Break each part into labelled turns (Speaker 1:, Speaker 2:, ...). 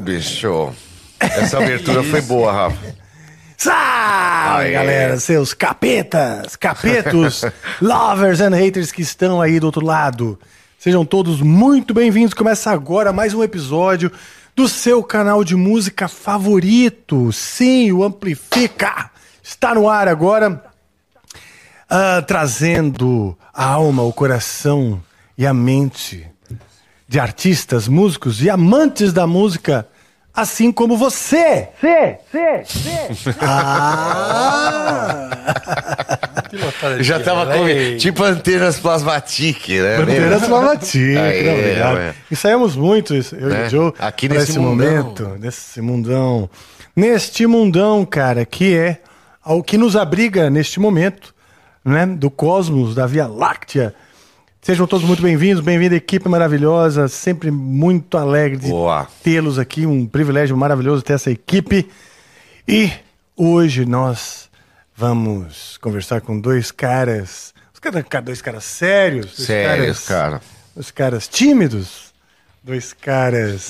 Speaker 1: bicho. Essa abertura foi boa, Rafa.
Speaker 2: Salve,
Speaker 1: Aê.
Speaker 2: galera, seus capetas, capetos, lovers and haters que estão aí do outro lado. Sejam todos muito bem-vindos. Começa agora mais um episódio do seu canal de música favorito. Sim, o Amplifica está no ar agora, ah, trazendo a alma, o coração e a mente de artistas, músicos e amantes da música, assim como você. 啊
Speaker 1: Já tava com. Tipo antenas plasmatic, né?
Speaker 2: Bandeira
Speaker 1: Lembra?
Speaker 2: Slavatica,
Speaker 1: Aí,
Speaker 2: obrigado.
Speaker 1: é.
Speaker 2: Ensaiamos muito isso, eu e
Speaker 1: Né?
Speaker 2: o Joe.
Speaker 1: Aqui
Speaker 2: pra
Speaker 1: nesse
Speaker 2: esse
Speaker 1: mundão.
Speaker 2: momento, nesse mundão. Neste mundão, cara, que é o que nos abriga neste momento, né? Do cosmos, da Via Láctea. Sejam todos muito bem-vindos, bem-vinda equipe maravilhosa, sempre muito alegre de
Speaker 1: Boa.
Speaker 2: tê-los aqui, um privilégio maravilhoso ter essa equipe. E hoje nós vamos conversar com dois caras, os caras- dois caras sérios, dois
Speaker 1: Sérios,
Speaker 2: caras,
Speaker 1: cara.
Speaker 2: dois caras tímidos, dois caras.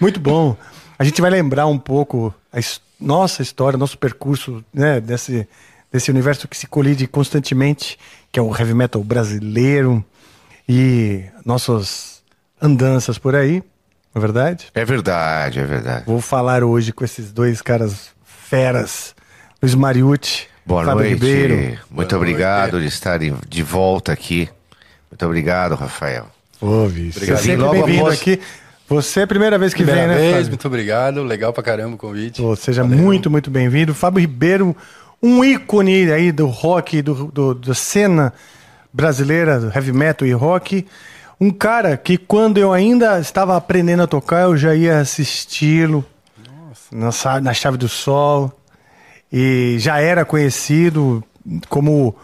Speaker 2: Muito bom. A gente vai lembrar um pouco a his- nossa história, nosso percurso, né, desse desse universo que se colide constantemente, que é o heavy metal brasileiro e nossas andanças por aí, não é verdade?
Speaker 1: É verdade, é verdade.
Speaker 2: Vou falar hoje com esses dois caras feras, Luiz Mariucci,
Speaker 1: Boa
Speaker 2: Fábio
Speaker 1: noite.
Speaker 2: Ribeiro.
Speaker 1: Muito obrigado de estarem de volta aqui. Muito obrigado, Rafael.
Speaker 2: Ô, Vice,
Speaker 3: Obrigado.
Speaker 2: é sempre
Speaker 1: Logo
Speaker 2: bem-vindo
Speaker 1: após-
Speaker 2: aqui. Você é a primeira vez que
Speaker 3: Primeira
Speaker 2: vem, né,
Speaker 3: vez,
Speaker 2: Fábio?
Speaker 3: muito obrigado. Legal pra caramba o convite.
Speaker 2: Pô, seja
Speaker 3: Valeu.
Speaker 2: muito, muito bem-vindo. Fábio Ribeiro, um ícone aí do rock, do, do- da cena brasileira, do heavy metal e rock. Um cara que quando eu ainda estava aprendendo a tocar, eu já ia assisti-lo na, sa- na Chave do Sol. E já era conhecido como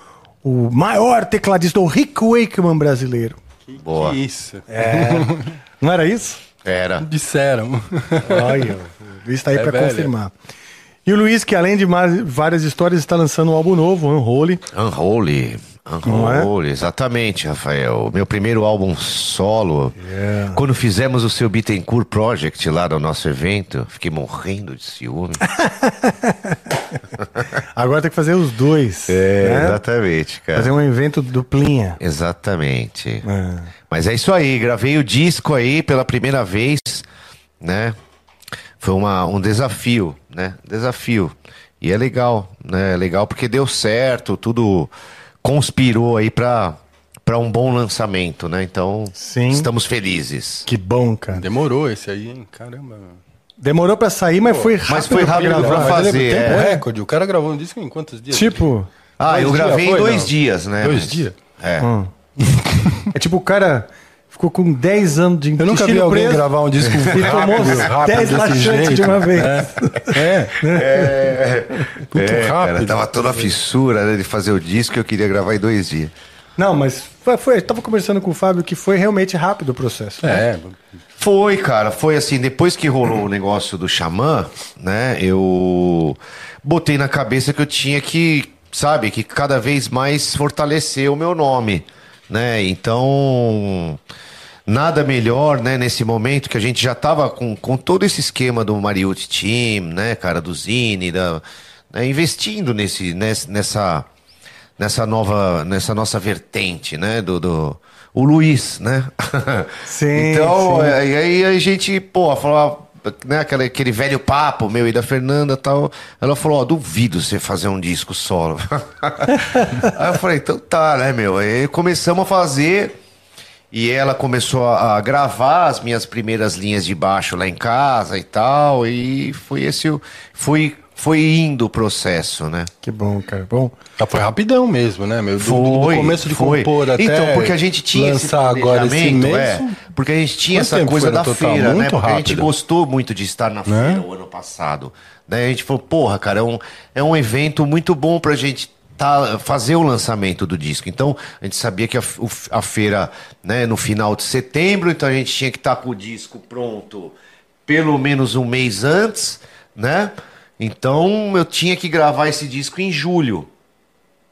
Speaker 2: o maior tecladista, o Rick Wakeman brasileiro.
Speaker 1: Boa.
Speaker 3: Que isso.
Speaker 2: Não era isso?
Speaker 1: Era.
Speaker 3: Disseram.
Speaker 2: Olha, o Luiz tá aí
Speaker 3: É
Speaker 2: pra
Speaker 3: velho.
Speaker 2: confirmar. E o Luiz, que além de mais- várias histórias, está lançando um álbum novo, Unholy.
Speaker 1: Unholy. Unholy, exatamente, Rafael. Meu primeiro álbum solo. Quando fizemos o seu Bittencourt Project lá no nosso evento, fiquei morrendo de ciúme.
Speaker 2: Agora tem que fazer os dois.
Speaker 3: É,
Speaker 2: né?
Speaker 1: É, exatamente, cara.
Speaker 2: Fazer um evento duplinha.
Speaker 1: Exatamente.
Speaker 2: É.
Speaker 1: Mas é isso aí, gravei o disco aí pela primeira vez, né? Foi uma, um desafio, né? Desafio. E é legal, né? É legal porque deu certo, tudo conspirou aí pra, pra um bom lançamento, né? Então,
Speaker 2: Sim.
Speaker 1: estamos felizes.
Speaker 2: Que bom, cara.
Speaker 3: Demorou esse aí, hein? Caramba. mano.
Speaker 2: Demorou pra sair, mas foi rápido.
Speaker 1: mas foi
Speaker 2: pra
Speaker 1: rápido
Speaker 2: gravar.
Speaker 1: pra
Speaker 3: Mas
Speaker 1: fazer,
Speaker 3: ele-
Speaker 1: é.
Speaker 3: Tempo recorde. O cara gravou um disco em quantos dias?
Speaker 2: Tipo,
Speaker 1: Ah,
Speaker 3: Dois
Speaker 1: eu
Speaker 3: dias
Speaker 1: gravei em
Speaker 3: foi,
Speaker 1: dois
Speaker 3: não?
Speaker 1: dias, né?
Speaker 3: Dois
Speaker 1: Mas-
Speaker 3: dias?
Speaker 1: É.
Speaker 2: Hum. é tipo o cara ficou com 10 anos de
Speaker 3: Eu nunca vi
Speaker 2: intestino
Speaker 3: alguém
Speaker 2: preso
Speaker 3: gravar um disco
Speaker 2: e tomou
Speaker 3: rápido, rápido
Speaker 2: 10
Speaker 3: desse
Speaker 2: laxantes
Speaker 3: jeito.
Speaker 2: de uma vez.
Speaker 3: É. Muito
Speaker 1: É, cara,
Speaker 3: rápido.
Speaker 1: tava toda a fissura né, de fazer o disco que eu queria gravar em dois dias.
Speaker 2: Não, mas foi, foi- eu tava conversando com o Fábio que foi realmente rápido o processo.
Speaker 3: É.
Speaker 1: Foi, cara, foi assim, depois que rolou o negócio do xamã, né, eu botei na cabeça que eu tinha que, sabe, que cada vez mais fortalecer o meu nome, né, então nada melhor, né, nesse momento que a gente já tava com, com todo esse esquema do Mariucci Team, né, cara, do Zine, da, né, investindo nesse, nesse- nessa nessa nova, nessa nossa vertente, né, do, do o Luiz, né?
Speaker 2: Sim,
Speaker 1: então,
Speaker 2: sim.
Speaker 1: é, e aí a gente, pô, falava, né, aquele, aquele velho papo meu e da Fernanda e tal. Ela falou, ó, duvido você fazer um disco solo. aí eu falei, então tá, né, meu? Aí começamos a fazer. E ela começou a a gravar as minhas primeiras linhas de baixo lá em casa e tal. E foi esse o. Foi, foi indo o processo, né?
Speaker 2: Que bom, cara. Bom,
Speaker 3: Ah, foi rapidão mesmo, né, meu? Do, do- do
Speaker 1: Foi,
Speaker 3: começo de
Speaker 1: foi.
Speaker 3: compor até
Speaker 1: Então, porque a gente tinha esse
Speaker 3: lançar agora esse
Speaker 1: planejamento,
Speaker 3: mês. um
Speaker 1: é. Porque a gente tinha
Speaker 3: Quanto
Speaker 1: essa
Speaker 3: tempo
Speaker 1: coisa
Speaker 3: foi
Speaker 1: da
Speaker 3: no total?
Speaker 1: feira, né?
Speaker 3: Muito
Speaker 1: Porque a gente
Speaker 3: rápido. Né?
Speaker 1: gostou muito de estar na feira o ano passado. Né? A gente falou, porra, cara, é um, é um evento muito bom pra gente tá, fazer o lançamento do disco. Então, a gente sabia que a, f- o f- a feira, né, no final de setembro, então a gente tinha que estar com o disco pronto pelo menos um mês antes, né? Então, eu tinha que gravar esse disco em julho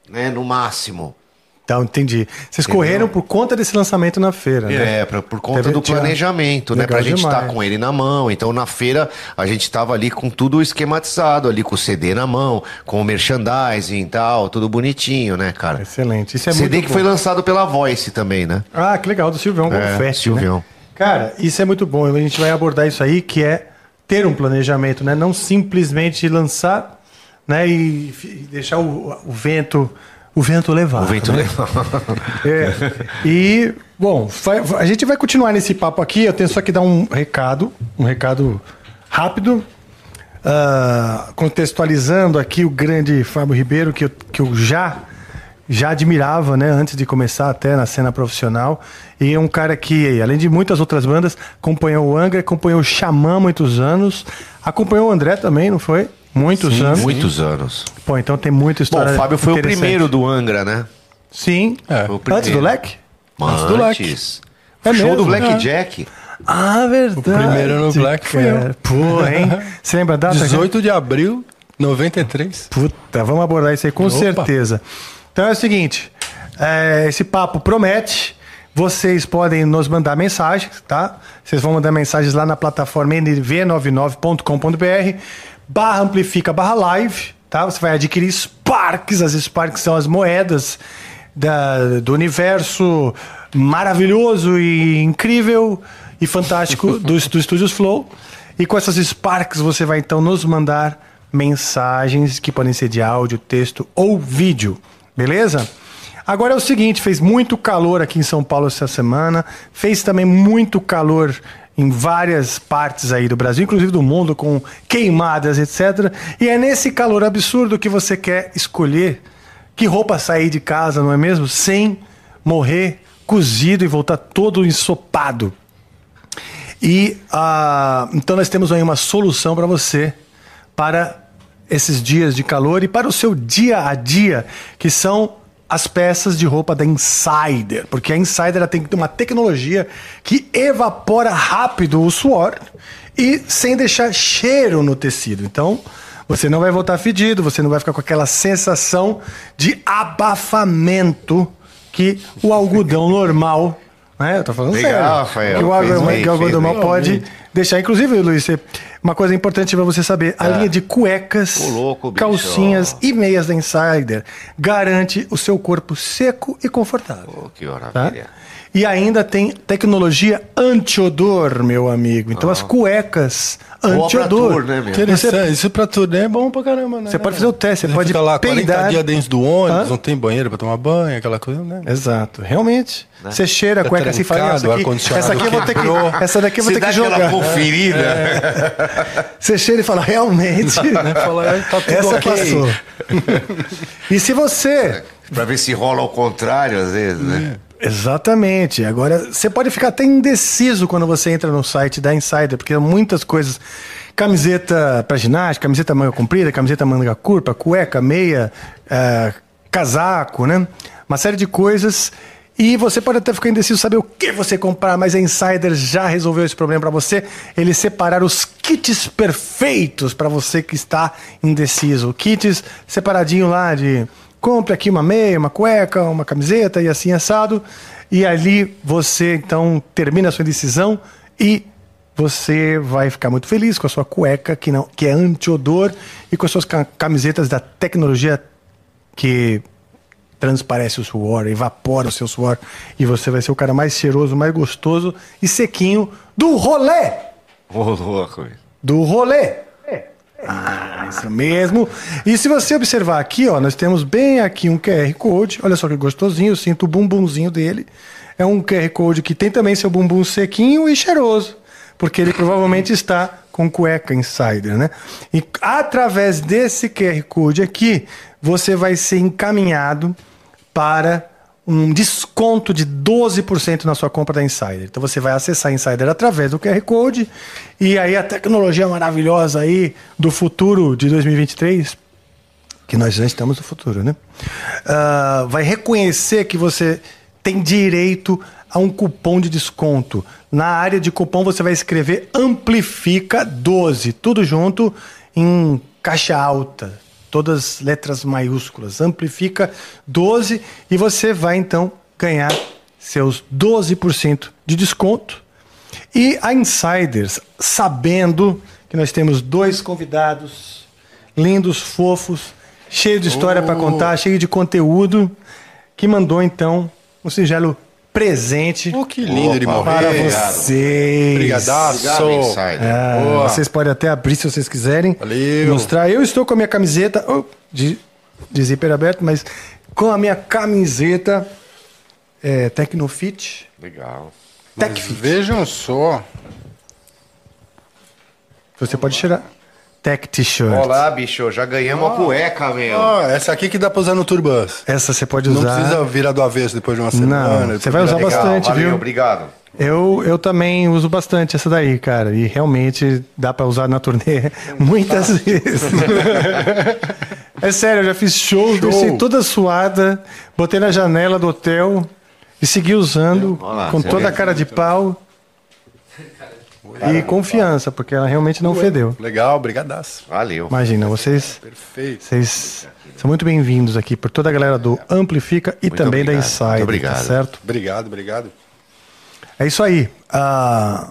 Speaker 1: né, no máximo.
Speaker 2: Então, entendi. Vocês correram por conta desse lançamento na feira, né?
Speaker 1: É, pra- por conta
Speaker 2: Teve-
Speaker 1: do
Speaker 2: tinha-
Speaker 1: planejamento, né?
Speaker 2: Legal
Speaker 1: Pra gente estar
Speaker 2: demais.
Speaker 1: com ele na mão. Então, na feira, a gente tava ali com tudo esquematizado, ali com o CD na mão, com o merchandising e tal, tudo bonitinho, né, cara?
Speaker 2: Excelente. Isso é
Speaker 1: CD
Speaker 2: muito
Speaker 1: que
Speaker 2: bom.
Speaker 1: foi lançado pela Voice também, né?
Speaker 2: Ah, que legal, do Silvião
Speaker 1: É,
Speaker 2: Confete.
Speaker 1: Silvião.
Speaker 2: Né? Cara, isso é muito bom. A gente vai abordar isso aí, que é ter um planejamento, né? Não simplesmente lançar né? e, fi- deixar o, o vento. O vento levar.
Speaker 1: O vento
Speaker 2: né?
Speaker 1: legal.
Speaker 2: É. E, bom, fa- a gente vai continuar nesse papo aqui. Eu tenho só que dar um recado, um recado rápido. Ah, contextualizando aqui o grande Fábio Ribeiro, que eu, que eu já, já admirava, né? Antes de começar até na cena profissional. E é um cara que, além de muitas outras bandas, acompanhou o Angra, acompanhou o Xamã há muitos anos. Acompanhou o André também, não foi? Muitos anos.
Speaker 1: Muitos anos.
Speaker 2: Pô, então tem muita
Speaker 1: Bom,
Speaker 2: história
Speaker 1: o Fábio foi o
Speaker 2: interessante.
Speaker 1: primeiro do Angra, né?
Speaker 2: Sim.
Speaker 3: É.
Speaker 1: Foi o
Speaker 2: Antes do
Speaker 1: primeiro.
Speaker 2: Leque?
Speaker 1: Antes
Speaker 3: do Leque.
Speaker 2: É
Speaker 1: Show do
Speaker 2: mesmo, né?
Speaker 1: Blackjack.
Speaker 2: Ah, verdade.
Speaker 3: primeiro no Black fui
Speaker 2: cara.
Speaker 3: eu.
Speaker 2: um- Pô, hein? Você lembra a data? cara?
Speaker 3: 18 de abril, 93.
Speaker 2: Puta, vamos abordar isso aí com
Speaker 3: Opa.
Speaker 2: certeza. Então é o seguinte: é, esse papo promete. Vocês podem nos mandar mensagens, tá? Vocês vão mandar mensagens lá na plataforma nv99.com.br barra amplifica barra live, tá? Você vai adquirir Sparks, as Sparks são as moedas da- do universo maravilhoso e incrível e fantástico do, do Estúdios Flow. E com essas Sparks você vai então nos mandar mensagens que podem ser de áudio, texto ou vídeo, beleza? Agora é o seguinte, fez muito calor aqui em São Paulo essa semana, fez também muito calor em várias partes aí do Brasil, inclusive do mundo, com queimadas, etc. E é nesse calor absurdo que você quer escolher que roupa sair de casa, não é mesmo? Sem morrer cozido e voltar todo ensopado. E ah, então nós temos aí uma solução para você para esses dias de calor e para o seu dia a dia, que são as peças de roupa da Insider, porque a Insider ela tem que ter uma tecnologia que evapora rápido o suor e sem deixar cheiro no tecido. Então, você não vai voltar fedido, você não vai ficar com aquela sensação de abafamento que o algodão normal, né? Eu tô falando
Speaker 1: Legal,
Speaker 2: sério.
Speaker 1: Rafael,
Speaker 2: que o
Speaker 1: fez um
Speaker 2: algodão,
Speaker 1: bem,
Speaker 2: que o algodão
Speaker 1: fez bem.
Speaker 2: pode deixar. Inclusive, Luiz, você- uma coisa importante para você saber: a linha de cuecas,
Speaker 1: Ah. Ô, louco, bicho.
Speaker 2: calcinhas e meias da Insider garante o seu corpo seco e confortável.
Speaker 1: Pô, que
Speaker 2: tá?
Speaker 1: maravilha.
Speaker 2: E ainda tem tecnologia antiodor, meu amigo. Então, as cuecas
Speaker 1: Ah. Boa pra
Speaker 2: antiodor.
Speaker 1: tour, né, meu?
Speaker 3: Interessante, isso pra tudo né? é bom pra caramba, né?
Speaker 2: Você pode fazer o teste, você
Speaker 3: Você
Speaker 2: pode
Speaker 3: fica lá 40
Speaker 2: peidar.
Speaker 3: dias dentro do ônibus,
Speaker 2: Hã?
Speaker 3: não tem banheiro pra tomar banho, aquela coisa, né?
Speaker 2: Exato, realmente.
Speaker 1: Né?
Speaker 2: Você cheira a
Speaker 3: Tá
Speaker 2: cueca assim, fala,
Speaker 3: trancado,
Speaker 2: essa aqui,
Speaker 3: ar-condicionado
Speaker 2: essa aqui eu vou ter
Speaker 3: quebrou.
Speaker 2: que, essa daqui eu vou
Speaker 1: Você dá
Speaker 2: ter que
Speaker 1: aquela
Speaker 2: jogar. É.
Speaker 1: conferida.
Speaker 2: Você cheira e fala, realmente.
Speaker 3: Né? Fala, é, tá tudo
Speaker 2: Essa
Speaker 3: ok.
Speaker 2: passou. É. e se você.
Speaker 1: Pra ver se rola ao contrário, às vezes, né?
Speaker 2: Exatamente. Agora, você pode ficar até indeciso quando você entra no site da Insider, porque muitas coisas. Camiseta pra ginástica, camiseta manga comprida, camiseta manga curta, cueca, meia, eh, casaco, né? Uma série de coisas. E você pode até ficar indeciso saber o que você comprar, mas a Insider já resolveu esse problema para você. Eles separaram os kits perfeitos para você que está indeciso. Kits separadinho lá de compre aqui uma meia, uma cueca, uma camiseta e assim assado. E ali você então termina a sua decisão e você vai ficar muito feliz com a sua cueca que não que é antiodor e com as suas ca- camisetas da tecnologia que transparece o suor, evapora o seu suor e você vai ser o cara mais cheiroso, mais gostoso e sequinho do rolê. Hum.
Speaker 1: Ô, louco. velho.
Speaker 2: Do rolê. É, Ah, isso mesmo. E se você observar aqui, ó, nós temos bem aqui um QR Code. Olha só que gostosinho, eu sinto o bumbumzinho dele. É um QR Code que tem também seu bumbum sequinho e cheiroso, porque ele provavelmente está com cueca insider, né? E através desse QR Code aqui, você vai ser encaminhado para um desconto de 12% na sua compra da Insider. Então você vai acessar a Insider através do QR Code e aí a tecnologia maravilhosa aí do futuro de 2023, que nós já estamos no futuro, né? Ah, vai reconhecer que você tem direito a um cupom de desconto. Na área de cupom você vai escrever Amplifica 12, tudo junto em caixa alta todas letras maiúsculas. Amplifica 12 e você vai então ganhar seus 12% de desconto. E a Insiders, sabendo que nós temos dois convidados lindos, fofos, cheios de história
Speaker 3: Oh.
Speaker 2: para contar, cheio de conteúdo, que mandou então um singelo presente
Speaker 3: Oh, que lindo de
Speaker 1: Opa,
Speaker 3: morrer.
Speaker 2: para
Speaker 1: obrigado.
Speaker 2: vocês.
Speaker 3: Obrigadaço.
Speaker 1: Obrigado, Insider.
Speaker 2: Ah,
Speaker 3: Boa.
Speaker 2: vocês podem até abrir se vocês quiserem.
Speaker 3: Valeu.
Speaker 2: Mostrar. Eu estou com a minha camiseta oh, de, de zíper aberto, mas com a minha camiseta é, Tecnofit.
Speaker 1: Legal.
Speaker 3: Mas Vejam só.
Speaker 2: Você pode tirar. Tech T-shirt.
Speaker 1: Olá, bicho, já ganhamos
Speaker 2: Ah.
Speaker 1: uma cueca, meu.
Speaker 3: Ó, essa aqui que dá pra usar no turbans.
Speaker 2: Essa você pode
Speaker 3: Não
Speaker 2: usar.
Speaker 3: precisa virar do avesso depois de uma semana.
Speaker 2: Não,
Speaker 3: depois
Speaker 2: você vai usar
Speaker 3: virar legal.
Speaker 2: tá bastante,
Speaker 1: valeu,
Speaker 2: viu?
Speaker 1: obrigado.
Speaker 2: Eu, eu também uso bastante essa daí, cara. E realmente dá pra usar na turnê muitas
Speaker 1: Tá.
Speaker 2: vezes. é sério, eu já fiz show, desci toda suada, botei na janela do hotel e segui usando
Speaker 1: Olha É, lá,
Speaker 2: com
Speaker 1: você
Speaker 2: toda
Speaker 1: vê?
Speaker 2: a cara de pau e confiança, porque ela realmente não fedeu.
Speaker 3: Legal, brigadaço.
Speaker 1: Valeu.
Speaker 2: Imagina, vocês,
Speaker 3: Perfeito.
Speaker 2: vocês são muito bem-vindos aqui por toda a galera do Amplifica e também da
Speaker 1: obrigado,
Speaker 2: Inside.
Speaker 1: muito
Speaker 2: Tá
Speaker 1: obrigado.
Speaker 2: certo?
Speaker 3: Obrigado, obrigado.
Speaker 2: É isso aí. Ah,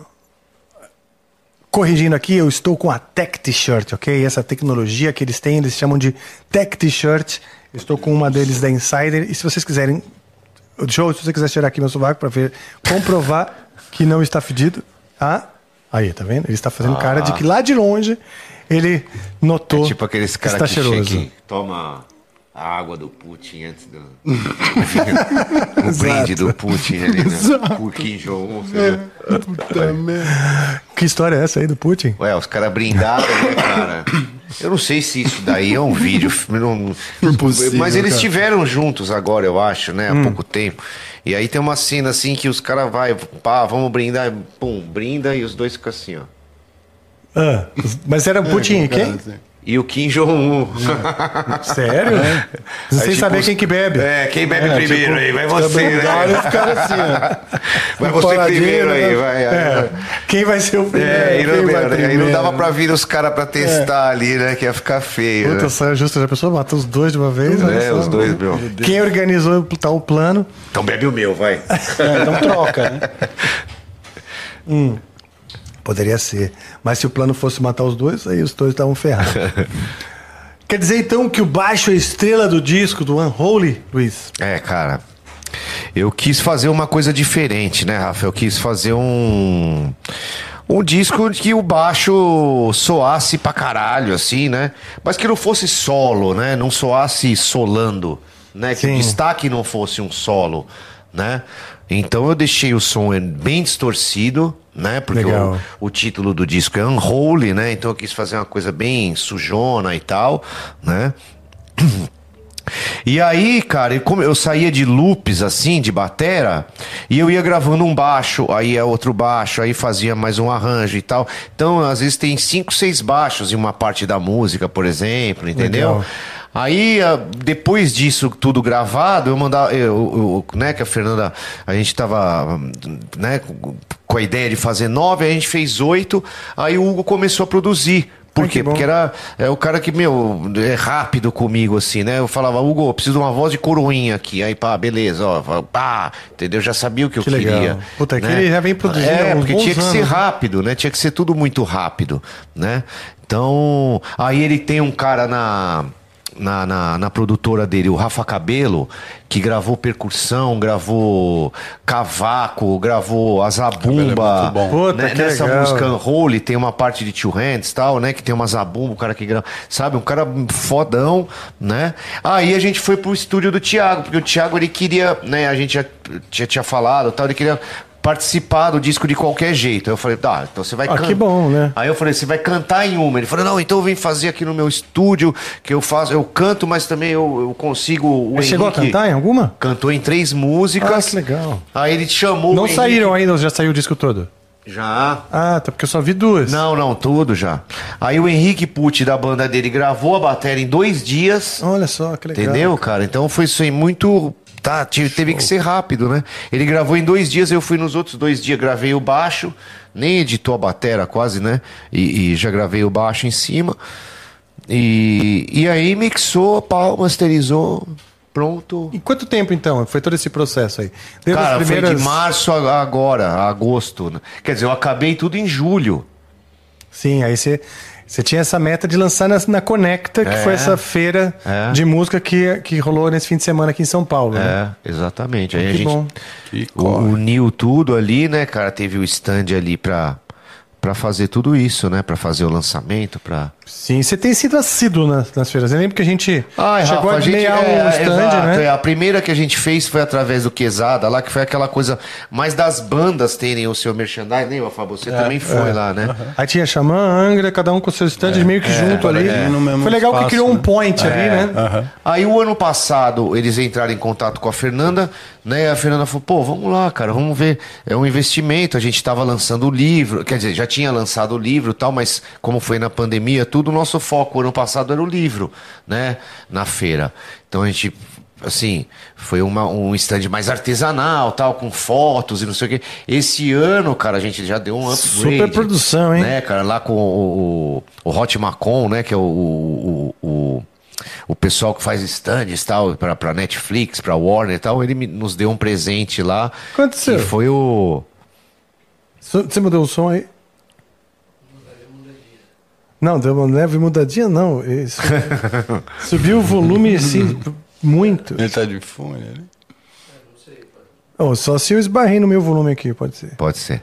Speaker 2: corrigindo aqui, eu estou com a Tech T-shirt, ok? Essa tecnologia que eles têm, eles chamam de Tech T-shirt. Eu Estou com uma deles da Insider. E se vocês quiserem. Joe, se você quiser tirar aqui meu sovaco para ver, comprovar que não está fedido. Ah, aí, tá vendo? Ele está fazendo cara de que lá de longe ele notou.
Speaker 1: Ah. É tipo aqueles
Speaker 2: que
Speaker 1: caras
Speaker 2: está
Speaker 1: que
Speaker 2: cheiroso.
Speaker 1: chega e toma a água do Putin antes do. o brinde do Putin ali, né? O Kim Jong-un. você viu?
Speaker 2: É. Que história é essa aí do Putin?
Speaker 1: Ué, os caras brindaram, né, cara? Eu não sei se isso daí é um vídeo. eu não-
Speaker 3: Impossível,
Speaker 1: Mas eles
Speaker 3: cara.
Speaker 1: estiveram juntos agora, eu acho, né? Há
Speaker 2: Hum.
Speaker 1: pouco tempo. E aí tem uma cena assim que os caras vai, pá, vamos brindar, pum, brinda e os dois ficam assim, ó.
Speaker 2: Ah, mas
Speaker 1: É,
Speaker 2: era o Putin e quem?
Speaker 1: E o Kim Jong-un.
Speaker 2: Sério? Sem
Speaker 1: assim. tipo
Speaker 2: saber
Speaker 1: os-
Speaker 2: quem que bebe.
Speaker 1: É, quem bebe
Speaker 3: É,
Speaker 1: primeiro
Speaker 3: tipo,
Speaker 1: aí? Vai
Speaker 3: Você
Speaker 1: você, né?
Speaker 3: brindaram e ficaram assim, ó.
Speaker 1: Vai você
Speaker 3: Paradinho,
Speaker 1: primeiro aí,
Speaker 3: né?
Speaker 1: vai.
Speaker 2: É, Quem vai ser o primeiro?
Speaker 1: É, e não,
Speaker 2: Quem vai
Speaker 1: meu, né, aí
Speaker 2: primeiro? É.
Speaker 1: não dava pra vir os caras pra testar ali, né? Que ia ficar feio.
Speaker 2: Puta,
Speaker 1: né?
Speaker 2: saiu justo da pessoa, matou os dois de uma vez. olha
Speaker 1: É,
Speaker 2: só.
Speaker 1: os dois, meu.
Speaker 2: Quem organizou tá, o tal plano?
Speaker 1: Então bebe o meu, vai.
Speaker 3: É, então troca, né?
Speaker 2: Hum, Poderia ser. Mas se o plano fosse matar os dois, aí os dois estavam ferrados. Quer dizer então que o baixo é a estrela do disco do Unholy, Luiz?
Speaker 1: É, cara. Eu quis fazer uma coisa diferente, né, Rafa? Eu quis fazer um. Um disco que o baixo soasse pra caralho, assim, né? Mas que não fosse solo, né? Não soasse solando, né? Que o
Speaker 2: Sim.
Speaker 1: destaque não fosse um solo, né? Então eu deixei o som bem distorcido, né? Porque
Speaker 2: Legal.
Speaker 1: o, o título do disco é Unholy, né? Então eu quis fazer uma coisa bem sujona e tal, né? E aí, cara, eu, como eu saía de loops assim, de batera, e eu ia gravando um baixo, aí é outro baixo, aí fazia mais um arranjo e tal. Então, às vezes tem cinco, seis baixos em uma parte da música, por exemplo, entendeu?
Speaker 2: Legal.
Speaker 1: Aí, a- depois disso tudo gravado, eu mandava. Eu, eu- né, que a Fernanda, a gente tava né, com- com a ideia de fazer nove, aí a gente fez oito, aí o Hugo começou a produzir. Por
Speaker 2: Ai, que
Speaker 1: quê?
Speaker 2: bom.
Speaker 1: Porque era é, o cara que, meu, é rápido comigo, assim, né? Eu falava, Hugo, eu preciso de uma voz de coroinha aqui. Aí, pá, beleza, ó, fa- pá, entendeu? Já sabia o que,
Speaker 2: Que
Speaker 1: eu
Speaker 2: legal.
Speaker 1: queria.
Speaker 2: Puta, que
Speaker 1: né?
Speaker 2: ele já vem produzindo há
Speaker 1: É,
Speaker 2: uns
Speaker 1: porque
Speaker 2: bons
Speaker 1: tinha que ser
Speaker 2: anos, né?
Speaker 1: rápido, né? Tinha que ser tudo muito rápido, né? Então, aí ele tem um cara na, na, na, na produtora dele, o Rafa Cabelo, que gravou percussão, gravou cavaco, gravou a zabumba.
Speaker 3: é muito bom.
Speaker 2: Puta,
Speaker 1: né?
Speaker 2: que
Speaker 1: Nessa
Speaker 2: legal.
Speaker 1: música Unholy tem uma parte de Two Hands e tal, né? Que tem uma zabumba, o cara que grava, sabe? Um cara fodão, né? Aí a gente foi pro estúdio do Thiago, porque o Thiago ele queria, né? A gente já, já tinha falado e tal, ele queria participar do disco de qualquer jeito. Aí eu falei, tá, então você vai
Speaker 2: Ah,
Speaker 1: can-
Speaker 2: que bom, né?
Speaker 1: Aí eu falei, você vai cantar em uma. Ele falou, não, então eu vim fazer aqui no meu estúdio, que eu faço, eu canto, mas também eu, eu consigo. O
Speaker 2: Ele chegou a
Speaker 1: Henrique
Speaker 2: cantar em alguma?
Speaker 1: Cantou em três músicas.
Speaker 2: Ah, que legal.
Speaker 1: Aí ele chamou. o
Speaker 2: Não
Speaker 1: Henrique-
Speaker 2: saíram ainda, ou já saiu o disco todo?
Speaker 1: Já.
Speaker 2: Ah, tá, porque eu só vi duas.
Speaker 1: Não, não, tudo já. Aí o Henrique Pucci da banda dele gravou a bateria em dois dias,
Speaker 2: Olha só, que Hum, legal.
Speaker 1: entendeu, cara? Então foi isso aí muito. Tá, tive- teve que ser rápido, né? Ele gravou em dois dias, eu fui nos outros dois dias, gravei o baixo, nem editou a bateria quase, né? E, e já gravei o baixo em cima. E, e aí mixou, pau, masterizou, pronto.
Speaker 2: Em quanto tempo, então? Foi todo esse processo aí? Desde as
Speaker 1: Cara, foi
Speaker 2: primeiras-
Speaker 1: de março a- agora, a agosto. né? Quer dizer, eu acabei tudo em julho.
Speaker 2: Sim, aí você, você tinha essa meta de lançar na, na Conecta, que
Speaker 1: É.
Speaker 2: foi essa feira
Speaker 1: É.
Speaker 2: de música que, que rolou nesse fim de semana aqui em São Paulo. né?
Speaker 1: É, exatamente. Aí a
Speaker 2: Que
Speaker 1: gente
Speaker 2: bom.
Speaker 3: Que corre.
Speaker 1: uniu tudo ali, né, cara? Teve o stand ali pra, pra fazer tudo isso, né? Pra fazer o lançamento, pra...
Speaker 2: Sim, você tem sido assíduo nas, nas feiras. Eu lembro que a gente
Speaker 1: Ai,
Speaker 2: chegou
Speaker 1: Ah, é, Rafa,
Speaker 2: a meia um stand,
Speaker 1: exato,
Speaker 2: né?
Speaker 1: é. a primeira que a gente fez foi através do Quesada lá, que foi aquela coisa mais das bandas terem o seu merchandising, né, Rafa? Você
Speaker 3: É,
Speaker 1: também foi lá, né?
Speaker 2: Aí tinha Xamã, Angra, cada um com seus stands meio que junto ali.
Speaker 3: é, no mesmo
Speaker 2: Foi legal que
Speaker 3: espaço,
Speaker 2: criou um
Speaker 3: né?
Speaker 1: É,
Speaker 2: point ali, né?
Speaker 1: Aí o ano passado eles entraram em contato com a Fernanda, né? A Fernanda falou: pô, vamos lá, cara, vamos ver. É um investimento. A gente tava lançando o livro, quer dizer, já tinha lançado o livro e tal, mas como foi na pandemia, tudo, o nosso foco ano passado era o livro, né? Na feira. Então a gente. Assim, foi uma- um stand mais artesanal, tal, com fotos e não sei o quê. Esse ano, cara, a gente já deu um upgrade.
Speaker 2: Super produção, hein?
Speaker 1: né? né, cara, lá com o, o, o Hot Macon, né, que é o, o, o, o- o pessoal que faz stands tal, pra, pra Netflix, pra Warner e tal, ele me- nos deu um presente lá.
Speaker 2: Quanto
Speaker 1: Que
Speaker 2: seu?
Speaker 1: foi o.
Speaker 2: So- Você mudou o som aí? Não, deu uma leve mudadinha, não. Isso- Subiu o volume assim muito.
Speaker 1: Uhum.
Speaker 3: Ele tá de fone ali.
Speaker 2: Oh, só se eu esbarrei no meu volume aqui, pode ser. Hum.
Speaker 1: Pode ser.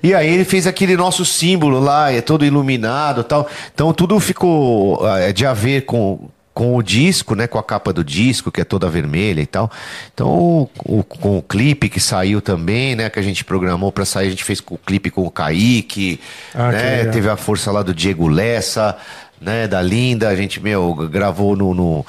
Speaker 1: E aí ele fez aquele nosso símbolo lá, é todo iluminado e tal. Então tudo ficou ah, é, de a ver com, com o disco, né? Com a capa do disco, que é toda vermelha e tal. Então, o- o- com o clipe que saiu também, né? Que a gente programou pra sair, a gente fez com o clipe com o Kaique,
Speaker 2: Ah, que
Speaker 1: né?
Speaker 2: legal.
Speaker 1: Teve a força lá do Diego Lessa, né? Da Linda, a gente, meu, gravou no... no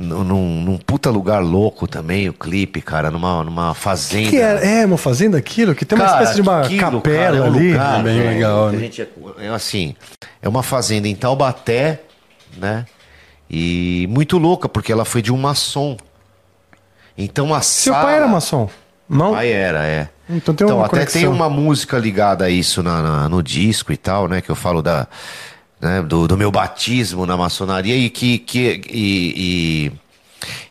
Speaker 1: num, num- num puta lugar louco também, o clipe, cara, numa, numa fazenda.
Speaker 2: Que é, é uma fazenda aquilo? Que tem uma espécie de uma
Speaker 1: aquilo,
Speaker 2: capela
Speaker 1: cara, é um
Speaker 2: ali.
Speaker 1: lugar,
Speaker 3: Bem
Speaker 1: velho,
Speaker 3: legal,
Speaker 1: que a
Speaker 3: né?
Speaker 1: gente é, é assim, é uma fazenda em Taubaté, né? E muito louca, porque ela foi de um maçom. Então a
Speaker 2: Seu
Speaker 1: sala-
Speaker 2: pai era maçom? Não?
Speaker 1: Pai era, é.
Speaker 2: Então tem uma
Speaker 1: até
Speaker 2: conexão.
Speaker 1: tem uma música ligada a isso na, na- no disco e tal, né? Que eu falo da, né, do, do meu batismo na maçonaria e que, que e, e,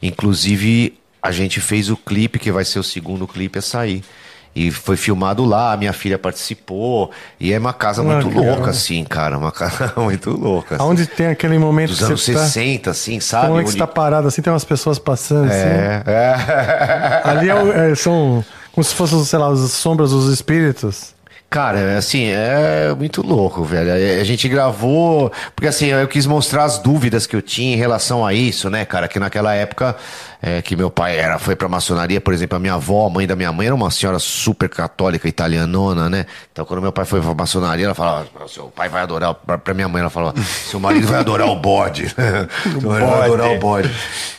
Speaker 1: inclusive a gente fez o clipe que vai ser o segundo clipe a sair. E foi filmado lá, a minha filha participou. E é uma casa muito
Speaker 2: Ah, Legal.
Speaker 1: louca, assim, cara. Uma casa muito louca. assim.
Speaker 2: Onde tem aquele momento
Speaker 1: Dos
Speaker 2: que
Speaker 1: anos
Speaker 2: você tá...
Speaker 1: 60, assim, sabe?
Speaker 2: Como é que você
Speaker 1: Onde-
Speaker 2: tá parado assim, tem umas pessoas passando assim.
Speaker 1: É, é.
Speaker 2: Ali é o- é, são como se fossem, sei lá, as sombras dos espíritos.
Speaker 1: Cara, é assim, é muito louco, velho. É, A gente gravou, porque assim, eu quis mostrar as dúvidas que eu tinha em relação a isso, né, cara? Que naquela época é, que meu pai era, foi pra maçonaria, por exemplo, a minha avó, a mãe da minha mãe, era uma senhora super católica, italianona, né? Então, quando meu pai foi pra maçonaria, ela falava, seu pai vai adorar, o- pra, pra minha mãe, ela falava, seu marido vai adorar o bode. seu marido vai adorar o bode.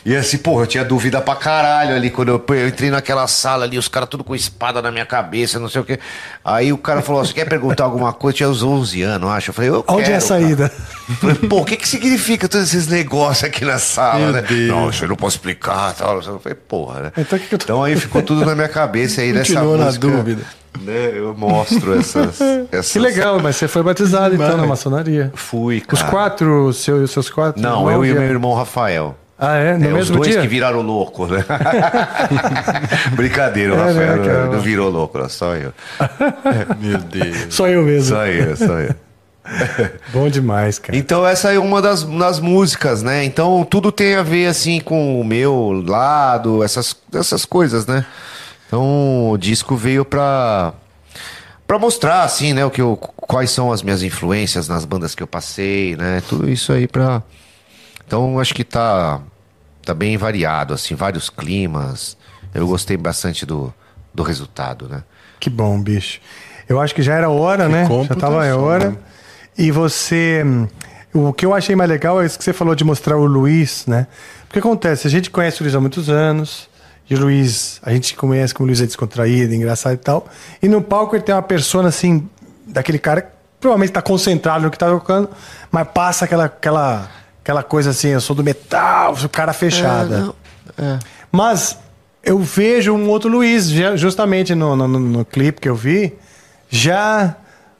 Speaker 1: E assim, porra, eu tinha dúvida pra caralho ali, quando eu, eu entrei naquela sala ali, os caras tudo com espada na minha cabeça, não sei o quê. Aí o cara falou, você quer perguntar alguma coisa? Eu tinha uns 11 anos, acho. Eu falei, eu
Speaker 2: Onde é a
Speaker 1: quero, cara.
Speaker 2: saída?
Speaker 1: Falei, pô, o que que significa todos esses negócios aqui na sala,
Speaker 3: Meu
Speaker 1: né?
Speaker 3: Deus.
Speaker 1: Não, isso eu não posso explicar, tal. Eu falei, porra, né?
Speaker 2: Então, o que que eu tô-
Speaker 1: Então aí ficou tudo na minha cabeça aí nessa
Speaker 3: Continuou na
Speaker 1: música,
Speaker 3: dúvida.
Speaker 1: Né? Eu mostro essas, essas...
Speaker 2: Que legal, mas você foi batizado então na maçonaria.
Speaker 1: Fui,
Speaker 2: Os
Speaker 1: cara.
Speaker 2: quatro, seu, os seus quatro?
Speaker 1: Ah. Não, eu e
Speaker 2: irmãos
Speaker 1: meu irmão Rafael.
Speaker 2: Ah, é? No
Speaker 1: É, os
Speaker 2: mesmo
Speaker 1: dois
Speaker 2: dia?
Speaker 1: que viraram louco, né? Brincadeira, o
Speaker 2: É, né,
Speaker 1: Rafael
Speaker 2: cara?
Speaker 1: não virou louco, só eu.
Speaker 3: Meu Deus.
Speaker 2: Só eu mesmo.
Speaker 1: Só eu, só eu.
Speaker 2: Bom demais, cara.
Speaker 1: Então essa é uma das, das músicas, né? Então tudo tem a ver assim com o meu lado, essas, essas coisas, né? Então o disco veio pra para mostrar assim, né, o que eu, quais são as minhas influências nas bandas que eu passei, né? Tudo isso aí pra Então acho que tá tá bem variado assim, vários climas. Eu gostei bastante do, do resultado, né?
Speaker 2: Que bom, bicho. Eu acho que já era hora, né? Já
Speaker 3: computação,
Speaker 2: tava a hora.
Speaker 3: né?
Speaker 2: E você. hum, O que eu achei mais legal é isso que você falou de mostrar o Luiz, né? Porque acontece, a gente conhece o Luiz há muitos anos. E o Luiz, a gente conhece como o Luiz é descontraído, engraçado e tal. E no palco ele tem uma persona assim, daquele cara que provavelmente tá concentrado no que tá tocando, mas passa aquela, aquela, aquela coisa assim, eu sou do metal, o cara fechada. Mas eu vejo um outro Luiz, já- justamente no, no, no- no clipe que eu vi, já.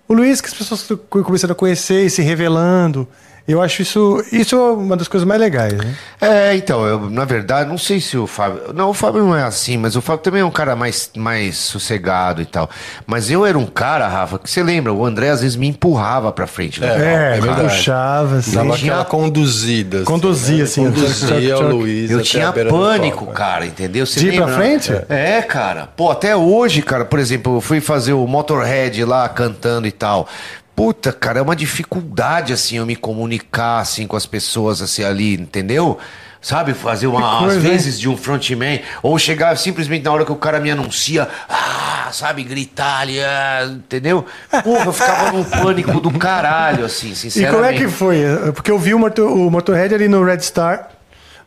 Speaker 2: O Luiz que as pessoas co- começaram a conhecer e se revelando. Eu acho isso. Isso é uma das coisas mais legais, né?
Speaker 1: É, então, eu, na verdade, não sei se o Fábio. Não, o Fábio não é assim, mas o Fábio também é um cara mais, mais sossegado e tal. Mas eu era um cara, Rafa, que você lembra, o André às vezes me empurrava pra frente. legal,
Speaker 2: É,
Speaker 1: cara.
Speaker 2: me puxava, assim.
Speaker 3: Dava
Speaker 1: Sim.
Speaker 3: aquela conduzida.
Speaker 2: Conduzia, assim, tchac,
Speaker 3: Conduzia
Speaker 2: tchac.
Speaker 3: o Luiz.
Speaker 1: Eu
Speaker 3: até a
Speaker 1: tinha
Speaker 3: beira do
Speaker 1: pânico,
Speaker 3: palco,
Speaker 1: cara, entendeu? Você
Speaker 2: De ir pra
Speaker 1: lembra?
Speaker 2: frente?
Speaker 1: É, cara. Pô, até hoje, cara, por exemplo, eu fui fazer o Motorhead lá cantando e tal. Puta, cara, é uma dificuldade, assim, eu me comunicar, assim, com as pessoas, assim, ali, entendeu? Sabe, fazer uma,
Speaker 2: Que coisa,
Speaker 1: às
Speaker 2: hein?
Speaker 1: vezes de um frontman, ou chegar simplesmente na hora que o cara me anuncia, ah, sabe, gritar ali, ah, entendeu? Porra, eu ficava num pânico do caralho, assim,
Speaker 2: E como é
Speaker 1: sinceramente.
Speaker 2: que foi? Porque eu vi o, Motor- o Motorhead ali no Red Star,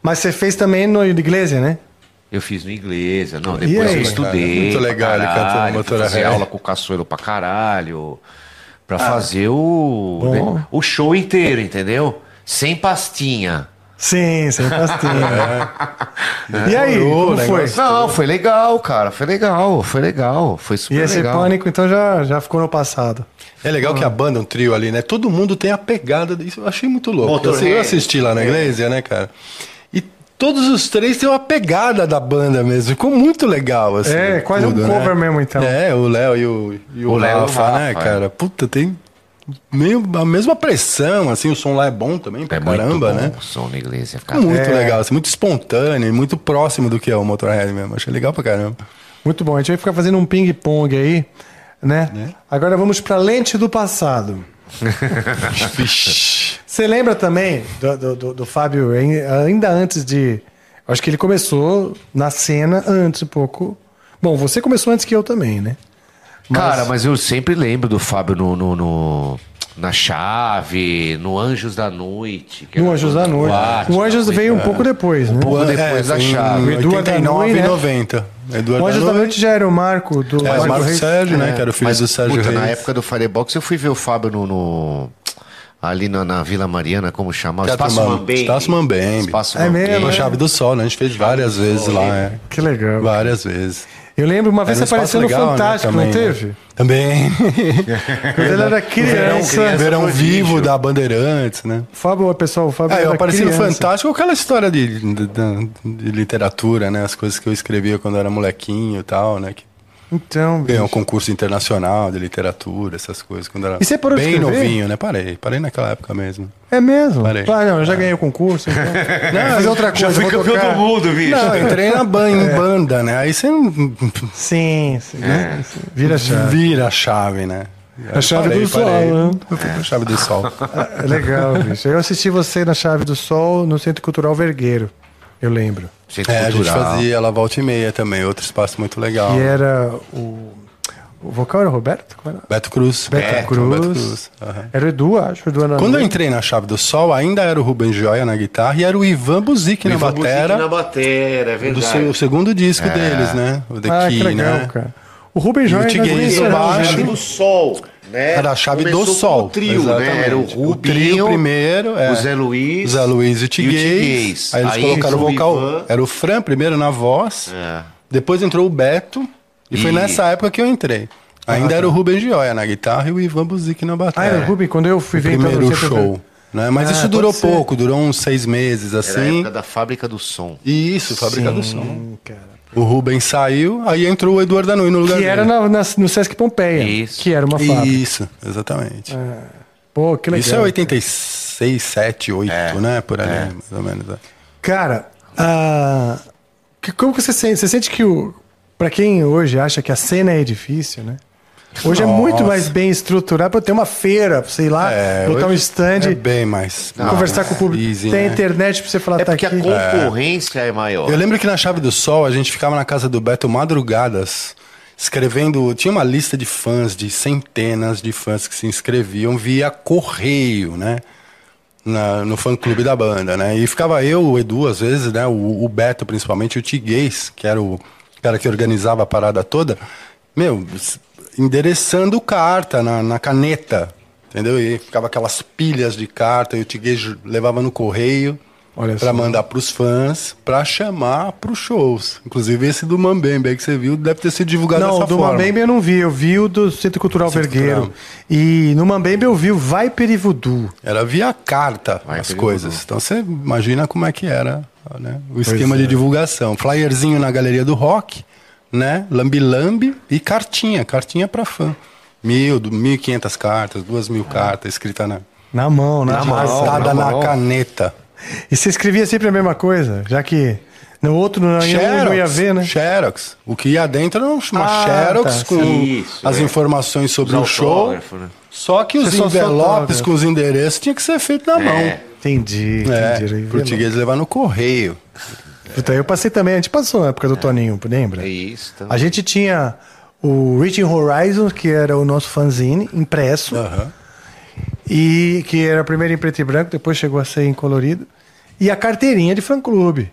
Speaker 2: mas você fez também no Iglesia, né?
Speaker 1: Eu fiz no inglês, não, depois
Speaker 2: aí,
Speaker 1: eu estudei.
Speaker 3: cara? Muito legal ele
Speaker 1: pra
Speaker 3: cantando
Speaker 1: caralho, fui
Speaker 3: Motorhead.
Speaker 1: fazer aula com o Caçoeiro pra caralho.
Speaker 2: Ah.
Speaker 1: Pra fazer o, né, o show inteiro, entendeu? Sem pastinha.
Speaker 2: Sim, sem pastinha. E aí,
Speaker 3: É. Demorou,
Speaker 2: como
Speaker 3: o
Speaker 2: foi?
Speaker 3: negócio. Ah,
Speaker 1: Não, foi legal, cara. Foi legal, foi legal. Foi super
Speaker 2: E esse
Speaker 1: legal.
Speaker 2: pânico, então, já, já ficou no passado.
Speaker 3: É legal
Speaker 2: Ah.
Speaker 3: que a banda, um trio ali, né? Todo mundo tem a pegada. Isso eu achei muito louco. Eu,
Speaker 1: Motorhead. É.
Speaker 3: eu assisti lá na igreja, né, cara? E todos os três têm uma pegada da banda mesmo. Ficou muito legal, assim.
Speaker 2: É, quase um cover mesmo, então.
Speaker 3: É, o Léo e o, e o,
Speaker 1: O Léo e o
Speaker 3: Rafa, né,
Speaker 1: Rafa, é.
Speaker 3: cara? Puta, tem meio a mesma pressão, assim. O som lá é bom também, pra
Speaker 1: É muito
Speaker 3: caramba,
Speaker 1: bom
Speaker 3: né?
Speaker 1: o som no inglês. Cara.
Speaker 3: Muito
Speaker 2: É.
Speaker 3: legal, assim, muito espontâneo, e muito próximo do que é o Motorhead mesmo. Achei legal pra caramba.
Speaker 2: Muito bom, a gente vai ficar fazendo um ping-pong aí, né? Agora vamos pra lente do passado.
Speaker 3: Vixe.
Speaker 2: Você lembra também do, do- do- do Fábio, hein, ainda antes de. Acho que ele começou na cena antes um pouco. Bom, você começou antes que eu também, né?
Speaker 1: Cara, mas eu sempre lembro do Fábio no, no- no- na Chave, no Anjos da Noite. que
Speaker 2: No
Speaker 1: era
Speaker 2: Anjos
Speaker 1: um
Speaker 2: da Noite.
Speaker 1: boate,
Speaker 2: O Anjos
Speaker 1: uma coisa-
Speaker 3: é.
Speaker 2: veio um pouco depois, né?
Speaker 1: pouco depois da
Speaker 3: foi em
Speaker 1: chave.
Speaker 2: O Eduardo
Speaker 3: 89
Speaker 2: Danui, né?
Speaker 3: é, e 90. Eduardo
Speaker 2: O Anjos da Noite já era o Marco do
Speaker 3: É, o Marco
Speaker 2: Reis.
Speaker 3: Sérgio, né? Que era o filho
Speaker 1: Mas,
Speaker 3: do Sérgio
Speaker 1: puta,
Speaker 3: Reis.
Speaker 1: Na época do Firebox, eu fui ver o Fábio no. no- ali na, na Vila Mariana, como chamava?
Speaker 3: Teatro Man- Espaço Mambembe.
Speaker 1: Espaço
Speaker 2: É
Speaker 1: Mambembe.
Speaker 2: mesmo, é?
Speaker 3: Na Chave do Sol, né? A gente fez várias vezes lá, é.
Speaker 2: Que legal.
Speaker 3: Várias vezes.
Speaker 2: Eu lembro uma vez
Speaker 3: Era um
Speaker 2: né? você
Speaker 3: espaço
Speaker 2: apareceu
Speaker 3: legal,
Speaker 2: no
Speaker 3: né,
Speaker 2: Fantástico, não
Speaker 3: também, né?
Speaker 2: teve?
Speaker 3: Também.
Speaker 2: Quando ele era criança.
Speaker 1: criança.
Speaker 3: Verão
Speaker 1: prodígio.
Speaker 3: vivo da Bandeirantes, né?
Speaker 2: Fábio, pessoal, o Fábio
Speaker 3: Ah, eu
Speaker 2: era
Speaker 3: apareci no
Speaker 2: criança.
Speaker 3: Fantástico, aquela história de, de- de literatura, né? As coisas que eu escrevia quando era molequinho e tal, né? Que
Speaker 2: Então,
Speaker 3: ganhou um
Speaker 2: bicho.
Speaker 3: concurso internacional de literatura, essas coisas, quando era
Speaker 2: E você parou de
Speaker 3: bem
Speaker 2: escrever?
Speaker 3: novinho, né? Parei, parei naquela época mesmo.
Speaker 2: é mesmo?
Speaker 3: Parei. É.
Speaker 2: Ah, não, eu já ganhei o concurso. Então. não, fiz outra coisa.
Speaker 1: Já fui
Speaker 2: vou
Speaker 1: campeão
Speaker 2: tocar.
Speaker 1: do mundo, bicho.
Speaker 3: Não, eu entrei na ban-
Speaker 2: É.
Speaker 3: em banda, né? Aí você não-
Speaker 2: Sim, sim.
Speaker 3: É.
Speaker 2: né? Vira chave.
Speaker 3: vira a chave, né? Aí
Speaker 2: A chave
Speaker 3: parei,
Speaker 2: do sol,
Speaker 3: parei.
Speaker 2: né?
Speaker 3: Eu fui pra chave do sol.
Speaker 2: É legal, bicho. Eu assisti você na Chave do Sol no Centro Cultural Vergueiro, eu lembro.
Speaker 1: Centro
Speaker 3: É, a gente
Speaker 1: Cultural.
Speaker 3: fazia ela volta e meia também, outro espaço muito legal.
Speaker 2: E é era o. O vocal era o Roberto? Como era?
Speaker 3: Beto Cruz.
Speaker 2: Beto
Speaker 3: É,
Speaker 2: Cruz. Tá
Speaker 3: Beto Cruz. aham.
Speaker 2: Era o Edu, acho. o Edu era
Speaker 3: Quando eu entrei na Chave do Sol, ainda era o Rubem Joia na guitarra e era o Ivan Buzik na
Speaker 1: Ivan Buzik
Speaker 3: batera,
Speaker 1: na batera, é
Speaker 3: do
Speaker 1: verdade.
Speaker 3: seu- o segundo disco deles, né? O The
Speaker 2: É. Ah,
Speaker 3: Key,
Speaker 2: que legal,
Speaker 3: né?
Speaker 2: cara. O Rubem
Speaker 3: o
Speaker 2: Jorge
Speaker 3: Tiguinho do baixo.
Speaker 1: Chave do Sol, né?
Speaker 3: Era a chave
Speaker 1: Começou
Speaker 3: do
Speaker 1: como
Speaker 3: sol.
Speaker 1: trio, né?
Speaker 3: exatamente.
Speaker 1: Era o Rubinho,
Speaker 3: trio primeiro, é.
Speaker 1: o Zé Luiz,
Speaker 3: Zé Luiz e o
Speaker 1: e o
Speaker 3: Tiguez.
Speaker 1: Tiguez.
Speaker 3: Aí eles
Speaker 1: Aí
Speaker 3: colocaram o
Speaker 1: entrou o
Speaker 3: vocal.
Speaker 1: Ivan.
Speaker 3: Era o Fran primeiro na voz.
Speaker 1: É.
Speaker 3: Depois entrou o Beto. E, foi
Speaker 1: E-
Speaker 3: nessa época que eu entrei. Ainda era o Rubem Gioia na guitarra e o Ivan Buzik na
Speaker 2: tá. Ah,
Speaker 3: bateria.
Speaker 2: era o Rubem, quando eu fui ver então,
Speaker 3: É. primeiro
Speaker 2: no Centro-
Speaker 3: show. Né? Mas
Speaker 2: Ah,
Speaker 3: isso durou
Speaker 2: pode ser.
Speaker 3: pouco, durou uns seis meses,
Speaker 1: Era a
Speaker 3: assim.
Speaker 1: época da fábrica do som.
Speaker 3: E Isso, Fábrica do Som.
Speaker 2: Hum, cara.
Speaker 3: O Rubem saiu, aí entrou o Eduardo Anui no lugar
Speaker 2: Que
Speaker 3: dele.
Speaker 2: era na- na- no Sesc Pompeia,
Speaker 1: Isso.
Speaker 2: que era uma fábrica.
Speaker 3: Isso, exatamente.
Speaker 2: Pô, que legal. É,
Speaker 3: Isso é
Speaker 2: cara.
Speaker 3: 86, 7, 8, né? Por ali, mais ou menos. é.
Speaker 2: Cara, ah, que- como que você sente? Você sente que o. Pra quem hoje acha que a cena é difícil, né? Hoje é
Speaker 3: Nossa.
Speaker 2: muito mais bem estruturado pra ter uma feira, sei lá,
Speaker 3: É,
Speaker 2: botar um
Speaker 3: hoje
Speaker 2: stand,
Speaker 3: É bem mais.
Speaker 2: conversar
Speaker 3: mais
Speaker 2: com o público,
Speaker 3: easy,
Speaker 2: ter
Speaker 3: né?
Speaker 2: internet pra você falar,
Speaker 1: É
Speaker 2: tá
Speaker 1: porque
Speaker 2: aqui.
Speaker 1: a concorrência é maior.
Speaker 3: Eu lembro que na Chave do Sol a gente ficava na casa do Beto madrugadas, escrevendo. Tinha uma lista de fãs, de centenas de fãs que se inscreviam via correio, né? Na- no fã clube da banda, né? E ficava eu, o Edu, às vezes, né? O, o Beto, principalmente, o Tiguez, que era o cara que organizava a parada toda, meu, s- endereçando carta na, na caneta, entendeu? E ficava aquelas pilhas de carta, e o Tiguez levava no correio.
Speaker 2: Olha
Speaker 3: Pra
Speaker 2: só.
Speaker 3: mandar pros fãs, pra chamar pros shows. Inclusive esse do Mambembe aí que você viu, deve ter sido divulgado
Speaker 2: Não,
Speaker 3: dessa
Speaker 2: do
Speaker 3: forma.
Speaker 2: Mambembe eu não vi, eu vi o do Centro Cultural
Speaker 3: Centro
Speaker 2: Vergueiro.
Speaker 3: Cultural.
Speaker 2: E no Mambembe eu vi o Vai Perivudu.
Speaker 3: Era via carta
Speaker 1: Vai,
Speaker 3: as
Speaker 1: período.
Speaker 3: coisas. Então você imagina como é que era né, o esquema
Speaker 2: é.
Speaker 3: de divulgação. Flyerzinho na galeria do rock, né? Lambi-lambi e cartinha, cartinha pra fã. Mil, du- mil e quinhentas cartas, duas mil cartas, escrita na,
Speaker 2: Na mão, né? na
Speaker 1: mão.
Speaker 2: massa.
Speaker 3: passada
Speaker 1: É. na
Speaker 3: na,
Speaker 1: mão.
Speaker 3: caneta.
Speaker 2: E você escrevia sempre a mesma coisa, já que no outro não,
Speaker 3: Xerox,
Speaker 2: não ia ver, né?
Speaker 3: Xerox. O que ia dentro era um uma
Speaker 2: Ah,
Speaker 3: Xerox
Speaker 2: tá,
Speaker 3: com
Speaker 1: sim. Isso,
Speaker 3: as
Speaker 1: é.
Speaker 3: informações sobre
Speaker 1: Os
Speaker 3: o show.
Speaker 1: autógrafo, né?
Speaker 3: Só que os
Speaker 2: Você só
Speaker 3: envelopes
Speaker 2: fotógrafo.
Speaker 3: com os endereços tinha que ser feito na
Speaker 1: É.
Speaker 3: mão.
Speaker 2: Entendi,
Speaker 3: É,
Speaker 2: entendi. Aí,
Speaker 3: pro português levar no correio.
Speaker 2: Puta, eu passei também, a gente passou na época do Toninho, lembra?
Speaker 1: É isso. Tá.
Speaker 2: A gente tinha o Reaching Horizon, que era o nosso fanzine, impresso,
Speaker 3: Aham.
Speaker 2: e que era primeiro em preto e branco, depois chegou a ser em colorido, e a carteirinha de fã-clube.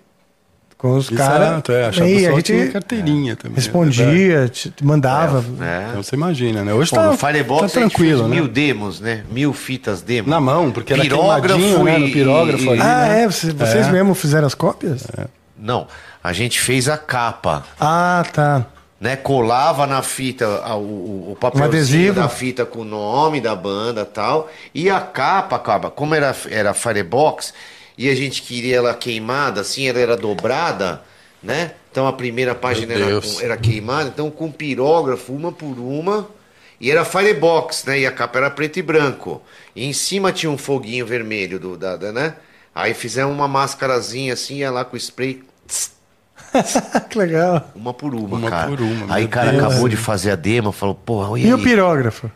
Speaker 2: Com os caras.
Speaker 3: Exato, é, achava
Speaker 2: e a
Speaker 3: só
Speaker 2: gente
Speaker 3: tinha carteirinha também. né?
Speaker 2: respondia, te- mandava.
Speaker 1: É.
Speaker 3: Então você imagina, né? Hoje
Speaker 1: Pô,
Speaker 3: tá,
Speaker 1: no Firebox
Speaker 3: tá
Speaker 1: a gente fez
Speaker 3: tranquilo, né?
Speaker 1: mil demos, né? Mil fitas demo.
Speaker 3: Na mão, porque era
Speaker 1: Pirógrafo
Speaker 3: queimadinho,
Speaker 1: e-
Speaker 3: né? No pirógrafo ali,
Speaker 2: Ah,
Speaker 3: né?
Speaker 2: é? Vocês, vocês
Speaker 3: É.
Speaker 2: mesmo fizeram as cópias?
Speaker 1: Não, a gente fez a capa,
Speaker 2: Ah, tá.
Speaker 1: né? Colava na fita a- o- o, o papelzinho
Speaker 2: adesivo.
Speaker 1: da fita com o nome da banda e tal. E a capa, acaba, como era, era Firebox, e a gente queria ela queimada, assim, ela era dobrada, né? Então a primeira página era,
Speaker 3: Deus.
Speaker 1: com- era queimada, então com pirógrafo, uma por uma. E era Firebox, né? E a capa era preto e branco. E em cima tinha um foguinho vermelho, do, da, da- né? Aí fizeram uma máscarazinha assim, ia lá com spray.
Speaker 2: que legal.
Speaker 1: Uma por uma,
Speaker 3: Uma
Speaker 1: cara.
Speaker 3: por uma,
Speaker 1: Aí,
Speaker 3: meu
Speaker 1: cara,
Speaker 3: Deus.
Speaker 1: acabou de fazer a demo, falou, porra, e,
Speaker 2: E o
Speaker 1: aí?
Speaker 2: pirógrafo?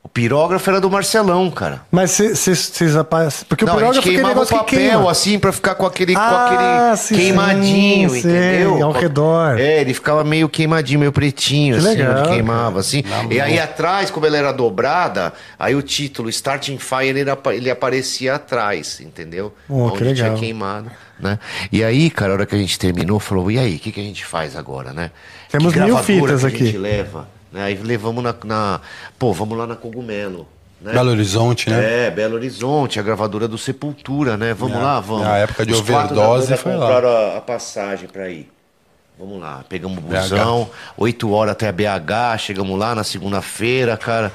Speaker 1: O pirógrafo era do Marcelão, cara.
Speaker 2: Mas vocês. Porque o
Speaker 1: Não, a gente
Speaker 2: pirógrafo é aquele
Speaker 1: queimava o
Speaker 2: negócio
Speaker 1: papel,
Speaker 2: que queima.
Speaker 1: assim, pra ficar com aquele,
Speaker 2: Ah,
Speaker 1: com aquele
Speaker 2: sim,
Speaker 1: queimadinho,
Speaker 2: sim,
Speaker 1: entendeu?
Speaker 2: sei, ao
Speaker 1: Com-
Speaker 2: redor.
Speaker 1: É, ele ficava meio queimadinho, meio pretinho,
Speaker 2: Que
Speaker 1: assim,
Speaker 2: legal,
Speaker 1: ele queimava, assim.
Speaker 3: Na
Speaker 1: E aí
Speaker 3: mão.
Speaker 1: atrás, como ela era dobrada, aí o título, Starting Fire, ele, apa- ele aparecia atrás, entendeu?
Speaker 2: Oh, que
Speaker 1: Onde tinha
Speaker 2: legal.
Speaker 1: queimado, né? E aí, cara, a hora que a gente terminou, falou, e aí, o que, que a gente faz agora, né?
Speaker 2: Temos
Speaker 1: que
Speaker 2: mil
Speaker 1: gravadora
Speaker 2: fitas
Speaker 1: que
Speaker 2: aqui.
Speaker 1: A gente leva, né? Aí levamos na, na... Pô, vamos lá na Cogumelo, né?
Speaker 3: Belo Horizonte, né?
Speaker 1: É, Belo Horizonte, a gravadora do Sepultura, né? Vamos
Speaker 3: É.
Speaker 1: lá, vamos.
Speaker 3: Na época de
Speaker 1: Os quatro da
Speaker 3: overdose
Speaker 1: banda
Speaker 3: foi lá.
Speaker 1: compraram a, a passagem pra ir. Vamos lá, pegamos o busão, oito horas até a BH, chegamos lá na segunda-feira, cara.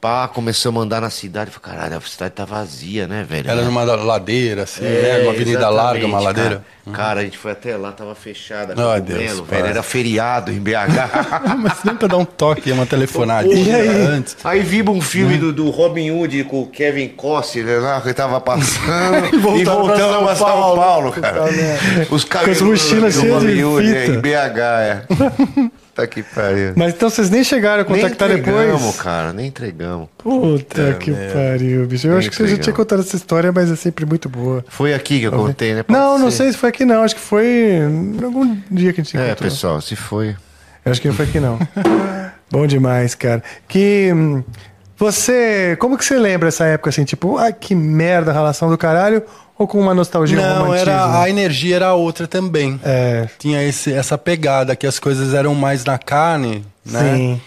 Speaker 1: Pá, começamos a andar na cidade. Falei, caralho, a cidade tá vazia, né, velho?
Speaker 3: Era numa da- ladeira, assim,
Speaker 1: É,
Speaker 3: né? Uma avenida
Speaker 1: exatamente,
Speaker 3: larga, uma ladeira.
Speaker 1: Cara. Cara, a gente foi até lá, tava fechada. Cogumelo,
Speaker 3: Ai, Deus,
Speaker 1: velho.
Speaker 3: pai.
Speaker 1: Era feriado em BH.
Speaker 3: Ah, mas nem pra dar um toque, é uma telefonadinha
Speaker 2: E aí?
Speaker 3: antes.
Speaker 1: Aí vimos um filme do, do Robin Hood com o Kevin Costner né, lá, que tava passando e
Speaker 2: voltando pra São
Speaker 1: voltando pra São Paulo,
Speaker 2: Paulo.
Speaker 1: cara. Os
Speaker 2: Com as mochilas cheias de
Speaker 1: é,
Speaker 2: fita.
Speaker 1: em BH, é. tá que pariu.
Speaker 2: Mas então vocês nem chegaram a
Speaker 1: Nem
Speaker 2: contactar
Speaker 1: entregamos,
Speaker 2: depois?
Speaker 1: cara, nem entregamos.
Speaker 2: Puta que pariu, bicho. Eu
Speaker 1: Nem
Speaker 2: acho que você já
Speaker 1: entregamos.
Speaker 2: tinha contado essa história, mas é sempre muito boa.
Speaker 1: Foi aqui que eu contei, né? Pode
Speaker 2: Não, não
Speaker 1: ser.
Speaker 2: sei se foi aqui não. Acho que foi em algum dia que a gente
Speaker 1: É,
Speaker 2: encontrou.
Speaker 1: pessoal, se foi.
Speaker 2: Eu acho que foi aqui não. Bom demais, cara. Que hum, você, como que você lembra essa época assim, tipo, ai que merda, relação do caralho, ou com uma nostalgia um
Speaker 3: Não,
Speaker 2: romantismo?
Speaker 3: era, a energia era outra também.
Speaker 2: É,
Speaker 3: Tinha esse, essa pegada que as coisas eram mais na carne, né?
Speaker 2: Sim.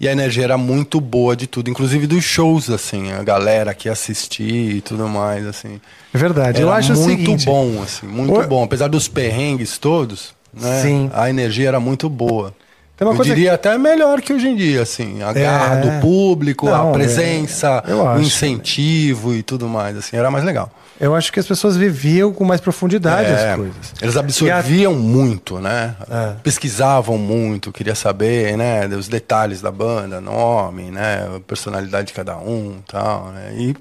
Speaker 3: E a energia era muito boa de tudo, inclusive dos shows, assim, a galera que assistia e tudo mais, assim.
Speaker 2: é verdade.
Speaker 3: Era
Speaker 2: eu acho
Speaker 3: muito
Speaker 2: o seguinte,
Speaker 3: bom, assim, muito
Speaker 2: Oi.
Speaker 3: bom. Apesar dos perrengues todos, né?
Speaker 2: Sim.
Speaker 3: A energia era muito boa.
Speaker 2: Tem uma
Speaker 3: eu
Speaker 2: coisa É.
Speaker 3: diria até melhor que hoje em dia, assim. A garra do público,
Speaker 2: Não,
Speaker 3: a presença,
Speaker 2: é. Eu
Speaker 3: o
Speaker 2: acho.
Speaker 3: incentivo e tudo mais, assim. Era mais legal.
Speaker 2: Eu acho que as pessoas viviam com mais profundidade
Speaker 3: É,
Speaker 2: as coisas.
Speaker 3: Eles absorviam muito, né?
Speaker 2: É.
Speaker 3: Pesquisavam muito, queria saber, né? Os detalhes da banda, nome, né? A personalidade de cada um tal, né? E,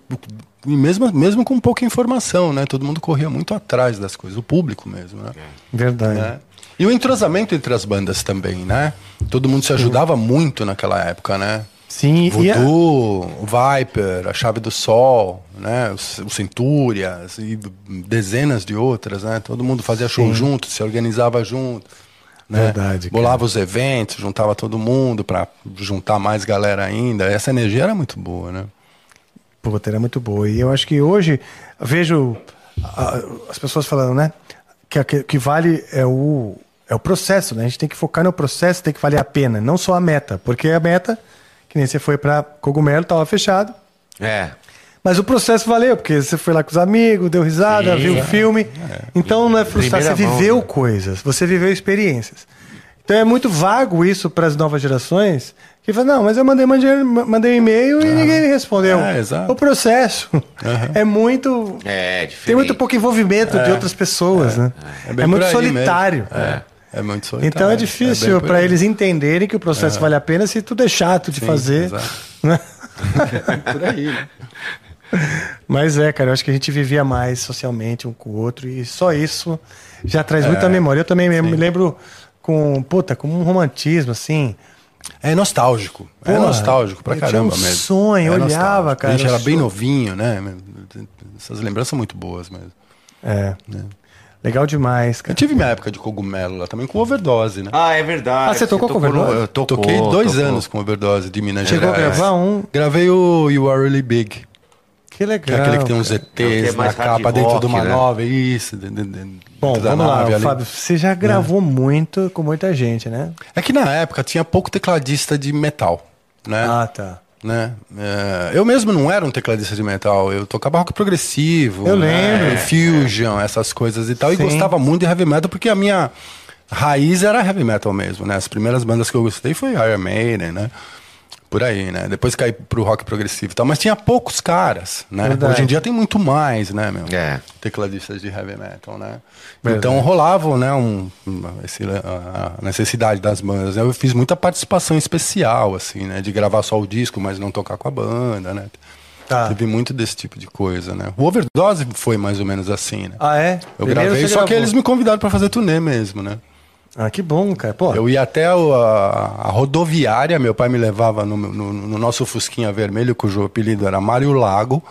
Speaker 3: e mesmo, mesmo com pouca informação, né? Todo mundo corria muito atrás das coisas, o público mesmo, né?
Speaker 2: É. Verdade.
Speaker 3: né? E o entrosamento entre as bandas também, né? Todo mundo se ajudava muito naquela época, né?
Speaker 2: Sim, e é- a-
Speaker 3: Voodoo, Viper, A Chave do Sol, né? Os, os Centúrias e dezenas de outras, né? Todo mundo fazia show junto, se organizava junto. Né?
Speaker 2: Verdade, cara.
Speaker 3: Bolava os eventos, juntava todo mundo para juntar mais galera ainda. Essa energia era muito boa, né?
Speaker 2: Puta, era é muito boa. E eu acho que hoje vejo ah, as pessoas falando, né? Que o que, que vale é o, é o processo, né? A gente tem que focar no processo, tem que valer a pena, não só a meta. Porque a meta, que nem você foi pra Cogumelo, tava fechado.
Speaker 1: É.
Speaker 2: Mas o processo valeu, porque você foi lá com os amigos, deu risada,
Speaker 1: Sim,
Speaker 2: viu o
Speaker 1: é.
Speaker 2: filme. Então não é frustrar, você
Speaker 1: Primeira mão,
Speaker 2: viveu
Speaker 1: né?
Speaker 2: coisas, você viveu experiências. Então é muito vago isso para as novas gerações, que fala, não, mas eu mandei, mandei, mandei um e-mail e ninguém me respondeu.
Speaker 3: É, exato.
Speaker 2: O processo é muito...
Speaker 1: É,
Speaker 2: Tem
Speaker 1: diferente.
Speaker 2: muito pouco envolvimento de outras pessoas, né?
Speaker 3: É
Speaker 2: É,
Speaker 3: bem
Speaker 2: muito
Speaker 3: por aí
Speaker 2: solitário.
Speaker 3: mesmo. É. é muito solitário.
Speaker 2: Então é
Speaker 3: bem
Speaker 2: difícil
Speaker 3: por
Speaker 2: pra para
Speaker 3: aí.
Speaker 2: eles entenderem que o processo vale a pena se tudo é chato de
Speaker 3: Sim,
Speaker 2: fazer.
Speaker 3: exato.
Speaker 2: né?
Speaker 3: Por aí, né?
Speaker 2: Mas é, cara, eu acho que a gente vivia mais socialmente um com o outro e só isso já traz
Speaker 3: É,
Speaker 2: muita memória. Eu também me- me lembro com, puta, com um romantismo assim.
Speaker 3: É nostálgico. é
Speaker 2: Porra,
Speaker 3: nostálgico pra
Speaker 2: eu tinha
Speaker 3: caramba
Speaker 2: um
Speaker 3: mesmo.
Speaker 2: sonho, eu
Speaker 3: é
Speaker 2: olhava,
Speaker 3: nostálgico.
Speaker 2: cara,
Speaker 3: A gente
Speaker 2: eu
Speaker 3: era bem
Speaker 2: sou-
Speaker 3: novinho, né? Essas lembranças são muito boas mesmo.
Speaker 2: É. Legal demais,
Speaker 3: Eu
Speaker 2: cara.
Speaker 3: tive minha época de cogumelo lá também com overdose, né?
Speaker 1: Ah, é verdade.
Speaker 2: Ah, você tocou com
Speaker 1: no-
Speaker 2: overdose?
Speaker 1: Eu tocou,
Speaker 3: Toquei dois
Speaker 1: tocou.
Speaker 3: anos com overdose de Minas
Speaker 2: Chegou a
Speaker 3: Gerais.
Speaker 2: gravar um.
Speaker 3: Gravei o You Are Really Big.
Speaker 2: Que
Speaker 3: Que
Speaker 2: legal.
Speaker 3: é aquele que tem uns
Speaker 1: É o que é
Speaker 3: ETs na
Speaker 1: mais hard
Speaker 3: capa dentro
Speaker 1: rock,
Speaker 3: de uma
Speaker 1: né?
Speaker 3: nova, é isso. de- de- de-
Speaker 2: Bom,
Speaker 3: da
Speaker 2: vamos lá,
Speaker 3: nave ali.
Speaker 2: Fábio. Você já gravou muito com muita gente, né?
Speaker 3: É que na época tinha pouco tecladista de metal, né?
Speaker 2: Ah, tá.
Speaker 3: né? É, eu mesmo não era um tecladista de metal, eu tocava rock progressivo,
Speaker 2: Eu
Speaker 3: né?
Speaker 2: lembro.
Speaker 3: fusion, essas coisas e tal,
Speaker 2: Sim.
Speaker 3: e gostava muito de heavy metal porque a minha raiz era heavy metal mesmo, né? As primeiras bandas que eu gostei foi Iron Maiden, né? Por aí, né? Depois caí pro rock progressivo e tal, mas tinha poucos caras, né?
Speaker 2: Verdade.
Speaker 3: Hoje em dia tem muito mais, né, meu?
Speaker 1: É.
Speaker 3: Tecladistas de heavy metal, né?
Speaker 2: Verdade.
Speaker 3: Então rolavam, né, um, uma- esse, a a necessidade das bandas. né? Eu fiz muita participação especial, assim, né? De gravar só o disco, mas não tocar com a banda, né?
Speaker 2: Tá.
Speaker 3: Teve muito desse tipo de coisa, né? O Overdose foi mais ou menos assim, né?
Speaker 2: Ah, é?
Speaker 3: Eu
Speaker 2: Primeiro
Speaker 3: gravei,
Speaker 2: você
Speaker 3: só que
Speaker 2: gravou.
Speaker 3: eles me convidaram pra fazer turnê mesmo, né?
Speaker 2: Ah, que bom, cara. Pô,
Speaker 3: Eu ia até o- a, a rodoviária, meu pai me levava no, meu- no- no nosso Fusquinha Vermelho, cujo apelido era Mário Lago,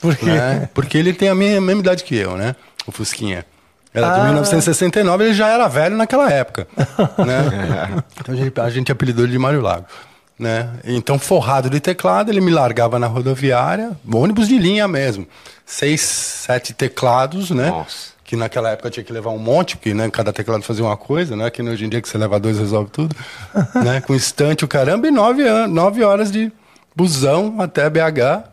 Speaker 2: por quê?
Speaker 3: né? Porque ele tem a minha- a mesma idade que eu, né? O Fusquinha. Era
Speaker 2: Ah.
Speaker 3: de 1969, ele já era velho naquela época. né? Então a gente, a gente apelidou ele de Mário Lago. Né? Então, forrado de teclado, ele me largava na rodoviária, ônibus de linha mesmo. Seis, sete teclados, né?
Speaker 1: Nossa.
Speaker 3: Que naquela época eu tinha que levar um monte, porque né, cada teclado fazia uma coisa, né? Que hoje em dia que você leva dois resolve tudo. né? Com estante, o caramba, e nove, an- nove horas de busão até BH.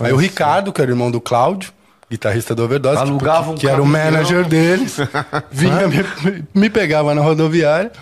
Speaker 3: Aí o Ricardo, que era irmão do Cláudio, guitarrista do Overdose,
Speaker 2: Tá
Speaker 3: que-
Speaker 1: Alugava um
Speaker 3: que, era o
Speaker 1: caminhão.
Speaker 3: manager deles, vinha, me, me pegava na rodoviária,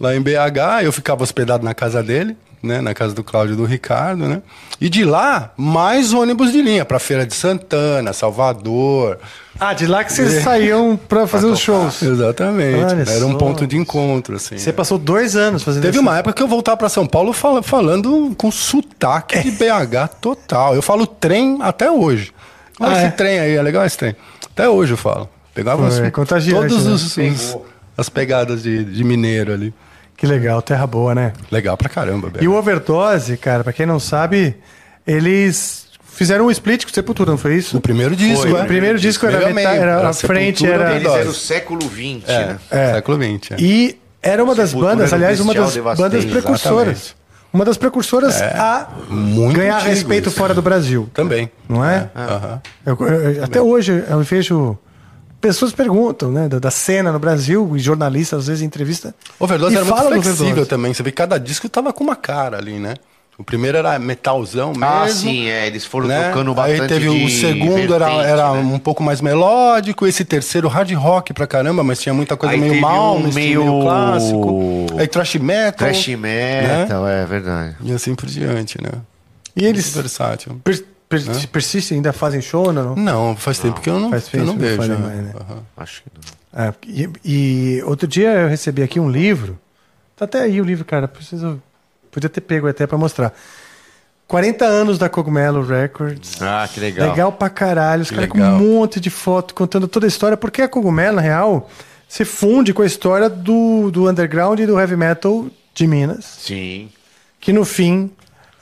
Speaker 3: lá em BH, eu ficava hospedado na casa dele, né, na casa do Cláudio e do Ricardo, né? E de lá, mais ônibus de linha, pra Feira de Santana, Salvador.
Speaker 2: Ah, de lá que
Speaker 3: É.
Speaker 2: vocês saíam pra fazer os shows.
Speaker 3: Exatamente.
Speaker 2: Olha
Speaker 3: era
Speaker 2: só.
Speaker 3: um ponto de encontro, assim.
Speaker 2: Você
Speaker 3: né?
Speaker 2: passou dois anos fazendo
Speaker 3: Teve
Speaker 2: essa-
Speaker 3: uma época que eu voltava pra São Paulo fal- falando com sotaque de BH total. Eu falo trem até hoje. Olha
Speaker 2: Ah,
Speaker 3: esse
Speaker 2: é?
Speaker 3: trem aí, é legal esse trem. Até hoje eu falo. Pegava
Speaker 2: Pô,
Speaker 3: uns-
Speaker 2: é contagiante,
Speaker 3: todos
Speaker 2: né?
Speaker 3: os, os- as pegadas de, de mineiro ali.
Speaker 2: Que legal, terra boa, né?
Speaker 3: Legal pra caramba, BH.
Speaker 2: E o Overdose, cara, pra quem não sabe, eles fizeram um split com Sepultura, não foi isso?
Speaker 3: O primeiro disco,
Speaker 1: Foi,
Speaker 3: é.
Speaker 1: o
Speaker 2: primeiro disco era
Speaker 3: Meio a
Speaker 2: metade-
Speaker 3: meio,
Speaker 2: era
Speaker 3: pra
Speaker 2: a frente,
Speaker 3: Sepultura,
Speaker 2: era-
Speaker 1: Eles
Speaker 3: Overdose.
Speaker 1: eram o século XX, né?
Speaker 3: É, século XX. é.
Speaker 2: E era uma das
Speaker 1: Sepultura
Speaker 3: um
Speaker 2: bandas,
Speaker 1: era
Speaker 2: aliás, uma das
Speaker 1: bestial,
Speaker 2: bandas
Speaker 1: devastante.
Speaker 2: precursoras. Uma das precursoras a
Speaker 3: É. Muito
Speaker 2: ganhar
Speaker 3: antigo
Speaker 2: respeito
Speaker 3: isso.
Speaker 2: fora do Brasil.
Speaker 3: Também.
Speaker 2: Não é?
Speaker 3: Aham.
Speaker 2: Eu- eu- até hoje eu vejo. Pessoas perguntam, né, da, da cena no Brasil, e jornalistas às vezes em entrevista.
Speaker 3: Overdose
Speaker 2: e
Speaker 3: era muito
Speaker 2: fala do
Speaker 3: flexível
Speaker 2: Overdose.
Speaker 3: também. Você vê que cada disco tava com uma cara ali, né? O primeiro era metalzão mesmo.
Speaker 1: Ah, sim, é. Eles foram
Speaker 3: né?
Speaker 1: tocando bastante
Speaker 3: Aí teve o
Speaker 1: de
Speaker 3: segundo, era,
Speaker 1: vertente,
Speaker 3: era
Speaker 1: né?
Speaker 3: um pouco mais melódico, esse terceiro hard rock pra caramba, mas tinha muita coisa
Speaker 1: Aí
Speaker 3: meio
Speaker 1: teve
Speaker 3: mal,
Speaker 1: um
Speaker 3: meio...
Speaker 1: meio-
Speaker 3: meio clássico. Aí trash metal. né?
Speaker 1: Thrash
Speaker 2: né?
Speaker 1: metal, é verdade.
Speaker 3: E assim por diante, né?
Speaker 2: E eles
Speaker 3: Muito versátil.
Speaker 2: per- per- persistem, ainda fazem show, não?
Speaker 3: Não, faz tempo que eu não,
Speaker 2: Faz
Speaker 3: que eu não
Speaker 2: tempo que não fazem
Speaker 3: vejo. né?
Speaker 2: mais, né?
Speaker 3: Aham.
Speaker 1: Acho que não.
Speaker 2: É, e, e outro dia eu recebi aqui um livro. Tá até aí o livro, cara. Preciso, podia ter pego até pra mostrar. 40 anos da Cogumelo Records.
Speaker 1: Ah, que legal.
Speaker 2: Legal, pra caralho. Os caras com um
Speaker 3: legal.
Speaker 2: monte de foto contando toda a história. Porque a Cogumelo, na real, se funde com a história do, do underground e do heavy metal de Minas.
Speaker 1: Sim,
Speaker 2: Que no fim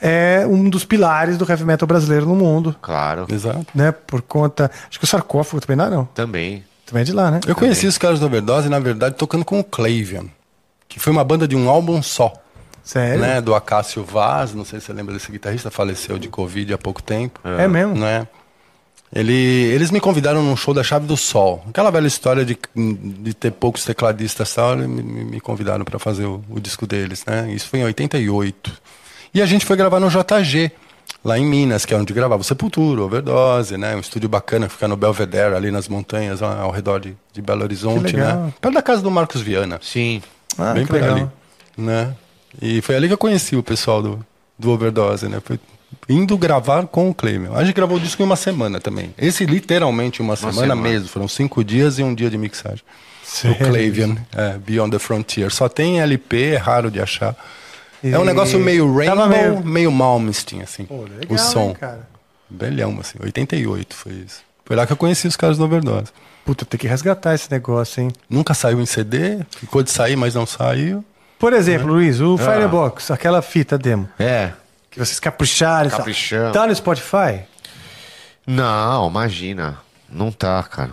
Speaker 2: é um dos pilares do heavy metal brasileiro no mundo.
Speaker 1: claro.
Speaker 3: Exato.
Speaker 2: Né? Por conta. Acho que o sarcófago também não, é, não.
Speaker 1: Também.
Speaker 2: Também é de lá, né?
Speaker 3: Eu conheci os caras do Overdose, na verdade, tocando com o Clavian, que foi uma banda de um álbum só.
Speaker 2: Sério.
Speaker 3: né, do Acácio Vaz, não sei se você lembra desse guitarrista, faleceu de Covid há pouco tempo.
Speaker 2: É mesmo?
Speaker 3: Né? Ele, eles me convidaram num show da Chave do Sol. Aquela velha história de, de ter poucos tecladistas e tal, eles me, me- me convidaram para fazer o, o disco deles, né? Isso foi em 88. E a gente foi gravar no JG, lá em Minas, que é onde gravava o Sepultura, o Overdose, né? Um estúdio bacana que fica no Belvedere, ali nas montanhas, lá ao redor de, de Belo Horizonte,
Speaker 2: legal.
Speaker 3: né? Perto da casa do Marcos Viana.
Speaker 1: Sim.
Speaker 2: Ah,
Speaker 3: bem
Speaker 2: que
Speaker 3: por
Speaker 2: legal.
Speaker 3: ali. Né? E foi ali que eu conheci o pessoal do, do Overdose, né? Foi indo gravar com o Clayman. A gente gravou o disco em uma semana também. Esse literalmente uma, semana,
Speaker 1: semana.
Speaker 3: mesmo. Foram cinco dias e um dia de mixagem. O Clavian, é, Beyond the Frontier. Só tem LP, é raro de achar. É um
Speaker 2: E-
Speaker 3: negócio meio
Speaker 2: Tava
Speaker 3: rainbow,
Speaker 2: meio-
Speaker 3: meio, meio Malmsteen, assim.
Speaker 2: Pô, legal,
Speaker 3: o som.
Speaker 2: hein, cara?
Speaker 3: Belhão, assim. 88 foi isso. Foi lá que eu conheci os caras do Overdose.
Speaker 2: Puta, tem que resgatar esse negócio, hein?
Speaker 3: Nunca saiu em CD, ficou de sair, mas não saiu.
Speaker 2: Por
Speaker 3: Né?
Speaker 2: exemplo, Luiz,
Speaker 3: Ah.
Speaker 2: o Firebox, aquela fita demo,
Speaker 1: É.
Speaker 2: que vocês capricharam. e tal.
Speaker 1: Caprichamos.
Speaker 2: Tá no Spotify?
Speaker 1: Não, imagina. Não tá, cara.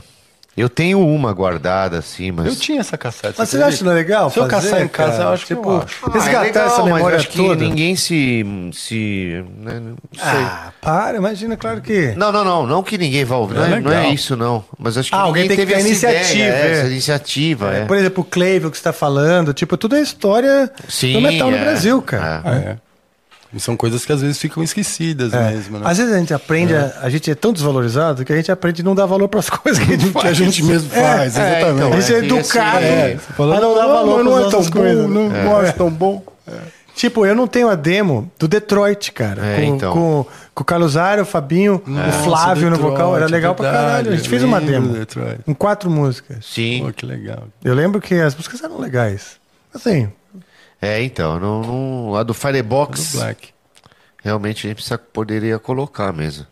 Speaker 1: Eu tenho uma guardada, assim, mas.
Speaker 3: Eu tinha essa cassete.
Speaker 2: Mas você
Speaker 3: acredita?
Speaker 2: acha legal
Speaker 3: Se eu
Speaker 2: fazer,
Speaker 3: caçar em casa,
Speaker 2: cara?
Speaker 3: eu acho que
Speaker 2: Tipo,
Speaker 3: eu acho.
Speaker 1: Ah, é
Speaker 2: Resgatar
Speaker 1: legal,
Speaker 2: essa
Speaker 1: mas
Speaker 2: memória
Speaker 1: acho que
Speaker 2: toda.
Speaker 1: ninguém se. se né, não sei.
Speaker 2: Ah, para, imagina, claro que.
Speaker 1: Não, não, não. Não que ninguém vá ouvir.
Speaker 3: É
Speaker 1: não, é,
Speaker 3: legal.
Speaker 1: não é isso, não. Mas acho que
Speaker 2: Ah, alguém
Speaker 1: ninguém
Speaker 2: tem que
Speaker 1: teve
Speaker 2: ter
Speaker 1: essa
Speaker 2: iniciativa,
Speaker 1: ideia, né,
Speaker 2: é.
Speaker 1: essa iniciativa. É.
Speaker 2: Por exemplo, o Cleivel que você tá falando, tipo, tudo é história
Speaker 1: Sim,
Speaker 2: do metal no
Speaker 1: é.
Speaker 2: Brasil, cara.
Speaker 1: É.
Speaker 3: Ah, é. E são coisas que às vezes ficam esquecidas
Speaker 2: É.
Speaker 3: mesmo, né?
Speaker 2: Às vezes a gente aprende, a, a gente é tão desvalorizado que a gente aprende a não dar valor para as coisas que a gente
Speaker 3: que
Speaker 2: faz.
Speaker 3: a gente mesmo faz,
Speaker 1: é,
Speaker 3: exatamente.
Speaker 1: então,
Speaker 2: A gente é
Speaker 1: que
Speaker 2: educado
Speaker 1: esse-
Speaker 2: a não dar valor
Speaker 3: não
Speaker 2: para
Speaker 3: é tão
Speaker 2: as
Speaker 3: bom,
Speaker 2: coisas. né?"
Speaker 3: não, não é tão bom.
Speaker 2: Tipo, eu não tenho a demo do Detroit, cara.
Speaker 1: É,
Speaker 2: com,
Speaker 1: então.
Speaker 2: com, com o Carlos Ário, o Fabinho, o Flávio no
Speaker 3: Detroit,
Speaker 2: vocal. Era legal pra
Speaker 3: verdade,
Speaker 2: caralho. A gente fez uma
Speaker 3: lindo
Speaker 2: demo.
Speaker 3: Detroit.
Speaker 2: Com quatro músicas.
Speaker 1: Sim.
Speaker 3: Pô, que legal.
Speaker 2: Eu lembro que as músicas eram legais. Assim,
Speaker 1: É, então. Não, não- a do
Speaker 3: Do
Speaker 1: Firebox,
Speaker 3: Black.
Speaker 1: realmente a gente precisa, poderia colocar mesmo.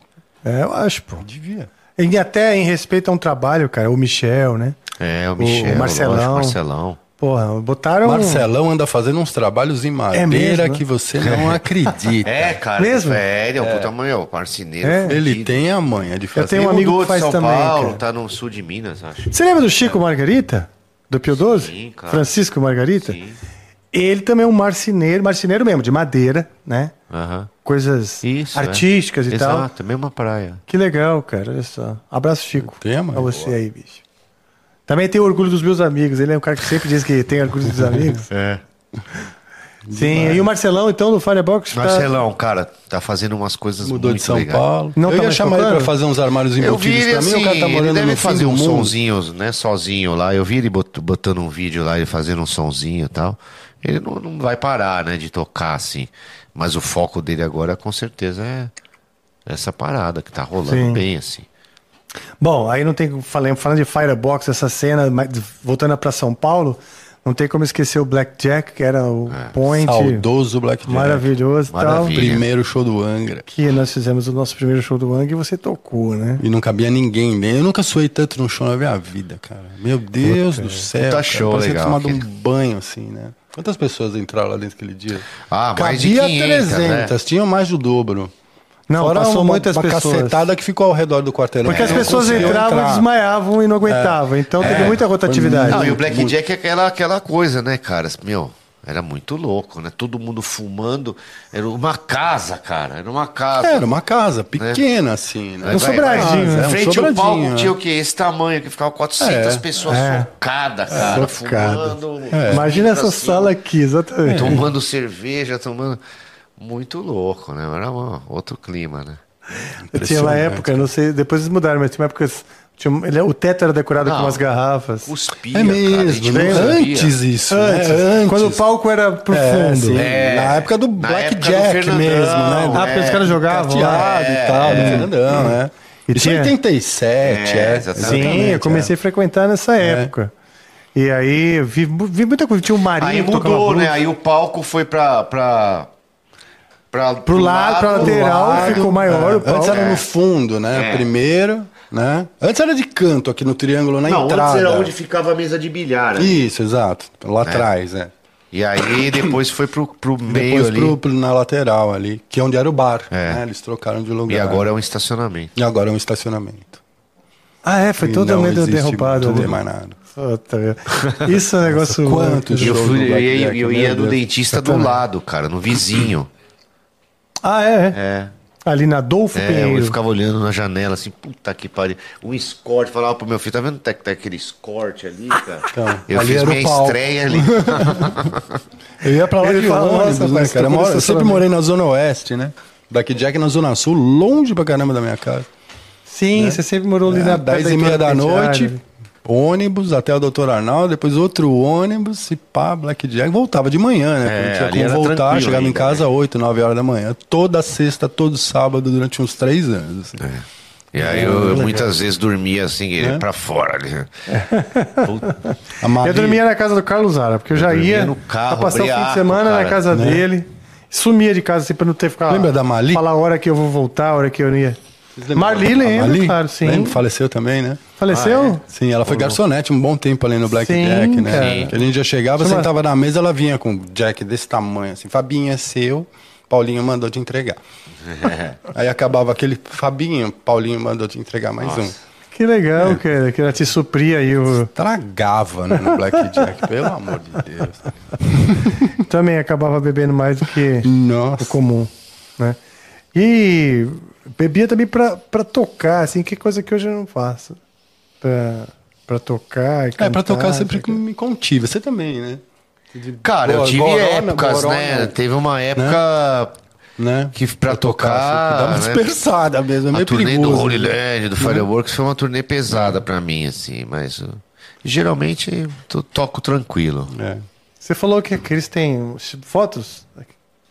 Speaker 2: é, eu acho, pô.
Speaker 3: Devia.
Speaker 2: E até em respeito a um trabalho, cara, o Michel, né?
Speaker 1: É, o Michel.
Speaker 2: Marcelão.
Speaker 1: lógico, Marcelão.
Speaker 2: Porra, botaram.
Speaker 3: Marcelão anda fazendo uns trabalhos em madeira
Speaker 2: É um- mesmo, né?
Speaker 3: que você não acredita.
Speaker 1: É, cara.
Speaker 2: Mesmo?
Speaker 1: É, ele é um puta meu, parceiro.
Speaker 2: É.
Speaker 3: Ele tem a manha de fazer.
Speaker 2: tenho um amigo
Speaker 1: mudou
Speaker 2: que faz
Speaker 1: de São
Speaker 2: também,
Speaker 1: Paulo,
Speaker 2: cara.
Speaker 1: tá no sul de Minas, acho.
Speaker 2: Você lembra do Chico Margarita? Do Pio XII?
Speaker 1: Sim, cara.
Speaker 2: Francisco Margarita?
Speaker 1: Sim.
Speaker 2: Ele também é um marceneiro, marceneiro mesmo, de madeira, né?
Speaker 1: Aham.
Speaker 2: Coisas
Speaker 1: Isso. é.
Speaker 2: artísticas e tal.
Speaker 1: Exato, mesma praia.
Speaker 2: Que legal, cara. Olha só. Abraço, Chico.
Speaker 3: Tema,
Speaker 2: Pra você aí, bicho. Também tem orgulho dos meus amigos. Ele é um cara que sempre diz que tem orgulho dos amigos.
Speaker 1: É.
Speaker 2: Sim. E o Marcelão, então, do Firebox. tá-
Speaker 1: Marcelão, cara, tá fazendo umas coisas
Speaker 3: Mudou
Speaker 1: muito
Speaker 3: de São
Speaker 1: legais.
Speaker 3: Paulo.
Speaker 2: Não tá
Speaker 3: eu ia
Speaker 2: mais
Speaker 3: chamar ele
Speaker 2: tocando?
Speaker 3: pra fazer uns armários
Speaker 1: Eu
Speaker 3: embutidos
Speaker 1: vi ele
Speaker 3: pra mim.
Speaker 1: assim,
Speaker 3: o cara tá
Speaker 1: ele
Speaker 3: morando
Speaker 1: deve
Speaker 3: no fim
Speaker 1: fazer
Speaker 3: do
Speaker 1: um
Speaker 3: mundo.
Speaker 1: sonzinho, né, sozinho lá. Eu vi ele bot- botando um vídeo lá, ele fazendo um sonzinho e tal. Ele não, não vai parar, né, de tocar assim. Mas o foco dele agora, com certeza, é essa parada que tá rolando
Speaker 2: Sim.
Speaker 1: bem, assim.
Speaker 2: Bom, aí não tem. Falando, falando de Firebox, essa cena, mas voltando pra São Paulo, não tem como esquecer o Blackjack, que era o point.
Speaker 3: Saudoso Ah, Black Jack.
Speaker 2: Maravilhoso e tal.
Speaker 1: É. Maravilha.
Speaker 3: Primeiro show do Angra.
Speaker 2: Que nós fizemos o nosso primeiro show do Ang e você tocou, né?
Speaker 3: E não cabia ninguém, né? Eu nunca suei tanto num show na minha vida, cara. Meu Deus
Speaker 2: é.
Speaker 3: do céu.
Speaker 1: Puta
Speaker 3: cara.
Speaker 1: show
Speaker 3: Parecia
Speaker 1: legal,
Speaker 3: tomado um
Speaker 1: aquele.
Speaker 3: banho, assim, né? Quantas pessoas entraram lá dentro aquele dia?
Speaker 1: Ah,
Speaker 3: cabia
Speaker 1: mais de 500, né?
Speaker 3: 300, tinham mais do dobro.
Speaker 2: Não,
Speaker 3: Fora
Speaker 2: passou
Speaker 3: uma,
Speaker 2: muitas
Speaker 3: uma
Speaker 2: pessoas.
Speaker 3: cacetada que ficou ao redor do quarteirão.
Speaker 2: Porque as
Speaker 3: Não
Speaker 2: pessoas
Speaker 3: conseguiam
Speaker 2: entravam,
Speaker 3: entrar.
Speaker 2: desmaiavam e não aguentavam. Então teve muita rotatividade.
Speaker 1: É. Não, e o
Speaker 3: muito.
Speaker 1: Blackjack é aquela, aquela coisa, né, cara? Meu, era muito louco, né? Todo mundo fumando. Era uma casa, cara. Era uma casa.
Speaker 3: Era uma casa pequena, assim, né?
Speaker 2: Um
Speaker 1: Vai,
Speaker 2: sobradinho,
Speaker 1: vai.
Speaker 2: né?
Speaker 1: Em
Speaker 3: Um
Speaker 1: frente ao palco
Speaker 3: sobradinho,
Speaker 1: tinha
Speaker 3: é.
Speaker 1: o quê? Esse tamanho que ficava 400
Speaker 3: É.
Speaker 1: pessoas
Speaker 2: É.
Speaker 1: socadas, cara.
Speaker 2: Socada.
Speaker 1: Fumando.
Speaker 2: Imagina essa
Speaker 1: assim,
Speaker 2: sala aqui, exatamente.
Speaker 3: Então,
Speaker 1: Tomando cerveja, tomando. Muito louco, né? Era um outro clima, né?
Speaker 2: tinha uma
Speaker 3: Impressionante,
Speaker 2: época, não sei, depois eles mudaram, mas tinha uma época. que Tinha, um, ele- o teto era decorado com
Speaker 1: Não.
Speaker 2: umas garrafas.
Speaker 1: Cuspia, cara.
Speaker 3: É
Speaker 1: a
Speaker 3: mesmo,
Speaker 1: gente
Speaker 3: né?
Speaker 1: não sabia.
Speaker 3: antes isso.
Speaker 2: Antes,
Speaker 3: né?
Speaker 2: quando o palco era pro
Speaker 3: É,
Speaker 2: fundo.
Speaker 3: sim.
Speaker 1: É.
Speaker 3: Na época do
Speaker 1: Na
Speaker 3: Black
Speaker 1: época do
Speaker 3: Jack
Speaker 1: Fernandão, É.
Speaker 3: mesmo, né?
Speaker 2: Ah, porque os caras jogavam lá.
Speaker 3: Cateado e tal, do Fernandão, né?
Speaker 2: E
Speaker 3: Isso em
Speaker 2: tinha-
Speaker 1: É,
Speaker 3: 87, é.
Speaker 1: exatamente.
Speaker 2: Sim, eu comecei a frequentar nessa época. E aí eu vi, vi muita coisa. Tinha o Marinho
Speaker 1: Aí
Speaker 2: que tocava
Speaker 1: mudou, né?
Speaker 2: blues.
Speaker 1: Aí o palco foi pra. pra, pra
Speaker 2: Pro lado, pra lateral,
Speaker 3: lado,
Speaker 2: ficou maior o
Speaker 3: É. Antes
Speaker 2: palco.
Speaker 3: era no fundo, né?
Speaker 1: É.
Speaker 3: Primeiro, né? Antes era de canto aqui no triângulo, na
Speaker 1: Não,
Speaker 3: entrada.
Speaker 1: antes era onde É. ficava a mesa de bilhar. né?
Speaker 3: Isso, exato. Lá atrás, né?
Speaker 1: E aí depois foi pro, pro meio
Speaker 3: Depois
Speaker 1: ali.
Speaker 3: pro- pro- na lateral ali, que é onde era o bar.
Speaker 1: É.
Speaker 3: né? Eles trocaram de lugar.
Speaker 1: E agora é um estacionamento.
Speaker 3: E agora é um estacionamento.
Speaker 2: Ah, é, foi
Speaker 3: E
Speaker 2: totalmente
Speaker 3: não existe
Speaker 2: derrubado.
Speaker 3: Tudo e
Speaker 2: ali.
Speaker 3: mais nada.
Speaker 2: Puta, meu. Isso é um negócio.
Speaker 3: quantos
Speaker 1: E eu,
Speaker 3: Show
Speaker 1: fui-
Speaker 3: do
Speaker 1: eu ia,
Speaker 3: Blackjack,
Speaker 1: eu
Speaker 3: meu
Speaker 1: ia no
Speaker 3: Deus.
Speaker 1: dentista do lado, cara, no vizinho.
Speaker 2: Ah, é, é.
Speaker 1: É.
Speaker 2: Ali na Adolfo
Speaker 3: Tipo
Speaker 1: É, eu
Speaker 2: Pinheiro.
Speaker 1: ficava olhando na janela assim, puta que pariu. Um escorte, falava pro meu filho, tá vendo que tá aquele escorte ali, cara? eu
Speaker 3: Então, ali
Speaker 1: fiz
Speaker 3: era o
Speaker 1: minha
Speaker 3: palco.
Speaker 1: estreia ali.
Speaker 3: Eu ia pra lá
Speaker 2: Ele
Speaker 3: de
Speaker 2: fala,
Speaker 3: ônibus,
Speaker 2: nossa,
Speaker 3: né,
Speaker 2: mas
Speaker 3: cara? Eu,
Speaker 2: tocou no
Speaker 3: moro- eu sempre
Speaker 2: estacionamento.
Speaker 3: morei na Zona Oeste, né? Daqui Jack na Zona Sul, longe pra caramba da minha casa.
Speaker 2: Sim, você sempre morou ali
Speaker 3: É,
Speaker 2: na perto
Speaker 3: 10 e meia da né?
Speaker 2: daquela
Speaker 3: noite,
Speaker 2: penteada.
Speaker 3: ônibus até o Dr. Arnaldo, depois outro ônibus e pá, Black Jack. Voltava de manhã, né?
Speaker 1: É,
Speaker 3: Porque
Speaker 1: ali
Speaker 3: tinha
Speaker 1: era
Speaker 3: como voltar,
Speaker 1: tranquilo
Speaker 3: chegava em
Speaker 1: ainda, né?
Speaker 3: casa às 8, 9 horas da manhã. Toda sexta, todo sábado, durante uns três anos. assim.
Speaker 1: E aí
Speaker 3: é
Speaker 1: eu, muitas vezes dormia assim, ele pra fora. ali.
Speaker 3: A Maria,
Speaker 2: Eu dormia na casa do Carlos Zara, porque eu, já
Speaker 1: dormia
Speaker 2: ia
Speaker 1: no carro,
Speaker 2: pra passar o fim de
Speaker 1: briaco,
Speaker 2: semana na
Speaker 1: cara,
Speaker 2: casa dele. Sumia de casa, assim, pra não ter que ficar.
Speaker 3: né? Lembra da Mali?
Speaker 2: Falar a hora que eu vou voltar, a hora que eu não ia.
Speaker 3: Vocês lembram
Speaker 2: Marli,
Speaker 3: da- da
Speaker 2: lembro,
Speaker 3: Mali?
Speaker 2: claro, sim.
Speaker 3: Lembro, faleceu também, né?
Speaker 2: Faleceu?
Speaker 3: Sim, ela foi garçonete um bom tempo ali no Black
Speaker 2: Sim,
Speaker 3: Jack, né?
Speaker 2: cara.
Speaker 3: Que A gente já chegava,
Speaker 2: Chama-
Speaker 3: sentava na mesa, ela vinha com um Jack desse tamanho, assim, Fabinho é seu, Paulinho mandou te entregar.
Speaker 1: é.
Speaker 3: Aí acabava aquele Fabinho, Paulinho mandou te entregar mais um.
Speaker 2: Que legal, cara, que ela te supria aí. Eu
Speaker 3: Tragava, né, no Black Jack, pelo amor de Deus.
Speaker 2: também acabava bebendo mais do que o
Speaker 3: Nossa.
Speaker 2: comum, né? E bebia também pra, pra tocar, assim, que coisa que hoje eu não faço. Pra, pra tocar e
Speaker 3: É, pra
Speaker 2: cantar,
Speaker 3: tocar eu sempre
Speaker 2: sei lá.
Speaker 3: me contive, você também, né? De
Speaker 1: Cara, eu
Speaker 3: bo-
Speaker 1: tive
Speaker 3: borona,
Speaker 1: épocas,
Speaker 3: borona,
Speaker 1: né? Teve uma época
Speaker 3: né?
Speaker 1: que pra
Speaker 3: assim, que dá uma
Speaker 1: tocar. né?
Speaker 3: dispersada mesmo, é
Speaker 1: A
Speaker 3: meio
Speaker 1: turnê
Speaker 3: perigoso. né?
Speaker 1: do Holy Land, do Fireworks, foi uma turnê pesada pra mim, assim, mas uh, geralmente eu toco tranquilo.
Speaker 3: É.
Speaker 2: Você falou que a Cris tem fotos,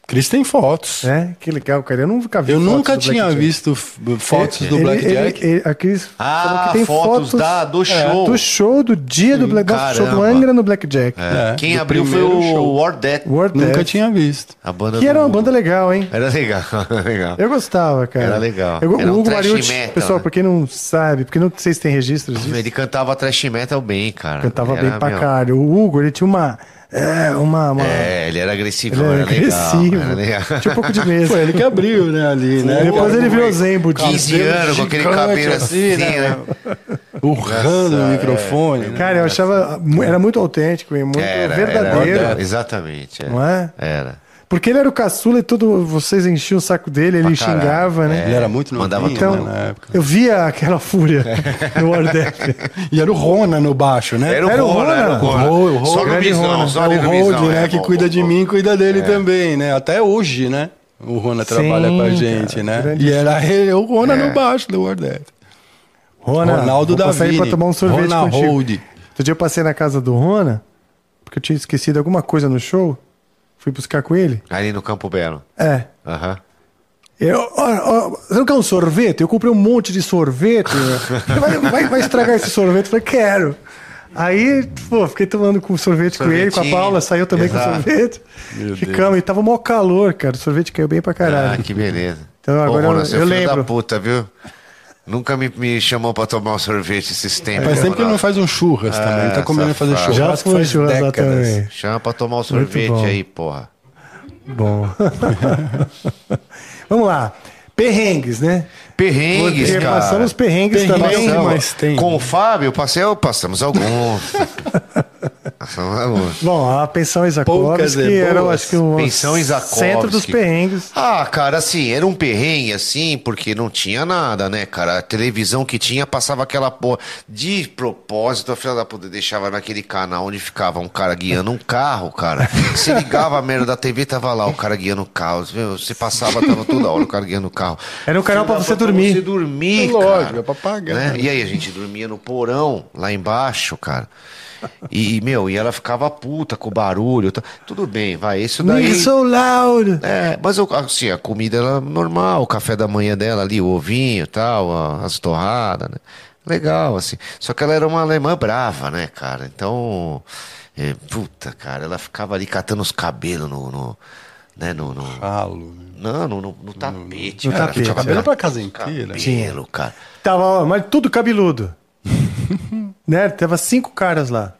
Speaker 3: Cris tem fotos.
Speaker 2: né? Que legal, cara. Eu nunca vi
Speaker 3: Eu
Speaker 2: fotos
Speaker 3: nunca
Speaker 2: do
Speaker 3: tinha
Speaker 2: Blackjack.
Speaker 3: visto f- fotos do
Speaker 2: Ele-
Speaker 3: Blackjack.
Speaker 2: ele- ele- a Cris
Speaker 1: Ah,
Speaker 2: falou que tem
Speaker 1: fotos
Speaker 2: fotos, É,
Speaker 1: da- do show. É.
Speaker 2: do show, do dia do Black, do show do
Speaker 1: caramba.
Speaker 2: Angra no Blackjack.
Speaker 1: É,
Speaker 3: É,
Speaker 1: Quem
Speaker 3: do
Speaker 1: abriu foi
Speaker 3: primeiro show.
Speaker 1: o War Death.
Speaker 2: World
Speaker 3: Nunca
Speaker 2: Death,
Speaker 3: tinha visto.
Speaker 1: A banda
Speaker 2: Que
Speaker 1: do
Speaker 2: era uma
Speaker 1: Hugo.
Speaker 2: banda legal, hein?
Speaker 1: Era legal, legal.
Speaker 2: Eu gostava, cara.
Speaker 1: Era legal.
Speaker 2: Eu,
Speaker 1: Era
Speaker 2: o
Speaker 1: um
Speaker 2: Hugo
Speaker 1: thrash
Speaker 2: Mariucci,
Speaker 1: metal,
Speaker 2: pessoal,
Speaker 1: né?
Speaker 2: pra quem não sabe, porque não sei se tem registros disso.
Speaker 1: Ele cantava thrash metal bem, cara.
Speaker 2: Cantava
Speaker 1: Ele era,
Speaker 2: bem pra
Speaker 1: meu,
Speaker 2: caralho. O Hugo, ele tinha uma. É, uma. uma-
Speaker 1: É, ele era agressivo,
Speaker 2: ele era
Speaker 1: era,
Speaker 2: agressivo.
Speaker 1: legal. Era legal.
Speaker 2: Tinha um pouco de medo.
Speaker 3: Foi ele que abriu, né, ali,
Speaker 1: é
Speaker 3: né?
Speaker 2: Depois
Speaker 3: Cara,
Speaker 2: ele virou
Speaker 3: o-
Speaker 2: Zembo de
Speaker 1: 15 anos com aquele
Speaker 3: gigante,
Speaker 1: cabelo assim, né?
Speaker 3: Urrando no microfone.
Speaker 1: é.
Speaker 3: né?
Speaker 2: Cara, eu achava. mu- Era muito autêntico e muito
Speaker 1: Era,
Speaker 2: verdadeiro.
Speaker 1: Era, exatamente. é.
Speaker 2: Não é?
Speaker 1: Era.
Speaker 2: Porque ele era o caçula e tudo, vocês enchiam o saco dele,
Speaker 1: caralho,
Speaker 2: ele
Speaker 1: é.
Speaker 2: xingava, né?
Speaker 3: Ele era muito novinho,
Speaker 1: Mandava
Speaker 2: Então,
Speaker 1: tudo,
Speaker 3: né, É, na época. É.
Speaker 2: eu via aquela fúria no Ordep.
Speaker 3: E era o Rona no baixo, né?
Speaker 1: Era o
Speaker 2: Era o
Speaker 1: Rona, era o
Speaker 2: Rona.
Speaker 1: Rona.
Speaker 3: Ro- Ro-
Speaker 1: Só no
Speaker 2: grande Rona.
Speaker 1: Visão, só ali
Speaker 3: o
Speaker 1: no
Speaker 3: Hold,
Speaker 1: Visão.
Speaker 3: né,
Speaker 1: é,
Speaker 3: que
Speaker 1: bom,
Speaker 3: cuida
Speaker 1: bom,
Speaker 3: de
Speaker 1: bom.
Speaker 3: mim, cuida
Speaker 1: é.
Speaker 3: dele também, né? Até hoje, né? O Rona trabalha com a gente,
Speaker 2: cara,
Speaker 3: né?
Speaker 2: grande-
Speaker 3: E era ele, o Rona
Speaker 1: É.
Speaker 3: no baixo do Wordad.
Speaker 2: Rona,
Speaker 3: Ronaldo
Speaker 2: vou passar aí
Speaker 3: Davini.
Speaker 2: pra tomar um sorvete
Speaker 3: Rona
Speaker 2: contigo.
Speaker 3: Hold.
Speaker 2: Outro dia eu passei na casa do Rona, porque eu tinha esquecido alguma coisa no show. Fui buscar com ele.
Speaker 1: Ali no Campo Belo.
Speaker 2: É.
Speaker 1: Aham.
Speaker 2: Eu, ó, ó, você não quer um sorvete? Eu comprei um monte de sorvete. né? vai, vai- vai estragar esse sorvete? Eu falei, quero. Aí, pô, fiquei tomando com sorvete com ele, com a
Speaker 1: Sorvetinho.
Speaker 2: Paula, saiu também com
Speaker 1: Exato.
Speaker 2: sorvete. Ficamos, e tava mó calor, cara. O sorvete caiu bem pra
Speaker 1: Ah,
Speaker 2: caralho.
Speaker 1: que beleza.
Speaker 2: Então
Speaker 1: Ô,
Speaker 2: agora eu-
Speaker 1: Rona, seu
Speaker 2: eu
Speaker 1: filho
Speaker 2: lembro.
Speaker 1: da puta, viu? Nunca me, me chamou pra tomar um sorvete esses tempos.
Speaker 3: Faz tempo que ele não
Speaker 1: Ronaldo.
Speaker 3: faz um churras
Speaker 1: É,
Speaker 3: também. Ele tá combinando de fazer
Speaker 1: safado.
Speaker 3: churras.
Speaker 2: Já
Speaker 3: faz
Speaker 2: foi churras lá
Speaker 3: décadas.
Speaker 2: também.
Speaker 1: Chama pra tomar um sorvete
Speaker 2: bom.
Speaker 1: aí, porra. Ah,
Speaker 2: Bom. Vamos lá. Perrengues, né?
Speaker 1: Perrengues,
Speaker 2: Porque
Speaker 1: cara.
Speaker 2: passamos perrengues,
Speaker 3: Perrengues
Speaker 2: também. né,
Speaker 3: não.
Speaker 1: Passamos.
Speaker 3: mas tem.
Speaker 1: Com o Fábio, passei, passamos alguns. passamos alguns.
Speaker 2: Bom, a pensão
Speaker 3: Poucas
Speaker 2: Isakovski
Speaker 3: e
Speaker 2: era, eu
Speaker 3: boas.
Speaker 2: acho que, o
Speaker 1: Pensão Isakovski.
Speaker 2: centro dos perrengues.
Speaker 1: Ah, cara, assim, era um perrengue, assim, porque não tinha nada, né, cara? A televisão que tinha passava aquela porra. De propósito, a filha da puta deixava naquele canal onde ficava um cara guiando um carro, cara. Você ligava a merda da TV, tava lá o cara guiando o carro. Meu, Você passava, tava toda hora o cara guiando o carro.
Speaker 2: Era um canal pra
Speaker 1: Filha da
Speaker 2: você
Speaker 1: puta,
Speaker 2: dormir.
Speaker 1: Você dormir,
Speaker 3: É lógico,
Speaker 1: cara.
Speaker 3: é pra pagar,
Speaker 1: Né?
Speaker 3: né?
Speaker 1: E aí a gente dormia no porão, lá embaixo, cara. E, meu, e ela ficava puta com o barulho. tá- Tudo bem, vai, isso daí...
Speaker 2: You're so loud.
Speaker 1: É, mas eu, assim, a comida era normal, o café da manhã dela ali, o ovinho e tal, a- as torradas, né? Legal, assim. Só que ela era uma alemã brava, né, cara? Então, é, puta, cara, ela ficava ali catando os cabelos no. no né, no. no-
Speaker 3: Ralo, né?
Speaker 1: não, no, no- no tapete,
Speaker 2: No
Speaker 1: cara.
Speaker 2: tapete.
Speaker 1: Ficava
Speaker 3: Cabelo é. pra né?
Speaker 1: catando
Speaker 3: casa inteira.
Speaker 1: Cabelo, cara.
Speaker 2: Tava, ó, mas tudo cabeludo. né? Tava cinco caras lá.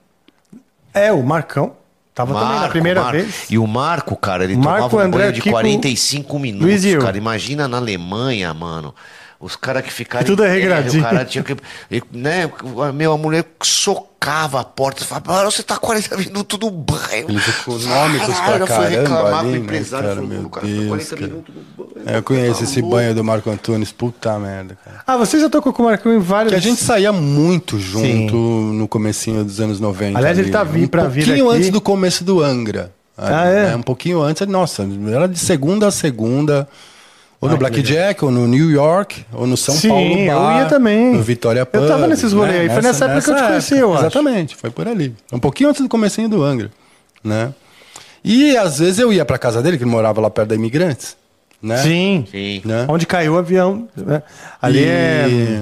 Speaker 2: É, o Marcão. Tava também na
Speaker 1: Marco,
Speaker 2: primeira
Speaker 1: Marco.
Speaker 2: vez.
Speaker 1: E o Marco, cara, ele
Speaker 2: Marco,
Speaker 1: tomava um
Speaker 2: André,
Speaker 1: banho de
Speaker 2: Kiko,
Speaker 1: 45 minutos,
Speaker 2: Luiz e eu.
Speaker 1: cara. Imagina na Alemanha, mano. Os caras que ficaram.
Speaker 2: É Tudo
Speaker 1: em pé,
Speaker 2: arregradinho.
Speaker 1: O cara tinha que. e, Né, a minha mulher socava a porta. Falava, mano, você tá 40 minutos no banho.
Speaker 3: Eles econômicos pra
Speaker 1: eu fui
Speaker 3: caramba
Speaker 1: reclamar
Speaker 3: ali,
Speaker 1: pro
Speaker 3: né,
Speaker 1: empresário.
Speaker 3: cara,
Speaker 1: falou,
Speaker 3: meu
Speaker 1: "Pô, cara, tá
Speaker 3: Deus,
Speaker 1: 40
Speaker 3: cara."
Speaker 1: minutos no banho.
Speaker 3: É, Eu conheço esse
Speaker 1: Tá louco.
Speaker 3: banho do Marco Antunes, puta merda, cara.
Speaker 2: Ah, você já tocou com o Marcão em vários.
Speaker 3: Que a gente saía muito junto
Speaker 2: Sim.
Speaker 3: no comecinho dos anos 90.
Speaker 2: Aliás, ele tá
Speaker 3: né?
Speaker 2: vi- pra
Speaker 3: um
Speaker 2: vir
Speaker 3: pouquinho
Speaker 2: aqui.
Speaker 3: antes do começo do Angra.
Speaker 2: Ah, é?
Speaker 3: né? Um pouquinho antes, nossa, era de segunda a segunda. Ou no
Speaker 2: Ah, que
Speaker 3: Blackjack, ou no New York, ou no São
Speaker 2: Sim,
Speaker 3: Paulo.
Speaker 2: eu
Speaker 3: Bar,
Speaker 2: ia também.
Speaker 3: No Vitória Pub. né?
Speaker 2: Eu tava nesses rolês aí, foi nessa época que eu te conheci, eu acho.
Speaker 3: Exatamente, foi por ali. Um pouquinho antes do comecinho do Angra, né? E às vezes eu ia pra casa dele, que ele morava lá perto da Imigrantes, né?
Speaker 2: Sim.
Speaker 1: Sim.
Speaker 3: Né?
Speaker 2: É? Onde caiu o avião. né? Ali é.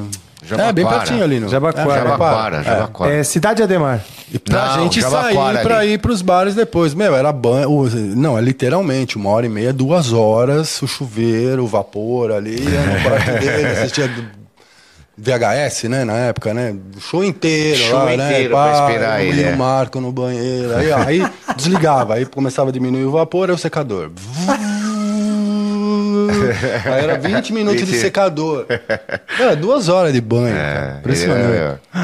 Speaker 3: É, bem
Speaker 1: Jabaquara.
Speaker 3: pertinho ali, no É,
Speaker 2: Jabaquara.
Speaker 1: Jabaquara, Jabaquara.
Speaker 2: é Cidade Ademar.
Speaker 3: E pra
Speaker 1: Não,
Speaker 3: gente
Speaker 1: Jabaquara
Speaker 3: sair pra
Speaker 1: ali.
Speaker 3: ir pros bares depois. Meu, era banho. Não, é literalmente uma hora e meia, duas horas, o chuveiro, o vapor ali, ia no quarto dele, assistia do- VHS, né, na época, né? Show inteiro,
Speaker 1: Show
Speaker 3: lá, né?
Speaker 1: inteiro pra esperar
Speaker 3: dormia
Speaker 1: ele,
Speaker 3: o
Speaker 1: é.
Speaker 3: Marco no banheiro. Aí, ó, aí desligava, aí começava a diminuir o vapor, aí o secador. Aí era 20 minutos de
Speaker 1: Vinte.
Speaker 3: secador. Era duas horas de banho. cara.
Speaker 1: É,
Speaker 3: Impressionante.
Speaker 1: é.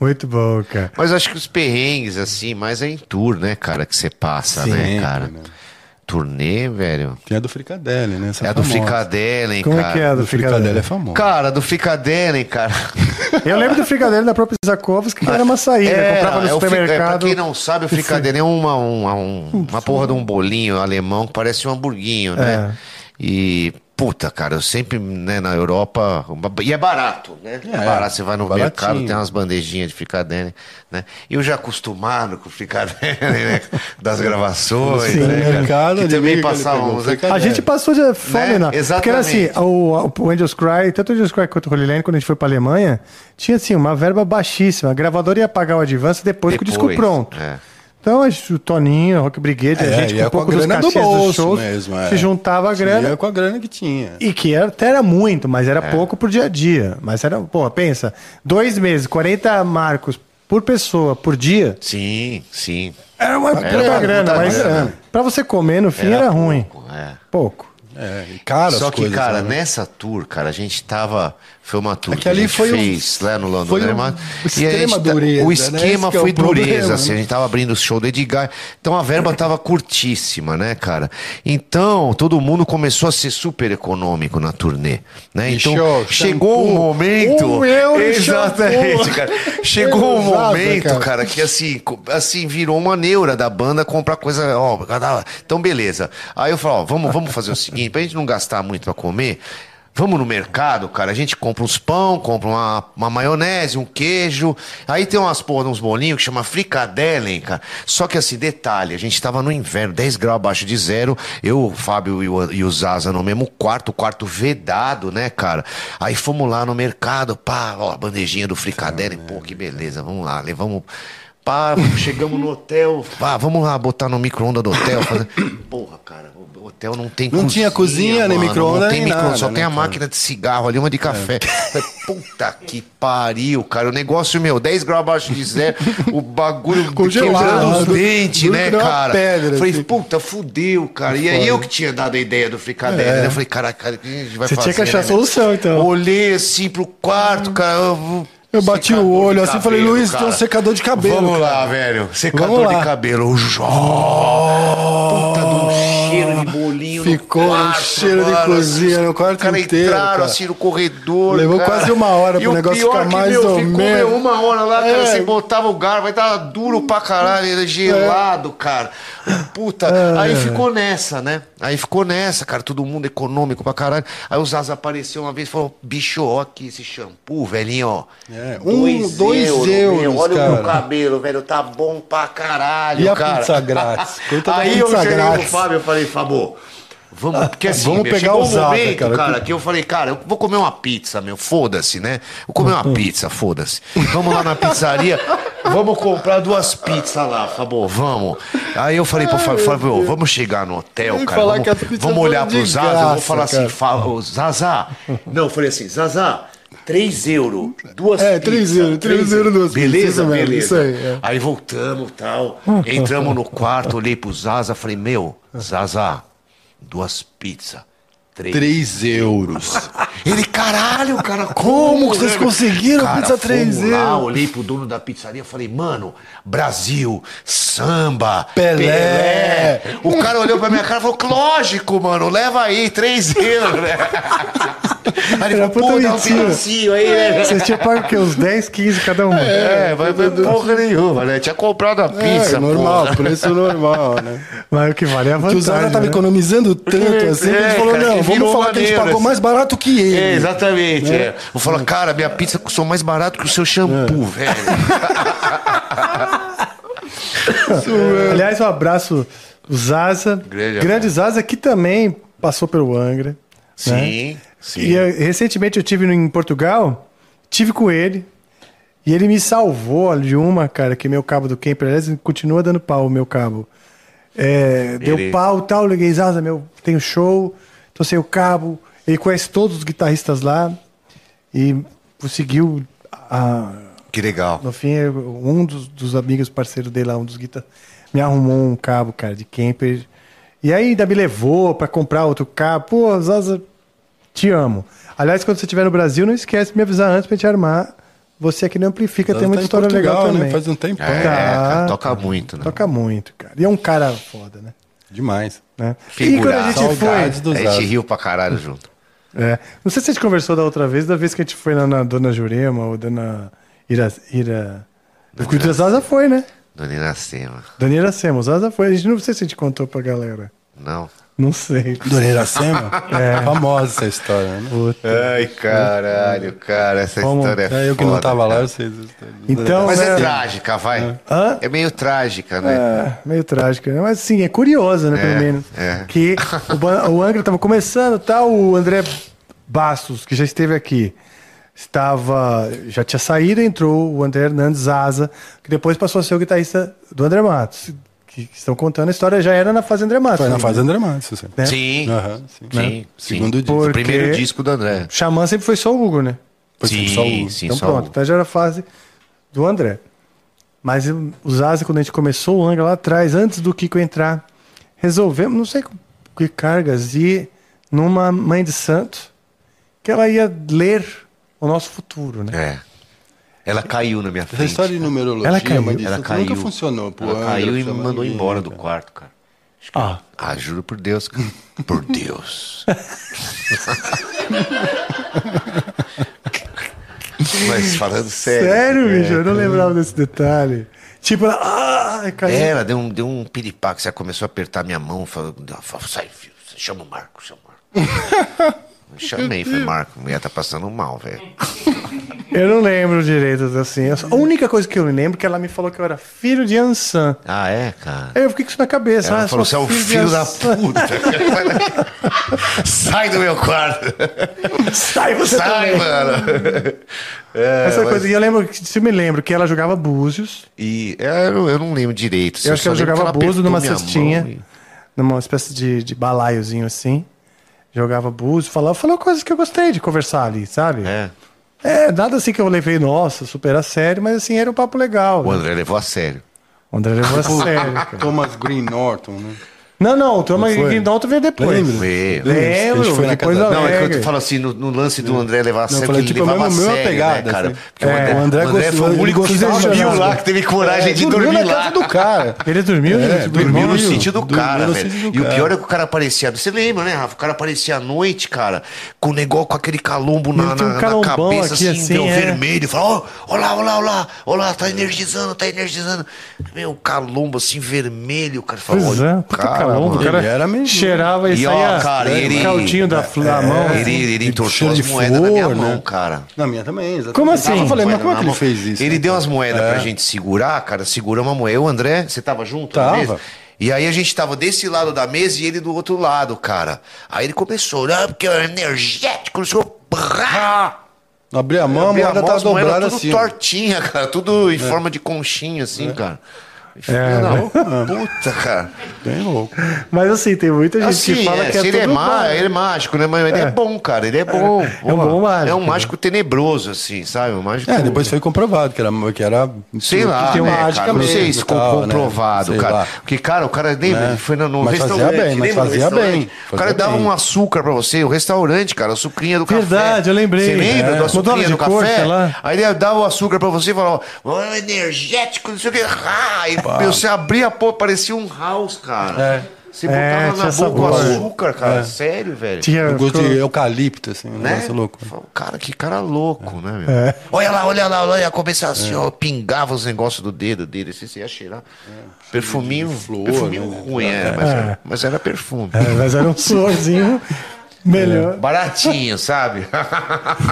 Speaker 2: Muito bom, cara.
Speaker 1: Mas acho que os perrengues, assim, mais é em tour, né, cara, que você passa, né,
Speaker 3: Sempre,
Speaker 1: cara?
Speaker 3: né?
Speaker 1: Turnê, velho.
Speaker 3: Tem a do Fricadelle, né? Essa
Speaker 1: É a do
Speaker 3: famosa.
Speaker 1: Fricadellen,
Speaker 2: Como
Speaker 1: cara.
Speaker 2: é que é a do
Speaker 3: do Fricadela é
Speaker 2: Fricadelo?
Speaker 3: famoso.
Speaker 1: Cara, do Fricadellen, cara.
Speaker 2: Eu lembro do Fricadelo da própria Zakovski, que era uma saída. comprava no
Speaker 1: é é o frica- é, pra
Speaker 2: supermercado.
Speaker 1: quem não sabe, o Fricadellen é uma, uma, um- uma porra de um bolinho alemão que parece um hamburguinho, né?
Speaker 2: É.
Speaker 1: E, puta, cara, eu sempre, né, na Europa... E é barato, né? É,
Speaker 3: É,
Speaker 1: barato, você vai no
Speaker 3: baratinho.
Speaker 1: mercado, tem umas bandejinhas de Fricadellen, né? E eu já acostumado com o Fricadellen, né? Das gravações,
Speaker 3: Sim,
Speaker 1: né, cara?
Speaker 3: mercado
Speaker 1: Que
Speaker 3: ali que
Speaker 1: também
Speaker 3: ele pegou,
Speaker 1: passávamos... né,
Speaker 3: Fricadellen.
Speaker 2: A gente passou de fome,
Speaker 1: Né?
Speaker 2: né? Porque era assim,
Speaker 1: Exatamente.
Speaker 2: o, o Angels Cry, tanto o Angels Cry quanto o Holy Land, quando a gente foi pra Alemanha, tinha assim, uma verba baixíssima. A gravadora ia pagar o advance depois, com o disco
Speaker 1: Depois,
Speaker 2: pronto.
Speaker 1: é.
Speaker 2: Então a gente, o Toninho, o Rock Brigade,
Speaker 3: É,
Speaker 2: a gente
Speaker 3: ia
Speaker 2: com um
Speaker 3: com a
Speaker 2: pouco dos
Speaker 3: grana do
Speaker 2: cachês dos
Speaker 3: bolso
Speaker 2: shows,
Speaker 3: mesmo, é.
Speaker 2: se juntava a grana.
Speaker 3: Ia com a grana que tinha.
Speaker 2: E que era, até era muito, mas
Speaker 1: É.
Speaker 2: era pouco pro dia a dia. Mas era, pô, pensa, dois meses, 40 marcos por pessoa, por dia,
Speaker 1: Sim, sim.
Speaker 2: era uma puta grana,
Speaker 1: puta
Speaker 2: mas
Speaker 1: grana.
Speaker 2: pra você comer no fim era, ruim.
Speaker 1: pouco, é.
Speaker 2: Pouco.
Speaker 3: É, e caro
Speaker 1: Só
Speaker 3: as
Speaker 1: que,
Speaker 3: coisas,
Speaker 1: cara,
Speaker 3: né?
Speaker 1: nessa tour, cara, a gente tava. Foi uma tour
Speaker 3: É
Speaker 1: que,
Speaker 3: que
Speaker 1: a
Speaker 3: ali
Speaker 1: gente
Speaker 3: foi um-
Speaker 1: fez lá no London.
Speaker 3: foi um
Speaker 1: Grammar,
Speaker 3: extrema
Speaker 1: a gente tá-
Speaker 3: dureza,
Speaker 1: O
Speaker 3: né?
Speaker 1: esquema
Speaker 3: Esse que é o
Speaker 1: foi
Speaker 3: problema,
Speaker 1: dureza,
Speaker 3: né?
Speaker 1: assim, a gente tava abrindo o show do Edgar. Então a verba tava curtíssima, né, cara? Então todo mundo começou a ser super econômico na turnê, né? Então
Speaker 3: show,
Speaker 1: chegou um
Speaker 3: shampoo,
Speaker 1: momento.
Speaker 2: um euro de
Speaker 1: exatamente,
Speaker 2: shampoo.
Speaker 1: cara. Chegou um
Speaker 2: Exato,
Speaker 1: momento,
Speaker 2: cara.
Speaker 1: cara cara, que assim, co- assim virou uma neura da banda comprar coisa, ó, cada- então beleza. Aí eu falo, ó, vamos, vamos fazer o seguinte, pra gente não gastar muito pra comer, vamos no mercado, cara, a gente compra uns pão, compra uma, uma maionese, um queijo, aí tem umas porra, de uns bolinhos que chama fricadellen, cara. Só que assim, detalhe, a gente tava no inverno, 10 graus abaixo de zero, eu, o Fábio e o, e o Zaza no mesmo quarto, o quarto vedado, né, cara? Aí fomos lá no mercado, pá, ó, a bandejinha do fricadellen, pô, que beleza, vamos lá, levamos... Pá, chegamos no hotel. Pá, vamos lá botar no micro-ondas do hotel. fazer- Porra, cara, o hotel não tem
Speaker 3: Não tinha cozinha, nem
Speaker 1: mano,
Speaker 3: micro-ondas,
Speaker 1: Não tem
Speaker 3: nem nada,
Speaker 1: só
Speaker 3: né,
Speaker 1: tem a
Speaker 3: cara? É.
Speaker 1: máquina de cigarro ali, uma de café. Falei, Puta que pariu, cara. O negócio, meu, 10 graus abaixo de zero, o bagulho
Speaker 3: Congelado,
Speaker 1: quebrando os
Speaker 3: duro-
Speaker 1: dentes,
Speaker 3: duro
Speaker 1: né,
Speaker 3: que nem uma
Speaker 1: cara?
Speaker 3: pedra,
Speaker 1: Falei,
Speaker 3: assim.
Speaker 1: puta, fudeu, cara. E aí eu que tinha dado a ideia do fricadeiro.
Speaker 3: É.
Speaker 1: né? Eu falei, caraca, cara, o que a gente vai
Speaker 2: Você
Speaker 1: fazer?
Speaker 2: tinha que achar
Speaker 1: né,
Speaker 2: a solução, então.
Speaker 1: meu? Olhei assim pro quarto, cara. Eu,
Speaker 3: Hum. Eu bati o
Speaker 1: secador
Speaker 3: olho
Speaker 1: de
Speaker 3: assim e falei,
Speaker 1: cabelo,
Speaker 3: Luiz, tem um
Speaker 1: cara.
Speaker 3: secador de cabelo,
Speaker 1: Vamos
Speaker 3: cara.
Speaker 1: lá, velho. Secador
Speaker 3: Vamos lá.
Speaker 1: de cabelo. Puta de um cheiro de bolinho
Speaker 3: Ficou
Speaker 1: no
Speaker 3: um
Speaker 1: quarto,
Speaker 3: cheiro de
Speaker 1: mano. assim,
Speaker 3: cozinha no quarto
Speaker 1: Os cara
Speaker 3: inteiro,
Speaker 1: entraram
Speaker 3: cara.
Speaker 1: assim no corredor.
Speaker 3: Levou
Speaker 1: cara.
Speaker 3: quase uma hora
Speaker 1: e
Speaker 3: pro
Speaker 1: o
Speaker 3: negócio
Speaker 1: pior
Speaker 3: ficar
Speaker 1: que,
Speaker 3: mais
Speaker 1: meu,
Speaker 3: ou
Speaker 1: ficou
Speaker 3: menos.
Speaker 1: meu, uma hora lá, cara.
Speaker 3: É.
Speaker 1: Você assim, botava o garfo, aí tava duro pra caralho, era gelado, cara. Puta.
Speaker 3: É.
Speaker 1: Aí ficou nessa, né? Aí ficou nessa, cara. Todo mundo econômico pra caralho. Aí o Zaza apareceu uma vez e falou: bicho, ó, aqui esse shampoo, velhinho, ó.
Speaker 3: É, um, dois euros,
Speaker 1: meu. Olha o meu
Speaker 3: cara.
Speaker 1: cabelo, velho, tá bom pra caralho,
Speaker 3: E a
Speaker 1: cara.
Speaker 3: pizza grátis? Coitada da
Speaker 1: Aí eu
Speaker 3: pizza
Speaker 1: cheguei
Speaker 3: grátis.
Speaker 1: pro Fábio e falei, Fábio, vamos, porque assim,
Speaker 3: Ah, Vamos
Speaker 1: meu,
Speaker 3: pegar
Speaker 1: chegou
Speaker 3: o Zaza,
Speaker 1: momento,
Speaker 3: cara,
Speaker 1: cara,
Speaker 3: que-
Speaker 1: que eu falei, cara, eu vou comer uma pizza, meu, foda-se, né? Vou comer
Speaker 3: Hum,
Speaker 1: uma pizza, foda-se. Vamos lá na pizzaria, vamos comprar duas pizzas lá, Fábio, vamos. Aí eu falei pro Fábio, Fábio, vamos chegar no hotel,
Speaker 3: E
Speaker 1: cara,
Speaker 3: falar
Speaker 1: vamos,
Speaker 3: que a pizza
Speaker 1: vamos
Speaker 3: é
Speaker 1: olhar
Speaker 3: toda de
Speaker 1: pro Zaza, eu vou
Speaker 3: graça,
Speaker 1: falar assim,
Speaker 3: cara.
Speaker 1: fala, ô, Zaza. Não, eu falei assim, Zaza, 3 euros, duas
Speaker 3: É, três
Speaker 1: pizzas,
Speaker 3: euro, três euro, duas pizzas,
Speaker 1: Beleza,
Speaker 3: isso mesmo,
Speaker 1: beleza.
Speaker 3: isso aí, é.
Speaker 1: Aí voltamos tal. Entramos no quarto, olhei pro Zaza, falei, meu, Zaza, duas pizzas. Três.
Speaker 3: Três euros.
Speaker 1: Ele, caralho, cara, como que vocês conseguiram cara, pizza 3 lá, olhei pro dono da pizzaria e falei, mano, Brasil, samba,
Speaker 3: Pelé.
Speaker 1: Pelé. O cara olhou pra minha cara e falou, lógico, mano, leva aí, 3 euros, né? Aí ele
Speaker 2: Era
Speaker 1: falou,
Speaker 2: puta
Speaker 1: pô, dá um
Speaker 2: mentira.
Speaker 1: financinho aí, né?
Speaker 2: Vocês tinham pago que uns 10, 15 cada um.
Speaker 1: É, vai vai porra nenhuma, né? Tinha comprado a pizza,
Speaker 3: é, normal,
Speaker 1: porra.
Speaker 3: preço normal, né?
Speaker 2: Mas o que vale é a
Speaker 3: Que
Speaker 2: vantagem.
Speaker 3: o Zara tava
Speaker 2: né?
Speaker 3: economizando tanto assim, que a
Speaker 1: é,
Speaker 3: gente falou,
Speaker 1: cara, que
Speaker 3: não, vamos
Speaker 1: virou
Speaker 3: falar que a gente
Speaker 1: maneiro,
Speaker 3: pagou
Speaker 1: assim.
Speaker 3: mais barato que ele.
Speaker 1: É, exatamente. é. Vou falar, cara, minha pizza custou mais barato que o seu shampoo, velho.
Speaker 2: Aliás, um abraço, o Zaza.
Speaker 1: Grande
Speaker 2: grande Zaza, que também passou pelo Angra.
Speaker 1: Sim, sim.
Speaker 2: E eu- recentemente eu tive no- em Portugal, tive com ele. E ele me salvou de uma, cara, que meu cabo do Kemper, aliás, continua dando pau o meu cabo. É, deu pau e tal, liguei, Zaza, meu, tem um show, tô sem o cabo. Ele conhece todos os guitarristas lá e conseguiu a,
Speaker 1: Que legal.
Speaker 2: no fim, eu- um dos, dos amigos parceiros dele lá, um dos guitar, me arrumou um cabo, cara, de camper. E aí ainda me levou pra comprar outro cabo. Pô, Zaza, te amo. Aliás, quando você estiver no Brasil, não esquece de me avisar antes pra gente armar. Você aqui no Amplifica tem
Speaker 3: Tá
Speaker 2: muita
Speaker 3: em
Speaker 2: história
Speaker 3: Portugal,
Speaker 2: legal
Speaker 3: né?
Speaker 2: também.
Speaker 3: Faz um tempo.
Speaker 1: É,
Speaker 2: Tá.
Speaker 1: cara, toca muito, né?
Speaker 2: Toca muito, cara. E é um cara foda, né?
Speaker 3: Demais.
Speaker 2: Né? E quando a
Speaker 1: Figuraça.
Speaker 2: gente
Speaker 3: Saudades
Speaker 2: foi.
Speaker 3: do
Speaker 1: A
Speaker 3: Zara.
Speaker 1: gente riu pra caralho junto.
Speaker 2: É. Não sei se a gente conversou da outra vez, da vez que a gente foi na, na Dona Jurema ou Dona Ira. Ira... Porque o da Zaza foi, né?
Speaker 1: Dona Inacema.
Speaker 2: Daniela Semos, essa foi. A gente não sei se a gente contou pra galera.
Speaker 1: Não.
Speaker 2: Não sei.
Speaker 3: Dona Iracema? É. Famosa essa história, né?
Speaker 1: Ai, caralho, cara, essa
Speaker 2: Como?
Speaker 1: história é
Speaker 3: É, eu que não
Speaker 1: foda,
Speaker 3: tava lá,
Speaker 1: cara.
Speaker 3: eu sei. dessa história.
Speaker 2: Então,
Speaker 1: Mas é
Speaker 2: né,
Speaker 1: trágica, vai.
Speaker 2: Hã?
Speaker 1: É meio trágica, né?
Speaker 2: é, meio trágica. né? Mas sim, é curiosa, né, pelo
Speaker 1: É,
Speaker 2: menos.
Speaker 1: é.
Speaker 2: Que o, Ban- o Angra tava começando tal, o André Bastos, que já esteve aqui, estava. Já tinha saído, entrou o André Hernandes Asa, que depois passou a ser o guitarrista do André Matos. Que, que estão contando a história, já era na fase André Matos.
Speaker 3: Foi na
Speaker 2: né?
Speaker 3: fase André Matos, você sabe.
Speaker 2: É.
Speaker 1: Sim.
Speaker 3: Aham, sim.
Speaker 1: Sim, sim.
Speaker 3: Segundo disco.
Speaker 1: O
Speaker 2: Porque-
Speaker 1: Primeiro disco do André.
Speaker 2: Xamã sempre foi só o Hugo, né?
Speaker 3: Foi sempre só
Speaker 1: Sim,
Speaker 3: o-
Speaker 1: sim,
Speaker 2: Então
Speaker 1: só
Speaker 2: pronto,
Speaker 1: o-
Speaker 2: então já era a fase do André. Mas eu- o Zaza, quando a gente começou o Angra lá atrás, antes do Kiko entrar, resolvemos, não sei com que cargas, ir numa mãe de santo que ela ia ler o nosso futuro, né?
Speaker 1: É. Ela caiu na minha frente.
Speaker 3: Essa história de numerologia,
Speaker 2: Ela caiu.
Speaker 3: mas isso
Speaker 1: Ela caiu.
Speaker 3: nunca funcionou. Pô,
Speaker 1: Ela
Speaker 3: André,
Speaker 1: caiu e me
Speaker 3: chama
Speaker 1: mandou
Speaker 3: ninguém,
Speaker 1: embora do
Speaker 3: cara.
Speaker 1: quarto, cara. Acho que-
Speaker 2: Ah.
Speaker 1: Ah, juro por Deus, cara. Por Deus. Mas falando sério. é.
Speaker 2: Sério, bicho, eu não lembrava desse detalhe. Tipo, ela, ah, caiu.
Speaker 1: É, Ela deu um, deu um piripaque, você começou a apertar minha mão, falou, falou, sai, filho, chama o Marco, chama o Marco. Eu Chamei, falei, Marco, a mulher tá passando mal, velho.
Speaker 2: assim. Eu não lembro direito, assim. Eu só- A única coisa que eu me lembro é que ela me falou que eu era filho de Ansan.
Speaker 1: Ah, é, cara?
Speaker 2: Aí eu fiquei com isso na cabeça.
Speaker 1: Ela
Speaker 2: ah,
Speaker 1: falou, você é
Speaker 2: sou
Speaker 1: um filho
Speaker 2: de
Speaker 1: da
Speaker 2: Ansan.
Speaker 1: puta. Sai do meu quarto.
Speaker 2: Sai, você
Speaker 1: Sai,
Speaker 2: também.
Speaker 1: mano. É,
Speaker 2: Essa
Speaker 1: mas-
Speaker 2: coisa, e eu lembro, que- se eu me lembro, que ela jogava búzios.
Speaker 1: E é, eu, eu não lembro direito.
Speaker 2: Eu acho que
Speaker 1: só
Speaker 2: ela
Speaker 1: lembro
Speaker 2: jogava búzios
Speaker 1: apertou
Speaker 2: numa
Speaker 1: minha mão
Speaker 2: cestinha,
Speaker 1: e-
Speaker 2: numa espécie de, de balaiozinho assim. Jogava búzios, falava, falou coisas que eu gostei de conversar ali, sabe? É.
Speaker 1: É,
Speaker 2: nada assim que eu levei, nossa, super a sério, mas assim, era um papo legal.
Speaker 1: o
Speaker 2: né?
Speaker 1: André levou a sério.
Speaker 2: O André levou a sério, cara.
Speaker 3: Thomas Green Norton, né?
Speaker 2: Não, não, o Thomas
Speaker 3: foi?
Speaker 2: Guindalto veio depois.
Speaker 3: Lembra?
Speaker 1: Veio.
Speaker 2: Lembro,
Speaker 3: A gente foi na
Speaker 2: depois
Speaker 3: casa
Speaker 2: da-
Speaker 3: dela.
Speaker 1: Não, é que
Speaker 2: Alegre.
Speaker 1: eu falo assim, no, no lance do André levar a sério,
Speaker 3: falei,
Speaker 1: que ele
Speaker 3: tipo,
Speaker 1: levava a
Speaker 3: mesmo a mesma
Speaker 1: sério,
Speaker 3: pegada,
Speaker 1: né, cara?
Speaker 3: assim.
Speaker 1: Porque o
Speaker 2: É,
Speaker 1: André,
Speaker 2: o
Speaker 3: André
Speaker 1: o André
Speaker 3: gostou,
Speaker 1: foi o
Speaker 3: ele
Speaker 1: único que
Speaker 3: gostou de
Speaker 1: dormiu
Speaker 3: jogar.
Speaker 1: lá, que teve coragem
Speaker 2: É,
Speaker 1: de
Speaker 3: dormiu
Speaker 1: dormir
Speaker 3: na
Speaker 1: lá.
Speaker 3: casa do cara.
Speaker 2: Ele dormiu?
Speaker 3: É,
Speaker 2: dormiu.
Speaker 1: Dormiu no
Speaker 3: Dormiu,
Speaker 1: sítio do
Speaker 3: dormiu
Speaker 1: cara,
Speaker 3: no
Speaker 1: velho.
Speaker 3: sítio do
Speaker 1: E o
Speaker 3: cara.
Speaker 1: pior é que o cara aparecia. Você lembra, né, Rafa? O cara aparecia à noite, cara, com o negócio, com aquele calombo na,
Speaker 2: Ele tinha um
Speaker 1: na- na
Speaker 2: calombão
Speaker 1: cabeça,
Speaker 2: aqui,
Speaker 1: assim,
Speaker 2: assim,
Speaker 1: meu,
Speaker 2: é.
Speaker 1: vermelho. Fala, ó, olá, olá, olá, olá, tá energizando, tá energizando. Meu, calombo assim, vermelho, cara. Fala,
Speaker 2: Pois
Speaker 1: olha,
Speaker 2: é, puta calor, o
Speaker 1: mano.
Speaker 2: cara
Speaker 3: Ele era meio-
Speaker 2: cheirava e,
Speaker 1: E, ó,
Speaker 2: saía
Speaker 1: cara, ele- é,
Speaker 2: o é um caldinho da, fl- da mão. assim.
Speaker 1: Ele, ele entortou
Speaker 3: cheiro
Speaker 1: as
Speaker 3: de
Speaker 1: moedas na minha
Speaker 3: flor,
Speaker 1: mão,
Speaker 3: né?
Speaker 1: cara.
Speaker 3: Na minha também, exatamente.
Speaker 2: Como assim?
Speaker 3: Eu falei, mas como é que
Speaker 1: Na
Speaker 3: ele
Speaker 1: mão.
Speaker 3: fez isso?
Speaker 1: Ele
Speaker 3: né,
Speaker 1: deu
Speaker 3: cara?
Speaker 1: as moedas
Speaker 3: É.
Speaker 1: pra gente segurar, cara. Seguramos a moeda. Eu, André, você tava junto na
Speaker 3: Tava.
Speaker 1: mesa? E aí a gente tava desse lado da mesa e ele do outro lado, cara. Aí ele começou, não, porque eu era energético, não sei o Brá!
Speaker 3: Abriu Ah! a mão, a
Speaker 1: Abri
Speaker 3: moeda
Speaker 1: mão,
Speaker 3: tá
Speaker 1: as moedas
Speaker 3: dobrada
Speaker 1: tudo
Speaker 3: assim. ó. É.
Speaker 1: tortinha, cara. Tudo em forma de conchinha, assim, cara. Filho
Speaker 3: né?
Speaker 1: da puta, cara.
Speaker 3: Bem louco.
Speaker 2: Mas assim, tem muita gente que
Speaker 1: Assim,
Speaker 2: fala
Speaker 1: é,
Speaker 2: que é
Speaker 1: se ele é,
Speaker 2: tudo
Speaker 1: má,
Speaker 2: bom.
Speaker 1: ele é mágico, né? Mas ele é bom, cara. Ele é bom.
Speaker 2: É um
Speaker 1: Pô,
Speaker 2: bom mágico,
Speaker 1: É um
Speaker 2: né?
Speaker 1: mágico tenebroso, assim, sabe? Um mágico.
Speaker 3: É, depois foi comprovado que era. Que era
Speaker 1: Sei lá,
Speaker 3: que tem
Speaker 1: né,
Speaker 3: mágica
Speaker 1: cara, não
Speaker 3: mesmo
Speaker 1: sei
Speaker 3: e
Speaker 1: se
Speaker 3: tal, né?
Speaker 1: comprovado,
Speaker 3: Sei
Speaker 1: cara.
Speaker 3: lá.
Speaker 1: Porque, cara, o cara nem
Speaker 3: Né?
Speaker 1: foi no, no
Speaker 3: Mas fazia
Speaker 1: restaurante.
Speaker 3: bem, mas
Speaker 1: lembra do
Speaker 3: fazia
Speaker 1: restaurante?
Speaker 3: bem,
Speaker 1: O cara
Speaker 3: fazia
Speaker 1: dava
Speaker 3: bem.
Speaker 1: um açúcar pra você, o restaurante, cara, a sucrinha do café.
Speaker 2: Verdade, eu lembrei.
Speaker 1: Você lembra
Speaker 2: É.
Speaker 1: do
Speaker 2: Mudava
Speaker 1: açucrinha
Speaker 2: de
Speaker 1: do
Speaker 2: cor,
Speaker 1: café?
Speaker 2: sei lá.
Speaker 1: Aí ele dava o açúcar pra você e falava, ó, energético, não sei o que. Ah, e meu, você abria a porra, parecia um house, cara.
Speaker 3: É.
Speaker 1: Você
Speaker 2: É,
Speaker 1: botava
Speaker 2: tinha
Speaker 1: na
Speaker 2: essa
Speaker 1: boca o
Speaker 2: boa.
Speaker 1: açúcar, cara. Sério, velho.
Speaker 2: Tinha-
Speaker 3: Um gosto de eucalipto, assim, um
Speaker 1: Né?
Speaker 3: negócio louco. É.
Speaker 1: Fala, Cara, que cara louco, né, meu? Olha lá, olha lá, olha, começava assim, ó, pingava os negócios do dedo dele, assim, você ia cheirar. Perfuminho,
Speaker 3: É. flor,
Speaker 1: perfuminho
Speaker 3: né?
Speaker 1: ruim, era, mas, Era, mas era perfume.
Speaker 2: É, mas era um suorzinho melhor.
Speaker 1: Baratinho, sabe?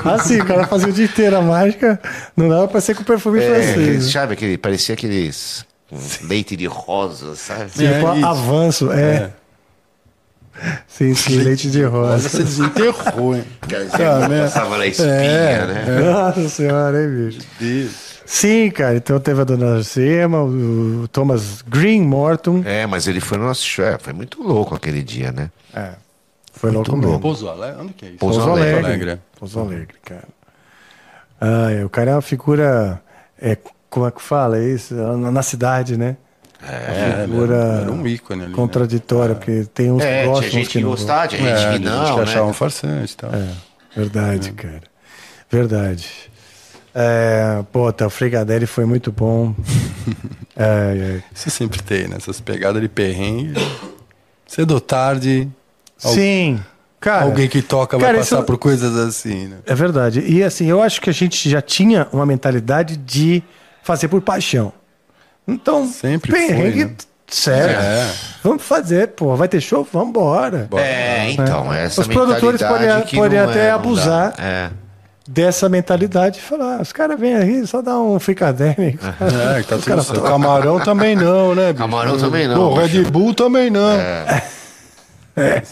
Speaker 2: Assim, o cara fazia o dia inteiro a mágica, não dava pra ser com perfume
Speaker 1: É, aqueles,
Speaker 2: francês.
Speaker 1: sabe, aquele, parecia aqueles com leite de rosa, sabe?
Speaker 3: Sim.
Speaker 2: Tipo,
Speaker 3: É isso.
Speaker 2: avanço, é. Sim, sim, leite de
Speaker 3: Mas
Speaker 2: rosa.
Speaker 3: você desenterrou, hein?
Speaker 1: Quer dizer,
Speaker 3: Ah, né?
Speaker 1: passava na espinha,
Speaker 3: É,
Speaker 1: né?
Speaker 2: Nossa senhora, hein, bicho?
Speaker 3: Deus.
Speaker 2: Sim, cara, então teve a dona Sema, o Thomas Green Morton.
Speaker 1: É, mas ele foi no nosso show, é, foi muito louco aquele dia, né?
Speaker 2: É. Foi louco mesmo.
Speaker 3: Pouso Alegre? Onde que é isso?
Speaker 1: Pouso
Speaker 2: Pouso
Speaker 1: Alegre.
Speaker 2: Alegre. Pouso Alegre, cara. Ah, é, o cara é uma figura. É, como é que fala isso? Na, na cidade, né?
Speaker 3: É,
Speaker 2: Figura
Speaker 3: era um ícone ali. Né?
Speaker 2: Contraditória, porque tem uns
Speaker 1: É, tinha
Speaker 2: próximos
Speaker 1: gente que
Speaker 2: não
Speaker 1: gostava, tinha gente
Speaker 3: É,
Speaker 1: que não,
Speaker 3: que
Speaker 1: né?
Speaker 3: achavam farsante e tal.
Speaker 2: gostam.
Speaker 3: É.
Speaker 2: Verdade, cara. Verdade. É, pô, tá, o Frigadelli foi muito bom. É, é.
Speaker 3: Você sempre tem, né? Essas pegadas de perrengue. Cedo ou tarde, Al-
Speaker 2: Sim, cara.
Speaker 3: alguém que toca vai
Speaker 2: cara,
Speaker 3: passar
Speaker 2: isso-
Speaker 3: por coisas assim, né?
Speaker 2: É verdade. E assim, eu acho que a gente já tinha uma mentalidade de fazer por paixão. Então,
Speaker 3: Sempre
Speaker 2: perrengue
Speaker 3: foi, né?
Speaker 2: sério.
Speaker 3: É.
Speaker 2: Vamos fazer, pô. Vai ter show? Vamos embora.
Speaker 1: É, então, essa
Speaker 2: Os produtores podem-
Speaker 1: mentalidade que
Speaker 2: podem
Speaker 1: não é,
Speaker 2: até
Speaker 1: não dá.
Speaker 2: abusar.
Speaker 1: É.
Speaker 2: Dessa mentalidade e falar, ah, os caras vêm aí, só dá um fricadêmico.
Speaker 3: É, que tá tudo certo. Camarão também não, né? bicho?
Speaker 1: Camarão também não,
Speaker 3: Pô, Red Bull também não.
Speaker 1: É,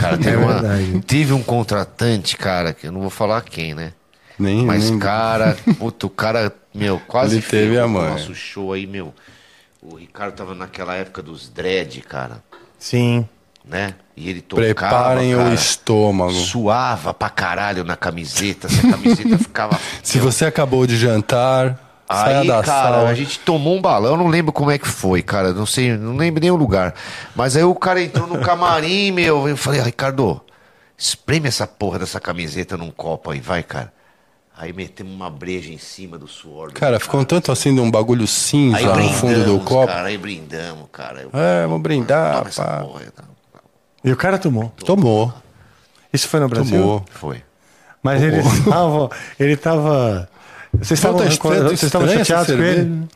Speaker 1: cara, teve,
Speaker 2: É
Speaker 1: uma-
Speaker 2: verdade.
Speaker 1: teve um contratante, cara, que eu não vou falar quem, né?
Speaker 3: Nem,
Speaker 1: Mas,
Speaker 3: nem-
Speaker 1: cara, puto, o cara, meu, quase
Speaker 3: Ele teve
Speaker 1: ferrou
Speaker 3: a
Speaker 1: com o
Speaker 3: manha.
Speaker 1: nosso show aí, meu. O Ricardo tava naquela época dos dread, cara,
Speaker 2: Sim.
Speaker 1: né? E ele tocava,
Speaker 3: Preparem
Speaker 1: cara,
Speaker 3: o estômago.
Speaker 1: Suava pra caralho na camiseta, essa camiseta ficava...
Speaker 3: Se você acabou de jantar, saia
Speaker 1: Aí,
Speaker 3: da
Speaker 1: cara,
Speaker 3: sala.
Speaker 1: a gente tomou um balão, eu não lembro como é que foi, cara, não sei, não lembro nem o lugar. Mas aí o cara entrou no camarim, meu, eu falei, "Ah, Ricardo, espreme essa porra dessa camiseta num copo aí, vai, cara. Aí metemos uma breja em cima do suor. do
Speaker 3: Cara, ficou um tanto assim de um bagulho cinza
Speaker 1: Aí
Speaker 3: no
Speaker 1: brindamos,
Speaker 3: fundo do copo.
Speaker 1: cara, aí brindamos, cara. Eu,
Speaker 3: É, vamos
Speaker 1: toma
Speaker 3: brindar,
Speaker 1: essa
Speaker 3: pá.
Speaker 1: porra. aí, tá.
Speaker 2: E o cara tomou.
Speaker 3: Tomou,
Speaker 2: Isso foi no Brasil?
Speaker 3: tomou.
Speaker 1: Foi.
Speaker 2: Mas ele tava. Ele tava. Vocês estavam
Speaker 3: Tanta
Speaker 2: rancor-
Speaker 3: tanta
Speaker 2: vocês estavam
Speaker 3: estranha
Speaker 2: chateados
Speaker 3: essa
Speaker 2: com ele?
Speaker 3: cerveja.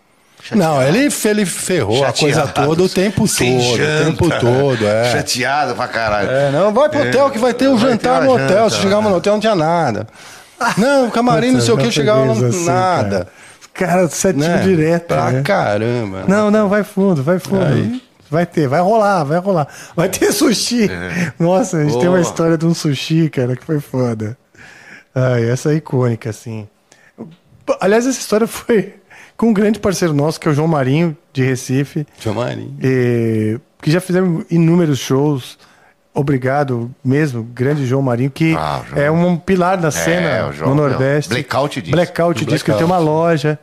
Speaker 3: né? Não, ele, fe- ele ferrou a coisa
Speaker 1: Chateados.
Speaker 3: toda o tempo
Speaker 1: Sem
Speaker 3: todo.
Speaker 1: janta.
Speaker 3: O tempo todo, é.
Speaker 1: Chateado pra caralho.
Speaker 3: É, não, vai pro hotel que vai ter o
Speaker 1: Vai
Speaker 3: jantar
Speaker 1: ter
Speaker 3: no
Speaker 1: uma
Speaker 3: hotel.
Speaker 1: janta,
Speaker 3: Se chegava no hotel não tinha nada. Não, camarim, não sei o que, chegava não
Speaker 2: Assim,
Speaker 3: nada.
Speaker 2: Cara, cara setinho
Speaker 3: Né?
Speaker 2: direto.
Speaker 3: Pra
Speaker 2: né?
Speaker 3: caramba. né?
Speaker 2: Não, não, vai fundo, vai fundo.
Speaker 3: Aí.
Speaker 2: Vai ter, vai rolar, vai rolar. Vai ter sushi. Nossa, a gente tem uma
Speaker 1: É. Boa.
Speaker 2: história de um sushi, cara, que foi foda. Ai, essa é icônica, assim. Pô, Aliás, essa história foi com um grande parceiro nosso, que é o João Marinho, de Recife,
Speaker 3: Chamarinho.
Speaker 2: e- que já fizemos inúmeros shows. Obrigado mesmo, grande João Marinho, que
Speaker 1: Ah, João.
Speaker 2: é um pilar da
Speaker 1: É,
Speaker 2: cena
Speaker 1: o João,
Speaker 2: no
Speaker 1: meu.
Speaker 2: Nordeste.
Speaker 1: Blackout disco.
Speaker 2: Blackout diz que tem uma loja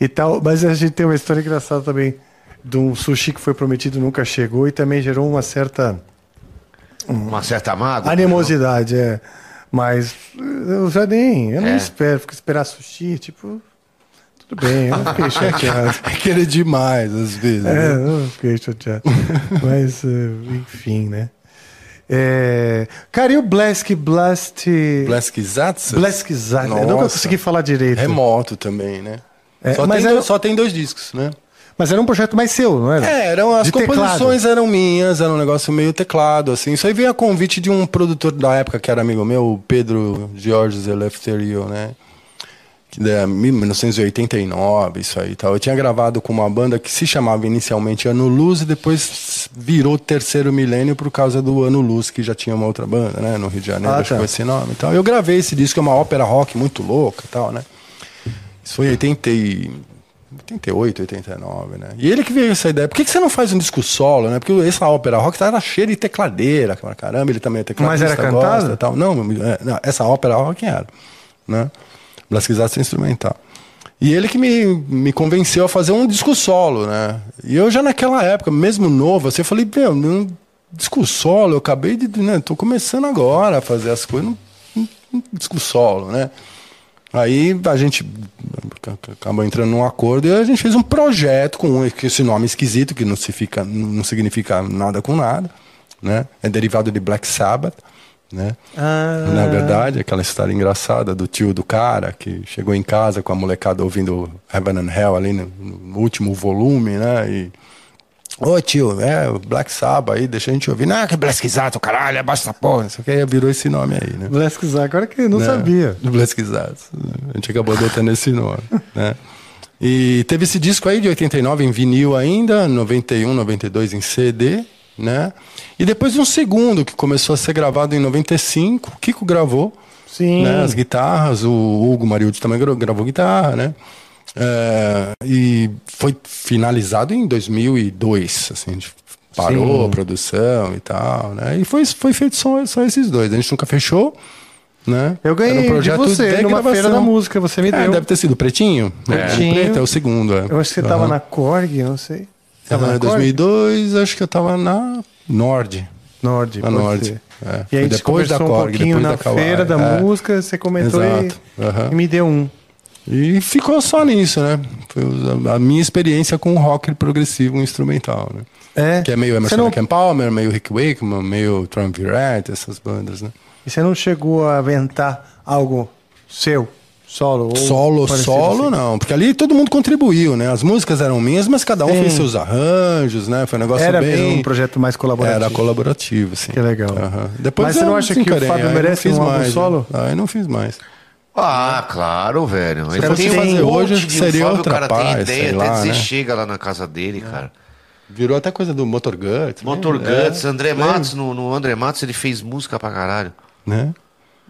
Speaker 2: e tal. Mas a gente tem uma história engraçada também de um sushi que foi prometido e nunca chegou e também gerou uma certa
Speaker 1: Uma certa mágoa.
Speaker 2: animosidade, é. Mas eu já nem, eu não
Speaker 1: É.
Speaker 2: espero, fico esperar sushi, tipo, tudo bem, eu não fiquei chateado.
Speaker 3: É que ele é demais, às vezes.
Speaker 2: É,
Speaker 3: né?
Speaker 2: eu fiquei chateado. Mas, eh, enfim, né? É... Cara, e o Blask Blast.
Speaker 3: Blesquizatsa?
Speaker 2: Blask Zat. Eu nunca
Speaker 3: Nossa. É
Speaker 2: consegui falar direito.
Speaker 3: Remoto também, né?
Speaker 2: É,
Speaker 3: só,
Speaker 2: mas
Speaker 3: tem
Speaker 2: era-
Speaker 3: dois, só tem dois discos, né?
Speaker 2: Mas era um projeto mais seu, não era?
Speaker 3: É, eram as
Speaker 2: De teclado.
Speaker 3: composições eram minhas, era um negócio meio teclado, assim. Isso aí veio a convite de um produtor da época que era amigo meu, o Pedro George Zelefterio, né? Que é 1989, isso aí e tal. Eu tinha gravado com uma banda que se chamava inicialmente Ano Luz e depois virou Terceiro Milênio por causa do Ano Luz, que já tinha uma outra banda, né? No Rio de Janeiro,
Speaker 2: Ah,
Speaker 3: acho que
Speaker 2: tá.
Speaker 3: foi esse nome e tal. Eu gravei esse disco, é uma ópera rock muito louca e tal, né? Isso foi em 80 e... 88, 89, né? E ele que veio com essa ideia. Por que, que você não faz um disco solo, né? Porque essa ópera rock era cheia de tecladeira, pra caramba, ele também é tecladista.
Speaker 2: Mas era cantada?
Speaker 3: gosta e tal. Não, é, não, essa ópera rock era, né? Blasquizado instrumental. E ele que me, me convenceu a fazer um disco solo, né? E eu já naquela época, mesmo novo, assim, eu falei, meu, não, disco solo, eu acabei de, né, tô começando agora a fazer as coisas, não, não, não disco solo, né? Aí a gente ac- ac- acabou entrando num acordo e a gente fez um projeto com um- com esse nome esquisito que não, se fica, não significa nada com nada, né? É derivado de Black Sabbath, né?
Speaker 2: Ah.
Speaker 3: Na verdade, aquela história engraçada do tio do cara que chegou em casa com a molecada ouvindo Heaven and Hell ali no, no último volume, né? E Ô tio, é, o Black Sabbath aí, deixa a gente ouvir. Não, que Black Sabbath, caralho, abaixa essa porra, não sei o que, aí virou esse nome aí, né?
Speaker 2: Blesquizar, agora que eu não
Speaker 3: né?
Speaker 2: sabia.
Speaker 3: Do Blesquizados. A gente acabou adotando esse nome, né? E teve esse disco aí de 89 em vinil ainda, 91, 92 em CD, né? E depois um segundo que começou a ser gravado em 95, o Kiko gravou,
Speaker 2: Sim.
Speaker 3: né? As guitarras, o Hugo Mariucci também gra- gravou guitarra, né? É, e foi finalizado em 2002, assim, a gente parou a produção e tal, né? E foi, foi feito só, só esses dois, a gente nunca fechou, né?
Speaker 2: Eu ganhei
Speaker 3: Era
Speaker 2: de você
Speaker 3: de
Speaker 2: numa feira
Speaker 3: gravação.
Speaker 2: da música, você me
Speaker 3: É,
Speaker 2: deu.
Speaker 3: deve ter sido o Pretinho?
Speaker 2: Pretinho.
Speaker 3: É, Preto é o segundo, é.
Speaker 2: Eu acho que você tava
Speaker 3: Aham.
Speaker 2: na Korg, eu não sei. Você Tava
Speaker 3: Ah,
Speaker 2: na
Speaker 3: 2002, acho que eu tava na Nord.
Speaker 2: Nord,
Speaker 3: Na
Speaker 2: pode
Speaker 3: Nord,
Speaker 2: ser.
Speaker 3: é.
Speaker 2: E
Speaker 3: Foi
Speaker 2: aí a gente
Speaker 3: depois da
Speaker 2: conversou um
Speaker 3: Korg,
Speaker 2: pouquinho
Speaker 3: depois
Speaker 2: na
Speaker 3: da Kawai,
Speaker 2: feira da
Speaker 3: é.
Speaker 2: música, você comentou e-
Speaker 3: Exato, aham.
Speaker 2: e me deu um.
Speaker 3: E ficou só nisso, né? Foi os- a a minha experiência com o rock progressivo instrumental, né?
Speaker 2: É.
Speaker 3: Que é meio
Speaker 2: Você
Speaker 3: Emerson
Speaker 2: não-
Speaker 3: Lake and Palmer, meio Rick Wakeman, meio Trump Virat, essas bandas, né?
Speaker 2: E você não chegou a aventar algo seu, solo? ou
Speaker 3: Solo,
Speaker 2: parecido
Speaker 3: solo
Speaker 2: assim?
Speaker 3: não, porque ali todo mundo contribuiu, né? As músicas eram minhas, mas cada um
Speaker 2: Sim.
Speaker 3: fez seus arranjos, né? Foi um negócio
Speaker 2: Era
Speaker 3: bem...
Speaker 2: bem um projeto mais colaborativo.
Speaker 3: Era colaborativo, sim.
Speaker 2: Que legal.
Speaker 3: Aham. Depois
Speaker 2: Mas você
Speaker 3: eu
Speaker 2: não acha que o
Speaker 3: desencanei,
Speaker 2: Fábio
Speaker 3: aí eu não
Speaker 2: merece
Speaker 3: fiz
Speaker 2: um álbum
Speaker 3: mais,
Speaker 2: solo?
Speaker 3: né? Aí eu não fiz mais.
Speaker 1: Ah, claro, velho. Ele
Speaker 3: eu
Speaker 1: tem
Speaker 3: fosse
Speaker 1: um
Speaker 3: fazer
Speaker 1: monte
Speaker 3: hoje,
Speaker 1: de
Speaker 3: seria
Speaker 1: Fábio,
Speaker 3: outra
Speaker 1: o cara
Speaker 3: paz,
Speaker 1: tem ideia,
Speaker 3: sei
Speaker 1: até
Speaker 3: lá,
Speaker 1: dizer
Speaker 3: né? É.
Speaker 1: chega lá na casa dele, cara.
Speaker 3: Virou até coisa do Motor Guts.
Speaker 1: Motor
Speaker 3: né?
Speaker 1: Guts, André Matos, no, no André Matos ele fez música pra caralho.
Speaker 3: Né?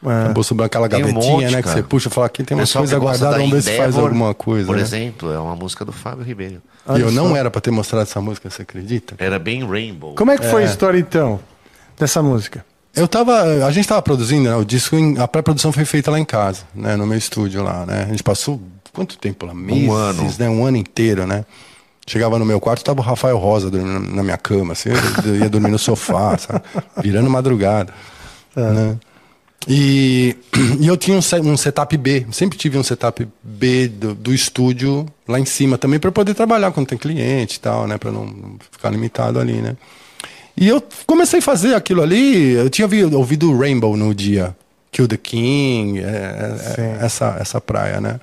Speaker 2: Ah,
Speaker 3: Acabou sobrando aquela
Speaker 1: Tem um
Speaker 3: gavetinha,
Speaker 1: monte,
Speaker 3: né? Que
Speaker 1: cara.
Speaker 3: você puxa e fala, aqui tem umas
Speaker 1: Pessoal que
Speaker 3: coisas
Speaker 1: gosta da
Speaker 3: guardadas, vamos ver se faz
Speaker 1: Endeavor,
Speaker 3: alguma coisa.
Speaker 1: Por
Speaker 3: né?
Speaker 1: exemplo, é uma música do Fábio Ribeiro.
Speaker 3: E
Speaker 2: Olha
Speaker 3: eu
Speaker 2: só.
Speaker 3: não era pra ter mostrado essa música, você acredita?
Speaker 1: Era bem Rainbow.
Speaker 2: Como é que foi a história, então, dessa música?
Speaker 3: Eu tava. A gente tava produzindo, né? O disco, em- a pré-produção foi feita lá em casa, né? No meu estúdio lá, né? A gente passou quanto tempo lá? Meses,
Speaker 1: ano.
Speaker 3: né? Um ano inteiro, né? Chegava no meu quarto, tava o Rafael Rosa dormindo na- na minha cama, assim, eu ia dormir no sofá, sabe? Virando madrugada. Né? E, e eu tinha um, se- um setup B, sempre tive um setup B do, do estúdio lá em cima também para poder trabalhar quando tem cliente e tal, né? Para não não ficar limitado ali, né? E eu comecei a fazer aquilo ali. Eu tinha vi- ouvido Rainbow no dia, Kill the King, é, é,
Speaker 2: Sim.
Speaker 3: essa, essa praia, né?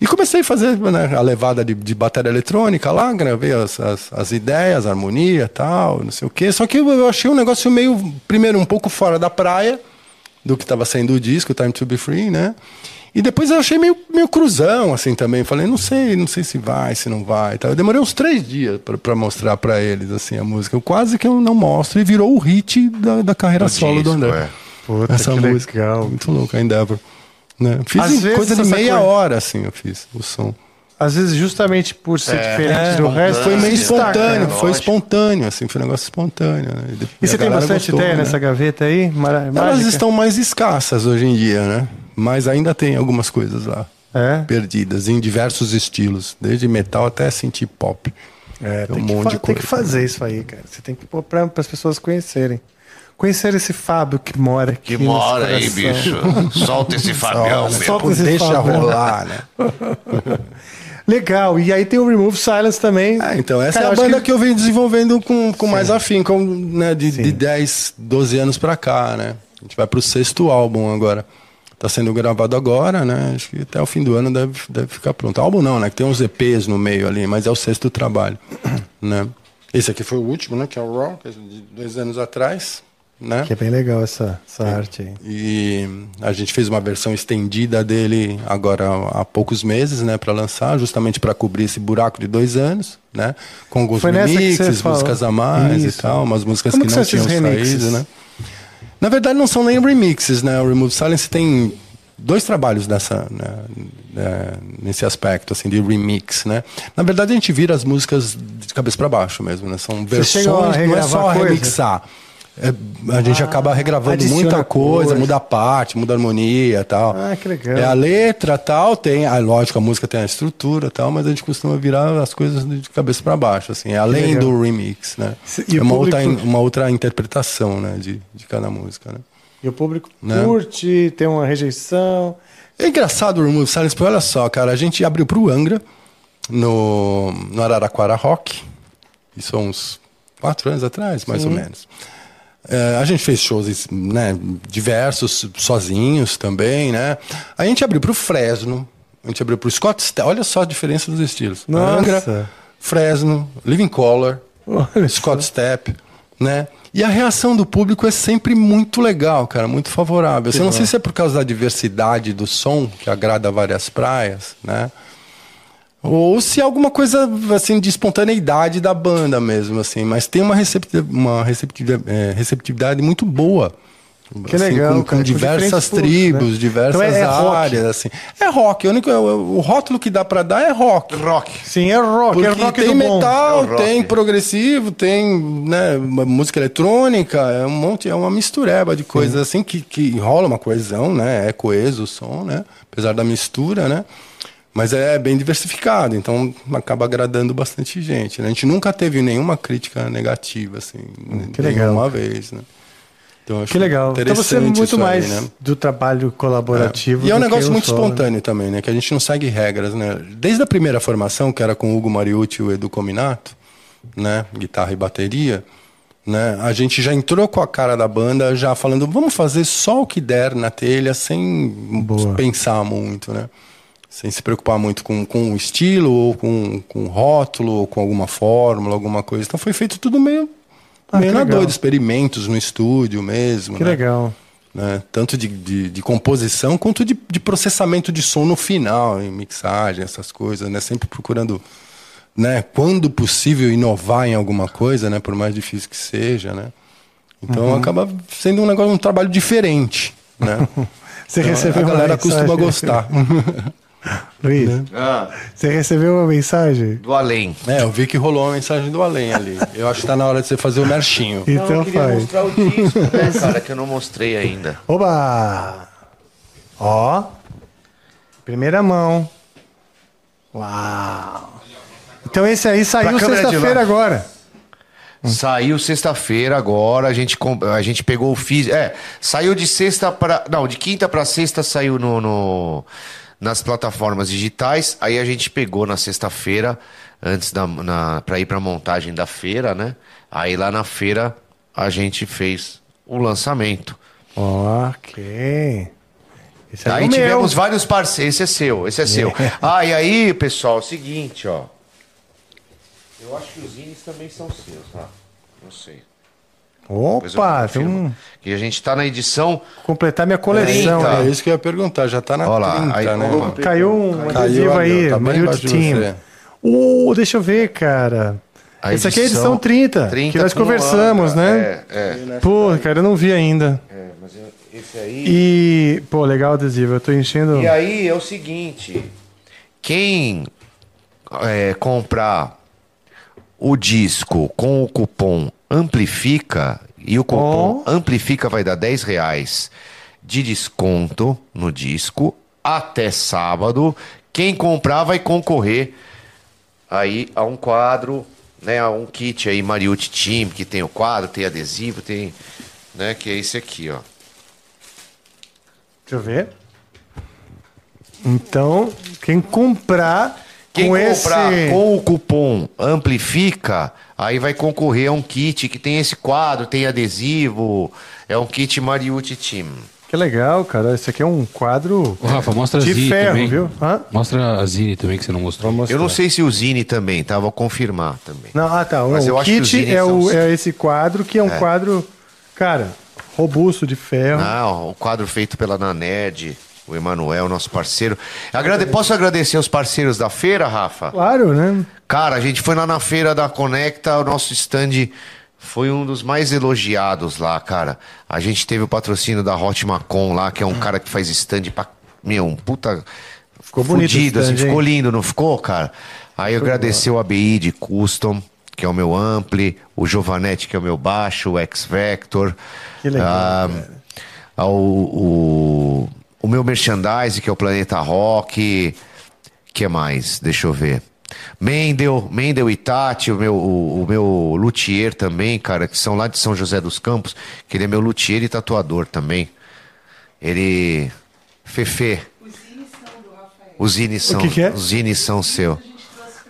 Speaker 3: E comecei a fazer né, a levada de, de bateria eletrônica lá, gravei as, as, as ideias, a harmonia tal, não sei o quê. Só que eu, eu achei um negócio meio, primeiro, um pouco fora da praia do que estava saindo o disco, Time to Be Free, né? E depois eu achei meio, meio cruzão, assim, também. Falei, não sei, não sei se vai, se não vai. e Tal. Eu demorei uns três dias para mostrar para eles, assim, a música. Eu quase que eu não mostro. E virou o hit da, da carreira
Speaker 1: Do
Speaker 3: solo do
Speaker 1: disco,
Speaker 3: André.
Speaker 1: é.
Speaker 2: Puta,
Speaker 3: Essa
Speaker 2: que
Speaker 3: música. é
Speaker 2: legal.
Speaker 3: Muito louca, a Endeavor. Né? Fiz
Speaker 2: Às
Speaker 3: em
Speaker 2: vezes
Speaker 3: coisa de
Speaker 2: essa
Speaker 3: meia
Speaker 2: coisa-
Speaker 3: hora, assim, eu fiz o som.
Speaker 2: Às vezes, justamente por ser
Speaker 1: É,
Speaker 2: diferente
Speaker 1: é,
Speaker 2: do
Speaker 1: espontâneo,
Speaker 2: resto,
Speaker 3: Foi meio
Speaker 2: se destaca,
Speaker 3: espontâneo,
Speaker 2: né?
Speaker 1: né?
Speaker 3: foi
Speaker 1: Lógico.
Speaker 3: espontâneo, assim, foi um negócio espontâneo. Né?
Speaker 2: E
Speaker 3: a
Speaker 2: você tem
Speaker 3: galera
Speaker 2: bastante
Speaker 3: gostou,
Speaker 2: ideia
Speaker 3: né?
Speaker 2: nessa gaveta aí? Mara-
Speaker 3: Elas
Speaker 2: mágica?
Speaker 3: estão mais escassas hoje em dia, né? Mas ainda tem algumas coisas lá.
Speaker 2: É?
Speaker 3: Perdidas em diversos estilos, desde metal até sentir pop.
Speaker 2: É,
Speaker 3: Tem
Speaker 2: tem,
Speaker 3: um
Speaker 2: que
Speaker 3: monte
Speaker 2: fa-
Speaker 3: de
Speaker 2: tem
Speaker 3: coisa.
Speaker 2: que fazer isso aí, cara. Você tem que pôr para as pessoas conhecerem. Conhecer esse Fábio que mora
Speaker 1: Que
Speaker 2: aqui. nesse
Speaker 1: mora aí,
Speaker 2: coração.
Speaker 1: bicho. Solta esse Fabião,
Speaker 3: Olha,
Speaker 1: meu.
Speaker 2: Solta esse
Speaker 3: deixa
Speaker 2: Fábio.
Speaker 3: rolar, né?
Speaker 2: Legal. E aí tem o Remove Silence também.
Speaker 3: Ah, então, essa
Speaker 2: Cara,
Speaker 3: é a
Speaker 2: acho
Speaker 3: banda
Speaker 2: que-
Speaker 3: que... eu venho desenvolvendo com, com mais afinco, né? De, de 10, 12 anos pra cá, né? A gente vai pro sexto álbum agora. Tá sendo gravado agora, né? Acho que até o fim do ano deve, deve ficar pronto. Álbum não, né? Que tem uns EPs no meio ali, mas é o sexto trabalho, né? Esse aqui foi o último, né? Que é o Raw, que é de dois anos atrás, né?
Speaker 2: Que é bem legal essa, essa
Speaker 3: É.
Speaker 2: arte aí.
Speaker 3: E a gente fez uma versão estendida dele agora há poucos meses, né, para lançar, justamente para cobrir esse buraco de dois anos, né, com alguns
Speaker 2: Foi nessa que
Speaker 3: remixes,
Speaker 2: você falou.
Speaker 3: músicas a mais
Speaker 2: Isso.
Speaker 3: e tal, umas músicas
Speaker 2: Como
Speaker 3: que,
Speaker 2: que
Speaker 3: não
Speaker 2: são
Speaker 3: tinham
Speaker 2: esses remixes?
Speaker 3: saído, né. Na verdade, não são nem remixes, né? O Remove Silence tem dois trabalhos nessa, né, né, nesse aspecto, assim, de remix, né? Na verdade, a gente vira as músicas de cabeça para baixo mesmo, né? São versões,
Speaker 2: chegou a
Speaker 3: não é
Speaker 2: regravar
Speaker 3: só
Speaker 2: coisa?
Speaker 3: remixar. É, a gente acaba regravando
Speaker 2: Ah, adiciona
Speaker 3: muita coisa,
Speaker 2: coisa.
Speaker 3: muda a parte, muda a harmonia e tal.
Speaker 2: Ah, que legal.
Speaker 3: É a letra tal, tem, ah, lógico, a música tem a estrutura e tal, mas a gente costuma virar as coisas de cabeça para baixo, assim, é além
Speaker 2: legal.
Speaker 3: do remix, né?
Speaker 2: Se- e
Speaker 3: é
Speaker 2: o
Speaker 3: uma outra,
Speaker 2: público-
Speaker 3: in- uma outra interpretação, né, de, de cada música, né?
Speaker 2: E o público
Speaker 3: Né?
Speaker 2: curte, tem uma rejeição.
Speaker 3: É engraçado o Remove Silence, porque olha só, cara, a gente abriu pro Angra no, no Araraquara Rock, isso há uns quatro anos atrás, mais ou menos. É, a gente fez shows né, diversos, sozinhos também, né? A gente abriu pro Fresno, a gente abriu pro Scott Stapp, olha só a diferença dos estilos.
Speaker 2: Nossa.
Speaker 3: Fresno, Living Color,
Speaker 2: Olha só.
Speaker 3: Scott Stapp, né? E a reação do público é sempre muito legal, cara, muito favorável. Eu não sei se é por causa da diversidade do som, que agrada várias praias, né? Ou se é alguma coisa, assim, de espontaneidade da banda mesmo, assim. Mas tem uma, recepti- uma receptividade, receptividade muito boa. Assim,
Speaker 2: Que legal,
Speaker 3: com, com
Speaker 2: cara, com diferentes
Speaker 3: diversas
Speaker 2: públicos,
Speaker 3: tribos,
Speaker 2: né?
Speaker 3: diversas
Speaker 2: Então é- é rock.
Speaker 3: áreas, assim. É rock. O, único, o o rótulo que dá pra dar é rock.
Speaker 1: Rock.
Speaker 2: Sim, é rock, é
Speaker 3: Porque
Speaker 2: rock
Speaker 3: tem
Speaker 2: do bom.
Speaker 1: É
Speaker 3: metal,
Speaker 1: o rock.
Speaker 3: tem progressivo, tem né, uma música eletrônica, é um monte, é uma mistureba de coisas assim que, que rola uma coesão, né? É coeso o som, né? Apesar da mistura, né? Mas é bem diversificado, então acaba agradando bastante gente. Né? A gente nunca teve nenhuma crítica negativa, assim,
Speaker 2: que
Speaker 3: nenhuma
Speaker 2: legal.
Speaker 3: vez, né? Então, eu acho
Speaker 2: Que legal. Então você é
Speaker 3: interessante
Speaker 2: muito
Speaker 3: isso aí,
Speaker 2: mais
Speaker 3: né?
Speaker 2: do trabalho colaborativo.
Speaker 3: E é um
Speaker 2: do que
Speaker 3: negócio
Speaker 2: o
Speaker 3: muito
Speaker 2: solo, né?
Speaker 3: espontâneo também, né? Que a gente não segue regras, né? Desde a primeira formação, que era com o Hugo Mariucci e o Edu Cominato, né? Guitarra e bateria, né? A gente já entrou com a cara da banda, já falando, vamos fazer só o que der na telha, sem
Speaker 2: Boa.
Speaker 3: pensar muito, né? Sem se preocupar muito com, com o estilo, ou com, com rótulo, ou com alguma fórmula, alguma coisa. Então foi feito tudo meio,
Speaker 2: Ah,
Speaker 3: meio
Speaker 2: que
Speaker 3: na
Speaker 2: legal.
Speaker 3: doida, experimentos no estúdio mesmo.
Speaker 2: Que
Speaker 3: né?
Speaker 2: legal.
Speaker 3: né? tanto de, de, de composição quanto de, de processamento de som no final, em mixagem, essas coisas, né? Sempre procurando, né? Quando possível, inovar em alguma coisa, né? Por mais difícil que seja, né? Então
Speaker 2: Uhum.
Speaker 3: acaba sendo um negócio, um trabalho diferente, né?
Speaker 2: Você
Speaker 3: Então,
Speaker 2: recebeu
Speaker 3: a
Speaker 2: uma
Speaker 3: galera
Speaker 2: mensagem- Uhum.
Speaker 3: costuma gostar. né?
Speaker 2: Luiz,
Speaker 1: Ah,
Speaker 2: você recebeu uma mensagem?
Speaker 1: do além.
Speaker 3: é, eu vi que rolou uma mensagem do além ali. Eu acho que tá na hora de você fazer o merchinho.
Speaker 1: Não, eu
Speaker 2: Então
Speaker 1: queria
Speaker 2: faz.
Speaker 1: mostrar o disco, né, cara, que eu não mostrei ainda.
Speaker 2: Oba! Ó. Primeira mão. Uau! Então esse aí saiu
Speaker 1: câmera de
Speaker 2: sexta-feira
Speaker 1: lá.
Speaker 2: agora.
Speaker 1: Saiu sexta-feira agora, a gente, com- a gente pegou o físico. É, saiu de sexta para. Não, de quinta para sexta saiu no, no- nas plataformas digitais. Aí a gente pegou na sexta-feira, antes da. Na, pra ir pra montagem da feira, né? Aí lá na feira a gente fez o lançamento.
Speaker 2: Ok. Esse aí
Speaker 1: aí
Speaker 2: é o meu.
Speaker 1: tivemos vários parceiros. Esse é seu, esse é seu. Ah, e aí, pessoal, é o seguinte, ó. Eu acho que os zines também são seus, tá? Não sei. Depois eu
Speaker 2: Opa, tem
Speaker 1: confirmo.
Speaker 2: um...
Speaker 1: E a gente tá na edição.
Speaker 2: completar minha coleção.
Speaker 1: Eita.
Speaker 2: aí.
Speaker 3: É isso que eu ia perguntar, já tá na
Speaker 1: Olha lá,
Speaker 3: 30,
Speaker 1: aí,
Speaker 3: né?
Speaker 1: colocou
Speaker 3: mano?
Speaker 2: Caiu um
Speaker 3: Caiu
Speaker 2: adesivo
Speaker 3: ali,
Speaker 2: aí,
Speaker 3: ó, tá bem
Speaker 2: Mariute
Speaker 3: embaixo de
Speaker 2: Team.
Speaker 3: você.
Speaker 2: Uh, deixa eu ver, cara.
Speaker 1: A
Speaker 2: Essa aqui é a edição
Speaker 1: edição
Speaker 2: 30,
Speaker 1: 30
Speaker 2: que nós
Speaker 1: com
Speaker 2: conversamos,
Speaker 1: Angra,
Speaker 2: né?
Speaker 1: é,
Speaker 2: Pô, cara, eu não vi ainda.
Speaker 1: É, mas eu- esse aí.
Speaker 2: E, pô, legal o adesivo, eu tô enchendo.
Speaker 1: E aí é o seguinte: quem é, comprar o disco com o cupom Amplifica, e o cupom Amplifica vai dar 10 reais de desconto no disco até sábado. Quem comprar vai concorrer aí a um quadro, né, a um kit aí Mariucci Team, que tem o quadro, tem adesivo, tem, né, que é esse aqui, ó.
Speaker 2: Deixa eu ver. Então, quem comprar
Speaker 1: Quem
Speaker 2: com
Speaker 1: comprar
Speaker 2: esse.
Speaker 1: com o cupom Amplifica, aí vai concorrer a um kit que tem esse quadro, tem adesivo. É um kit Mariucci Team.
Speaker 2: Que legal, cara. Esse aqui é um quadro.
Speaker 4: Ô, Rafa, mostra
Speaker 2: De
Speaker 4: a Zine
Speaker 2: ferro,
Speaker 4: também.
Speaker 2: viu? Hã?
Speaker 4: Mostra a Zine também que você não mostrou.
Speaker 1: Eu não sei se o Zine também, tá? Vou confirmar também.
Speaker 2: Não, ah, tá.
Speaker 1: Mas
Speaker 2: o
Speaker 1: eu acho que os
Speaker 2: kit
Speaker 1: itens
Speaker 2: é, o-
Speaker 1: são-
Speaker 2: é esse quadro que é um quadro, cara, robusto de ferro.
Speaker 1: Não, Ah, o quadro feito pela Nanerd, o Emanuel, nosso parceiro. Agrade- Posso agradecer os parceiros da feira, Rafa?
Speaker 2: Claro, né?
Speaker 1: Cara, a gente foi lá na feira da Conecta, o nosso stand foi um dos mais elogiados lá, cara. A gente teve o patrocínio da Hot Macon lá, que é um cara que faz stand pra meu, um puta.
Speaker 2: Ficou bonito
Speaker 1: fudido,
Speaker 2: o stand,
Speaker 1: assim,
Speaker 2: hein?
Speaker 1: ficou lindo, não ficou, cara? Aí eu agradecer o ABI de Custom, que é o meu ampli, o Giovanetti, que é o meu baixo, o X-Vector.
Speaker 2: Que legal,
Speaker 1: ah, ao- o, o meu merchandise, que é o Planeta Rock. que mais? Deixa eu ver. Mendel, Mendel e Tati, o meu, o, o meu luthier também, cara, que são lá de São José dos Campos, que ele é meu luthier e tatuador também. Ele. Fefe. Os zines são
Speaker 2: O que que é?
Speaker 1: Os zines são seu.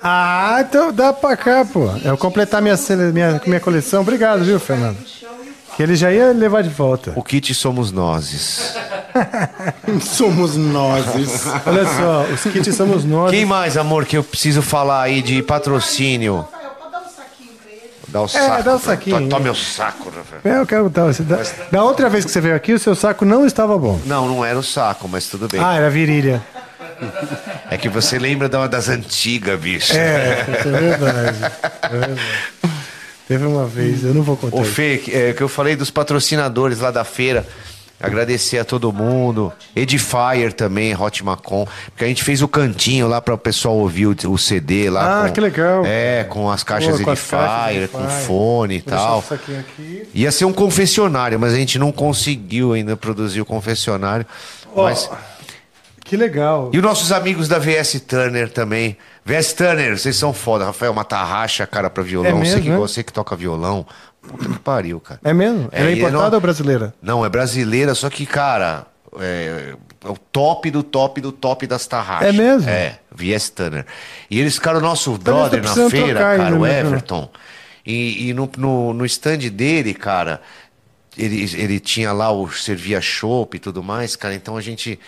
Speaker 2: Ah, então dá pra cá, pô. Eu completar minha, cele- minha, minha coleção. Obrigado, viu, Fernando? Que ele já ia levar de volta.
Speaker 1: O kit somos nós.
Speaker 3: Somos nós.
Speaker 2: Olha só, os kits somos nós.
Speaker 1: Quem mais, amor, que eu preciso falar aí de patrocínio?
Speaker 5: Rafael, pode dar um saquinho pra ele?
Speaker 1: Dá o
Speaker 2: dá
Speaker 1: saco.
Speaker 2: um
Speaker 1: velho.
Speaker 2: saquinho.
Speaker 1: To- Toma meu saco, né, Rafael.
Speaker 2: É, eu quero dar, você dá- Da outra vez que você veio aqui, o seu saco não estava bom.
Speaker 1: Não, não era o saco, mas tudo bem.
Speaker 2: Ah, era virilha.
Speaker 1: É que você lembra da- das antigas, bicho.
Speaker 2: É, isso é verdade. É verdade. Teve uma vez, eu não vou contar.
Speaker 1: Ô
Speaker 2: isso.
Speaker 1: Fê, que- é, que eu falei dos patrocinadores lá da feira. Agradecer a todo mundo. Edifier também, Hot Macon. Porque a gente fez o cantinho lá para o pessoal ouvir o, o CD lá.
Speaker 2: Ah, que legal.
Speaker 1: É, com as caixas
Speaker 2: Pô, com as
Speaker 1: Edifier,
Speaker 2: caixas
Speaker 1: com
Speaker 2: Edifier.
Speaker 1: fone e
Speaker 2: Vou deixar
Speaker 1: tal.
Speaker 2: esse saquinho aqui.
Speaker 1: Ia ser um confessionário, mas a gente não conseguiu ainda produzir o confessionário. Mas...
Speaker 2: Que legal.
Speaker 1: E os nossos amigos da VS Turner também. VS Turner, vocês são foda. Rafael Matarracha, cara, pra violão.
Speaker 2: É mesmo,
Speaker 1: você, que,
Speaker 2: né?
Speaker 1: gosta, você que toca violão. Puta que pariu, cara.
Speaker 2: É mesmo?
Speaker 1: É,
Speaker 2: Ela é
Speaker 1: e é
Speaker 2: importada
Speaker 1: no-
Speaker 2: ou brasileira?
Speaker 1: Não, é brasileira, só que, cara, é, é o top do top do top das tarraxas.
Speaker 2: É mesmo?
Speaker 1: É, VS Turner. E eles, cara, o nosso
Speaker 2: tô
Speaker 1: brother na
Speaker 2: precisando
Speaker 1: feira,
Speaker 2: trocar
Speaker 1: cara,
Speaker 2: ainda,
Speaker 1: o
Speaker 2: né, cara?
Speaker 1: Everton. E, e no, no, no stand dele, cara, ele, ele tinha lá o servia chopp e tudo mais, cara, então a gente.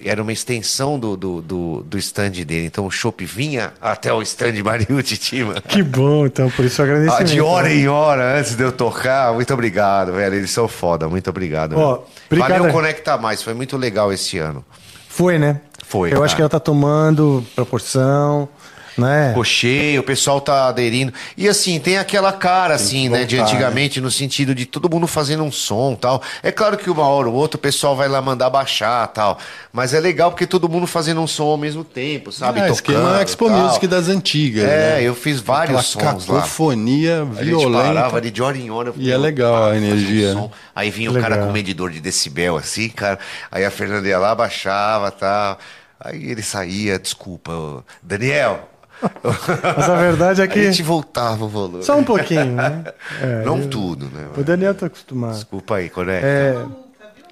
Speaker 1: Era uma extensão do, do, do, do stand dele. Então o chopp vinha até o stand Mariucci Tima.
Speaker 2: Que bom, então, por isso o
Speaker 1: Ah,
Speaker 2: agradecimento.
Speaker 1: de hora
Speaker 2: né?
Speaker 1: em hora antes de eu tocar. Muito obrigado, velho. Eles são foda. Muito obrigado.
Speaker 2: Ó,
Speaker 1: velho.
Speaker 2: obrigado.
Speaker 1: Valeu Conecta Mais. Foi muito legal esse ano.
Speaker 2: Foi, né?
Speaker 1: Foi,
Speaker 2: Eu
Speaker 1: cara.
Speaker 2: acho que ela tá tomando proporção, né?
Speaker 1: Ficou cheio, o pessoal tá aderindo. E assim, tem aquela cara, assim, né, de
Speaker 3: voltar,
Speaker 1: antigamente, no sentido de todo mundo fazendo um som tal. É claro que uma hora ou outra o pessoal vai lá mandar baixar tal. Mas é legal porque todo mundo fazendo um som ao mesmo tempo, sabe?
Speaker 3: É, esquema
Speaker 1: Tocando,
Speaker 3: Expo
Speaker 1: tal.
Speaker 3: Music das antigas.
Speaker 1: É,
Speaker 3: né?
Speaker 1: eu fiz vários
Speaker 3: Aquela
Speaker 1: sons lá.
Speaker 3: cacofonia
Speaker 1: A gente parava
Speaker 3: violenta.
Speaker 1: de hora em hora.
Speaker 3: E é legal a
Speaker 1: Ah, fazendo
Speaker 3: energia,
Speaker 1: som.
Speaker 3: né?
Speaker 1: Aí vinha o
Speaker 2: Legal.
Speaker 1: cara com o medidor de decibel, assim, cara. Aí a Fernanda ia lá, baixava, tá. Aí ele saía, desculpa, ô, Daniel.
Speaker 2: Mas a verdade é
Speaker 1: A
Speaker 2: que.
Speaker 1: gente voltava o volume.
Speaker 2: Só um pouquinho, né? É,
Speaker 1: Não
Speaker 2: eu-
Speaker 1: tudo, né?
Speaker 2: O Daniel tá acostumado.
Speaker 1: Desculpa aí, Conecta.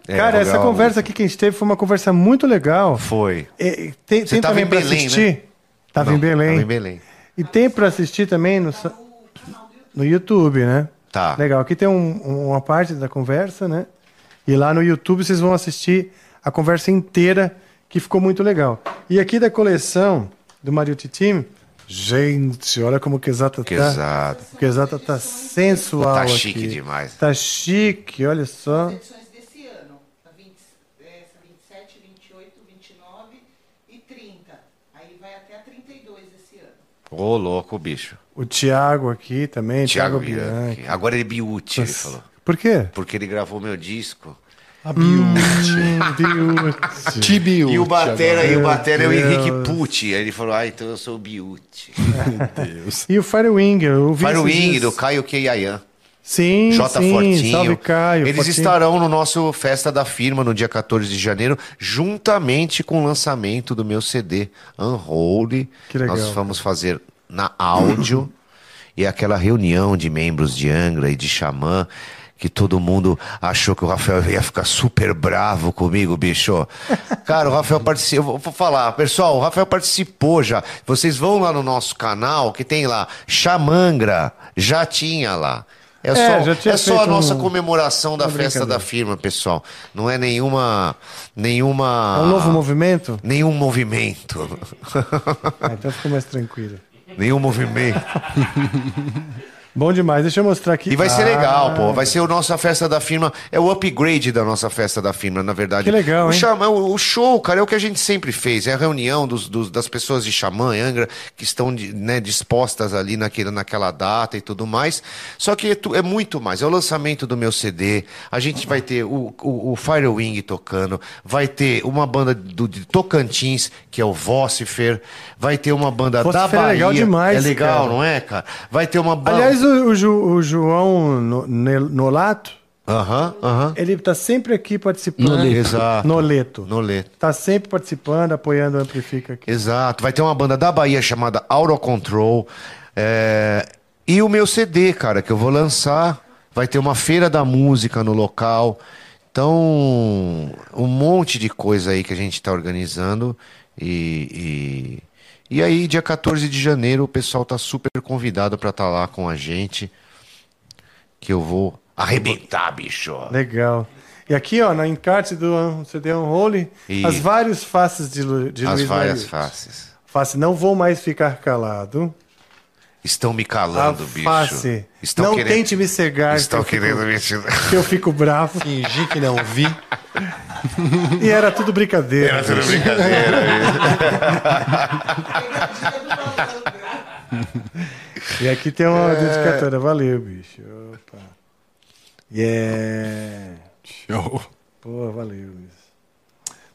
Speaker 1: É,
Speaker 2: Cara, essa
Speaker 1: legal.
Speaker 2: conversa aqui que a gente teve foi uma conversa muito legal.
Speaker 1: Foi.
Speaker 2: E- e tem
Speaker 1: Você
Speaker 2: tem
Speaker 1: tava
Speaker 2: também
Speaker 1: em
Speaker 2: pra
Speaker 1: Belém,
Speaker 2: assistir?
Speaker 1: né?
Speaker 2: Tava
Speaker 1: Não,
Speaker 2: em Belém. Tá.
Speaker 1: Tava em Belém.
Speaker 2: E tem pra assistir também no, sa- no YouTube, né?
Speaker 1: Tá.
Speaker 2: Legal. Aqui tem um- uma parte da conversa, né? E lá no YouTube vocês vão assistir a conversa inteira, que ficou muito legal. E aqui da coleção do Mario Titim, gente, olha como que exata tá.
Speaker 1: Quesada.
Speaker 2: O Quesada tá sensual
Speaker 1: Tá chique
Speaker 2: aqui.
Speaker 1: demais.
Speaker 2: Tá chique, olha só.
Speaker 5: Edições desse ano. A 20, essa 27, 28, 29 e 30. Aí vai até a 32 esse ano.
Speaker 1: Ô, louco, bicho.
Speaker 2: O Thiago aqui também,
Speaker 1: Thiago
Speaker 2: Thiago,
Speaker 1: Bianchi.
Speaker 2: Bianchi.
Speaker 1: Agora ele é biútil, ele falou.
Speaker 2: Por quê?
Speaker 1: Porque ele gravou meu disco.
Speaker 2: Biúti.
Speaker 3: Tibiu.
Speaker 1: E o Batera, e o Batera é o
Speaker 2: Meu
Speaker 1: Henrique
Speaker 2: Deus.
Speaker 1: Pucci. Aí ele falou, ah, então eu sou o Biúti.
Speaker 2: E o Firewinger, eu vi esses
Speaker 1: Firewing,
Speaker 2: dias.
Speaker 1: do Caio Keiayan.
Speaker 2: Sim,
Speaker 1: J
Speaker 2: sim,
Speaker 1: Fortinho.
Speaker 2: salve Caio.
Speaker 1: Eles
Speaker 2: Fortinho.
Speaker 1: estarão no nosso Festa da Firma no dia 14 de janeiro, juntamente com o lançamento do meu CD Unholy.
Speaker 2: Que legal,
Speaker 1: Nós vamos fazer na áudio e é aquela reunião de membros de Angra e de Xamã. Que todo mundo achou que o Rafael ia ficar super bravo comigo, bicho. Cara, o Rafael participou. Eu vou falar, pessoal, o Rafael participou já. Vocês vão lá no nosso canal, que tem lá Xamangra, já tinha lá. É
Speaker 2: É,
Speaker 1: só,
Speaker 2: já tinha
Speaker 1: é só a
Speaker 2: feito um-
Speaker 1: nossa comemoração da
Speaker 2: uma
Speaker 1: festa
Speaker 2: brincadeira.
Speaker 1: da firma, pessoal. Não é nenhuma. Nenhuma.
Speaker 2: É um novo movimento?
Speaker 1: Nenhum movimento.
Speaker 2: Ah, então ficou mais tranquilo.
Speaker 1: nenhum movimento.
Speaker 2: Bom demais, deixa eu mostrar aqui.
Speaker 1: E vai ser
Speaker 2: Ah,
Speaker 1: legal, pô. Vai ser a nossa festa da firma. É o upgrade da nossa festa da firma, na verdade.
Speaker 2: Que legal,
Speaker 1: o
Speaker 2: hein?
Speaker 1: xamã- o o show, cara, é o que a gente sempre fez. É a reunião dos, dos- das pessoas de xamã e Angra que estão de- né, dispostas ali naquele, naquela data e tudo mais. Só que é, tu- é muito mais. É o lançamento do meu CD. A gente vai ter o, o, o Firewing tocando. Vai ter uma banda do, de Tocantins, que é o Vocifer. Vai ter uma banda da
Speaker 2: Vocifer é
Speaker 1: Bahia.
Speaker 2: legal demais,
Speaker 1: É legal,
Speaker 2: cara.
Speaker 1: não é, cara? Vai ter uma banda...
Speaker 2: Aliás, o, o Ju- o João No- Ne- Nolato,
Speaker 1: Aham, aham.
Speaker 2: ele tá sempre aqui participando.
Speaker 4: Noleto.
Speaker 1: Exato.
Speaker 2: Noleto.
Speaker 1: Noleto.
Speaker 2: Tá sempre participando, apoiando o Amplifica aqui.
Speaker 1: Exato. Vai ter uma banda da Bahia chamada Auro Control. É, E o meu CD, cara, que eu vou lançar. Vai ter uma feira da música no local. Então, um monte de coisa aí que a gente tá organizando. E, e... e aí, dia 14 de janeiro, o pessoal tá super convidado pra estar lá com a gente. Que eu vou arrebentar, bicho.
Speaker 2: Legal. E aqui, ó, na encarte do CD Unholy,
Speaker 1: E-
Speaker 2: um as várias faces de, Lu, de
Speaker 1: As
Speaker 2: Luiz
Speaker 1: várias
Speaker 2: Mariucci.
Speaker 1: faces.
Speaker 2: Face, não vou mais ficar calado.
Speaker 1: Estão me
Speaker 2: A
Speaker 1: calando, bicho.
Speaker 2: face,
Speaker 1: Estão
Speaker 2: não
Speaker 1: querendo-
Speaker 2: tente me cegar.
Speaker 1: Estão
Speaker 2: que eu
Speaker 1: querendo
Speaker 2: fico-
Speaker 1: me tirar.
Speaker 2: que eu fico bravo.
Speaker 3: Fingir que não vi.
Speaker 2: E era tudo brincadeira.
Speaker 1: Era tudo brincadeira. é
Speaker 5: Pegadinha do malandro.
Speaker 2: E aqui tem uma
Speaker 1: É.
Speaker 2: dedicatória. Valeu, bicho. Opa. Yeah.
Speaker 3: Show.
Speaker 2: Pô, valeu, Luiz.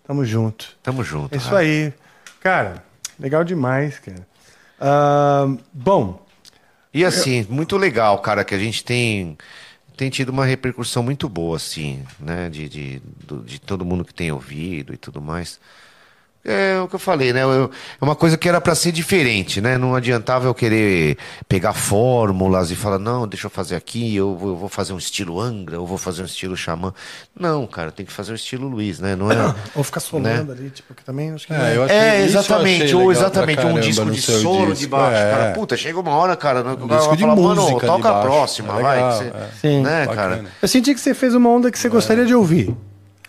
Speaker 2: Tamo junto.
Speaker 1: Tamo junto.
Speaker 2: É isso
Speaker 1: cara.
Speaker 2: aí. Cara, legal demais, cara. Ah, bom,
Speaker 1: E assim, muito legal, cara, que a gente tem tem tido uma repercussão muito boa, assim, né? De, de, do- de todo mundo que tem ouvido e tudo mais. É o que eu falei, né? Eu- É uma coisa que era pra ser diferente, né? Não adiantava eu querer pegar fórmulas e falar, não, deixa eu fazer aqui, eu vou, eu vou fazer um estilo Angra, eu vou fazer um estilo Xamã. Não, cara, tem que fazer um estilo Luiz, né? Não é.
Speaker 2: ou ficar solando ali, tipo, que também acho que não
Speaker 3: É, eu achei-
Speaker 1: É,
Speaker 3: isso eu achei
Speaker 1: exatamente,
Speaker 3: legal
Speaker 1: ou
Speaker 3: pra
Speaker 1: exatamente, ou um
Speaker 3: caramba
Speaker 1: disco
Speaker 3: no
Speaker 1: de
Speaker 3: seu
Speaker 1: solo de
Speaker 3: disco.
Speaker 1: baixo,
Speaker 3: É. Um
Speaker 1: cara, puta, chega uma hora, cara, no, o cara
Speaker 3: disco
Speaker 1: vai
Speaker 3: de
Speaker 1: falar, mano,
Speaker 3: música de
Speaker 1: toca a
Speaker 3: baixo,
Speaker 1: próxima,
Speaker 3: é
Speaker 1: vai,
Speaker 3: legal,
Speaker 1: que você-
Speaker 3: é.
Speaker 2: Sim.
Speaker 1: né, cara.
Speaker 3: Bacana.
Speaker 2: Eu senti que você fez uma onda que você gostaria de ouvir.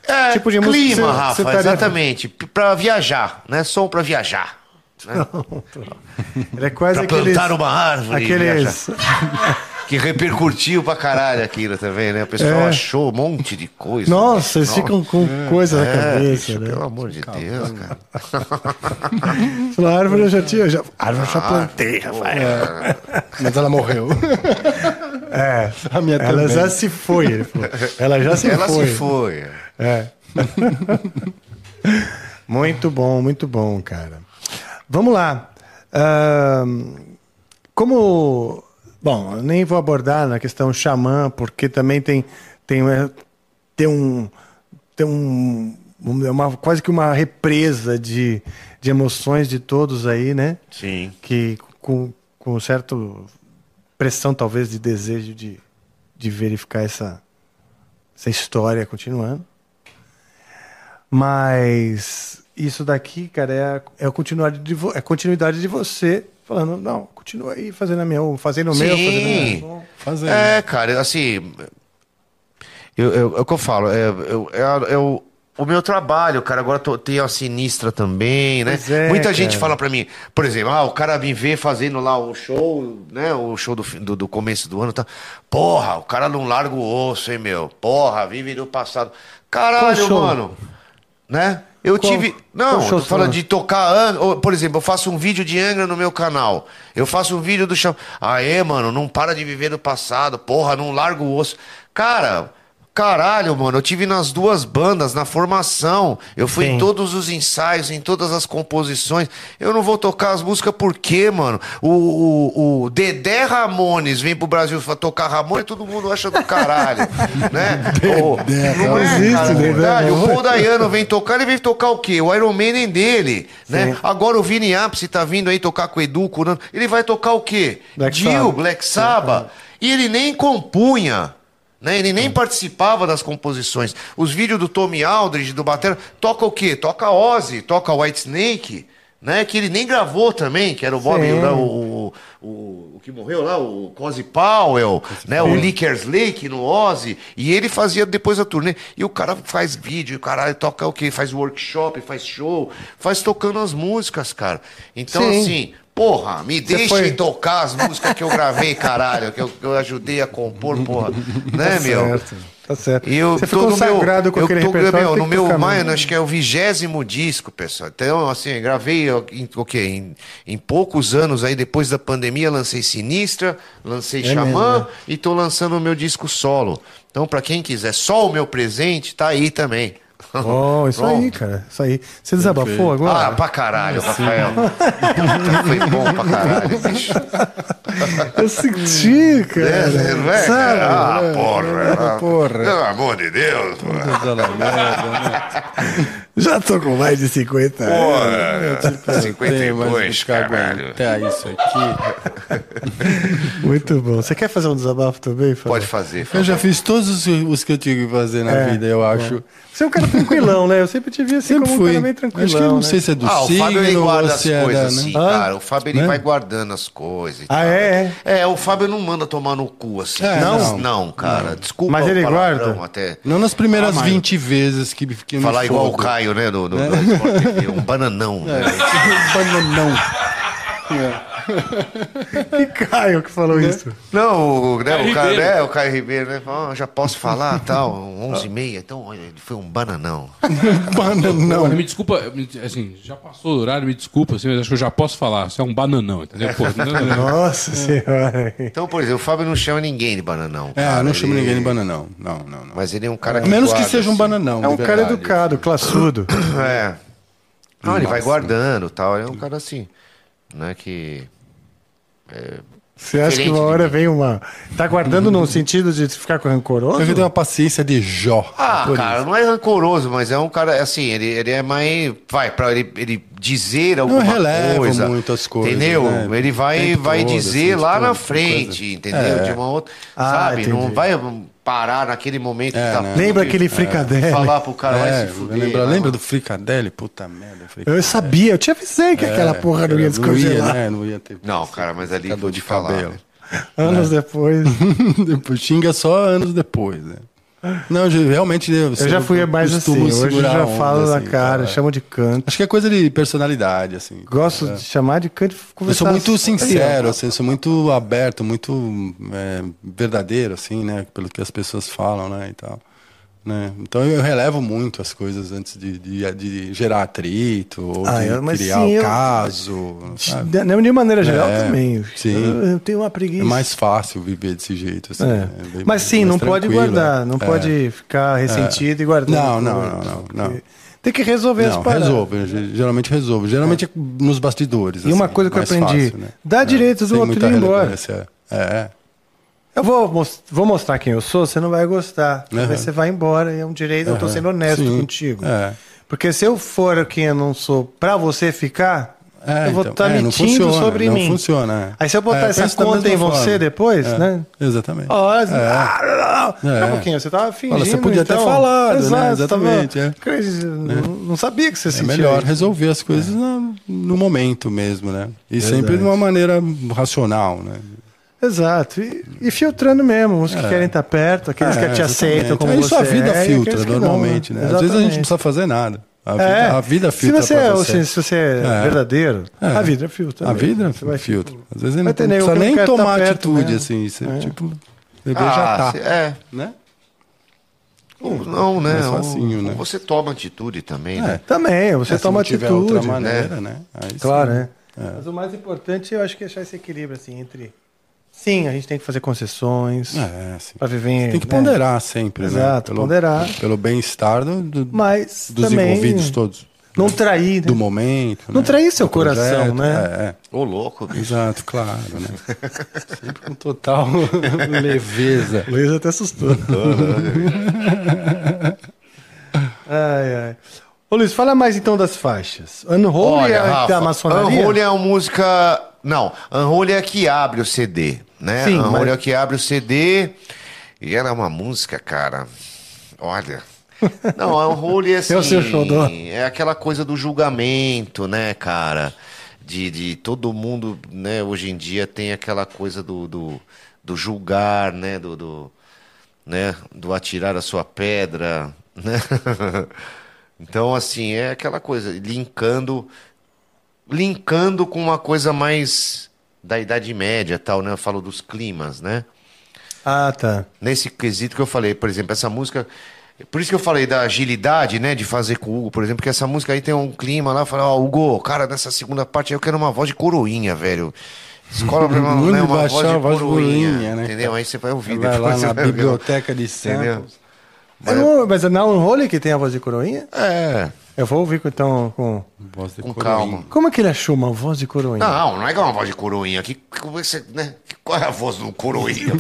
Speaker 1: É,
Speaker 2: Tipo de música que
Speaker 1: clima,
Speaker 2: você-
Speaker 1: Rafa,
Speaker 2: você estaria-
Speaker 1: exatamente, p- pra viajar, né, som pra viajar,
Speaker 2: Ele é quase
Speaker 1: pra
Speaker 2: aqueles...
Speaker 1: plantar uma árvore, e viajar.
Speaker 2: Aqueles...
Speaker 1: que repercutiu pra caralho aquilo também, né, o pessoal
Speaker 2: É.
Speaker 1: achou um monte de coisa.
Speaker 2: Nossa, eles ficam com coisa na
Speaker 1: É,
Speaker 2: cabeça,
Speaker 1: bicho,
Speaker 2: né?
Speaker 1: pelo amor de Deus, cara.
Speaker 2: Falar, árvore eu já tinha... Já, árvore
Speaker 1: Ah.
Speaker 2: eu já plantei, rapaz.
Speaker 1: é.
Speaker 3: Mas ela morreu.
Speaker 2: É.
Speaker 3: A minha
Speaker 2: Ela
Speaker 3: também.
Speaker 2: já se foi, ele falou. Ela já se
Speaker 1: Ela
Speaker 2: foi.
Speaker 1: se foi.
Speaker 2: É. muito bom, muito bom, cara. Vamos lá. Ahn, como. Bom, eu nem vou abordar na questão xamã, porque também tem, tem, é, tem um. Tem um um- é uma, quase que uma represa de, de emoções de todos aí, né?
Speaker 1: Sim.
Speaker 2: que com, com certo pressão talvez de desejo de, de verificar essa, essa história continuando. Mas isso daqui, cara, é, a- é, a continuidade de vo- é a continuidade de você falando, não, continua aí fazendo a minha, fazendo o meu,
Speaker 1: Sim.
Speaker 2: fazendo o meu.
Speaker 3: Fazendo.
Speaker 1: É, cara, assim. Eu, eu- é o que eu falo, é, eu, é a- é o- o meu trabalho, cara. Agora tô, tem a sinistra também, né?
Speaker 2: Pois é,
Speaker 1: Muita
Speaker 2: cara.
Speaker 1: gente fala pra mim, por exemplo, ah, o cara me vê fazendo lá o show, né? O show do, fi- do, do começo do ano, tá? Porra, o cara não larga o osso, hein, meu? Porra, vive do passado.
Speaker 2: Qual
Speaker 1: Caralho,
Speaker 2: show?
Speaker 1: mano. Né? Eu
Speaker 2: Qual-
Speaker 1: tive.
Speaker 2: qual
Speaker 1: Não,
Speaker 2: show
Speaker 1: tô falando
Speaker 2: você falou?
Speaker 1: de de tocar Angra. ou, Por exemplo, eu faço um vídeo de Angra no meu canal. Eu faço um vídeo do chão. Aê, mano, não para de viver no passado. Porra, não larga o osso. Cara. Caralho, mano, eu tive nas duas bandas, na formação. Eu fui em todos os ensaios, em todas as composições. Eu não vou tocar as músicas por quê, mano? O, o, o Dedé Ramones vem pro Brasil fa- tocar Ramones, todo mundo acha do caralho, né? O- não é,
Speaker 2: existe né,
Speaker 1: cara, é
Speaker 2: Dedé
Speaker 1: verdade. O
Speaker 2: Ramones.
Speaker 1: Paul Dayano vem tocar, ele vem tocar o quê? O Iron Maiden dele, né? Agora o Vini Apse tá vindo aí tocar com o Edu, com o Nando. Ele vai tocar o quê?
Speaker 2: Black
Speaker 1: Dio,
Speaker 2: Sabbath.
Speaker 1: Black Sabbath. E ele nem compunha, né? Ele nem participava das composições. Os vídeos do Tommy Aldridge, do Batera, toca o quê? Toca Ozzy, toca White Snake, né? Que ele nem gravou também, que era o Bob,
Speaker 2: Sim. é.
Speaker 1: né? o, o, o- o que morreu lá, o Cosi Powell, né? O Lickers Lake no Ozzy. E ele fazia depois a turnê. E o cara faz vídeo, o cara toca o quê? Faz workshop, faz show, faz tocando as músicas, cara. Então,
Speaker 2: Sim.
Speaker 1: assim, Porra, me deixem
Speaker 2: foi-
Speaker 1: tocar as músicas que eu gravei, caralho, que eu, que eu ajudei a compor, porra. Né, meu?
Speaker 2: Certo, tá certo.
Speaker 1: E eu
Speaker 2: Você
Speaker 1: tô
Speaker 2: ficou
Speaker 1: no meu,
Speaker 2: sagrado com
Speaker 1: eu
Speaker 2: aquele
Speaker 1: tô,
Speaker 2: repertório.
Speaker 1: meu,
Speaker 2: tem
Speaker 1: no
Speaker 2: que
Speaker 1: meu
Speaker 2: tocar
Speaker 1: Maia,
Speaker 2: mesmo.
Speaker 1: acho que é o vigésimo disco, pessoal. Então, assim, gravei ó, em, o quê? Em, em poucos anos aí, depois da pandemia, lancei Sinistra, lancei
Speaker 2: É
Speaker 1: Xamã
Speaker 2: né?
Speaker 1: e tô lançando o meu disco solo. Então, pra quem quiser só o meu presente, tá aí também.
Speaker 2: Bom, Oh, isso aí,
Speaker 1: Pronto.
Speaker 2: cara. Isso aí. Você desabafou
Speaker 1: Ah,
Speaker 2: agora?
Speaker 1: pra caralho, Rafael. Foi bom pra caralho, bicho.
Speaker 2: eu senti, cara.
Speaker 1: É, né, não é,
Speaker 2: Sabe?
Speaker 1: cara?
Speaker 2: É,
Speaker 1: Ah, porra.
Speaker 2: é, porra.
Speaker 1: Pelo amor de Deus, porra.
Speaker 2: Já tô com mais de 50 anos.
Speaker 1: Porra, 52, caralho.
Speaker 3: aguentar isso aqui.
Speaker 2: Muito bom. Você quer fazer um desabafo também, Fábio?
Speaker 1: Pode fazer.
Speaker 3: Eu já fiz todos os, os que eu tive que fazer na
Speaker 2: É,
Speaker 3: vida, eu acho.
Speaker 2: Você é um cara tranquilão, né? Eu sempre te vi assim,
Speaker 3: Sempre
Speaker 2: como um
Speaker 3: fui.
Speaker 2: cara bem tranquilão.
Speaker 3: Acho que eu não
Speaker 2: né?
Speaker 3: sei se é do
Speaker 1: Ah, o
Speaker 3: signo
Speaker 1: Fábio ele
Speaker 3: ou
Speaker 1: guarda as
Speaker 3: se é
Speaker 1: coisas
Speaker 3: da, né?
Speaker 1: assim,
Speaker 2: Hã?
Speaker 1: cara. O Fábio ele
Speaker 3: Né?
Speaker 1: vai guardando as coisas. e
Speaker 2: Ah,
Speaker 1: tal.
Speaker 2: é?
Speaker 1: É, o Fábio não manda tomar no cu assim.
Speaker 3: É,
Speaker 1: não?
Speaker 3: não.
Speaker 1: Não, cara. Desculpa.
Speaker 2: Mas
Speaker 1: o
Speaker 2: ele
Speaker 1: palavrão
Speaker 2: guarda?
Speaker 1: Até.
Speaker 3: Não nas primeiras 20 vezes que, que eu me
Speaker 1: Falar igual o
Speaker 3: fodo.
Speaker 1: Caio, né? Do, do,
Speaker 3: É.
Speaker 1: do Sport TV, Um bananão. né?
Speaker 3: Bananão.
Speaker 2: E Caio que falou isso.
Speaker 1: Não, o, né,
Speaker 4: Caio
Speaker 1: o, Caio,
Speaker 4: Ribeiro.
Speaker 1: né, o Caio Ribeiro, né? fala, "Ah, já posso falar, tal, 11 e meia. Então, olha, ele foi um bananão.
Speaker 3: Bananão.
Speaker 4: Porra, me desculpa, me- assim, já passou o horário, me desculpa, assim, mas acho que eu já posso falar. Você é um bananão, entendeu? Pô, não, não, não.
Speaker 2: Nossa senhora.
Speaker 1: Então, por exemplo, o Fábio não chama ninguém de bananão.
Speaker 3: É,
Speaker 1: cara,
Speaker 3: eu não chamo
Speaker 1: ele-
Speaker 3: ninguém de bananão. Não, não, não.
Speaker 1: Mas ele é um cara
Speaker 3: A
Speaker 1: que
Speaker 3: menos que
Speaker 1: guarda,
Speaker 3: seja um
Speaker 1: assim.
Speaker 3: bananão.
Speaker 2: É um
Speaker 3: de
Speaker 2: cara
Speaker 3: verdade.
Speaker 2: educado, classudo.
Speaker 1: É. Não, ele vai
Speaker 3: Nossa.
Speaker 1: guardando tal. Ele é um cara assim, né? Que.
Speaker 2: Você acha que
Speaker 1: Diferente
Speaker 2: uma hora
Speaker 1: de mim.
Speaker 2: vem uma. Tá guardando no sentido de ficar com rancoroso?
Speaker 3: Eu que tenho uma paciência de Jó.
Speaker 1: Ah,
Speaker 3: Por
Speaker 1: cara,
Speaker 3: isso.
Speaker 1: não é rancoroso, mas é um cara, assim, ele, ele é mais. Vai, pra ele, ele dizer alguma
Speaker 3: releva
Speaker 1: coisa.
Speaker 3: muito as coisas,
Speaker 1: Entendeu?
Speaker 3: né?
Speaker 1: Ele
Speaker 3: O
Speaker 1: vai,
Speaker 3: tempo
Speaker 1: vai
Speaker 3: todo,
Speaker 1: dizer
Speaker 3: assim,
Speaker 1: lá
Speaker 3: tipo,
Speaker 1: na
Speaker 3: de
Speaker 1: frente,
Speaker 3: coisa.
Speaker 1: entendeu?
Speaker 3: É.
Speaker 1: De uma outra.
Speaker 2: Ah,
Speaker 1: sabe? Não
Speaker 2: entendi.
Speaker 1: vai parar naquele momento
Speaker 3: É,
Speaker 1: que tá.
Speaker 3: né?
Speaker 2: Lembra aquele fricadelli?
Speaker 1: Falar pro cara, vai
Speaker 3: É,
Speaker 1: se fuder.
Speaker 3: lembra,
Speaker 1: vai
Speaker 3: lembra
Speaker 1: lá.
Speaker 3: do Fricadelli? Puta merda, Fricadelli.
Speaker 2: Eu sabia, eu te avisei
Speaker 3: É,
Speaker 2: que aquela porra não ia descongelar.
Speaker 3: né? Não ia ter.
Speaker 1: Não, cara, mas ali
Speaker 3: Secador
Speaker 1: vou te falar, né?
Speaker 2: Anos depois.
Speaker 3: Depois xinga só anos depois, né? Não, eu realmente né, eu,
Speaker 2: Eu já fui mais assim.
Speaker 3: costumo
Speaker 2: Hoje eu
Speaker 3: segurar a
Speaker 2: já
Speaker 3: onda,
Speaker 2: falo na
Speaker 3: assim,
Speaker 2: cara, chamo de canto.
Speaker 3: Acho que é coisa de personalidade, assim.
Speaker 2: Gosto de chamar de canto e
Speaker 3: Eu
Speaker 2: conversar.
Speaker 3: sou muito sincero,
Speaker 2: Aí,
Speaker 3: assim, eu sou muito aberto, muito é, verdadeiro, assim, né? Pelo que as pessoas falam, né? E tal. Né? Então eu relevo muito as coisas antes de, de- de gerar atrito ou
Speaker 2: Ah,
Speaker 3: de
Speaker 2: eu- mas
Speaker 3: criar
Speaker 2: sim,
Speaker 3: o
Speaker 2: eu-
Speaker 3: caso. É
Speaker 2: ó.
Speaker 3: sabe?
Speaker 2: De, de maneira geral
Speaker 3: É,
Speaker 2: também.
Speaker 3: sim.
Speaker 2: Eu, eu tenho uma
Speaker 3: É
Speaker 2: preguiça.
Speaker 3: mais fácil viver desse jeito, assim.
Speaker 2: É.
Speaker 3: né? É bem
Speaker 2: Mas sim,
Speaker 3: mais
Speaker 2: não pode
Speaker 3: tranquilo,
Speaker 2: guardar,
Speaker 3: é.
Speaker 2: não
Speaker 3: É.
Speaker 2: pode ficar ressentido e guardando.
Speaker 3: Não, não,
Speaker 2: coisas,
Speaker 3: não, não,
Speaker 2: porque
Speaker 3: não.
Speaker 2: Tem que resolver as
Speaker 3: Não,
Speaker 2: paradas.
Speaker 3: resolvo, eu ge- geralmente resolvo. Geralmente é nos bastidores.
Speaker 2: E uma
Speaker 3: assim,
Speaker 2: coisa que eu
Speaker 3: mais
Speaker 2: aprendi,
Speaker 3: fácil, né?
Speaker 2: dá
Speaker 3: É,
Speaker 2: direitos do
Speaker 3: sem
Speaker 2: outro
Speaker 3: muita
Speaker 2: ir embora.
Speaker 3: relevância. É,
Speaker 2: Eu vou, mos- vou mostrar quem eu sou, você não vai gostar.
Speaker 3: Aham.
Speaker 2: Talvez você vá embora, e é um direito, eu tô
Speaker 3: Aham.
Speaker 2: sendo honesto
Speaker 3: Sim,
Speaker 2: contigo.
Speaker 3: é.
Speaker 2: Porque se eu for quem eu não sou pra você ficar,
Speaker 3: É,
Speaker 2: eu vou
Speaker 3: então,
Speaker 2: estar
Speaker 3: é, não
Speaker 2: mentindo
Speaker 3: funciona,
Speaker 2: sobre
Speaker 3: não
Speaker 2: mim.
Speaker 3: funciona, é.
Speaker 2: Aí se eu botar
Speaker 3: É,
Speaker 2: essa
Speaker 3: pensa da
Speaker 2: conta em
Speaker 3: mesma
Speaker 2: você
Speaker 3: forma.
Speaker 2: depois,
Speaker 3: É,
Speaker 2: né?
Speaker 3: exatamente.
Speaker 2: Ó,
Speaker 3: É.
Speaker 2: ah, não, não, não. Não,
Speaker 3: É.
Speaker 2: um pouquinho, você tava fingindo.
Speaker 3: Olha, você podia ter
Speaker 2: então.
Speaker 3: falado, né?
Speaker 2: você tava-
Speaker 3: Exatamente, é.
Speaker 2: Crazy, Não, não sabia que você
Speaker 3: É
Speaker 2: sentia.
Speaker 3: melhor
Speaker 2: isso.
Speaker 3: resolver as
Speaker 2: É.
Speaker 3: coisas na- no momento mesmo, né? E sempre de uma maneira racional, né?
Speaker 2: Exato. E, e filtrando mesmo, os que querem estar perto, aqueles que
Speaker 3: É,
Speaker 2: te aceitam
Speaker 3: exatamente.
Speaker 2: como
Speaker 3: Aí
Speaker 2: você
Speaker 3: sua vida
Speaker 2: é, e
Speaker 3: filtra
Speaker 2: aqueles que não,
Speaker 3: normalmente, né? Às vezes a gente não precisa fazer nada. A vida,
Speaker 2: É.
Speaker 3: a vida
Speaker 2: Se
Speaker 3: filtra
Speaker 2: você
Speaker 3: pra
Speaker 2: é-
Speaker 3: você.
Speaker 2: Se você é,
Speaker 3: É.
Speaker 2: verdadeiro,
Speaker 3: É.
Speaker 2: a vida filtra.
Speaker 3: A
Speaker 2: mesmo.
Speaker 3: vida
Speaker 2: Você vai
Speaker 3: filtra. Às vezes não,
Speaker 2: Vai ter nego
Speaker 3: precisa
Speaker 2: que não
Speaker 3: nem
Speaker 2: quer tá
Speaker 3: tomar
Speaker 2: perto
Speaker 3: atitude,
Speaker 2: mesmo.
Speaker 3: assim. Você, Tipo, o bebê já
Speaker 1: Ah,
Speaker 3: tá.
Speaker 1: cê- é.
Speaker 3: Né?
Speaker 1: Ou Não, né?
Speaker 3: Mais
Speaker 1: ou-
Speaker 3: facinho, né?
Speaker 1: ou Você toma atitude também,
Speaker 3: É.
Speaker 1: né?
Speaker 2: Também, você
Speaker 3: É, se
Speaker 2: toma
Speaker 3: não tiver
Speaker 2: atitude. É.
Speaker 3: outra maneira, né? Aí sim. É.
Speaker 2: Claro, né? Mas o mais importante, eu acho que é achar esse equilíbrio, assim, entre. Sim, a gente tem que fazer concessões
Speaker 3: É, sim.
Speaker 2: pra viver.
Speaker 3: Tem que
Speaker 2: né?
Speaker 3: ponderar sempre, né?
Speaker 2: Exato, ponderar.
Speaker 3: Pelo bem-estar do- do-
Speaker 2: Mas
Speaker 3: dos
Speaker 2: também
Speaker 3: envolvidos todos.
Speaker 2: Não trair, né?
Speaker 3: Do momento.
Speaker 2: Não
Speaker 3: né?
Speaker 2: trair seu
Speaker 3: Do projeto,
Speaker 2: coração, né?
Speaker 3: É, é.
Speaker 1: Ô, louco, bicho.
Speaker 3: Exato, claro, né? Sempre com total leveza.
Speaker 2: O Luiz até assustou. ai, ai. Ô Luiz, fala mais então das faixas. Unholy é a da maçonaria?
Speaker 1: Unholy é uma música. Não, Unholy é a que abre o CD, né?
Speaker 2: Sim,
Speaker 1: Unholy
Speaker 2: mas-
Speaker 1: é a que abre o CD. E ela é uma música, cara. Olha. Não, a Unholy é assim.
Speaker 2: É o seu xodó.
Speaker 1: É aquela coisa do julgamento, né, cara? De, de todo mundo, né, hoje em dia tem aquela coisa do, do, do julgar, né? Do, do, né, do atirar a sua pedra, né? Então, assim, é aquela coisa, linkando linkando com uma coisa mais da Idade Média tal, né? Eu falo dos climas, né?
Speaker 2: Ah, tá.
Speaker 1: Nesse quesito que eu falei, por exemplo, essa música. Por isso que eu falei da agilidade, né? De fazer com o Hugo, por exemplo, porque essa música aí tem um clima lá, fala, ó, Hugo, cara, nessa segunda parte aí eu quero uma voz de coroinha, velho. Escola pra uma,
Speaker 3: Muito
Speaker 1: né, uma voz
Speaker 3: baixar
Speaker 1: de
Speaker 3: a voz de
Speaker 1: coroinha.
Speaker 3: coroinha, né,
Speaker 1: entendeu?
Speaker 3: cara?
Speaker 1: Aí você vai ouvir
Speaker 3: Vai lá
Speaker 1: depois. você
Speaker 3: na
Speaker 1: vai ver.
Speaker 3: biblioteca de
Speaker 1: Entendeu?
Speaker 3: samples.
Speaker 2: Mas não, mas não é um role que tem a voz de coroinha?
Speaker 1: É,
Speaker 2: Eu vou ouvir então com.
Speaker 3: Voz de
Speaker 1: com
Speaker 3: coroinha.
Speaker 1: calma.
Speaker 2: Como é que ele achou uma voz de coroinha?
Speaker 1: Não, não é que é uma voz de coroinha. Que, como é que você, né? Qual é a voz do coroinha?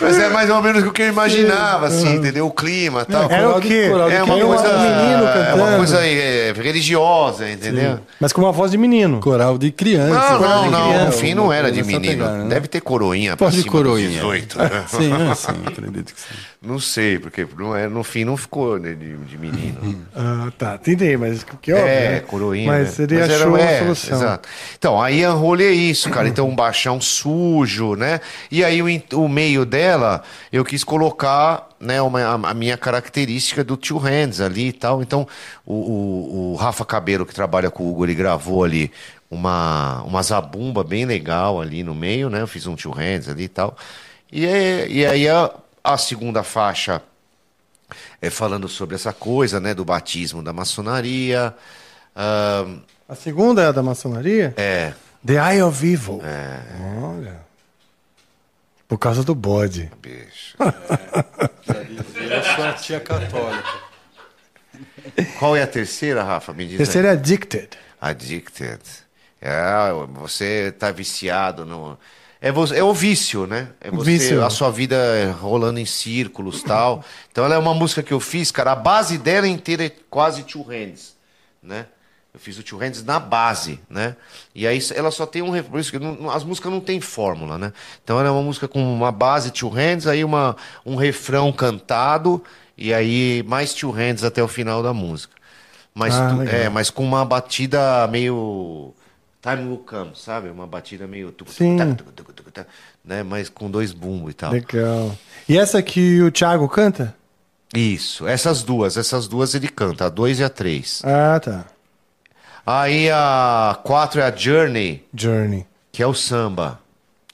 Speaker 1: Mas é mais ou menos o que eu imaginava, assim, entendeu? O clima e tal.
Speaker 2: Era o quê?
Speaker 3: Coral de
Speaker 1: É uma
Speaker 2: Era um
Speaker 1: coisa,
Speaker 2: menino
Speaker 1: é
Speaker 2: cantando.
Speaker 1: uma coisa é, religiosa, entendeu?
Speaker 2: Mas com uma voz de menino.
Speaker 3: Coral de criança.
Speaker 1: Não,
Speaker 3: coral
Speaker 1: não,
Speaker 3: de
Speaker 1: não.
Speaker 3: criança,
Speaker 1: No fim não
Speaker 3: uma
Speaker 1: era de
Speaker 3: coisa nessa
Speaker 1: menino.
Speaker 3: pegada, né?
Speaker 1: Deve ter coroinha pra
Speaker 3: Voz de
Speaker 1: cima
Speaker 3: coroinha.
Speaker 1: dos 18. né?
Speaker 3: Sim, é, sim, acredito que sim.
Speaker 1: Não sei, porque não é, no fim não ficou né, de, de menino.
Speaker 2: Ah, tá. Entendi, mas que- que óbvio.
Speaker 1: é,
Speaker 2: né?
Speaker 1: coroinha.
Speaker 2: Mas
Speaker 1: né?
Speaker 2: ele
Speaker 1: Mas
Speaker 2: achou
Speaker 1: era-
Speaker 2: uma
Speaker 1: é,
Speaker 2: solução.
Speaker 1: Exato. Então, aí a rolê é isso, cara. Então, um baixão sujo, né? E aí o, in- o meio dela, eu quis colocar né, uma- a, a minha característica do Tio Hands ali e tal. Então, o, o- o Rafa Cabelo, que trabalha com o Hugo, ele gravou ali uma, uma zabumba bem legal ali no meio, né? Eu fiz um Tio Hands ali e tal. E, aí- e aí a- a segunda faixa é, falando sobre essa coisa, né, do batismo da maçonaria. Ahn,
Speaker 2: A segunda é a da maçonaria? É.
Speaker 1: é,
Speaker 2: The Eye of Evil. Olha. Por causa do bode.
Speaker 1: bicho.
Speaker 3: Eu sou a tia católica.
Speaker 1: Qual é a terceira, Rafa? Me diz
Speaker 2: Terceira é Addicted.
Speaker 1: aí. Addicted. É, você tá viciado no... É, você, é o vício, né? É você,
Speaker 2: Vício.
Speaker 1: a sua vida é rolando em círculos tal. Então ela é uma música que eu fiz, cara. A base dela inteira é quase two hands, né? Eu fiz o two hands na base, né? E aí ela só tem um ref- por isso que não- não- as músicas não tem fórmula, né? Então ela é uma música com uma base two hands, aí uma, um refrão cantado e aí mais two hands até o final da música. Mas
Speaker 2: Ah,
Speaker 1: tu-
Speaker 2: legal.
Speaker 1: é, mas com uma batida meio Time Will Come, sabe? Uma batida meio tuc, tuc,
Speaker 2: Sim.
Speaker 1: tac, tuc, tuc, tuc, tac, né? Mas com dois bumbo e
Speaker 2: Ah.
Speaker 1: tal.
Speaker 2: Legal. E essa que o Thiago canta?
Speaker 1: Isso, essas duas, essas duas ele canta, a 2 e a 3.
Speaker 2: Ah, tá.
Speaker 1: Aí a 4 é a Journey,
Speaker 2: Journey.
Speaker 1: que é o samba.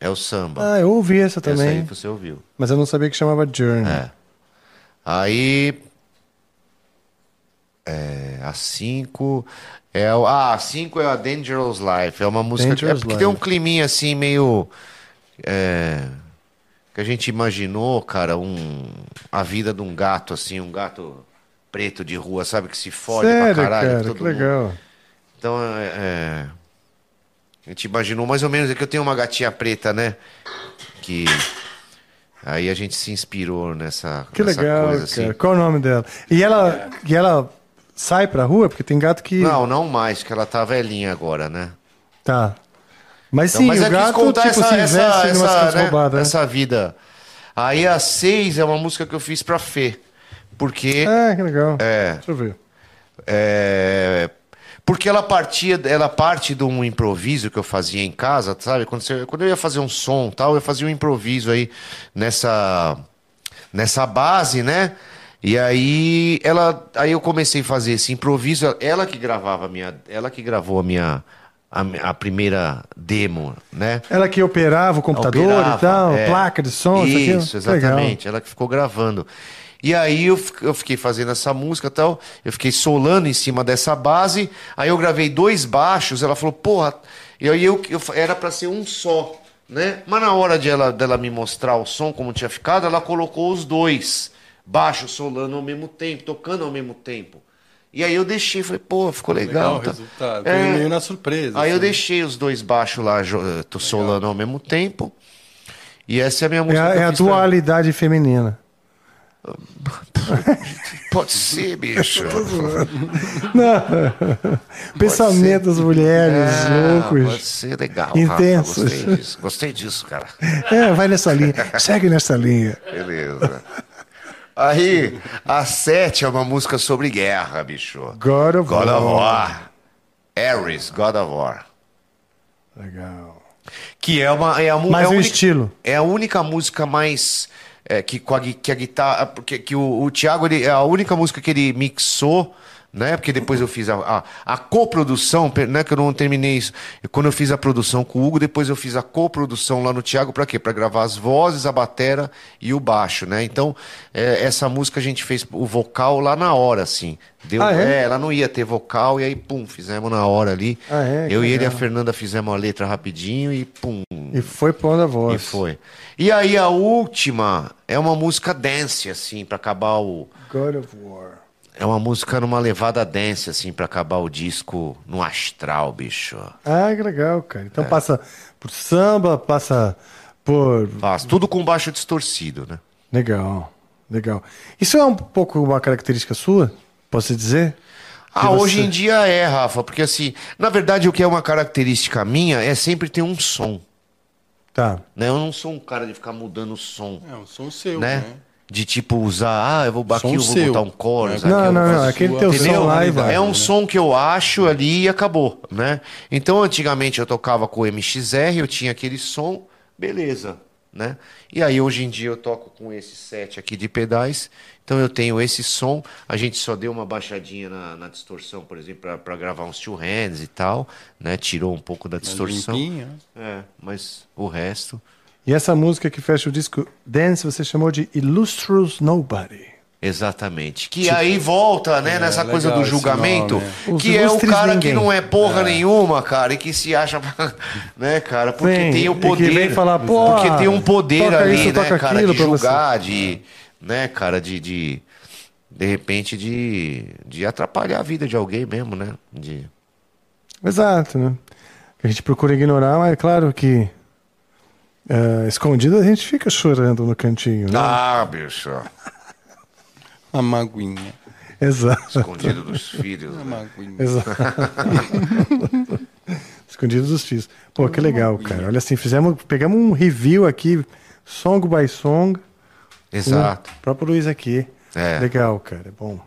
Speaker 1: É o samba.
Speaker 2: Ah, eu ouvi essa
Speaker 1: Essa aí
Speaker 2: também.
Speaker 1: você ouviu.
Speaker 2: Mas eu não sabia que chamava Journey.
Speaker 1: É. Aí. É, a 5 é o. Ah, a 5 é a Dangerous Life. É uma música. que, é
Speaker 2: Dangerous
Speaker 1: porque tem um
Speaker 2: Life.
Speaker 1: climinha assim meio. é, que a gente imaginou, cara, um. A vida de um gato, assim, um gato preto de rua, sabe? Que se fode
Speaker 2: Sério,
Speaker 1: pra caralho.
Speaker 2: cara,
Speaker 1: todo
Speaker 2: que
Speaker 1: mundo.
Speaker 2: legal.
Speaker 1: Então, é, é, A gente imaginou mais ou menos. É que eu tenho uma gatinha preta, né? Que. Aí a gente se inspirou nessa,
Speaker 2: Que
Speaker 1: nessa
Speaker 2: legal,
Speaker 1: coisa,
Speaker 2: cara.
Speaker 1: assim.
Speaker 2: Qual o nome dela? E ela, e ela sai pra rua? Porque tem gato que...
Speaker 1: Não, não mais, que ela tá velhinha agora, né?
Speaker 2: Tá. Mas
Speaker 1: Então,
Speaker 2: sim,
Speaker 1: mas
Speaker 2: o
Speaker 1: eu quis
Speaker 2: gato
Speaker 1: contar
Speaker 2: tipo,
Speaker 1: essa,
Speaker 2: se
Speaker 1: essa,
Speaker 2: investe em umas
Speaker 1: essa,
Speaker 2: coisas
Speaker 1: né,
Speaker 2: roubadas. né?
Speaker 1: essa vida. Aí a 6 é uma música que eu fiz pra Fê. Porque.
Speaker 2: Ah, que legal.
Speaker 1: É,
Speaker 2: Deixa eu ver.
Speaker 1: É, porque ela partia, ela parte de um improviso que eu fazia em casa, sabe? Quando, você- quando eu ia fazer um som e tal, eu fazia um improviso aí nessa nessa base, né? E aí ela, aí eu comecei a fazer esse improviso. Ela que gravava a minha, ela que gravou a minha a, mi- a primeira demo, né?
Speaker 2: Ela que operava o computador
Speaker 1: Operava,
Speaker 2: e tal,
Speaker 1: é.
Speaker 2: placa de som, isso, aqui.
Speaker 1: Isso,
Speaker 2: Que legal.
Speaker 1: exatamente. Ela que ficou gravando. E aí eu, fi- eu fiquei fazendo essa música e tal, eu fiquei solando em cima dessa base, aí eu gravei dois baixos, ela falou, porra, e aí eu, eu fa- era pra ser um só, né? Mas na hora de ela, dela me mostrar o som, como tinha ficado, ela colocou os dois, baixo, solando ao mesmo tempo, tocando ao mesmo tempo. E aí eu deixei, falei, pô, ficou legal.
Speaker 3: Legal o
Speaker 1: tá?
Speaker 3: um resultado.
Speaker 1: É.
Speaker 3: Veio meio na surpresa.
Speaker 1: Aí eu
Speaker 3: assim.
Speaker 1: deixei os dois baixos lá, jo- eh, tô solando ao mesmo tempo. E essa é a minha
Speaker 2: É
Speaker 1: música.
Speaker 2: a,
Speaker 1: que eu
Speaker 2: é a
Speaker 1: fiz pra-
Speaker 2: dualidade feminina.
Speaker 1: Pode ser, bicho.
Speaker 2: Pensamento das mulheres,
Speaker 1: Ah, Pode
Speaker 2: loucos.
Speaker 1: ser legal.
Speaker 2: Intensos.
Speaker 1: Rafa, gostei disso. Gostei disso, cara.
Speaker 2: É, vai nessa linha. Segue nessa linha.
Speaker 1: Beleza. Aí, a sete é uma música sobre guerra, bicho.
Speaker 2: God of
Speaker 1: God of
Speaker 2: War.
Speaker 1: War. Ares, God of War.
Speaker 2: Legal.
Speaker 1: Que é uma. É a, mu-
Speaker 2: Mas
Speaker 1: é
Speaker 2: o
Speaker 1: a única-
Speaker 2: estilo?
Speaker 1: É a única música mais. é, que, com a, gui- que a guitarra. Porque que o, o Thiago, ele, é a única música que ele mixou né? Porque depois eu fiz a, a, a coprodução, per- né? Que eu não terminei isso. Eu- quando eu fiz a produção com o Hugo, depois eu fiz a coprodução lá no Thiago para quê? Para gravar as vozes, a batera e o baixo, né? Então, é, essa música a gente fez o vocal lá na hora, assim. Deu,
Speaker 2: Ah, é?
Speaker 1: é, ela não ia ter vocal e aí, pum, fizemos na hora ali.
Speaker 2: Ah, é? Que
Speaker 1: eu e ele e a
Speaker 2: legal.
Speaker 1: Fernanda fizemos a letra rapidinho e pum,
Speaker 2: E foi pro onda voz.
Speaker 1: e foi. E aí a última é uma música dance, assim, pra acabar o.
Speaker 2: God of War.
Speaker 1: É uma música numa levada dance, assim, pra acabar o disco no astral, bicho.
Speaker 2: Ah, que legal, cara. Então passa por samba, passa por.
Speaker 1: Faz tudo com baixo distorcido, né?
Speaker 2: Legal, legal. Isso é um pouco uma característica sua? Posso dizer?
Speaker 1: Ah,
Speaker 2: você-
Speaker 1: hoje em dia é, Rafa, porque assim, na verdade o que é uma característica minha é sempre ter um som.
Speaker 2: Tá.
Speaker 1: Né? Eu não sou um cara de ficar mudando o som,
Speaker 3: É, o som seu,
Speaker 1: né? De tipo usar, ah, eu vou aqui,
Speaker 3: Som
Speaker 1: eu vou
Speaker 3: seu,
Speaker 1: botar um chorus.
Speaker 3: né?
Speaker 1: aqui eu vou
Speaker 2: Não, não, é
Speaker 1: fazer
Speaker 2: não. Aquele
Speaker 3: sua-
Speaker 2: teu
Speaker 1: Entendeu?
Speaker 2: som lá e vai.
Speaker 1: É um som que eu acho ali e acabou, né? Então, antigamente eu tocava com o MXR, eu tinha aquele som, beleza, né? E aí hoje em dia eu toco com esse set aqui de pedais, então eu tenho esse som, a gente só deu uma baixadinha na, na distorção, por exemplo, pra- pra gravar uns two hands e tal, né? Tirou um pouco da distorção.
Speaker 3: Tá Limpinho.
Speaker 1: É, mas o resto,
Speaker 2: E essa música que fecha o disco Dance você chamou de Illustrious Nobody.
Speaker 1: Exatamente. Que aí volta, né, nessa coisa
Speaker 3: legal
Speaker 1: do
Speaker 3: esse
Speaker 1: julgamento,
Speaker 3: nome,
Speaker 2: Os
Speaker 1: que é o
Speaker 2: ilustres
Speaker 1: cara
Speaker 2: ninguém.
Speaker 1: que não é porra nenhuma, cara, e que se acha, né, cara, porque
Speaker 2: Sim,
Speaker 1: tem o
Speaker 2: e que
Speaker 1: poder,
Speaker 2: vem falar, "Pô,
Speaker 1: porque tem um poder
Speaker 2: toca
Speaker 1: ali,
Speaker 2: isso, toca
Speaker 1: né, cara,
Speaker 2: aquilo
Speaker 1: de
Speaker 2: pra você."
Speaker 1: julgar, de, né, cara, de, de de repente de, de atrapalhar a vida de alguém mesmo, né? De
Speaker 2: Exato, né? A gente procura ignorar, mas é claro que eh, escondido a gente fica chorando no cantinho, né?
Speaker 1: ah, bicho,
Speaker 3: Uma maguinha.
Speaker 1: Ah.
Speaker 2: Exato.
Speaker 1: escondido dos filhos.
Speaker 3: Uma
Speaker 1: Né?
Speaker 3: maguinha.
Speaker 2: Exato. Escondido dos fios. Pô, que legal, cara. Olha assim, fizemos, pegamos um review aqui, song by song. com
Speaker 1: Exato.
Speaker 2: O próprio Luiz aqui.
Speaker 1: É.
Speaker 2: Legal, cara. Bom.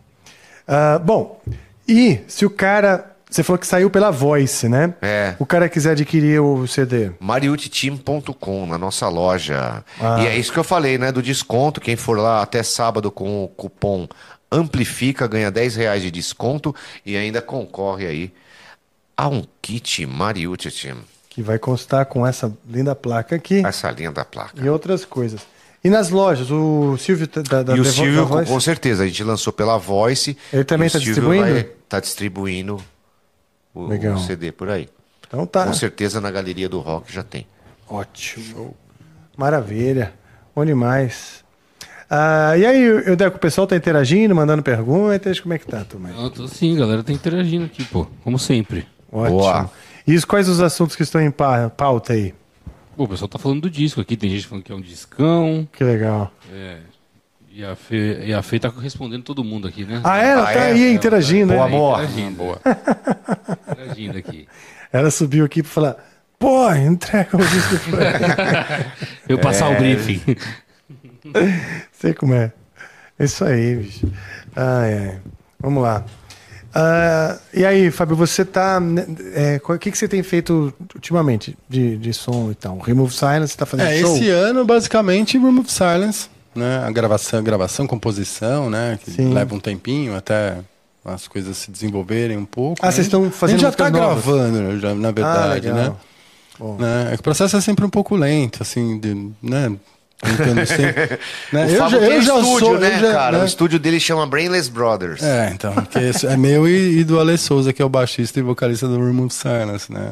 Speaker 2: Ah, bom, e se o cara. Você falou que saiu pela Voice, né?
Speaker 1: É.
Speaker 2: O cara quiser adquirir o CD.
Speaker 1: mariuteam.com, na nossa loja.
Speaker 2: Ah.
Speaker 1: E é isso que eu falei, né? Do desconto. Quem for lá até sábado com o cupom Amplifica, ganha R$ 10 reais de desconto e ainda concorre aí a um kit Mariucci Team.
Speaker 2: que vai constar com essa linda placa aqui
Speaker 1: Essa linha da placa.
Speaker 2: e outras coisas. E nas lojas, o Silvio t- da, da
Speaker 1: e o
Speaker 2: da Vo-
Speaker 1: Silvio,
Speaker 2: da
Speaker 1: com,
Speaker 2: Voz-
Speaker 1: com certeza, a gente lançou pela Voice.
Speaker 2: Ele também
Speaker 1: e o
Speaker 2: tá
Speaker 1: Silvio
Speaker 2: distribuindo?
Speaker 1: vai- Tá distribuindo o,
Speaker 2: Legal.
Speaker 1: o CD por aí.
Speaker 2: Então
Speaker 3: Ah.
Speaker 2: tá.
Speaker 1: Com certeza na Galeria do Rock já tem.
Speaker 2: Ótimo. Maravilha. Bom demais. Ah, e aí, eu Deco, o pessoal tá interagindo, mandando perguntas, como é que tá, turma?
Speaker 4: Eu tô sim, galera, tá interagindo aqui, pô, como sempre.
Speaker 2: Ótimo.
Speaker 1: Boa.
Speaker 2: E os- quais os assuntos que estão em pa- pauta aí?
Speaker 4: Pô, o pessoal tá falando do disco aqui, tem gente falando que é um discão,
Speaker 2: Que legal.
Speaker 4: e a Fê, e a Fê tá respondendo todo mundo aqui, né?
Speaker 2: Ah, ela
Speaker 1: Ah,
Speaker 2: tá
Speaker 1: é?
Speaker 2: aí interagindo,
Speaker 1: Boa,
Speaker 2: né?
Speaker 1: amor.
Speaker 4: Interagindo, boa. interagindo aqui.
Speaker 2: Ela subiu aqui pra falar, pô, entrega o disco pra
Speaker 4: Eu passar o briefing.
Speaker 2: Sei como é. É isso aí, bicho. Ai, ai. Vamos lá. Ah, e aí, Fábio, você tá. né, é, qual- O que, que você tem feito ultimamente de, de som e tal? Remove Silence, você tá fazendo
Speaker 3: É,
Speaker 2: show?
Speaker 3: esse ano, basicamente, Remove Silence, né? A gravação, gravação, composição, né? Que
Speaker 2: Sim.
Speaker 3: leva um tempinho até as coisas se desenvolverem um pouco.
Speaker 2: Ah,
Speaker 3: né?
Speaker 2: vocês estão fazendo
Speaker 3: A gente já
Speaker 2: músicas
Speaker 3: tá
Speaker 2: novas? Ah,
Speaker 3: gravando, já, na verdade,
Speaker 2: legal.
Speaker 3: né? Né? É que o processo é sempre um pouco lento, assim, de, né? Tentando sempre. né?
Speaker 1: O
Speaker 3: Eu
Speaker 1: Fábio
Speaker 3: já-
Speaker 1: tem
Speaker 3: eu já
Speaker 1: estúdio,
Speaker 3: sou- eu
Speaker 1: né,
Speaker 3: já-
Speaker 1: cara?
Speaker 3: né?
Speaker 1: O estúdio dele chama Brainless Brothers.
Speaker 3: É, então, porque isso é meu e, e do Ale Souza, que é o baixista e vocalista do Remove Silence, né?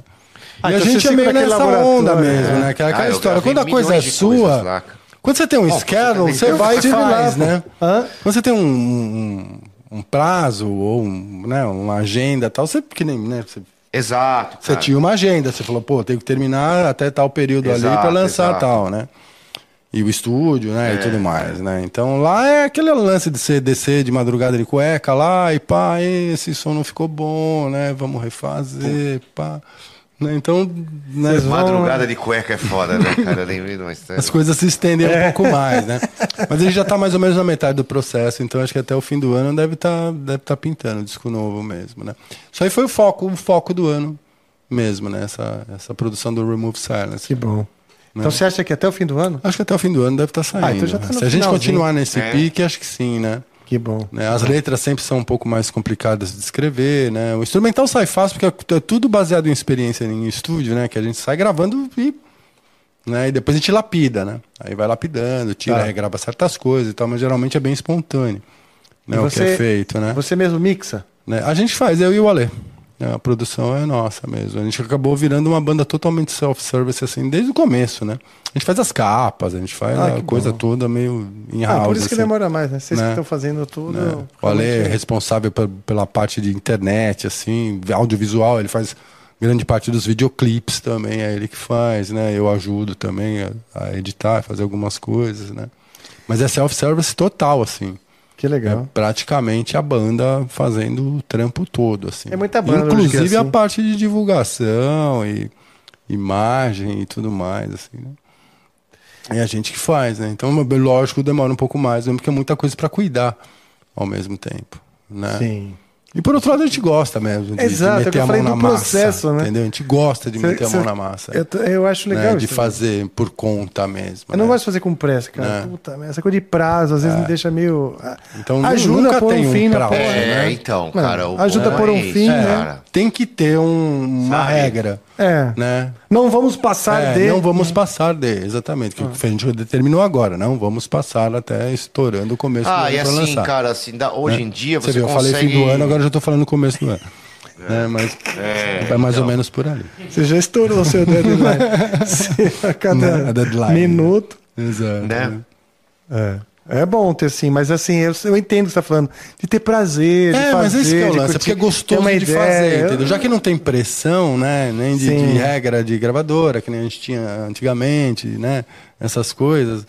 Speaker 2: Ah,
Speaker 3: e a
Speaker 2: então
Speaker 3: gente
Speaker 2: você
Speaker 3: é meio
Speaker 2: fica naquele
Speaker 3: nessa
Speaker 2: laboratório,
Speaker 3: onda
Speaker 2: né?
Speaker 3: mesmo, né? Que é aquela
Speaker 1: Ah, eu
Speaker 3: história,
Speaker 1: gravei
Speaker 3: quando a coisa é
Speaker 1: milhões de coisas
Speaker 3: sua,
Speaker 1: lá, cara.
Speaker 3: quando você tem um schedule, você
Speaker 1: eu
Speaker 3: vai e
Speaker 2: tive lá,
Speaker 3: faz,
Speaker 2: pô.
Speaker 3: né?
Speaker 2: Hã?
Speaker 3: Quando você tem um, um- um prazo ou um, né, uma agenda e tal, você que nem, né, você,
Speaker 1: Exato.
Speaker 3: você
Speaker 1: cara.
Speaker 3: tinha uma agenda, você falou, pô, tem que terminar até tal período ali
Speaker 1: Exato,
Speaker 3: pra lançar
Speaker 1: exato.
Speaker 3: tal, né? E o estúdio, né? E tudo mais, né? Então lá é aquele lance de você descer de madrugada de cueca lá e pá, esse som não ficou bom, né? Vamos refazer, pá. Né? Então, né,
Speaker 2: Vocês vão-
Speaker 1: Madrugada de cueca é foda, né, cara? Eu lembrei de uma história.
Speaker 3: as coisas se estendem
Speaker 2: É.
Speaker 3: um pouco mais, né? Mas ele já tá mais ou menos na metade do processo, então acho que até o fim do ano deve estar deve tá pintando o disco novo mesmo, né? Isso aí foi o foco, o foco do ano mesmo, né? Essa, essa produção do Remove Silence.
Speaker 2: Que bom. Então você acha que até o fim do ano?
Speaker 3: Acho que até o fim do ano deve estar saindo. né?
Speaker 2: Ah, então já tá no
Speaker 3: Se a gente
Speaker 2: finalzinho.
Speaker 3: continuar nesse
Speaker 1: É.
Speaker 3: pique, acho que sim, né?
Speaker 2: Que bom.
Speaker 3: né? As letras sempre são um pouco mais complicadas de escrever, né? O instrumental sai fácil porque é tudo baseado em experiência em estúdio, né? Que a gente sai gravando e, né? e depois a gente lapida, né? Aí vai lapidando, tira,
Speaker 2: Tá.
Speaker 3: regrava certas coisas e tal, mas geralmente é bem espontâneo né?
Speaker 2: E
Speaker 3: o que é feito, né?
Speaker 2: Você mesmo mixa?
Speaker 3: né? A gente faz, eu e o Ale. né? A produção é nossa mesmo. A gente acabou virando uma banda totalmente self-service, assim, desde o começo, né? A gente faz as capas, a gente faz
Speaker 2: Ah,
Speaker 3: a
Speaker 2: que
Speaker 3: coisa toda meio em
Speaker 2: Ah,
Speaker 3: house.
Speaker 2: por isso que
Speaker 3: assim.
Speaker 2: demora mais, né? Vocês que
Speaker 3: Né?
Speaker 2: estão fazendo tudo.
Speaker 3: É. O Ale é
Speaker 2: realmente-
Speaker 3: responsável pe- pela parte de internet, assim, audiovisual, ele faz grande parte dos videoclipes também, é ele que faz, né? Eu ajudo também a, a editar, fazer algumas coisas, né? Mas é self-service total, assim.
Speaker 2: Que legal.
Speaker 3: É praticamente a banda fazendo o trampo todo, assim.
Speaker 2: É muita banda,
Speaker 3: Inclusive
Speaker 2: hoje que é
Speaker 3: a
Speaker 2: assim.
Speaker 3: parte de divulgação e imagem e tudo mais, assim, né? É a gente que faz, né? Então, lógico, demora um pouco mais, mesmo porque é muita coisa pra cuidar ao mesmo tempo, né?
Speaker 2: Sim.
Speaker 3: E por outro lado, a gente gosta mesmo de,
Speaker 2: Exato, é
Speaker 3: de
Speaker 2: o que
Speaker 3: meter
Speaker 2: eu
Speaker 3: a
Speaker 2: falei
Speaker 3: mão na
Speaker 2: do
Speaker 3: massa,
Speaker 2: processo, né?
Speaker 3: entendeu? A gente gosta de
Speaker 2: Cê-
Speaker 3: meter a
Speaker 2: cê-
Speaker 3: mão na massa,
Speaker 2: Eu, t- eu acho
Speaker 3: né?
Speaker 2: legal
Speaker 3: de
Speaker 2: isso.
Speaker 3: fazer por conta mesmo,
Speaker 2: Eu não
Speaker 3: né?
Speaker 2: gosto de fazer com pressa, cara.
Speaker 3: É.
Speaker 2: Puta merda. Essa coisa de prazo, às vezes me deixa meio. ah,
Speaker 3: Então,
Speaker 2: ajuda
Speaker 3: nunca
Speaker 2: a pôr
Speaker 3: tem
Speaker 2: um
Speaker 3: um
Speaker 2: fim na
Speaker 3: prazo,
Speaker 2: porra.
Speaker 3: né?
Speaker 1: É, então,
Speaker 2: Mano,
Speaker 1: cara. o
Speaker 2: ajuda
Speaker 1: bom
Speaker 2: a pôr um
Speaker 1: é isso,
Speaker 2: fim, né?
Speaker 1: cara.
Speaker 3: Tem que ter um- uma
Speaker 1: Sabe?
Speaker 3: regra,
Speaker 2: É.
Speaker 3: né?
Speaker 2: Não vamos passar
Speaker 3: É,
Speaker 2: de.
Speaker 3: Não vamos passar de, exatamente. Que a gente determinou agora, não vamos passar até estourando o começo do
Speaker 1: Ah,
Speaker 3: ano
Speaker 1: e
Speaker 3: pra
Speaker 1: assim,
Speaker 3: lançar.
Speaker 1: cara, assim, dá- hoje
Speaker 3: né?
Speaker 1: em dia você,
Speaker 3: vê, eu
Speaker 1: consegue...
Speaker 3: falei fim do ano, agora já tô falando começo do ano. né? Mas é, mais
Speaker 1: então.
Speaker 3: ou menos por ali.
Speaker 1: É.
Speaker 2: Você já estourou seu deadline. Você- a cada
Speaker 3: Né? A deadline.
Speaker 2: minuto.
Speaker 3: Exato.
Speaker 1: Né?
Speaker 2: É. É bom ter sim, mas assim, eu, eu entendo o que você tá falando. De ter prazer, de
Speaker 3: É,
Speaker 2: fazer,
Speaker 3: mas esse que é o
Speaker 2: de
Speaker 3: lance, é
Speaker 2: curtir,
Speaker 3: porque é
Speaker 2: ter
Speaker 3: gostoso
Speaker 2: uma
Speaker 3: de fazer,
Speaker 2: ideia.
Speaker 3: entendeu? Já que não tem pressão, né, nem de,
Speaker 2: Sim.
Speaker 3: de regra de gravadora, que nem a gente tinha antigamente, né, essas coisas,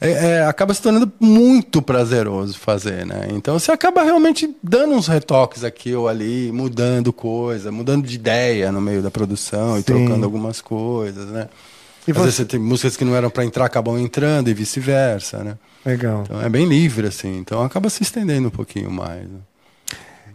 Speaker 3: é- é, acaba se tornando muito prazeroso fazer, né? Então você acaba realmente dando uns retoques aqui ou ali, mudando coisa, mudando de ideia no meio da produção e
Speaker 2: Sim.
Speaker 3: trocando algumas coisas, né?
Speaker 2: E
Speaker 3: Às
Speaker 2: você-
Speaker 3: vezes você tem músicas que não eram pra entrar, acabam entrando e vice-versa, né?
Speaker 2: Legal.
Speaker 3: Então é bem livre, assim, então acaba se estendendo um pouquinho mais, né?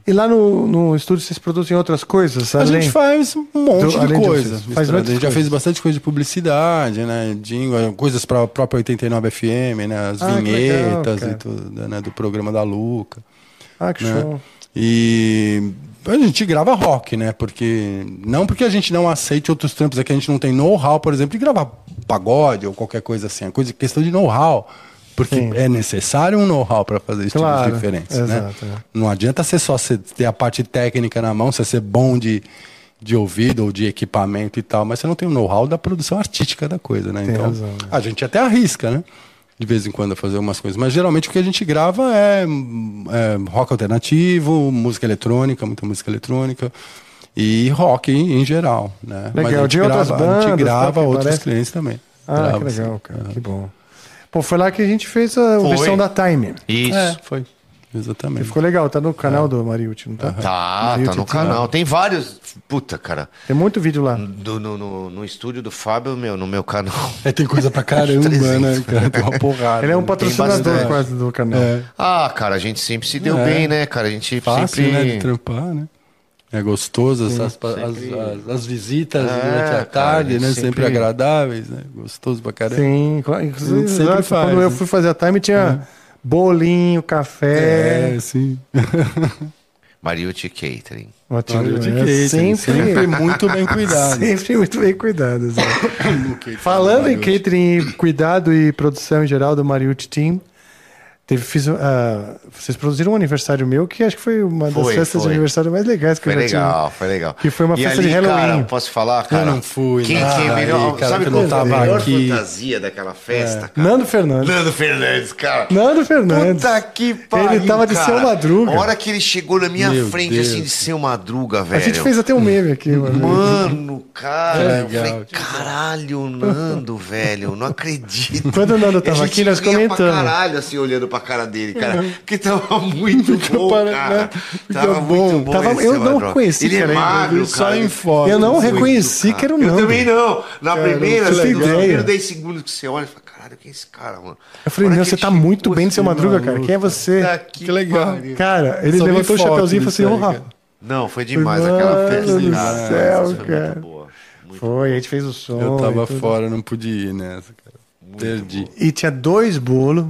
Speaker 2: E lá no, no estúdio vocês produzem outras coisas?
Speaker 3: A
Speaker 2: além?
Speaker 3: gente faz um monte
Speaker 2: Do-
Speaker 3: de
Speaker 2: além de
Speaker 3: coisa.
Speaker 2: vocês, faz muitas
Speaker 3: misturada. tá, a gente já
Speaker 2: coisas.
Speaker 3: fez bastante coisa de publicidade, né? Jingle, coisas para a própria 89 FM, né? As
Speaker 2: Ah, que legal,
Speaker 3: vinhetas
Speaker 2: cara.
Speaker 3: e tudo, né? Do programa da Luca.
Speaker 2: Ah, que
Speaker 3: né?
Speaker 2: show.
Speaker 3: E a gente grava rock, né? Porque. Não porque a gente não aceite outros trampos, é que a gente não tem know-how, por exemplo, de gravar pagode ou qualquer coisa assim. É coisa, questão de know-how. Porque
Speaker 2: Sim.
Speaker 3: é necessário um know-how para fazer estilos
Speaker 2: Claro,
Speaker 3: diferentes.
Speaker 2: exato,
Speaker 3: né?
Speaker 2: é.
Speaker 3: Não adianta ser só você ter a parte técnica na mão, você ser bom de, de ouvido ou de equipamento e tal, mas você não tem o know-how da produção artística da coisa, né? então,
Speaker 2: razão,
Speaker 3: a gente até arrisca, né? De vez em quando fazer umas coisas. Mas geralmente o que a gente grava é, hum, é, rock alternativo, música eletrônica, muita música eletrônica. E rock em, em geral, né?
Speaker 2: Legal,
Speaker 3: a gente
Speaker 2: de outras
Speaker 3: grava, A
Speaker 2: bandas,
Speaker 3: gente grava
Speaker 2: tal, que
Speaker 3: outros
Speaker 2: parece.
Speaker 3: clientes também.
Speaker 2: Ah,
Speaker 3: Grava,
Speaker 2: que
Speaker 3: assim.
Speaker 2: legal, cara. Que bom. Pô, foi lá que a gente fez a
Speaker 1: Foi.
Speaker 2: versão da Time.
Speaker 1: Isso.
Speaker 3: É, foi. Exatamente.
Speaker 2: E ficou legal, tá no
Speaker 3: É.
Speaker 2: canal do Mariucci, não tá?
Speaker 1: Tá, tá no canal. Tem vários... Puta, cara.
Speaker 2: Tem muito vídeo lá.
Speaker 1: do- no, no- no estúdio do Fábio, meu, no meu canal.
Speaker 3: É, tem coisa pra caramba, né?
Speaker 1: 300.
Speaker 3: Cara, tem uma porrada.
Speaker 2: Ele é um patrocinador
Speaker 1: bastante.
Speaker 2: quase do canal.
Speaker 3: É.
Speaker 1: Ah, cara, a gente sempre se deu
Speaker 3: É.
Speaker 1: bem, né, cara? A gente
Speaker 3: Fácil,
Speaker 1: sempre...
Speaker 3: né? De trampar, né? É gostoso as, as, as- as- as visitas
Speaker 2: Ah,
Speaker 1: É,
Speaker 3: durante
Speaker 1: cara,
Speaker 3: a tarde, né? Sempre...
Speaker 1: sempre
Speaker 3: agradáveis, né? Gostoso pra caramba.
Speaker 2: Sim, co- inclusive,
Speaker 3: sempre
Speaker 2: lá,
Speaker 3: faz,
Speaker 2: quando eu
Speaker 3: né?
Speaker 2: fui fazer a Time tinha bolinho, café.
Speaker 3: É, sim.
Speaker 1: Mariucci Catering.
Speaker 2: Matilde,
Speaker 3: Olha,
Speaker 2: é
Speaker 3: de catering, sempre
Speaker 2: sempre,
Speaker 3: muito bem cuidado.
Speaker 2: sempre muito bem cuidado. Zé.
Speaker 3: No catering,
Speaker 2: Falando em
Speaker 3: maravilhoso.
Speaker 2: catering, e cuidado e produção em geral do Mariucci Team, teve, fiz, ah, vocês produziram um aniversário meu que acho que foi uma das
Speaker 1: Foi,
Speaker 2: festas de
Speaker 1: foi.
Speaker 2: aniversário mais legais que
Speaker 1: Foi
Speaker 2: eu já
Speaker 1: legal, foi legal.
Speaker 2: Que foi uma
Speaker 1: e
Speaker 2: festa
Speaker 1: ali,
Speaker 2: de Halloween.
Speaker 1: Cara, posso falar, cara?
Speaker 3: não fui,
Speaker 1: Quem,
Speaker 3: nada
Speaker 1: quem é
Speaker 3: aí,
Speaker 1: melhor,
Speaker 3: cara,
Speaker 1: sabe
Speaker 3: que eu
Speaker 1: qual
Speaker 3: não
Speaker 1: foi a
Speaker 3: tava
Speaker 1: melhor
Speaker 3: aqui.
Speaker 1: fantasia daquela festa,
Speaker 2: tinha.
Speaker 1: cara?
Speaker 2: Nando Fernandes.
Speaker 1: Nando Fernandes, cara.
Speaker 2: É. Nando Fernandes.
Speaker 1: Puta que pariu,
Speaker 2: Ele tava de
Speaker 1: cara.
Speaker 2: seu madruga.
Speaker 1: A hora que ele chegou na minha
Speaker 3: Meu
Speaker 1: frente,
Speaker 3: Deus.
Speaker 1: assim, de seu madruga,
Speaker 2: A
Speaker 1: velho.
Speaker 2: gente fez até um meme aqui, mano.
Speaker 1: Mano, cara,
Speaker 3: Que legal,
Speaker 1: eu falei, caralho, Nando, velho, não acredito.
Speaker 2: Quando o Nando
Speaker 1: E a
Speaker 2: tava
Speaker 1: gente
Speaker 2: aqui, nós
Speaker 1: ria pra
Speaker 2: comentamos. É.
Speaker 1: caralho, assim, olhando pra cara dele, cara. Porque tava muito bom,
Speaker 3: pare- né?
Speaker 1: cara.
Speaker 3: Ficou
Speaker 1: Tava muito
Speaker 3: bom.
Speaker 1: bom.
Speaker 2: Tava-
Speaker 1: esse
Speaker 2: eu não
Speaker 1: Madruga.
Speaker 2: conheci,
Speaker 1: Ele é
Speaker 2: cara, ainda,
Speaker 1: magro,
Speaker 3: ele só
Speaker 1: cara. é
Speaker 3: em foto.
Speaker 2: Eu não
Speaker 1: Muito,
Speaker 2: reconheci
Speaker 1: cara.
Speaker 2: que era o
Speaker 1: Eu
Speaker 2: Nando.
Speaker 1: também não. Na
Speaker 2: Cara,
Speaker 1: primeira, assim,
Speaker 2: que
Speaker 1: nos
Speaker 2: legal.
Speaker 1: primeiros 10 segundos que você olha, você fala, caralho, quem é esse cara, mano?
Speaker 2: Eu falei,
Speaker 1: A hora
Speaker 2: Nando,
Speaker 1: que
Speaker 2: você
Speaker 1: ele
Speaker 2: tá
Speaker 1: chegou,
Speaker 2: muito bem de seu madruga, cara. Quem é você?
Speaker 1: puta que
Speaker 3: legal.
Speaker 1: pariu.
Speaker 2: Cara, ele
Speaker 3: Só vi
Speaker 2: levantou o
Speaker 3: foto
Speaker 2: chapeuzinho e falou assim,
Speaker 3: disso
Speaker 2: ô
Speaker 3: aí,
Speaker 2: Rafa.
Speaker 3: cara.
Speaker 1: Não, foi demais
Speaker 2: Mano
Speaker 1: aquela festa.
Speaker 2: do
Speaker 1: cara.
Speaker 2: céu,
Speaker 1: Essa foi muito
Speaker 2: cara.
Speaker 1: boa. Muito
Speaker 2: Foi, a gente fez o som.
Speaker 3: Eu tava
Speaker 2: e é tudo.
Speaker 3: fora, não podia ir nessa, cara. Perdi.
Speaker 2: E tinha dois bolos.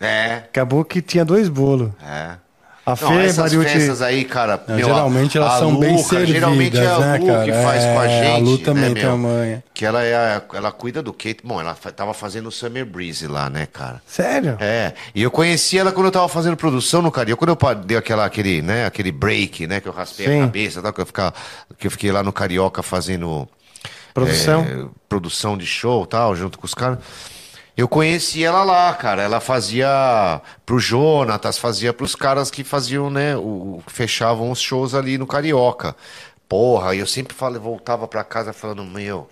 Speaker 1: É,
Speaker 2: Acabou que tinha dois bolos.
Speaker 1: é.
Speaker 2: A
Speaker 1: Não,
Speaker 2: Fê,
Speaker 1: essas
Speaker 2: Mariucci...
Speaker 1: festas aí, cara.
Speaker 3: É, geralmente elas
Speaker 1: a
Speaker 3: são bem
Speaker 1: cara, Geralmente é a
Speaker 3: servidas, né,
Speaker 1: Lu que
Speaker 3: cara?
Speaker 1: faz com a
Speaker 3: É,
Speaker 1: gente.
Speaker 3: a Lu também
Speaker 1: né,
Speaker 3: tem
Speaker 1: meu?
Speaker 3: a manha.
Speaker 1: Que ela, é a- ela cuida do Kate. Bom, ela fa- tava fazendo o Summer Breeze lá, né, cara?
Speaker 2: Sério?
Speaker 1: É, e eu conheci ela quando eu tava fazendo produção no Carioca. Quando eu pa- dei aquela, aquele, né, aquele break, né, que eu raspei
Speaker 2: Sim.
Speaker 1: a cabeça, e tal, que, eu ficava, que eu fiquei lá no Carioca fazendo
Speaker 2: Produção?
Speaker 1: é, produção de show e tal, junto com os caras. Eu conheci ela lá, cara. Ela fazia pro Jonatas, fazia pros caras que faziam, né? O, o- que fechavam os shows ali no Carioca. Porra, e eu sempre falo, voltava pra casa falando, meu.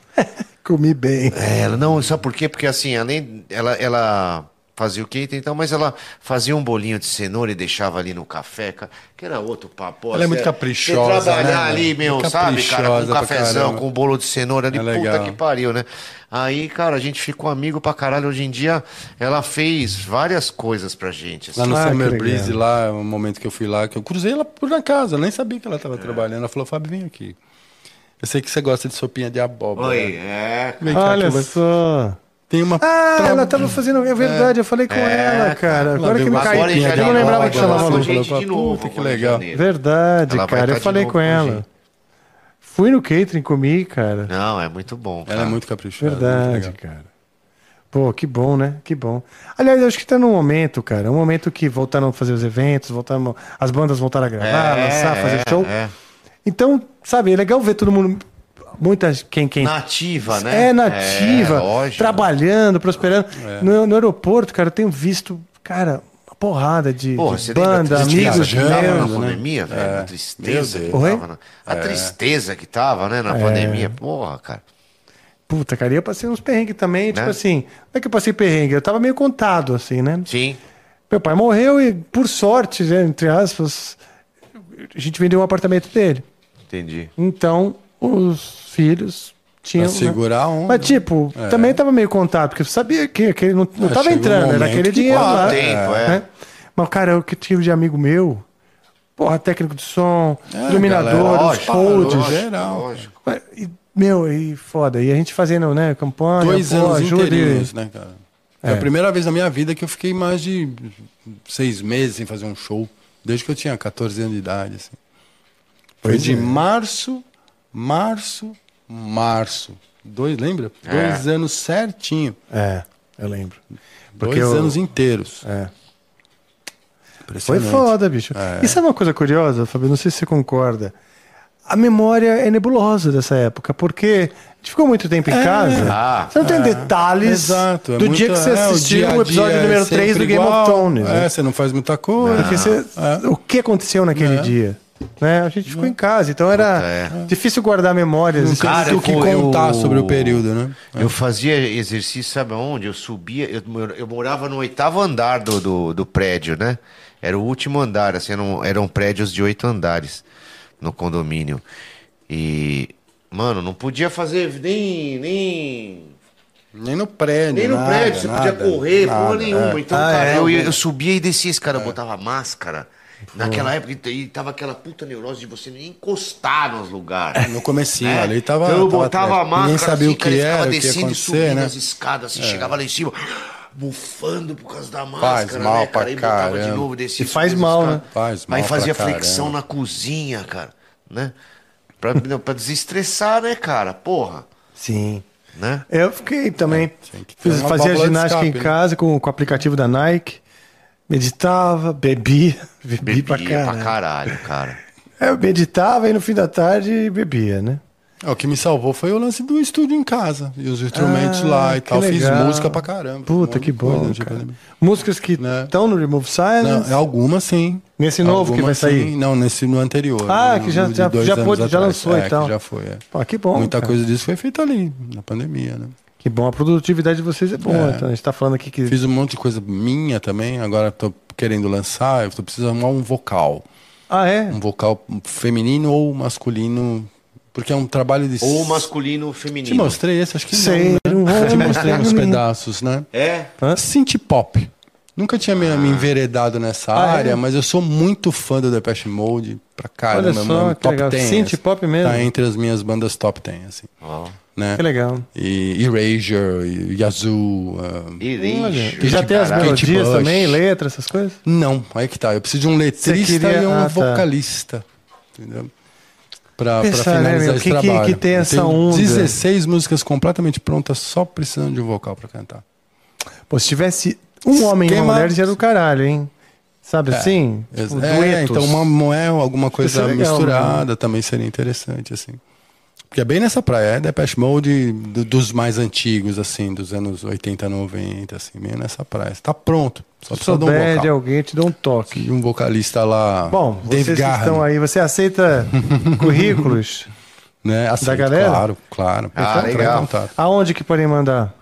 Speaker 2: Comi bem.
Speaker 1: É, ela, não, sabe por quê? Porque assim, além. Ela, ela fazia o quente então, mas ela fazia um bolinho de cenoura e deixava ali no café, cara, que era outro papo.
Speaker 3: Ela é
Speaker 1: Você-
Speaker 3: muito
Speaker 1: você
Speaker 3: caprichosa,
Speaker 1: trabalhar
Speaker 3: né,
Speaker 1: ali,
Speaker 3: velho?
Speaker 1: meu, sabe, cara, com um
Speaker 3: Caprichosa pra
Speaker 1: cafezão,
Speaker 3: caramba.
Speaker 1: com um bolo de cenoura ali,
Speaker 3: É
Speaker 1: puta
Speaker 3: legal.
Speaker 1: que pariu, né? Aí, cara, a gente ficou amigo pra caralho. Hoje em dia, ela fez várias coisas pra gente. assim.
Speaker 3: Lá no
Speaker 2: Ah, que
Speaker 3: Summer
Speaker 2: legal.
Speaker 3: Breeze, lá, um momento que eu fui lá, que eu cruzei ela por na casa, nem sabia que ela
Speaker 1: É.
Speaker 3: estava trabalhando. Ela falou, Fábio, vem aqui. Eu sei que você gosta de sopinha de abóbora.
Speaker 1: Oi, é.
Speaker 3: Vem cá
Speaker 2: Olha
Speaker 3: que eu vou-
Speaker 2: só.
Speaker 3: Tem uma...
Speaker 2: Ah,
Speaker 3: tra-
Speaker 2: ela tava fazendo. É verdade, eu falei com
Speaker 1: É,
Speaker 2: ela, cara. Agora
Speaker 3: veio
Speaker 2: que me
Speaker 3: uma
Speaker 2: caiu.
Speaker 1: agora em
Speaker 2: Eu não
Speaker 1: Jaraguá,
Speaker 2: lembrava que
Speaker 1: agora
Speaker 2: chamava
Speaker 1: com
Speaker 2: Lu.
Speaker 1: a gente
Speaker 3: Falou,
Speaker 1: de novo.
Speaker 3: puta, que
Speaker 1: agora em
Speaker 3: legal.
Speaker 1: janeiro.
Speaker 2: Verdade,
Speaker 1: Ela vai
Speaker 2: cara.
Speaker 1: estar
Speaker 2: Eu
Speaker 1: de
Speaker 2: falei
Speaker 1: novo
Speaker 2: com
Speaker 1: com a
Speaker 2: ela.
Speaker 1: gente.
Speaker 2: Fui no catering, comi, cara.
Speaker 1: Não, é muito bom.
Speaker 3: Ela é
Speaker 1: cara.
Speaker 3: muito caprichosa. muito
Speaker 2: Verdade,
Speaker 3: legal.
Speaker 2: cara. Pô, que bom, né? Que bom. Aliás, eu acho que tá num momento, cara. Um momento que voltaram a fazer os eventos, voltaram, as bandas voltaram a
Speaker 3: Ah,
Speaker 2: gravar,
Speaker 1: É,
Speaker 2: lançar, fazer
Speaker 1: é,
Speaker 2: show.
Speaker 1: é.
Speaker 2: Então, sabe, é legal ver todo mundo. Muita quem, quem
Speaker 1: Nativa, né?
Speaker 2: É nativa,
Speaker 1: É, lógico. É.
Speaker 2: trabalhando, prosperando. No, no aeroporto, cara, eu tenho visto, cara, uma porrada de,
Speaker 1: Pô,
Speaker 2: de
Speaker 1: você
Speaker 2: banda,
Speaker 1: lembra a
Speaker 2: amigos
Speaker 1: tristeza É. que tava na
Speaker 2: meus.
Speaker 3: viajando, né?
Speaker 1: pandemia, velho? A tristeza que
Speaker 3: Meu
Speaker 2: Deus.
Speaker 1: tava. na- A tristeza que tava, né, na pandemia. Porra, cara.
Speaker 2: Puta, cara, e eu passei uns perrengues também, tipo
Speaker 1: Né?
Speaker 2: assim, não é que eu passei perrengue, eu tava meio contado, assim, né?
Speaker 1: Sim.
Speaker 2: Meu pai morreu e, por sorte, né, entre aspas, a gente vendeu um apartamento dele.
Speaker 1: Entendi.
Speaker 2: Então, os filhos tinham.
Speaker 3: Pra segurar a onda. né?
Speaker 2: Mas, tipo, também tava meio contado, porque eu sabia que aquele não, não
Speaker 3: É,
Speaker 2: tava
Speaker 3: chegou um
Speaker 2: entrando, era
Speaker 3: momento
Speaker 2: aquele
Speaker 3: que
Speaker 2: dinheiro
Speaker 1: passa
Speaker 2: lá.
Speaker 1: o tempo, é.
Speaker 2: né? Mas, cara, eu que tive de amigo meu, porra, técnico de som,
Speaker 3: É, galera,
Speaker 2: iluminador, os
Speaker 1: Lógico,
Speaker 2: folds.
Speaker 1: lógico,
Speaker 3: geral.
Speaker 1: né? lógico.
Speaker 2: Mas, e, Meu, e foda. E a gente fazendo, né, campanha,
Speaker 3: Dois
Speaker 2: pô, É.
Speaker 3: anos
Speaker 2: ajuda e-
Speaker 3: inteirinhos, né, cara? Foi a primeira vez na minha vida que eu fiquei mais de seis meses sem fazer um show. Desde que eu tinha 14 anos de idade, assim. Foi
Speaker 2: é.
Speaker 3: de março, março, março. Dois, lembra?
Speaker 1: É.
Speaker 3: Dois anos certinho.
Speaker 2: É, eu lembro.
Speaker 3: Dois
Speaker 2: É eu-
Speaker 3: anos inteiros.
Speaker 2: É. Foi
Speaker 3: Impressionante.
Speaker 2: foda, bicho.
Speaker 3: É.
Speaker 2: Isso é uma coisa curiosa, Fabio, não sei se você concorda. A memória é nebulosa dessa época, porque a gente ficou muito tempo em casa.
Speaker 1: Ah,
Speaker 2: você não tem detalhes
Speaker 3: É. Exato. é
Speaker 2: do dia que
Speaker 3: muito-
Speaker 2: você
Speaker 3: é, o
Speaker 2: assistiu
Speaker 3: dia a
Speaker 2: o, episódio
Speaker 3: dia é
Speaker 2: número
Speaker 3: sempre
Speaker 2: 3 do Game
Speaker 3: igual.
Speaker 2: of Thrones. né?
Speaker 3: É, você não faz muita coisa.
Speaker 2: Porque você- o que aconteceu naquele
Speaker 3: É.
Speaker 2: dia? Né? A gente ficou em casa, então era
Speaker 1: Puta,
Speaker 2: difícil guardar memórias.
Speaker 3: Nunca-
Speaker 1: Cara,
Speaker 3: tem
Speaker 1: eu
Speaker 3: o que
Speaker 1: vou- eu-
Speaker 3: contar sobre o período, né?
Speaker 1: Eu fazia exercício, sabe aonde? Eu subia, eu, mor- eu morava no oitavo andar do, do, do prédio, né? Era o último andar, assim, eram, eram prédios de oito andares no condomínio. E, mano, não podia fazer nem. nem
Speaker 3: Nem no prédio.
Speaker 1: Nem no
Speaker 3: nada,
Speaker 1: prédio, você
Speaker 3: nada,
Speaker 1: podia correr, porra
Speaker 3: nada,
Speaker 1: nenhuma.
Speaker 3: é.
Speaker 1: Então,
Speaker 2: Ah,
Speaker 1: cara,
Speaker 2: é?
Speaker 1: eu, ia- eu subia e descia, esse cara, eu botava máscara. Naquela época, e tava aquela puta neurose de você nem encostar nos lugares.
Speaker 3: É, No comecinho
Speaker 1: né?
Speaker 3: ali tava.
Speaker 1: então eu
Speaker 3: tava
Speaker 1: botava a
Speaker 3: atrás.
Speaker 1: máscara,
Speaker 3: Ninguém sabia
Speaker 1: assim,
Speaker 3: o
Speaker 1: cara,
Speaker 3: que
Speaker 1: eu ficava
Speaker 3: era, o que ia
Speaker 1: descendo e
Speaker 3: acontecer,
Speaker 1: subindo
Speaker 3: né?
Speaker 1: as escadas, assim, chegava lá em cima, bufando por causa da máscara,
Speaker 3: Faz mal
Speaker 1: né, cara?
Speaker 3: pra
Speaker 1: Aí botava de
Speaker 3: caramba.
Speaker 1: novo, descia.
Speaker 2: E faz
Speaker 1: subia as
Speaker 2: mal,
Speaker 1: escadas.
Speaker 2: né?
Speaker 3: Faz mal
Speaker 1: Aí fazia
Speaker 3: pra
Speaker 1: flexão
Speaker 3: caramba.
Speaker 1: na cozinha, cara, né? Pra, não, pra desestressar, né, cara? Porra,
Speaker 2: Sim.
Speaker 1: né?
Speaker 2: Eu fiquei também.
Speaker 3: É, tinha que ter
Speaker 2: Fiz-
Speaker 3: uma
Speaker 2: fazia
Speaker 3: válvula de
Speaker 2: ginástica
Speaker 3: escape,
Speaker 2: em
Speaker 3: né?
Speaker 2: casa com, com o aplicativo da Nike. Meditava, bebia, bebia,
Speaker 1: Bebia
Speaker 2: pra caralho.
Speaker 1: pra caralho, cara.
Speaker 2: É, Eu meditava e no fim da tarde bebia, né?
Speaker 3: É, O que me salvou foi o lance do estúdio em casa. E os instrumentos
Speaker 2: Ah,
Speaker 3: lá e
Speaker 2: que
Speaker 3: tal. Fiz
Speaker 2: legal.
Speaker 3: música pra caramba.
Speaker 2: Puta
Speaker 3: Um monte
Speaker 2: que
Speaker 3: de coisa,
Speaker 2: bom,
Speaker 3: não tinha
Speaker 2: cara.
Speaker 3: problema.
Speaker 2: Músicas que
Speaker 3: Né?
Speaker 2: estão no Remove
Speaker 3: Não,
Speaker 2: Silence.
Speaker 3: é alguma sim.
Speaker 2: Nesse novo que
Speaker 3: Alguma,
Speaker 2: vai sair?
Speaker 3: sim. Não, nesse no anterior.
Speaker 2: Ah,
Speaker 3: no-
Speaker 2: que já-
Speaker 3: no de
Speaker 2: já-
Speaker 3: dois
Speaker 2: já
Speaker 3: anos
Speaker 2: pôde- já
Speaker 3: atrás.
Speaker 2: lançou,
Speaker 3: É, que
Speaker 2: então.
Speaker 3: já foi, é.
Speaker 2: Pô, que bom.
Speaker 3: Muita
Speaker 2: cara.
Speaker 3: coisa disso foi feita ali, na pandemia, né?
Speaker 2: Que bom. A produtividade de vocês é boa. Então, a gente tá falando aqui que.
Speaker 3: Fiz um monte de coisa minha também, agora tô querendo lançar, eu tô precisando arrumar um vocal.
Speaker 2: Ah, é?
Speaker 3: Um vocal feminino ou masculino, porque é um trabalho de...
Speaker 1: Ou masculino ou feminino.
Speaker 3: Te mostrei esse, acho que
Speaker 2: Sei,
Speaker 3: não, né?
Speaker 2: um-
Speaker 3: Te mostrei uns
Speaker 2: um-
Speaker 3: pedaços, né?
Speaker 1: É?
Speaker 2: Hã?
Speaker 3: Synth pop. Nunca tinha me, me enveredado nessa
Speaker 2: Ah, é?
Speaker 3: área, mas eu sou muito fã do Depeche Mode pra caramba.
Speaker 2: Olha só,
Speaker 3: mano.
Speaker 2: que legal. Synth
Speaker 3: assim.
Speaker 2: pop mesmo?
Speaker 3: Tá entre as minhas bandas top 10, assim.
Speaker 1: Ó.
Speaker 3: né?
Speaker 2: Que legal.
Speaker 3: E Erasure, e Yazoo. ah,
Speaker 2: E já tem as
Speaker 1: Caralho.
Speaker 2: melodias
Speaker 3: Bush.
Speaker 2: também, letra, essas coisas?
Speaker 3: Não, aí que tá. Eu preciso de um letrista
Speaker 2: Você queria-
Speaker 3: e um
Speaker 2: Ah, tá.
Speaker 3: vocalista. Entendeu? Pra, pra
Speaker 2: Pensar, né,
Speaker 3: finalizar
Speaker 2: meu?
Speaker 3: esse
Speaker 2: Que- que-
Speaker 3: trabalho.
Speaker 2: que tem
Speaker 3: Eu
Speaker 2: essa
Speaker 3: tenho
Speaker 2: onda?
Speaker 3: 16 músicas completamente prontas, só precisando de um vocal pra cantar.
Speaker 2: Pô, se tivesse um homem e uma
Speaker 3: Esquema-
Speaker 2: mulher, já era do caralho, hein? Sabe assim?
Speaker 3: É,
Speaker 2: Tipo,
Speaker 3: é, então uma moel, alguma coisa
Speaker 2: Isso é legal,
Speaker 3: misturada também seria interessante, assim. Porque é bem nessa praia, é Depeche Mode do- dos mais antigos, assim, dos anos 80, 90, assim, meio nessa praia. Tá pronto, só
Speaker 2: Se
Speaker 3: precisa de um
Speaker 2: souber de
Speaker 3: vocal.
Speaker 2: alguém, te dá um toque.
Speaker 3: E um vocalista lá,
Speaker 2: Bom, vocês
Speaker 3: Dave
Speaker 2: que estão
Speaker 3: Garra,
Speaker 2: aí, você aceita currículos?
Speaker 3: né? Assim,
Speaker 2: da galera?
Speaker 3: Claro, claro.
Speaker 1: Ah,
Speaker 3: Entrar em
Speaker 1: legal.
Speaker 3: contato.
Speaker 2: Aonde que podem mandar?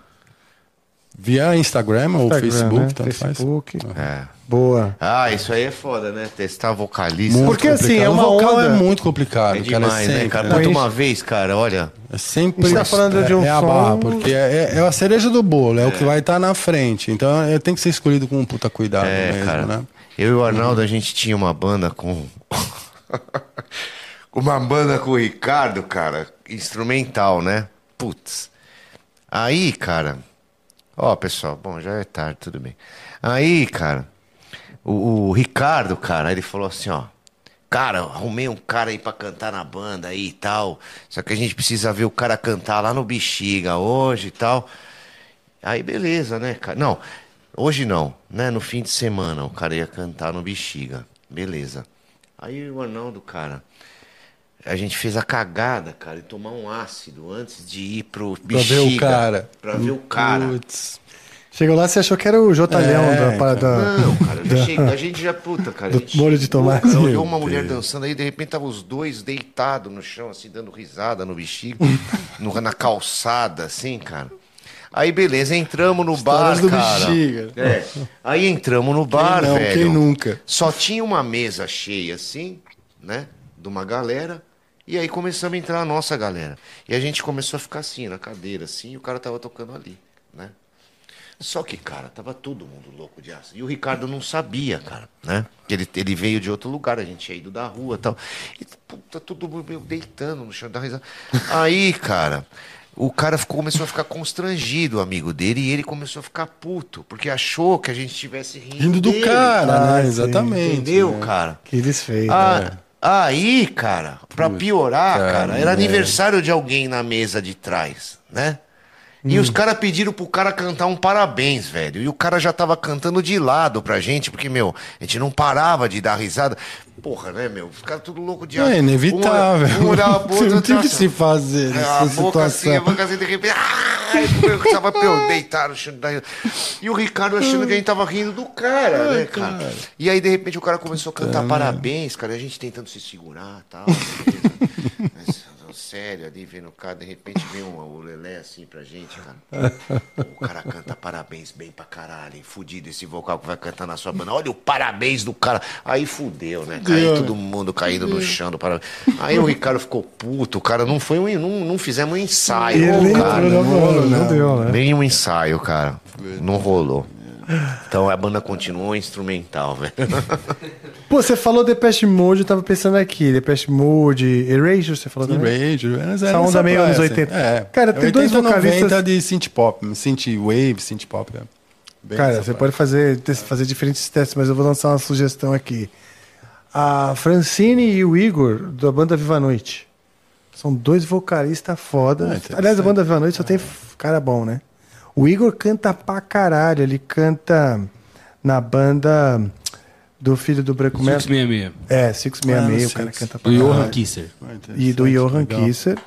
Speaker 3: Via Instagram ou
Speaker 2: Instagram,
Speaker 3: Facebook,
Speaker 2: né?
Speaker 3: tanto
Speaker 2: Facebook.
Speaker 1: É.
Speaker 2: Boa.
Speaker 1: Ah, isso aí é foda, né? Testar vocalista.
Speaker 3: faz. Muito
Speaker 2: Porque, assim,
Speaker 3: complicado.
Speaker 2: é uma
Speaker 3: o vocal
Speaker 2: onda-
Speaker 3: é muito complicado,
Speaker 1: É
Speaker 3: cara,
Speaker 1: demais,
Speaker 3: é sempre,
Speaker 1: né, cara?
Speaker 3: né?
Speaker 1: Puta,
Speaker 2: Mas-
Speaker 1: uma vez, cara, olha.
Speaker 3: É sempre.
Speaker 2: A gente tá
Speaker 3: é-
Speaker 2: falando de um
Speaker 3: é a
Speaker 2: som-
Speaker 3: barra, porque é, é- é a cereja do bolo, é, o que vai estar na frente. Então é, tem que ser escolhido com um puta cuidado
Speaker 1: É,
Speaker 3: mesmo,
Speaker 1: cara.
Speaker 3: né?
Speaker 1: Eu e o Arnaldo, a gente tinha uma banda com. uma banda com o Ricardo, cara. Instrumental, né? Putz. Aí, cara. Ó, pessoal, bom, já é tarde, tudo bem. Aí, cara. O, o Ricardo, cara, ele falou assim, ó. Cara, arrumei um cara aí pra cantar na banda aí e tal. Só que a gente precisa ver o cara cantar lá no Bexiga hoje e tal. Aí beleza, né, cara? Não, hoje não, né? No fim de semana o cara ia cantar no Bexiga. Beleza. Aí o Arnaldo, cara, a gente fez a cagada, cara, e tomar um ácido antes de ir pro
Speaker 3: Pra
Speaker 1: Bexiga.
Speaker 3: ver o cara.
Speaker 1: Pra ver o cara.
Speaker 3: Putz.
Speaker 2: Chegou lá, você achou que era o Jotalhão
Speaker 3: É,
Speaker 2: da, pa- da-
Speaker 1: Não, cara, eu já cheguei, a gente já, puta, cara. a
Speaker 2: Do
Speaker 1: gente
Speaker 2: molho de
Speaker 1: chegou,
Speaker 2: tomate.
Speaker 1: cara, Olhou
Speaker 2: Meu
Speaker 1: uma mulher dançando aí, de repente tava os dois deitados no chão, assim, dando risada no bexiga, no- na calçada, assim, cara. Aí, beleza, entramos no
Speaker 3: Histórias
Speaker 1: bar,
Speaker 3: do
Speaker 1: cara.
Speaker 3: Bexiga.
Speaker 1: É. Aí entramos no bar,
Speaker 3: não,
Speaker 1: Ah, velho.
Speaker 3: quem nunca?
Speaker 1: Só tinha uma mesa cheia, assim, né? De uma galera. E aí começamos a entrar a nossa galera. E a gente começou a ficar assim, na cadeira, assim, e o cara tava tocando ali, né? Só que, cara, tava todo mundo louco de aço. E o Ricardo não sabia, cara, né? Que Ele, ele veio de outro lugar, a gente tinha ido da rua e tal. E puta, todo mundo meio deitando no chão, dá risada. Aí, cara, o cara ficou- começou a ficar constrangido, o amigo dele, e ele começou a ficar puto, porque achou que a gente estivesse rindo.
Speaker 3: Rindo do
Speaker 1: dele,
Speaker 3: cara,
Speaker 2: Ah,
Speaker 3: né?
Speaker 2: sim.
Speaker 3: Exatamente.
Speaker 1: Entendeu,
Speaker 3: né?
Speaker 1: cara?
Speaker 2: que desfeito.
Speaker 3: É.
Speaker 1: Ah, Aí, cara, pra piorar,
Speaker 3: cara,
Speaker 1: cara, era
Speaker 3: é.
Speaker 1: aniversário de alguém na mesa de trás, né? E
Speaker 3: Hum.
Speaker 1: os caras pediram pro cara cantar um parabéns, velho. E o cara já tava cantando de lado pra gente, porque, meu, a gente não parava de dar risada. Porra, né, meu? Os caras tudo louco de
Speaker 3: É inevitável.
Speaker 1: Um, um olhava pro outro.
Speaker 3: Não tem o que
Speaker 1: nossa,
Speaker 3: se fazer
Speaker 1: é,
Speaker 3: nessa
Speaker 1: a boca assim, a
Speaker 3: situação.
Speaker 1: boca assim, de repente. Ai, eu tava meu, deitado, achando. da- E o Ricardo achando que a gente tava rindo do cara, né, cara? Tá. E aí, de repente, o cara começou a cantar parabéns, cara, e a gente tentando se segurar e tal. beleza. Mas, Sério, ali vendo o cara, de repente vem um, o Lelé assim pra gente, cara. Pô, O cara canta parabéns bem pra caralho, hein? Fudido esse vocal que vai cantar na sua banda. Olha o parabéns do cara. Aí fudeu, né? Cara? Aí todo mundo caído no chão do parabéns. Aí o Ricardo ficou puto, cara. Não foi um. Não, não fizemos um ensaio,
Speaker 2: É. Ele
Speaker 1: cara.
Speaker 2: entrou na bola, não
Speaker 3: não.
Speaker 2: deu, né?
Speaker 1: Nenhum ensaio, cara. Não rolou. Então a banda continuou instrumental, velho.
Speaker 2: Pô, você falou Depeche Mode, eu tava pensando aqui. Depeche Mode, Erasure, você falou também?
Speaker 1: né?
Speaker 3: Rage, mas é
Speaker 2: Essa onda
Speaker 3: nessa
Speaker 2: meio anos
Speaker 3: praia,
Speaker 2: 80.
Speaker 3: assim. É.
Speaker 2: Cara, tem dois
Speaker 3: 80,
Speaker 2: vocalistas-
Speaker 3: 90 de synth pop, synth wave, synth pop. é. Bem
Speaker 2: Cara,
Speaker 3: nessa
Speaker 2: você
Speaker 3: praia.
Speaker 2: pode fazer, te- fazer diferentes testes, mas eu vou lançar uma sugestão aqui. A Francine e o Igor, da banda Viva a Noite. São dois vocalistas
Speaker 3: Ah,
Speaker 2: foda.
Speaker 3: interessante. Ah, é.
Speaker 2: Aliás, a banda Viva a Noite só tem f- cara bom, né? O Igor canta pra caralho. Ele canta na banda do filho do Branco Mestre.
Speaker 4: 666.
Speaker 2: É, 666,
Speaker 3: Ah,
Speaker 2: o cara
Speaker 3: Six.
Speaker 2: canta pra
Speaker 4: Do Johan
Speaker 2: caralho.
Speaker 4: Kisser.
Speaker 3: Ah, interessante,
Speaker 2: E do Johan
Speaker 3: legal.
Speaker 2: Kisser.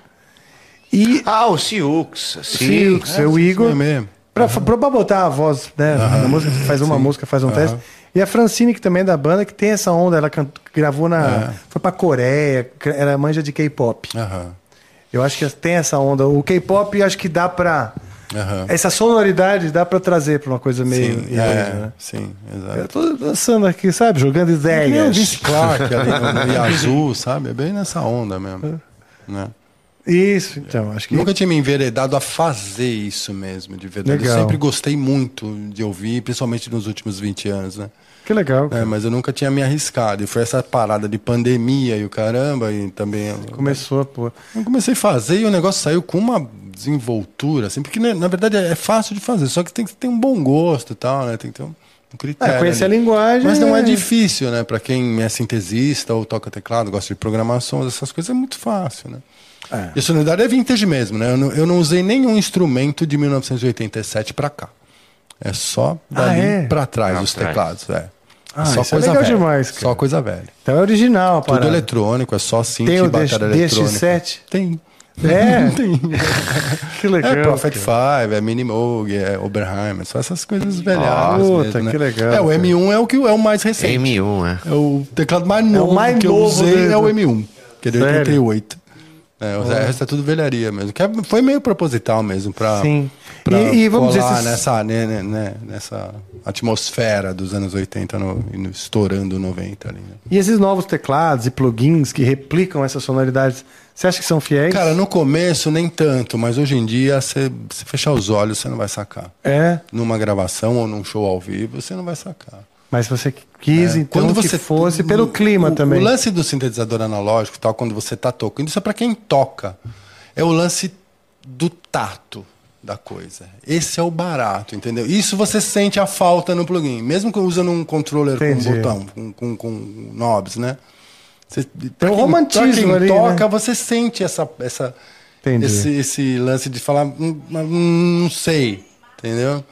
Speaker 2: E
Speaker 1: Ah, o Siux.
Speaker 2: Sim,
Speaker 1: Siux.
Speaker 2: o Igor.
Speaker 3: É mesmo.
Speaker 2: Pra, pra- pra botar a voz, né? na música, faz uma música, faz um teste. E a Francine, que também é da banda, que tem essa onda, ela can- gravou na.
Speaker 3: É.
Speaker 2: Foi pra Coreia, cra- ela é manja de K-pop.
Speaker 3: Aham.
Speaker 2: Eu acho que tem essa onda. O K-pop acho que dá pra.
Speaker 3: Aham.
Speaker 2: Essa sonoridade dá pra trazer pra uma coisa meio.
Speaker 3: Sim,
Speaker 2: inglesa,
Speaker 3: é,
Speaker 2: né?
Speaker 3: sim,
Speaker 2: Eu
Speaker 3: exato.
Speaker 2: tô dançando aqui, sabe? Jogando
Speaker 3: É, o Vince
Speaker 2: ideias.
Speaker 3: Clark ali no- no- e azul, sabe? É bem nessa onda mesmo.
Speaker 2: É.
Speaker 3: Né?
Speaker 2: Isso, então, acho que.
Speaker 3: Nunca tinha me enveredado a fazer isso mesmo, de verdade.
Speaker 2: Legal.
Speaker 3: Eu sempre gostei muito de ouvir, principalmente nos últimos 20 anos, né?
Speaker 2: Que legal.
Speaker 3: É,
Speaker 2: cara.
Speaker 3: mas eu nunca tinha me arriscado. E foi essa parada de pandemia e o caramba, e também.
Speaker 2: Começou, pô.
Speaker 3: Eu comecei a fazer e o negócio saiu com uma desenvoltura, assim, porque né, na verdade é é fácil de fazer, só que tem que ter um bom gosto e tal, né? Tem que ter um, um critério.
Speaker 2: É, conhecer
Speaker 3: ali.
Speaker 2: a linguagem,
Speaker 3: Mas não é
Speaker 2: é.
Speaker 3: difícil, né? Pra quem é sintesista ou toca teclado, gosta de programação, essas coisas é muito fácil, né?
Speaker 2: É.
Speaker 3: E a sonoridade é vintage mesmo, né? Eu não, eu não usei nenhum instrumento de 1987 pra cá. É só dali
Speaker 2: Ah, é?
Speaker 3: pra trás
Speaker 1: Pra
Speaker 3: os
Speaker 1: trás.
Speaker 3: teclados, é.
Speaker 2: Ah,
Speaker 3: só
Speaker 2: isso é legal
Speaker 3: velha.
Speaker 2: demais, cara.
Speaker 3: Só coisa velha.
Speaker 2: Então é original, a
Speaker 3: Tudo
Speaker 2: parada.
Speaker 3: eletrônico, é só synth
Speaker 2: Tem
Speaker 3: e
Speaker 2: o
Speaker 3: bateria
Speaker 2: DX-
Speaker 3: eletrônica.
Speaker 2: DX7?
Speaker 3: Tem.
Speaker 2: É?
Speaker 3: Tem.
Speaker 2: Que legal.
Speaker 3: É Prophet
Speaker 2: cara.
Speaker 3: 5, é Minimoog, é Oberheimer, só essas coisas velhadas
Speaker 2: puta,
Speaker 3: mesmo, né?
Speaker 2: que legal,
Speaker 3: É, o
Speaker 2: cara.
Speaker 3: M1 é o, que, é o mais recente.
Speaker 1: M1, é.
Speaker 3: É o teclado mais novo
Speaker 2: mais
Speaker 3: que
Speaker 2: novo
Speaker 3: eu usei
Speaker 2: dele.
Speaker 3: é o M1, que é de
Speaker 2: Sério?
Speaker 3: 88. É, o resto é tudo velharia mesmo. Que é- foi meio proposital mesmo pra,
Speaker 2: Sim.
Speaker 3: pra
Speaker 2: E- e vamos
Speaker 3: colar
Speaker 2: dizer, esses-
Speaker 3: nessa, né, né, né, nessa atmosfera dos anos 80 no, e no- estourando 90 ali, né?
Speaker 2: E esses novos teclados e plugins que replicam essas sonoridades, você acha que são fiéis?
Speaker 3: Cara, no começo nem tanto, mas hoje em dia, você se fechar os olhos, você não vai sacar.
Speaker 2: É,
Speaker 3: Numa gravação ou num show ao vivo, você não vai sacar.
Speaker 2: mas você quis, então, que fosse pelo clima
Speaker 3: é. o-
Speaker 2: também.
Speaker 3: O lance do sintetizador analógico, e tal, quando você tá tocando, isso é para quem toca. É o lance do tato da coisa. Esse é o barato, entendeu? Isso você sente a falta no plugin, mesmo que usando um controller
Speaker 2: Entendi.
Speaker 3: com botão, com, com, com knobs, né? Você, pra
Speaker 2: um
Speaker 3: quem-
Speaker 2: romantismo
Speaker 3: pra quem
Speaker 2: ali,
Speaker 3: toca,
Speaker 2: né?
Speaker 3: você sente essa, essa
Speaker 2: Entendi.
Speaker 3: esse, esse lance de falar, "Hum, mas não sei, entendeu?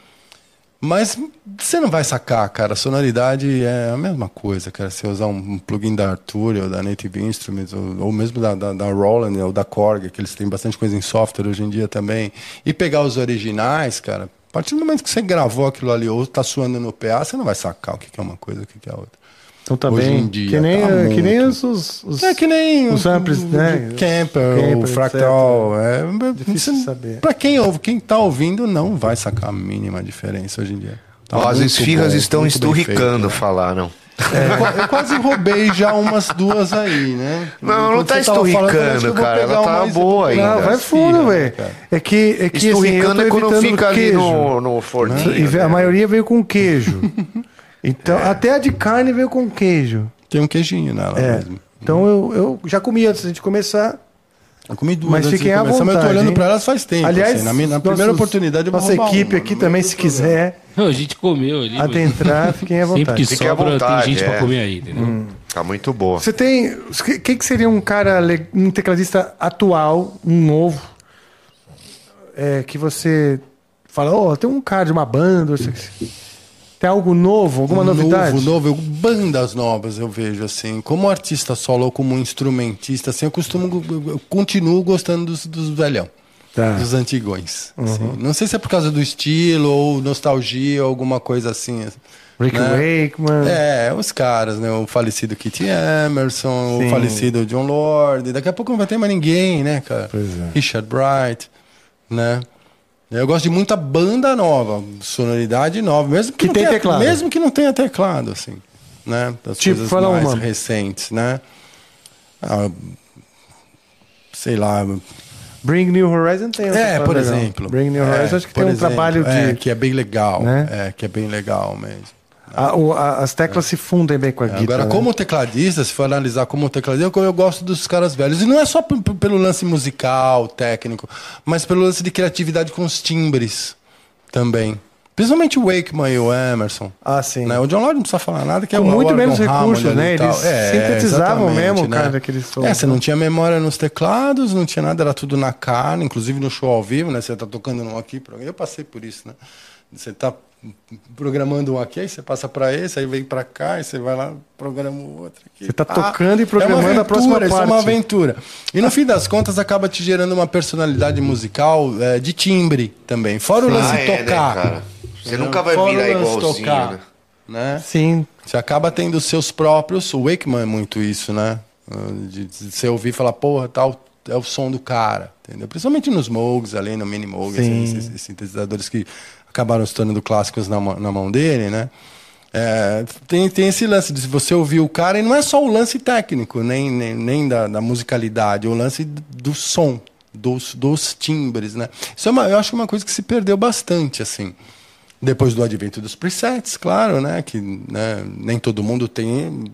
Speaker 3: Mas você não vai sacar, cara. A sonoridade é a mesma coisa, cara. Se usar um plugin da Arturia ou da Native Instruments, ou, ou mesmo da, da, da Roland ou da Korg, que eles têm bastante coisa em software hoje em dia também, e pegar os originais, cara, a partir do momento que você gravou aquilo ali ou tá suando no PA, você não vai sacar o que que é uma coisa, o que que é outra.
Speaker 2: Então tá
Speaker 3: Hoje
Speaker 2: bem.
Speaker 3: em dia,
Speaker 2: que nem,
Speaker 3: tá
Speaker 2: que nem
Speaker 3: muito.
Speaker 2: os, os- os-
Speaker 3: É que nem
Speaker 2: os amplis, né?
Speaker 3: o Camper,
Speaker 2: Camper,
Speaker 3: o
Speaker 2: etc.
Speaker 3: Fractal. É,
Speaker 2: Difícil
Speaker 3: isso-
Speaker 2: saber.
Speaker 3: Pra quem ouve, quem tá ouvindo, não vai sacar a mínima diferença hoje em dia. Tá
Speaker 1: Ó, as
Speaker 3: muito
Speaker 1: esfirras
Speaker 3: bom,
Speaker 1: estão
Speaker 3: muito bem
Speaker 1: esturricando, falaram.
Speaker 3: feito. Eu qua- Eu quase roubei já umas duas aí, né?
Speaker 1: Não, não
Speaker 3: Enquanto
Speaker 1: tá
Speaker 3: você tava falando, eu falei, acho que eu
Speaker 1: esturricando,
Speaker 3: vou
Speaker 1: cara.
Speaker 3: pegar
Speaker 1: Ela tá
Speaker 3: uma e-
Speaker 1: boa ainda.
Speaker 2: Não, vai fundo,
Speaker 3: Sim,
Speaker 2: velho.
Speaker 3: assim, né, cara.
Speaker 2: É que, é que assim, eu
Speaker 1: Esturricando
Speaker 2: tô
Speaker 1: é quando
Speaker 2: evitando
Speaker 1: fica ali
Speaker 2: queijo.
Speaker 1: no, no forninho.
Speaker 2: E ve-
Speaker 1: né?
Speaker 2: a maioria veio com queijo. Então,
Speaker 3: É.
Speaker 2: até a de carne veio com queijo.
Speaker 3: Tem um queijinho nela
Speaker 2: É.
Speaker 3: mesmo. Uhum.
Speaker 2: Então eu, eu já comi antes da gente começar.
Speaker 3: Eu comi duas.
Speaker 2: Mas
Speaker 3: antes de
Speaker 2: fiquem à
Speaker 3: começar, mas eu tô
Speaker 2: vontade,
Speaker 3: olhando
Speaker 2: hein?
Speaker 3: pra elas faz tempo.
Speaker 2: Aliás,
Speaker 3: assim, na, minha- na
Speaker 2: nossos-
Speaker 3: primeira oportunidade eu vou
Speaker 2: Nossa
Speaker 3: roubar
Speaker 2: equipe
Speaker 3: uma,
Speaker 2: aqui
Speaker 3: né?
Speaker 2: também, se quiser
Speaker 4: Não, a gente comeu ali. mas
Speaker 2: adentrar, fiquem à
Speaker 4: Sempre
Speaker 2: vontade. Hum.
Speaker 4: que
Speaker 1: Fique à
Speaker 4: sobra,
Speaker 1: vontade,
Speaker 4: tem gente
Speaker 1: é.
Speaker 4: pra comer aí, entendeu?
Speaker 1: Tá muito boa.
Speaker 2: Você tem. O que, que que seria um cara, le- um tecladista atual, um novo, é, que você fala, ó, tem um cara de uma banda, isso aqui." tem algo novo, alguma novidade?
Speaker 3: Novo, novo. Eu, bandas novas eu vejo, assim. Como artista solo, ou como instrumentista, assim, eu costumo... Eu continuo gostando dos, dos velhão.
Speaker 2: Tá.
Speaker 3: Dos antigões. assim. Não sei se é por causa do estilo, ou nostalgia, ou alguma coisa assim.
Speaker 2: Rick
Speaker 3: né?
Speaker 2: Wakeman.
Speaker 3: É, os caras, né? O falecido Kit Emerson,
Speaker 2: Sim.
Speaker 3: o falecido John Lord. Daqui a pouco não vai ter mais ninguém, né, cara?
Speaker 2: Pois é.
Speaker 3: Richard Bright, né? Eu gosto de muita banda nova, sonoridade nova, mesmo que,
Speaker 2: Que
Speaker 3: não
Speaker 2: tem
Speaker 3: tenha,
Speaker 2: teclado.
Speaker 3: Mesmo que não tenha teclado, assim, né? Das
Speaker 2: Tipo,
Speaker 3: coisas
Speaker 2: fala
Speaker 3: mais
Speaker 2: uma.
Speaker 3: recentes, né? Ah, sei lá,
Speaker 2: Bring New Horizon tem um
Speaker 3: é,
Speaker 2: teclado
Speaker 3: por
Speaker 2: um legal.
Speaker 3: exemplo.
Speaker 2: Bring New
Speaker 3: É,
Speaker 2: Horizon, acho que
Speaker 3: por
Speaker 2: tem um
Speaker 3: exemplo.
Speaker 2: trabalho de.
Speaker 3: É, que é bem legal,
Speaker 2: né?
Speaker 3: é, que é bem legal mesmo.
Speaker 2: a- o- a- as teclas se fundem bem com a guitarra.
Speaker 3: É, Agora,
Speaker 2: né?
Speaker 3: como tecladista, se for analisar como tecladista, eu, eu gosto dos caras velhos. E não é só p- p- pelo lance musical, técnico, mas pelo lance de criatividade com os timbres também. Principalmente o Wakeman e o Emerson.
Speaker 2: Ah, sim.
Speaker 3: Né? O John Lord não precisa falar nada, que é
Speaker 2: Com
Speaker 3: o- o
Speaker 2: muito
Speaker 3: Orgon
Speaker 2: menos
Speaker 3: Hammond
Speaker 2: recursos,
Speaker 3: ali
Speaker 2: né?
Speaker 3: e tal. É,
Speaker 2: Eles sintetizavam
Speaker 3: exatamente,
Speaker 2: mesmo, cara, aquele som.
Speaker 3: É, você não tinha memória nos teclados, não tinha nada, era tudo na carne, inclusive no show ao vivo, né? Você tá tocando um aqui, pra- eu passei por isso, né? Você tá programando um aqui, aí você passa pra esse, aí vem pra cá, aí você vai lá, programa o outro aqui.
Speaker 2: Você tá
Speaker 3: Ah,
Speaker 2: tocando e programando
Speaker 3: é uma
Speaker 2: a próxima
Speaker 3: aventura, isso É uma
Speaker 2: parte.
Speaker 3: aventura. E no fim das contas acaba te gerando uma personalidade musical eh, de timbre também. Fora o lance
Speaker 1: Ah, é, né,
Speaker 3: tocar.
Speaker 1: cara? Você nunca vai
Speaker 3: Fora o
Speaker 1: virar
Speaker 3: lance
Speaker 1: igualzinho,
Speaker 3: tocar,
Speaker 1: né?
Speaker 3: né?
Speaker 2: Sim.
Speaker 3: Você acaba tendo os seus próprios. O Wakeman é muito isso, né? De de você ouvir e falar, porra, tal, é o som do cara, entendeu? Principalmente nos Moogs ali, no Mini Moog,
Speaker 2: Sim.
Speaker 3: esses, esses sintetizadores que acabaram se tornando clássicos na, mão- na mão dele, né? É, tem, tem esse lance de você ouvir o cara, e não é só o lance técnico, nem, nem, nem da, da musicalidade, é o lance do do som, dos, dos timbres, né? Isso é uma, eu acho que é uma coisa que se perdeu bastante, assim. Depois do advento dos presets, claro, né? Que né, nem todo mundo tem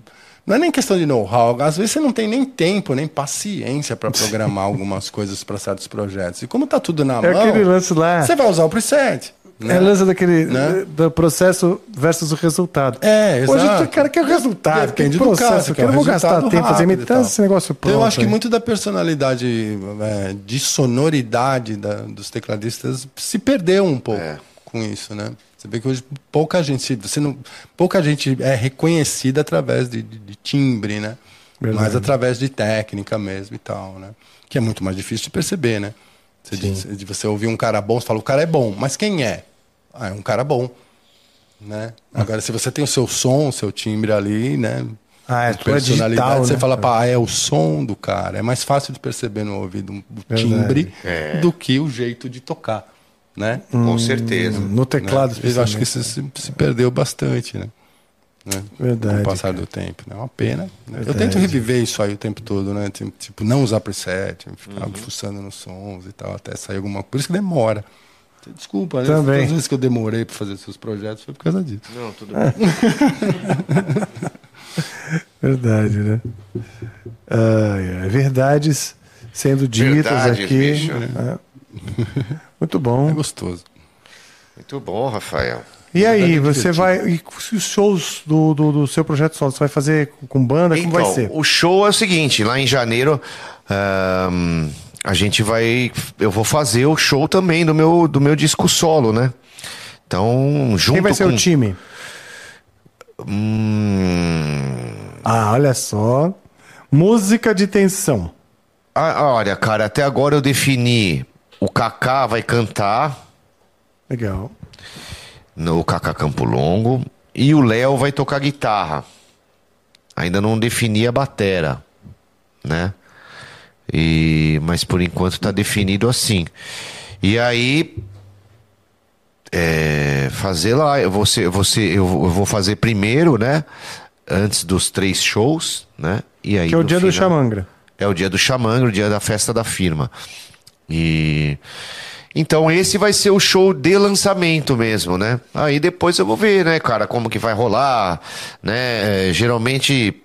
Speaker 3: Não é nem questão de know-how. Às vezes você não tem nem tempo, nem paciência para programar algumas coisas para certos projetos. E como tá tudo na
Speaker 2: É
Speaker 3: mão,
Speaker 2: aquele lance lá.
Speaker 3: você vai usar o preset.
Speaker 2: É
Speaker 3: né?
Speaker 2: lance daquele
Speaker 3: Né?
Speaker 2: do processo versus o resultado.
Speaker 3: É,
Speaker 2: Hoje
Speaker 3: exato.
Speaker 2: o cara quer o resultado, quer
Speaker 3: Depende do
Speaker 2: processo,
Speaker 3: caso,
Speaker 2: eu quero
Speaker 3: quer
Speaker 2: vou
Speaker 3: o
Speaker 2: gastar
Speaker 3: resultado
Speaker 2: tempo fazendo
Speaker 3: rápido e tal.
Speaker 2: imitar esse negócio
Speaker 3: Então,
Speaker 2: pronto.
Speaker 3: eu acho que
Speaker 2: aí.
Speaker 3: muito da personalidade, é, de sonoridade da- dos tecladistas se perdeu um pouco
Speaker 1: É.
Speaker 3: com isso, né? Você vê que hoje pouca gente, você não, pouca gente é reconhecida através de, de- de timbre, né?
Speaker 2: Verdade.
Speaker 3: Mas através de técnica mesmo e tal, né? Que é muito mais difícil de perceber, né? Você, de, de você ouvir um cara bom, você fala, o cara é bom, mas quem é? Ah, é um cara bom, né? Agora, se você tem o seu som, o seu timbre ali, né?
Speaker 2: Ah, é,
Speaker 3: de
Speaker 2: tudo é digital,
Speaker 3: personalidade, você
Speaker 2: né?
Speaker 3: fala, pá, é o som do cara. É mais fácil de perceber no ouvido um- o
Speaker 2: Verdade.
Speaker 3: timbre do que o jeito de tocar, né?
Speaker 1: Com certeza.
Speaker 2: No Hum, teclado,
Speaker 3: né? Eu acho
Speaker 2: especialmente.
Speaker 3: que isso se, se perdeu bastante, né? Né?
Speaker 2: Verdade,
Speaker 3: Com o passar do tempo, né? É uma pena. né? Eu tento reviver isso aí o tempo todo, né? Tipo, tipo, não usar preset, ficar fuçando nos sons e tal, até sair alguma coisa. Por isso que demora. Desculpa, né?
Speaker 2: Também.
Speaker 3: As vezes que eu demorei para fazer seus projetos foi por causa disso.
Speaker 1: Não, tudo bem.
Speaker 3: é
Speaker 2: Verdade, né? Ai, ai, verdades sendo ditas
Speaker 1: Verdades,
Speaker 2: aqui.
Speaker 1: bicho.
Speaker 2: né? Muito
Speaker 3: É
Speaker 2: bom.
Speaker 3: gostoso.
Speaker 1: Muito bom, Rafael.
Speaker 2: E aí,
Speaker 3: é
Speaker 2: você vai. E os shows do, do, do seu projeto solo, você vai fazer com banda? como
Speaker 3: Então,
Speaker 2: vai ser?
Speaker 1: o show é o seguinte, lá em janeiro ahn, a gente vai, eu vou fazer o show também do meu do meu disco solo, né? Então, junto
Speaker 2: Quem vai ser
Speaker 1: com...
Speaker 2: o time?
Speaker 1: Hum,
Speaker 2: Ah, olha só. Música de tensão.
Speaker 1: ah, olha, cara, até agora eu defini o Kaká vai cantar,
Speaker 2: Legal.
Speaker 1: no Kaká Campo Longo, e o Léo vai tocar guitarra. Ainda não defini a batera, né? E, mas por enquanto tá definido assim. E aí é, fazer lá, eu vou, ser- eu vou ser- eu vou- eu vou fazer primeiro, né? Antes dos três shows, né? E aí
Speaker 2: Que é o
Speaker 1: no
Speaker 2: dia do
Speaker 1: final-
Speaker 2: Xamangra.
Speaker 1: é o dia do Xamangra, o dia da festa da firma. E então esse vai ser o show de lançamento mesmo, né? Aí depois eu vou ver, né, cara, como que vai rolar, né? É, Geralmente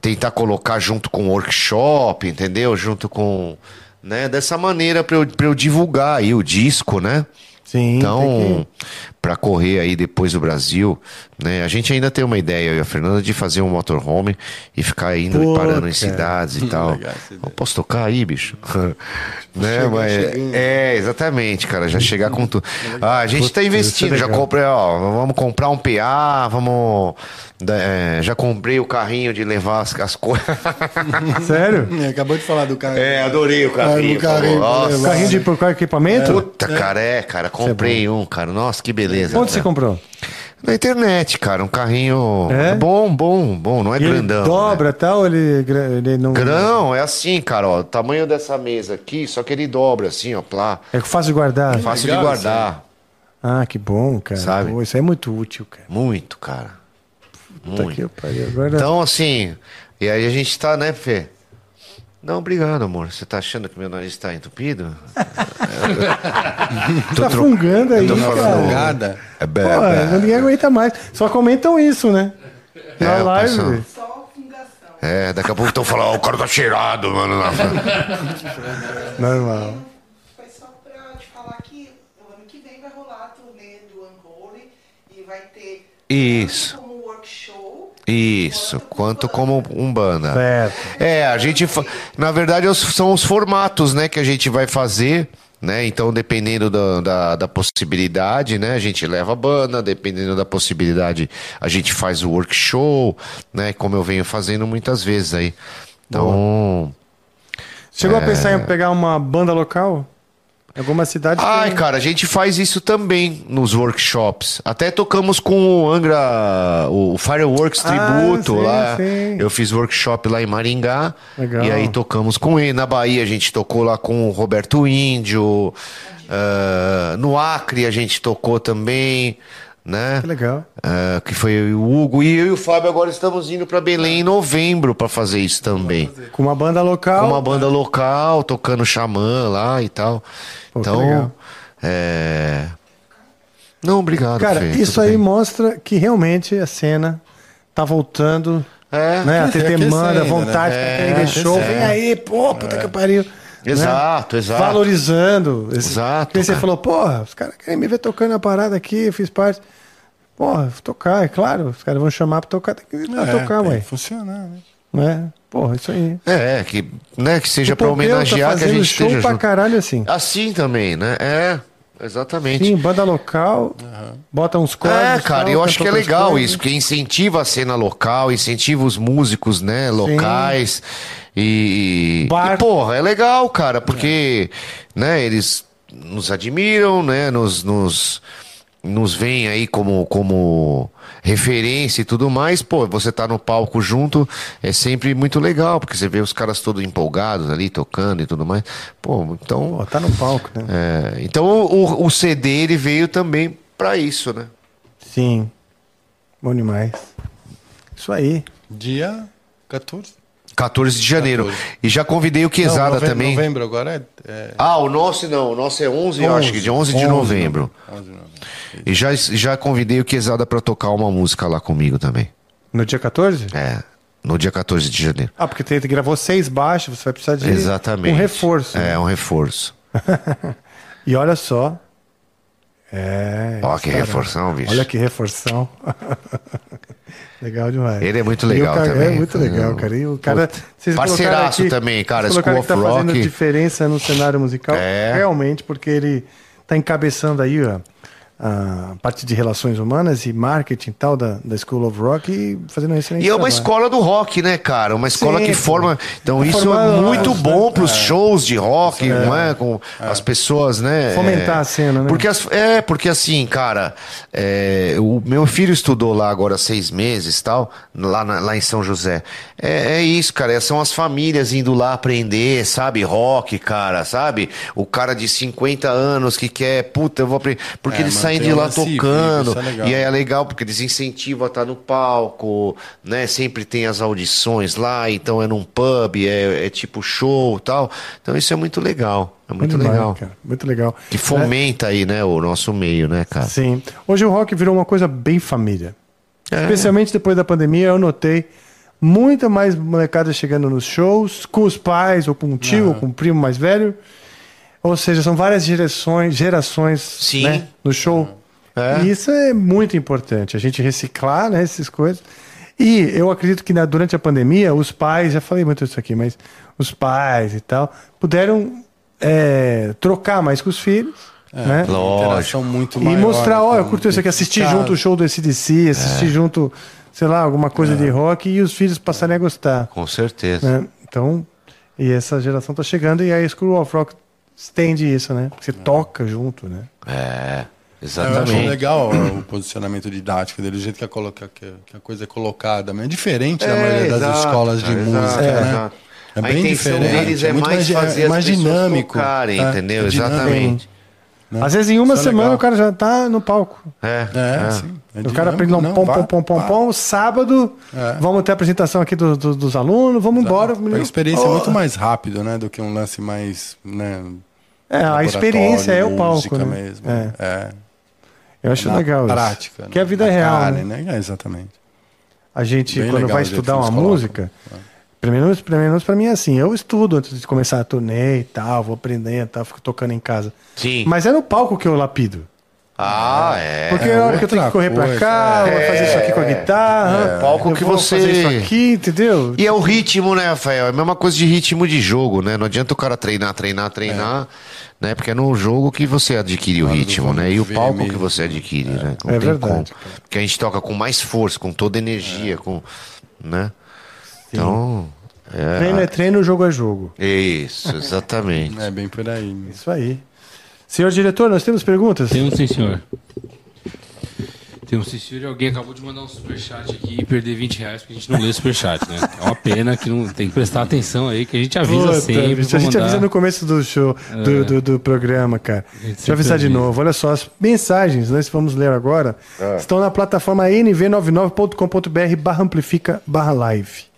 Speaker 1: tentar colocar junto com workshop, entendeu? Junto com, né, dessa maneira para eu, pra eu divulgar aí o disco, né?
Speaker 2: Sim. tem que-
Speaker 1: Então, para correr aí depois do Brasil, né? A gente ainda tem uma ideia, eu e a Fernanda, de fazer um motorhome e ficar indo
Speaker 2: Pô,
Speaker 1: e parando em
Speaker 2: cara.
Speaker 1: cidades e tal.
Speaker 3: Legal essa ideia.
Speaker 1: Eu posso tocar aí, bicho? né?
Speaker 3: chega
Speaker 1: Mas,
Speaker 3: chegando.
Speaker 1: é, exatamente, cara. Já chegar com tudo. Ah, a gente tá investindo, já
Speaker 2: legal.
Speaker 1: comprei, ó. Vamos comprar um PA, vamos. da- é, já comprei o carrinho de levar as, as coisas.
Speaker 2: Sério?
Speaker 3: Acabou de falar do cara.
Speaker 1: é, adorei o carrinho.
Speaker 3: Ah, no carrinho,
Speaker 1: pô. Nossa,
Speaker 3: levar.
Speaker 2: Carrinho de qual é equipamento?
Speaker 1: Puta, cara, é, cara. Comprei um, cara. Nossa, que beleza. né?
Speaker 2: Onde você
Speaker 1: cara.
Speaker 2: comprou?
Speaker 1: Na internet, cara, um carrinho
Speaker 2: É?
Speaker 1: é? bom, bom, bom, não é
Speaker 2: E ele
Speaker 1: grandão. né?
Speaker 2: dobra tal, ele, gra- ele não.
Speaker 1: Grão é assim, cara, ó, o tamanho dessa mesa aqui, só que ele dobra assim, ó, plá,
Speaker 2: É fácil de guardar.
Speaker 1: fácil
Speaker 3: legal
Speaker 1: de guardar.
Speaker 2: Ah, que bom, cara.
Speaker 1: Sabe?
Speaker 2: Pô, isso é muito útil, cara.
Speaker 1: Muito, cara.
Speaker 2: Puta
Speaker 1: Muito.
Speaker 2: que pariu. Agora
Speaker 1: Então, assim, e aí a gente tá, né, Fê? Não, obrigado, amor. Você tá achando que meu nariz tá entupido?
Speaker 2: tá fungando aí,
Speaker 1: tô
Speaker 2: cara.
Speaker 1: falando-
Speaker 3: Nada.
Speaker 1: É
Speaker 2: Pô, ninguém aguenta mais. Só comentam isso, né? Na
Speaker 1: É, o
Speaker 2: live.
Speaker 1: pessoal.
Speaker 5: Só fungação.
Speaker 1: É, daqui a pouco estão falando, ó, o cara tá cheirado, mano.
Speaker 2: Normal.
Speaker 5: Foi só pra te falar que o ano que vem vai rolar a turnê do Unholy e vai ter
Speaker 1: Isso.
Speaker 5: tanto como workshop
Speaker 1: Isso, quanto como um banda.
Speaker 2: Certo.
Speaker 1: É, a gente. fa- Na verdade, é os- são os formatos, né, que a gente vai fazer. Né? Então, dependendo da, da, da possibilidade, né? a gente leva a banda, dependendo da possibilidade, a gente faz o workshop, né? como eu venho fazendo muitas vezes aí. Então.
Speaker 2: Chegou a
Speaker 1: É.
Speaker 2: pensar em pegar uma banda local? Alguma cidade?
Speaker 1: Ai,
Speaker 2: que- é
Speaker 1: cara, a gente faz isso também nos workshops. Até tocamos com o Angra, o Fireworks
Speaker 2: Ah,
Speaker 1: Tributo
Speaker 2: sim,
Speaker 1: lá.
Speaker 2: sim.
Speaker 1: Eu fiz workshop lá em Maringá.
Speaker 2: Legal.
Speaker 1: E aí tocamos com ele. Na Bahia a gente tocou lá com o Roberto Índio. Ah, no Acre a gente tocou também, né?
Speaker 2: Que legal.
Speaker 1: Ah, que foi eu e o Hugo. E eu e o Fábio agora estamos indo para Belém em novembro para fazer isso também.
Speaker 2: Com uma banda local.
Speaker 1: Com uma banda local, tocando xamã lá e tal.
Speaker 2: Pô, que legal.
Speaker 1: então, é... Não, obrigado,
Speaker 2: Cara,
Speaker 1: Fê,
Speaker 2: isso
Speaker 1: tudo
Speaker 2: aí
Speaker 1: bem.
Speaker 2: mostra que realmente a cena tá voltando
Speaker 1: É.
Speaker 2: Né? A TT
Speaker 3: aquecendo,
Speaker 2: manda
Speaker 3: né?
Speaker 2: vontade pra quem deixou.
Speaker 1: aquecendo. É.
Speaker 2: Vem aí, pô, puta que pariu. Né?
Speaker 1: Exato, exato.
Speaker 2: Valorizando. Esse,
Speaker 1: Exato,
Speaker 2: Porque você
Speaker 1: cara.
Speaker 2: falou, porra, os caras querem me ver tocando a parada aqui, eu fiz parte. Porra, tocar, é claro, os caras vão chamar pra tocar, tem que ir lá tocar, ué.
Speaker 3: Funcionar, É, né?
Speaker 2: Né? Porra, isso aí.
Speaker 1: É, que, né, que seja
Speaker 2: O
Speaker 1: pra
Speaker 2: Pompeu
Speaker 1: homenagear
Speaker 2: tá
Speaker 1: que a gente
Speaker 2: fazendo show
Speaker 1: esteja
Speaker 2: pra
Speaker 1: junto.
Speaker 2: caralho assim.
Speaker 1: Assim também, né? É, exatamente.
Speaker 2: Sim, banda local, bota uns códigos.
Speaker 1: É, cara,
Speaker 2: tal,
Speaker 1: eu
Speaker 2: canta
Speaker 1: acho que é
Speaker 2: outras
Speaker 1: legal
Speaker 2: coisas.
Speaker 1: isso, porque incentiva a cena local, incentiva os músicos, né, locais. E, e-
Speaker 2: Bar.
Speaker 1: e, porra, é legal, cara, porque, né, eles nos admiram, né, nos, nos, nos veem aí como, como referência e tudo mais. Pô, você tá no palco junto, é sempre muito legal, porque você vê os caras todos empolgados ali, tocando e tudo mais. Pô, então...
Speaker 2: Pô, tá no palco, né?
Speaker 1: É, então o, o- o CD ele veio também pra isso, né?
Speaker 2: Sim. Bom demais. Isso aí.
Speaker 3: Dia 14.
Speaker 1: 14 de janeiro.
Speaker 3: 14.
Speaker 1: E já convidei o Quesada
Speaker 3: Não, novembro,
Speaker 1: também.
Speaker 3: Novembro agora é. é
Speaker 1: Ah, o nosso não. O nosso é 11, eu acho que de 11 de novembro.
Speaker 3: 11 de novembro.
Speaker 1: E já, já convidei o Quesada pra tocar uma música lá comigo também.
Speaker 2: No dia 14?
Speaker 1: É, no dia 14 de janeiro.
Speaker 2: Ah, porque você gravou seis baixos, você vai precisar de
Speaker 1: Exatamente.
Speaker 2: um reforço.
Speaker 3: né?
Speaker 1: É, um reforço.
Speaker 2: E olha só. É.
Speaker 1: Ó, que reforção, bicho.
Speaker 2: Olha que reforção. legal demais.
Speaker 1: Ele é muito
Speaker 2: E o
Speaker 1: legal
Speaker 2: cara- É
Speaker 1: também.
Speaker 2: muito legal, cara. E o cara.
Speaker 1: Puta.
Speaker 2: vocês colocaram
Speaker 1: Parceiraço também, cara.
Speaker 2: vocês colocaram que
Speaker 1: School
Speaker 2: tá
Speaker 1: of
Speaker 2: fazendo
Speaker 1: Rock.
Speaker 2: diferença no cenário musical.
Speaker 1: É.
Speaker 2: Realmente, porque ele tá encabeçando aí ó, a parte de relações humanas e marketing e tal da, da School of Rock e fazendo um excelente
Speaker 1: E é uma
Speaker 2: trabalho.
Speaker 1: escola do rock, né, cara? Uma escola
Speaker 2: Sim,
Speaker 1: que
Speaker 2: pô.
Speaker 1: forma. Então,
Speaker 2: Tá
Speaker 1: isso é
Speaker 2: formando
Speaker 1: muito
Speaker 2: novos,
Speaker 1: bom
Speaker 2: né?
Speaker 1: pros shows de rock, não é? Com as pessoas, né?
Speaker 2: Fomentar
Speaker 1: É.
Speaker 2: a cena, né?
Speaker 1: Porque as- é, porque assim, cara, é, o meu filho estudou lá agora seis meses tal, lá, na- lá em São José. É, é isso, cara. é- São as famílias indo lá aprender, sabe? Rock, cara, sabe? O cara de 50 anos que quer, puta, eu vou aprender. Porque
Speaker 3: É,
Speaker 1: eles
Speaker 3: mantém
Speaker 1: saem de
Speaker 3: o
Speaker 1: lá
Speaker 3: lance vivo,
Speaker 1: tocando.
Speaker 3: isso é legal.
Speaker 1: e aí é legal porque eles incentivam a estar no palco, né? Sempre tem as audições lá, então é num pub, é, é tipo show tal. Então isso é muito legal. É muito
Speaker 2: demais,
Speaker 1: legal.
Speaker 2: cara. Muito legal.
Speaker 1: Que fomenta aí, né, o nosso meio, né, cara?
Speaker 2: Sim. Hoje o rock virou uma coisa bem família.
Speaker 1: É.
Speaker 2: Especialmente depois da pandemia, eu notei muita mais molecada chegando nos shows, com os pais, ou com um tio, ou com um primo mais velho. Ou seja, são várias gerações, gerações
Speaker 1: Sim.
Speaker 2: né, no show.
Speaker 1: É.
Speaker 2: E isso é muito importante, a gente reciclar né, essas coisas. E eu acredito que na- durante a pandemia, os pais, já falei muito isso aqui, mas os pais e tal, puderam é, trocar mais com os filhos.
Speaker 1: É.
Speaker 2: né?
Speaker 3: Interação muito
Speaker 2: E
Speaker 3: maior,
Speaker 2: mostrar, ó,
Speaker 3: então,
Speaker 2: eu curto isso aqui, assistir
Speaker 3: ficar-
Speaker 2: junto o show do ACDC,
Speaker 3: É.
Speaker 2: assistir junto, sei lá, alguma coisa de rock e os filhos passarem a gostar.
Speaker 1: Com certeza.
Speaker 2: né? Então, e essa geração tá chegando e a School of Rock estende isso, né? Porque você
Speaker 3: É.
Speaker 2: toca junto, né?
Speaker 1: É,
Speaker 3: Eu acho
Speaker 1: exatamente.
Speaker 3: legal ó, o posicionamento didático dele, o jeito que a, coloca, que a- que a coisa é colocada. É diferente da
Speaker 1: É,
Speaker 3: maioria das
Speaker 1: exato,
Speaker 3: escolas de
Speaker 1: cara,
Speaker 3: música,
Speaker 1: exato,
Speaker 3: né?
Speaker 1: exato.
Speaker 3: É
Speaker 1: A
Speaker 3: bem
Speaker 1: intenção
Speaker 3: diferente.
Speaker 1: deles é
Speaker 3: muito
Speaker 1: mais fazer as pessoas tocarem,
Speaker 3: é,
Speaker 1: entendeu?
Speaker 3: é dinâmico.
Speaker 1: Exatamente.
Speaker 3: Né?
Speaker 2: Às vezes em uma
Speaker 3: Isso é
Speaker 2: semana
Speaker 3: legal.
Speaker 2: o cara já tá no palco.
Speaker 1: É,
Speaker 3: É,
Speaker 1: é.
Speaker 3: sim. é
Speaker 2: o cara
Speaker 3: dinâmico,
Speaker 2: aprende um
Speaker 3: não,
Speaker 2: pom,
Speaker 3: vá,
Speaker 2: pom, pom, pom,
Speaker 3: vá.
Speaker 2: pom, sábado,
Speaker 3: É.
Speaker 2: vamos ter a apresentação aqui do- do- dos alunos, vamos embora.
Speaker 3: A
Speaker 2: menino.
Speaker 3: experiência
Speaker 2: Oh.
Speaker 3: é muito mais rápido, né? Do que um lance mais. Né,
Speaker 2: É, a
Speaker 3: laboratório,
Speaker 2: experiência é o
Speaker 3: música
Speaker 2: palco, né?
Speaker 3: mesmo.
Speaker 2: É.
Speaker 3: É.
Speaker 2: Eu acho
Speaker 3: na
Speaker 2: legal isso.
Speaker 3: prática.
Speaker 2: Que a vida é
Speaker 3: na
Speaker 2: real, né?
Speaker 3: carne, né? É, exatamente.
Speaker 2: A gente,
Speaker 3: Bem
Speaker 2: quando
Speaker 3: legal
Speaker 2: vai
Speaker 3: o jeito
Speaker 2: estudar
Speaker 3: que
Speaker 2: uma
Speaker 3: eles colocam.
Speaker 2: música, pelo menos, pelo menos pra mim é assim, eu estudo antes de começar a turnê e tal, vou aprender e tal, fico tocando em casa.
Speaker 1: Sim.
Speaker 2: Mas é no palco que eu lapido.
Speaker 1: Ah, é.
Speaker 2: Porque é, a hora que eu tenho que
Speaker 3: outra
Speaker 2: correr pra
Speaker 3: coisa,
Speaker 2: cá,
Speaker 3: é.
Speaker 2: vou fazer isso aqui com a guitarra.
Speaker 1: É. Palco
Speaker 2: eu
Speaker 1: que
Speaker 2: vou
Speaker 1: você-
Speaker 2: fazer isso aqui, entendeu?
Speaker 1: E é o ritmo, né, Rafael? É a mesma coisa de ritmo de jogo, né? Não adianta o cara treinar, treinar, treinar, né? Porque é no jogo que você adquire o ritmo, né? E o
Speaker 3: ver
Speaker 1: palco
Speaker 3: mesmo.
Speaker 1: que você adquire, né? Não
Speaker 2: É
Speaker 1: tem
Speaker 2: verdade, É.
Speaker 1: como. Porque a gente toca com mais força, com toda energia, com... Né? Então...
Speaker 2: Treino é treino, jogo é jogo.
Speaker 1: É isso, exatamente.
Speaker 3: É bem por aí. né?
Speaker 2: Isso aí. Senhor diretor, nós temos perguntas?
Speaker 4: Tem um sim, senhor. Tem um sim, senhor. E alguém acabou de mandar um superchat aqui e perder 20 reais porque a gente não lê superchat, né? É uma pena que não tem que prestar atenção aí, que a gente avisa
Speaker 2: Puta,
Speaker 4: sempre.
Speaker 2: bicho,
Speaker 4: pra
Speaker 2: a gente
Speaker 4: mandar. É.
Speaker 2: avisa no começo do show, do, do, do programa, cara.
Speaker 4: gente
Speaker 2: Deixa eu avisar de
Speaker 4: sempre avisa.
Speaker 2: novo. Olha só, as mensagens, nós vamos ler agora, estão na plataforma nv99.com.br barra amplifica barra live.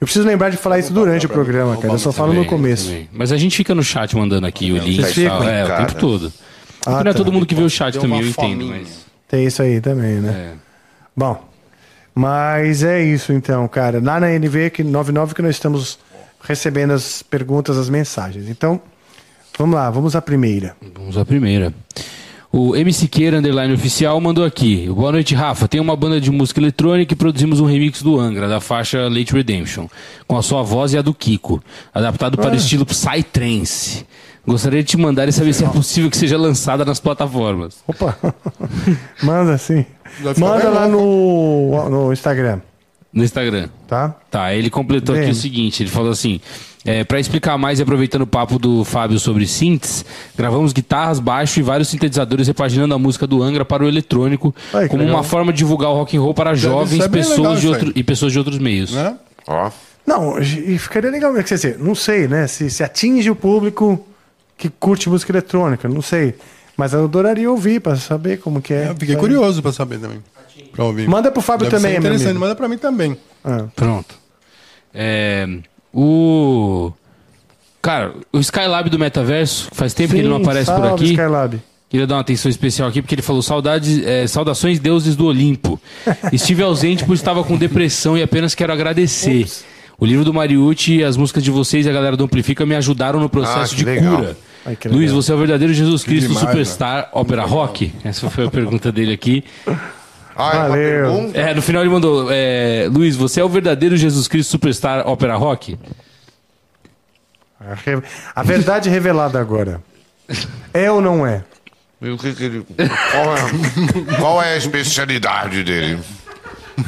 Speaker 2: Eu preciso lembrar de falar isso durante o programa, cara. Eu só falo no
Speaker 4: Também,
Speaker 2: começo.
Speaker 4: também. Mas a gente fica no chat mandando aqui o link.
Speaker 1: vocês
Speaker 4: e tal.
Speaker 1: ficam,
Speaker 4: É, o
Speaker 1: cara.
Speaker 4: tempo todo.
Speaker 2: Ah,
Speaker 4: não é
Speaker 2: tá.
Speaker 4: todo mundo que vê o chat
Speaker 3: Deu
Speaker 4: também,
Speaker 3: uma
Speaker 4: eu entendo,
Speaker 3: fominha.
Speaker 4: mas.
Speaker 2: Tem isso aí também, né?
Speaker 4: É.
Speaker 2: Bom, Mas é isso então, cara. Lá na NV que 99 que nós estamos recebendo as perguntas, as mensagens. Então, vamos lá, vamos à primeira.
Speaker 4: Vamos à primeira. O MC Queira, underline oficial, mandou aqui. Boa noite, Rafa. Tem uma banda de música eletrônica e produzimos um remix do Angra, da faixa Late Redemption, com a sua voz e a do Kiko, adaptado para o estilo Psytrance. Gostaria de te mandar e saber se é possível que seja lançada nas plataformas.
Speaker 2: Opa. Manda sim.
Speaker 3: Vai ficar
Speaker 2: Manda
Speaker 3: bem
Speaker 2: lá no no Instagram,
Speaker 4: No Instagram.
Speaker 2: tá?
Speaker 4: Tá, ele completou
Speaker 2: Bem.
Speaker 4: aqui o seguinte, ele falou assim, é, para explicar mais e aproveitando o papo do Fábio sobre synths, gravamos guitarras, baixo e vários sintetizadores repaginando a música do Angra para o eletrônico,
Speaker 2: Ai, que
Speaker 4: como
Speaker 2: legal.
Speaker 4: uma forma de divulgar o rock and roll para jovens
Speaker 3: ser bem
Speaker 4: pessoas
Speaker 3: legal
Speaker 4: de
Speaker 3: isso
Speaker 4: outro,
Speaker 3: aí.
Speaker 4: e pessoas de outros meios.
Speaker 3: Né?
Speaker 1: Ó.
Speaker 2: Não, e ficaria legal, né? quer dizer, não sei, né? Se, se atinge o público que curte música eletrônica, não sei. Mas eu adoraria ouvir pra saber como que é.
Speaker 3: Eu fiquei curioso pra saber também. Pra ouvir.
Speaker 2: Manda pro Fábio
Speaker 3: Deve ser
Speaker 2: também, meu
Speaker 3: interessante,
Speaker 2: amigo.
Speaker 3: manda pra mim também.
Speaker 2: Ah.
Speaker 4: Pronto. É, o... Cara, o Skylab do Metaverso, que faz tempo que ele não
Speaker 2: Sim,
Speaker 4: aparece por
Speaker 2: salve,
Speaker 4: aqui.
Speaker 2: Skylab.
Speaker 4: Queria dar uma atenção especial aqui, porque ele falou saudades, eh, saudações deuses do Olimpo. Estive ausente pois estava com depressão e apenas quero agradecer. O livro do Mariucci e as músicas de vocês e a galera do Amplifica me ajudaram no processo
Speaker 1: Ah,
Speaker 4: de
Speaker 1: que legal.
Speaker 4: cura.
Speaker 2: Ai, que
Speaker 4: Luiz,
Speaker 2: legal.
Speaker 4: você é o verdadeiro Jesus Cristo
Speaker 3: demais,
Speaker 4: Superstar Ópera Rock? Essa foi a pergunta dele aqui.
Speaker 1: Ah, é uma
Speaker 2: Valeu.
Speaker 1: pergunta?
Speaker 4: É, no final ele mandou: eh, Luiz, você é o verdadeiro Jesus Cristo Superstar Ópera Rock?
Speaker 2: A re- A verdade revelada agora. É ou não é?
Speaker 1: E o que que ele- Qual é, qual é a especialidade dele?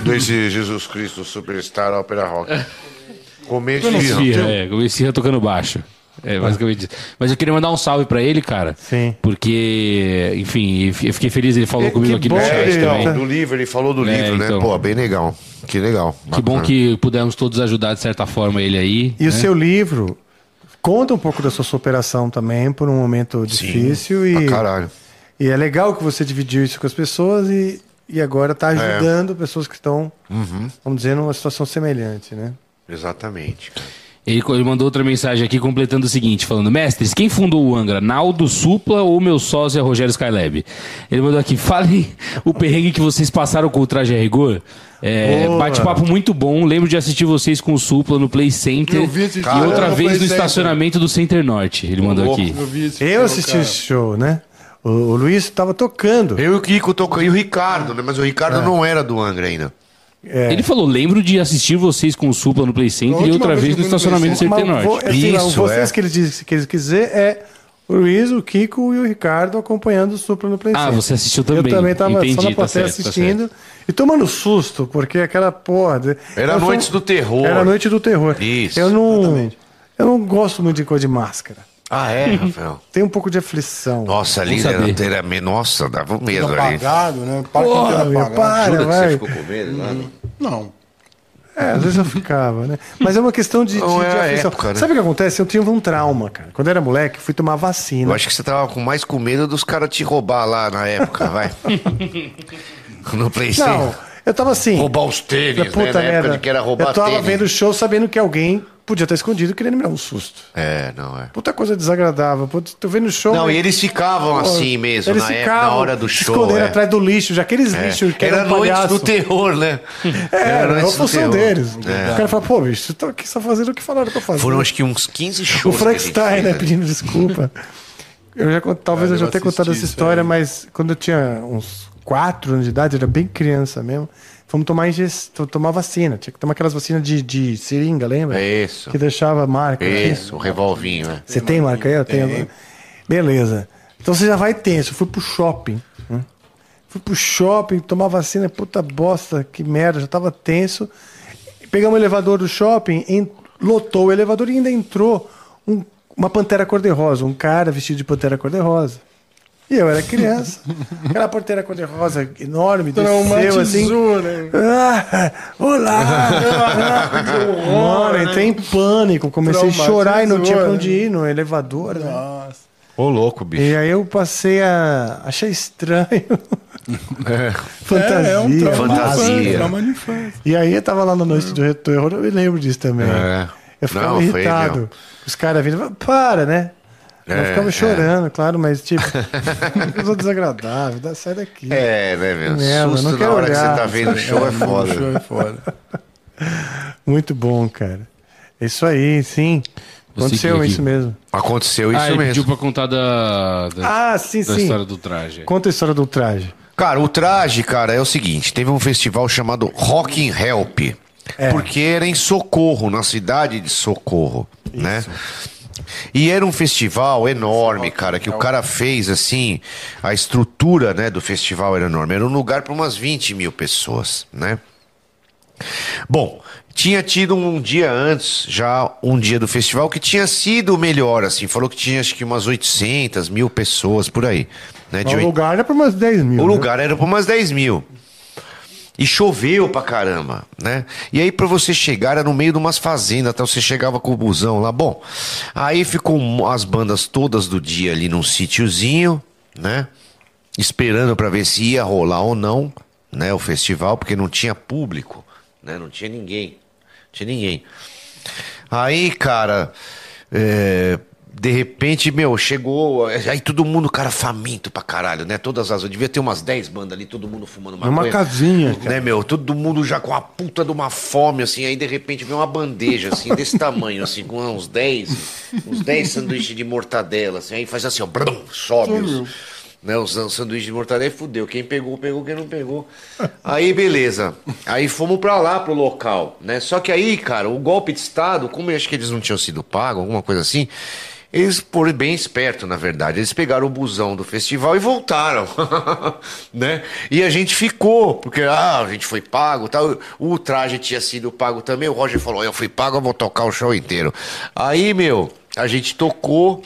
Speaker 1: Desse Jesus Cristo Superstar Ópera Rock. Comer esfirra.
Speaker 4: Esfirra, é, o Esfirra tocando baixo. É, basicamente isso. Mas eu queria mandar um salve pra ele, cara.
Speaker 2: Sim.
Speaker 4: Porque, enfim, eu fiquei feliz, ele falou
Speaker 2: Que-
Speaker 4: comigo
Speaker 2: que
Speaker 4: aqui
Speaker 2: bom
Speaker 4: no
Speaker 2: que
Speaker 4: chat
Speaker 2: ele-
Speaker 4: também.
Speaker 2: tá.
Speaker 1: do livro, ele falou do
Speaker 4: É,
Speaker 1: livro,
Speaker 4: então.
Speaker 1: né? Pô, bem legal. Que legal.
Speaker 4: Que bom que pudemos todos ajudar, de certa forma, ele aí.
Speaker 2: E o seu livro conta um pouco da sua superação também por um momento difícil e,
Speaker 1: Pra caralho.
Speaker 2: e é legal que você dividiu isso com as pessoas e, e agora tá
Speaker 1: É.
Speaker 2: ajudando pessoas que estão,
Speaker 1: Uhum.
Speaker 2: vamos dizer, numa situação semelhante, né?
Speaker 1: Exatamente. cara.
Speaker 4: Ele, co- ele mandou outra mensagem aqui completando o seguinte, falando: Mestres, quem fundou o Angra? Naldo Supla ou meu sócio é Rogério Skylab? Ele mandou aqui: falem o perrengue que vocês passaram com o traje a rigor. É,
Speaker 2: Boa.
Speaker 4: Bate-papo muito bom. Lembro de assistir vocês com o Supla no Play Center.
Speaker 3: Eu vi esse
Speaker 4: e
Speaker 3: show
Speaker 4: outra
Speaker 3: no Play
Speaker 4: vez no
Speaker 3: Center.
Speaker 4: estacionamento do Center Norte. Ele mandou aqui.
Speaker 3: Eu vi esse
Speaker 2: Eu
Speaker 3: show,
Speaker 2: assisti
Speaker 3: cara.
Speaker 2: esse show, né? O, o Luiz estava tocando.
Speaker 1: Eu e o Kiko tocando. E o Ricardo, né? Mas o Ricardo não era do Angra ainda.
Speaker 2: É.
Speaker 4: Ele falou: lembro de assistir vocês com o Supla no Play Center e
Speaker 3: última
Speaker 4: outra
Speaker 3: vez
Speaker 4: vez
Speaker 3: que
Speaker 4: no
Speaker 3: eu fui no
Speaker 4: estacionamento do
Speaker 3: Play
Speaker 4: Center
Speaker 2: Mas
Speaker 4: Norte.
Speaker 2: vo- assim, não,
Speaker 1: Isso,
Speaker 2: vocês
Speaker 1: é.
Speaker 2: que ele diz que ele quiser é o Luiz, o Kiko e o Ricardo acompanhando o Supla no Play
Speaker 4: Ah,
Speaker 2: Center.
Speaker 4: você assistiu também.
Speaker 2: Eu também tava só na
Speaker 4: Entendi, tá
Speaker 2: plateia
Speaker 4: certo, tá
Speaker 2: assistindo e tomando susto, porque aquela porra. de-
Speaker 1: Era
Speaker 2: eu sou-
Speaker 1: Noites do Terror.
Speaker 2: Era Noite do Terror.
Speaker 1: Isso,
Speaker 2: Eu não, eu não gosto muito de cor de máscara.
Speaker 1: Ah, é, Rafael?
Speaker 2: Tem um pouco de aflição.
Speaker 1: Nossa, ali
Speaker 4: Vamos
Speaker 1: era,
Speaker 4: saber.
Speaker 1: era. Nossa, dava um medo ali.
Speaker 3: Apagado, né? Parque
Speaker 2: Porra,
Speaker 3: inteiro
Speaker 2: meu,
Speaker 3: apagado.
Speaker 2: para,
Speaker 1: Jura que
Speaker 2: vai.
Speaker 1: você ficou com medo, né?
Speaker 3: Não.
Speaker 2: É, às vezes eu ficava, né? Mas é uma questão de, de,
Speaker 1: Não
Speaker 2: de
Speaker 1: é a
Speaker 2: aflição.
Speaker 1: época, né?
Speaker 2: Sabe o que acontece? Eu tive um trauma, cara. Quando eu era moleque, fui tomar vacina.
Speaker 1: Eu acho que você tava com mais com medo dos caras te roubar lá na época, vai. no PlayStation.
Speaker 2: Não, eu tava assim.
Speaker 1: Roubar os tênis, né? Na época de que era roubar
Speaker 2: eu tava
Speaker 1: tênis.
Speaker 2: vendo o show sabendo que alguém podia estar escondido querendo me dar um susto.
Speaker 1: É, não é.
Speaker 2: Puta coisa desagradável. Puta, tô vendo o show.
Speaker 1: Não,
Speaker 2: né?
Speaker 1: e eles ficavam
Speaker 2: Pô,
Speaker 1: assim mesmo, na, época, na
Speaker 2: ficavam
Speaker 1: hora do
Speaker 2: se
Speaker 1: show.
Speaker 2: Escondendo
Speaker 1: é.
Speaker 2: atrás do lixo, já aqueles
Speaker 1: É.
Speaker 2: lixos que
Speaker 1: Era
Speaker 2: era um
Speaker 1: noite
Speaker 2: palhaço.
Speaker 1: do terror, né?
Speaker 2: É, era a
Speaker 1: Noites do Terror.
Speaker 2: função deles.
Speaker 1: É.
Speaker 2: O cara fala, pô, bicho, eu tô aqui só fazendo o que falaram pra fazer.
Speaker 1: Foram acho que uns 15
Speaker 2: o
Speaker 1: shows. que a gente
Speaker 2: Frankenstein,
Speaker 1: fez,
Speaker 2: né, pedindo desculpa. Eu já, con- talvez
Speaker 1: Ah,
Speaker 3: Cara,
Speaker 2: eu já
Speaker 3: eu
Speaker 2: tenha contado
Speaker 3: assisti
Speaker 2: essa
Speaker 3: isso
Speaker 2: história,
Speaker 3: aí.
Speaker 2: mas quando eu tinha uns 4 anos de idade, eu era bem criança mesmo, fomos tomar, inges- to- tomar vacina. Tinha que tomar aquelas vacinas de, de seringa, lembra?
Speaker 1: É isso. É
Speaker 2: Que deixava marca. assim. aqui.
Speaker 1: Isso, o revolvinho, né?
Speaker 2: Você tem marca aí? Eu tenho. agora. Beleza. Então você já vai tenso. Eu fui pro shopping. né? Fui pro shopping, tomar vacina, puta bosta, que merda, já tava tenso. Pegamos o elevador do shopping, en- lotou o elevador e ainda entrou um- uma pantera cor-de-rosa, um cara vestido de pantera cor-de-rosa. E eu era criança. Aquela pantera cor-de-rosa enorme, desceu assim.
Speaker 3: Traumatizou, né?
Speaker 2: Ah, olá!
Speaker 3: né?
Speaker 2: Mano, eu entrei em pânico, comecei a chorar e não tinha pra onde ir no elevador. né?
Speaker 3: Nossa.
Speaker 1: Ô, louco, bicho.
Speaker 2: E aí eu passei a. achei estranho. Fantasia.
Speaker 3: É, é um trauma de
Speaker 1: Fantasia.
Speaker 3: infância, trauma de infância.
Speaker 2: E aí eu tava lá na noite do retorno, eu me lembro disso também.
Speaker 1: É.
Speaker 2: Eu ficava
Speaker 1: Não, foi
Speaker 2: irritado.
Speaker 1: mesmo.
Speaker 2: Os caras vindo, para, né?
Speaker 1: É,
Speaker 2: Eu ficava chorando, claro, mas tipo, coisa desagradável, dá- sai daqui.
Speaker 1: É, né, meu?
Speaker 2: Merda, não
Speaker 1: Susto na
Speaker 2: quero
Speaker 1: hora que
Speaker 2: olhar.
Speaker 1: você tá vendo o show é
Speaker 3: O
Speaker 1: foda.
Speaker 3: show é foda.
Speaker 2: Muito bom, cara. É Isso aí, sim.
Speaker 4: Vou seguir
Speaker 2: Aconteceu
Speaker 4: aqui.
Speaker 2: isso mesmo.
Speaker 1: Aconteceu
Speaker 4: Ah,
Speaker 1: isso
Speaker 4: ele
Speaker 1: mesmo.
Speaker 4: pediu pra contar da, da,
Speaker 2: Ah, sim,
Speaker 4: da
Speaker 2: sim.
Speaker 4: história do traje.
Speaker 2: Conta a história do traje.
Speaker 1: Cara, o traje, cara, é o seguinte: teve um festival chamado Rock in Help, porque era em Socorro, na cidade de Socorro, né? E era um festival enorme, cara, que o cara fez assim, a estrutura, né, do festival era enorme. Era um lugar para umas 20 mil pessoas, né? Bom, tinha tido um dia antes, já um dia do festival, que tinha sido o melhor, assim. Falou que tinha acho que umas 800 mil pessoas por aí, né?
Speaker 2: O
Speaker 1: oit-
Speaker 2: lugar é para umas 10 mil.
Speaker 1: o
Speaker 2: né?
Speaker 1: lugar era pra umas 10 mil. E choveu pra caramba, né? E aí pra você chegar era no meio de umas fazendas, até você chegava com o busão lá. Bom, aí ficou um- as bandas todas do dia ali num sítiozinho, né? Esperando pra ver se ia rolar ou não, né? O festival, porque não tinha público, né? Não tinha ninguém, não tinha ninguém. Aí, cara, é, de repente, meu, chegou. Aí todo mundo, cara, faminto pra caralho, né? Todas as. Eu devia ter umas 10 bandas ali, todo mundo fumando maconha.
Speaker 2: casinha, cara.
Speaker 1: Né, meu? Todo mundo já com a puta de uma fome, assim. Aí, de repente, vem uma bandeja, assim, desse tamanho, assim, com uns 10, uns 10 sanduíches de mortadela, assim. Aí faz assim, ó, brum, sobe. os- Né, os os sanduíches de mortadela e fudeu. Quem pegou, pegou. Quem não pegou. Aí, beleza. Aí fomos pra lá, pro local, né? Só que aí, cara, o golpe de Estado, como eu acho que eles não tinham sido pagos, alguma coisa assim, eles foram bem espertos, na verdade. Eles pegaram o busão do festival e voltaram, né? E a gente ficou, porque ah, a gente foi pago, e tal. O traje tinha sido pago também. O Roger falou: "Eu fui pago, eu vou tocar o show inteiro". Aí, meu, a gente tocou,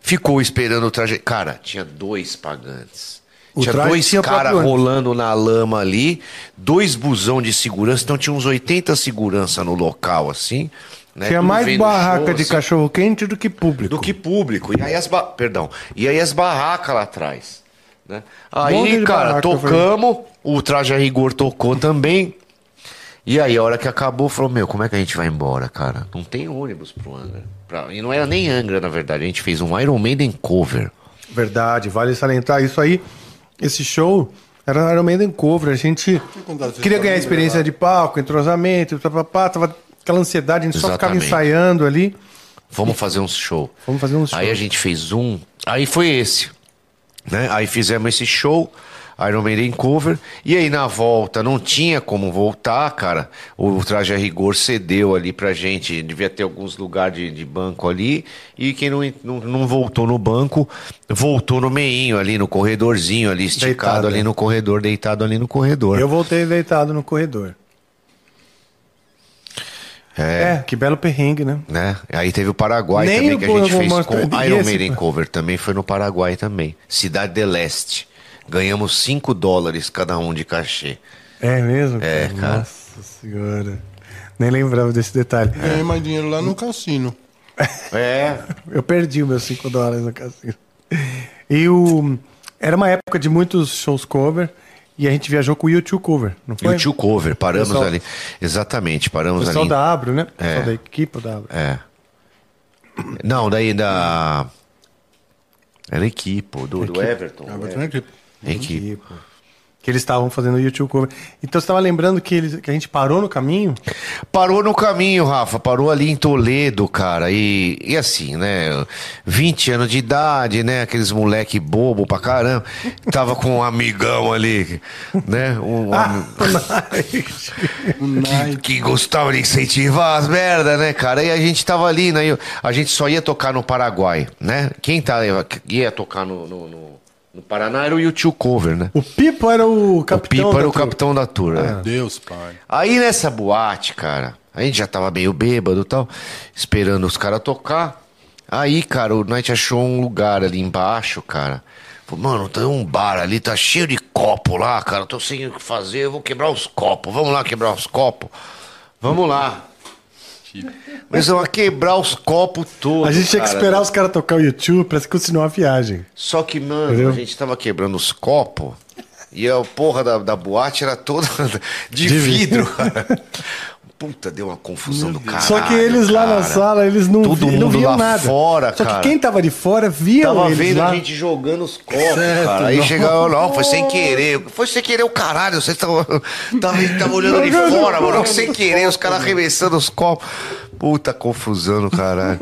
Speaker 1: ficou esperando o traje. Cara, tinha dois pagantes.
Speaker 2: O
Speaker 1: tinha
Speaker 2: traje
Speaker 1: dois
Speaker 2: tinha
Speaker 1: caras
Speaker 2: pagantes.
Speaker 1: rolando na lama ali, dois busão de segurança, então tinha uns 80 segurança no local, assim. Né?
Speaker 2: Tinha
Speaker 1: Tudo
Speaker 2: é mais
Speaker 1: vendo o
Speaker 2: barraca
Speaker 1: show,
Speaker 2: de
Speaker 1: assim
Speaker 2: cachorro quente do que público.
Speaker 1: do que público. E aí as ba- perdão. E aí as barracas lá atrás, né?
Speaker 2: monte
Speaker 1: Aí,
Speaker 2: de
Speaker 1: cara,
Speaker 2: barraca,
Speaker 1: tocamos, o Traje a Rigor tocou também. E aí a hora que acabou, falou: "Meu, como é que a gente vai embora, cara? Não tem ônibus pro Angra". Pra- E não era nem Angra, na verdade. A gente fez um Iron Maiden cover.
Speaker 2: Verdade, vale salientar isso aí. Esse show era no Iron Maiden Cover. A gente
Speaker 3: contar essa
Speaker 2: queria
Speaker 3: história,
Speaker 2: ganhar experiência de palco, entrosamento, papapá, tava aquela ansiedade, a gente só ficava
Speaker 1: Exatamente.
Speaker 2: ensaiando ali.
Speaker 1: Vamos fazer um show.
Speaker 2: Vamos fazer um
Speaker 1: Aí
Speaker 2: show.
Speaker 1: a gente fez um. Aí foi esse. Né? Aí fizemos esse show, Iron Maiden cover. E aí na volta não tinha como voltar, cara. O traje a rigor cedeu ali pra gente. Devia ter alguns lugares de, de banco ali. E quem não, en- não, não voltou no banco, voltou no meinho ali, no corredorzinho ali, esticado
Speaker 2: Deitado.
Speaker 1: ali no corredor, deitado ali no corredor.
Speaker 2: Eu voltei deitado no corredor. É, que belo perrengue, né?
Speaker 1: Né? Aí teve o Paraguai
Speaker 2: Nem
Speaker 1: também
Speaker 2: o
Speaker 1: que a gente
Speaker 2: Boa
Speaker 1: fez
Speaker 2: Morte-
Speaker 1: com
Speaker 2: e
Speaker 1: Iron
Speaker 2: esse-
Speaker 1: Maiden cover também foi no Paraguai também. Cidade de Leste. Ganhamos 5 dólares cada um de cachê.
Speaker 2: É mesmo?
Speaker 1: É, cara.
Speaker 2: Nossa senhora. Nem lembrava desse detalhe.
Speaker 3: Ganhei mais dinheiro lá no cassino.
Speaker 1: É.
Speaker 2: Eu perdi meus 5 dólares no cassino. E o... Era uma época de muitos shows cover e a gente viajou com o YouTube cover, não
Speaker 1: E
Speaker 2: foi?
Speaker 1: o tio cover, paramos
Speaker 2: Pessoal-
Speaker 1: ali. Exatamente,
Speaker 2: O
Speaker 1: paramos
Speaker 2: pessoal
Speaker 1: ali.
Speaker 2: da Abro, né? O
Speaker 1: É.
Speaker 2: pessoal da equipe da Abro.
Speaker 1: É. Não, daí da. Era equipe, do, do Everton.
Speaker 2: Ah,
Speaker 3: Everton é gripe.
Speaker 1: É. Equipe.
Speaker 2: Tipo, Que eles estavam fazendo o YouTube cover. Então você estava lembrando que, eles, que a gente parou no caminho?
Speaker 1: Parou no caminho, Rafa. Parou ali em Toledo, cara. E, e assim, né? 20 anos de idade, né? Aqueles moleque bobo pra caramba. Tava com um amigão ali, né? Um,
Speaker 2: Ah,
Speaker 1: ami-
Speaker 3: O
Speaker 2: um
Speaker 3: Nike.
Speaker 1: que gostava de incentivar as merdas, né, cara? E a gente tava ali, né? eu- A gente só ia tocar no Paraguai, né? Quem tá, ia tocar no, no, no- no Paraná era o YouTube Cover, né?
Speaker 2: O Pipo era o
Speaker 1: O
Speaker 2: capitão.
Speaker 1: Pipa
Speaker 2: da Ah.
Speaker 1: era o
Speaker 2: trupe.
Speaker 1: capitão da tour, né?
Speaker 3: Deus, pai.
Speaker 1: Aí nessa boate, cara, a gente já tava meio bêbado e tal, esperando os caras tocar. Aí, cara, o Night achou um lugar ali embaixo, cara. Falou, mano, tem um bar ali, tá cheio de copo lá, cara. Tô sem o que fazer, eu vou quebrar os copos. Vamos lá quebrar os copos? Vamos lá. Mas eu vou quebrar os copos todos.
Speaker 2: A gente tinha que
Speaker 1: cara. né?
Speaker 2: esperar os caras tocar o YouTube pra continuar a viagem.
Speaker 1: Só que, mano,
Speaker 2: Entendeu?
Speaker 1: a gente tava quebrando os copos. E a porra da, da boate era toda de, vidro. cara. Puta, deu uma confusão do caralho.
Speaker 2: Só que eles lá na
Speaker 1: cara.
Speaker 2: sala, eles não,
Speaker 1: Todo
Speaker 2: vi- não
Speaker 1: mundo
Speaker 2: viam
Speaker 1: lá
Speaker 2: nada.
Speaker 1: fora,
Speaker 2: Só
Speaker 1: cara.
Speaker 2: que quem tava de fora via
Speaker 1: Tava
Speaker 2: eles
Speaker 1: vendo
Speaker 2: lá.
Speaker 1: a gente jogando os copos,
Speaker 3: Certo,
Speaker 1: cara. Aí
Speaker 3: não.
Speaker 1: chegava, não, foi sem querer. Foi sem querer o caralho. Vocês estavam tava, tava olhando de
Speaker 2: Jogando
Speaker 1: fora, mano.
Speaker 2: copo.
Speaker 1: Sem querer, os caras arremessando os copos. Puta confusão do caralho.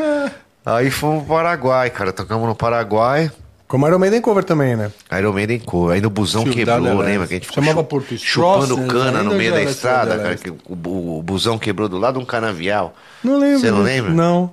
Speaker 1: Aí fomos pro Paraguai, cara. Tocamos no Paraguai.
Speaker 2: Como era o Maiden Cover também, né?
Speaker 1: Iron Maiden Cover. Aí no busão
Speaker 3: Tio
Speaker 1: quebrou,
Speaker 3: Dallas.
Speaker 1: lembra? Que a gente ficou
Speaker 3: Chamava
Speaker 1: chu-
Speaker 3: Porto
Speaker 1: chupando
Speaker 3: Strauss,
Speaker 1: cana no
Speaker 3: ainda
Speaker 1: meio
Speaker 3: já
Speaker 1: da
Speaker 3: era Tio
Speaker 1: estrada,
Speaker 3: Dallas.
Speaker 1: cara. Que o, bu- o busão quebrou do lado de um canavial.
Speaker 2: Não lembro.
Speaker 1: Você não lembra?
Speaker 2: Não.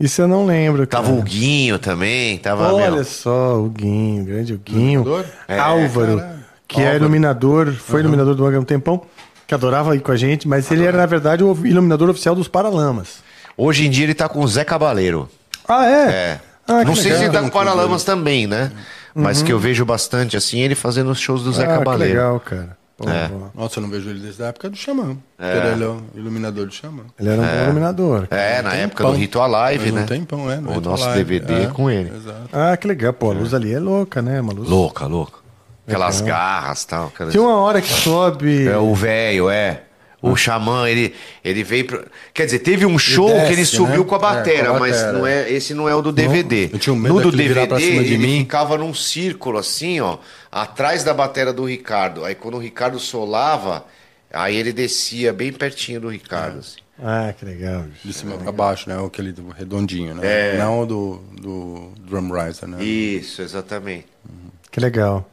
Speaker 2: Isso eu não lembro, cara.
Speaker 1: Tava o Guinho também, tava
Speaker 2: Olha
Speaker 1: meu, É,
Speaker 2: só, o Guinho, grande o Guinho.
Speaker 3: Iluminador?
Speaker 2: Álvaro, que é iluminador, foi iluminador do Angra há um tempão, que adorava ir com a gente, mas ele era, na verdade, o iluminador oficial dos Paralamas.
Speaker 1: Hoje em dia ele tá com o Zé Cabaleiro.
Speaker 2: Ah, é?
Speaker 1: É.
Speaker 2: Ah, que
Speaker 1: não sei
Speaker 2: legal.
Speaker 1: se ele tá com Paralamas também, né? Mas
Speaker 3: Uhum.
Speaker 1: que eu vejo bastante assim, ele fazendo os shows do Zé
Speaker 2: Ah, que
Speaker 1: Cabaleiro.
Speaker 2: legal, cara. Pô,
Speaker 1: É.
Speaker 2: pô.
Speaker 3: Nossa, eu não vejo ele desde a época do Xamã. Ele era o iluminador do Xamã.
Speaker 2: Ele era um bom iluminador. cara.
Speaker 1: É, na
Speaker 3: um Tempão.
Speaker 1: época do Rito a Live,
Speaker 3: Faz um
Speaker 1: né?
Speaker 3: tempão, é, no
Speaker 1: o
Speaker 3: Rito
Speaker 1: nosso
Speaker 3: Live,
Speaker 1: DVD
Speaker 3: é.
Speaker 1: com ele.
Speaker 3: Exato.
Speaker 2: Ah, que legal. Pô, a luz ali é louca, né? Uma luz...
Speaker 1: Louca, louca. Aquelas garras e tal. aquelas-
Speaker 2: Tem
Speaker 3: um
Speaker 2: uma hora que sobe...
Speaker 1: É o velho, é.
Speaker 3: Ah.
Speaker 1: O xamã, ele, ele veio. Pro... Quer dizer, teve um show
Speaker 3: desce,
Speaker 1: que ele subiu
Speaker 3: né?
Speaker 1: com a batera,
Speaker 3: É, com a
Speaker 1: mas
Speaker 3: batera.
Speaker 1: não é, esse não é o do DVD.
Speaker 3: eu tinha um medo
Speaker 1: no do
Speaker 3: daquele virar
Speaker 1: DVD,
Speaker 3: pra cima de
Speaker 1: ele
Speaker 3: mim.
Speaker 1: ficava num círculo assim, ó, atrás da batera do Ricardo. Aí quando o Ricardo solava, aí ele descia bem pertinho do Ricardo. assim.
Speaker 2: Ah, que legal. bicho.
Speaker 3: De cima pra baixo, né? Aquele do redondinho, né?
Speaker 1: É.
Speaker 3: Não o do, do drum riser, né?
Speaker 1: Isso, exatamente.
Speaker 2: Que legal.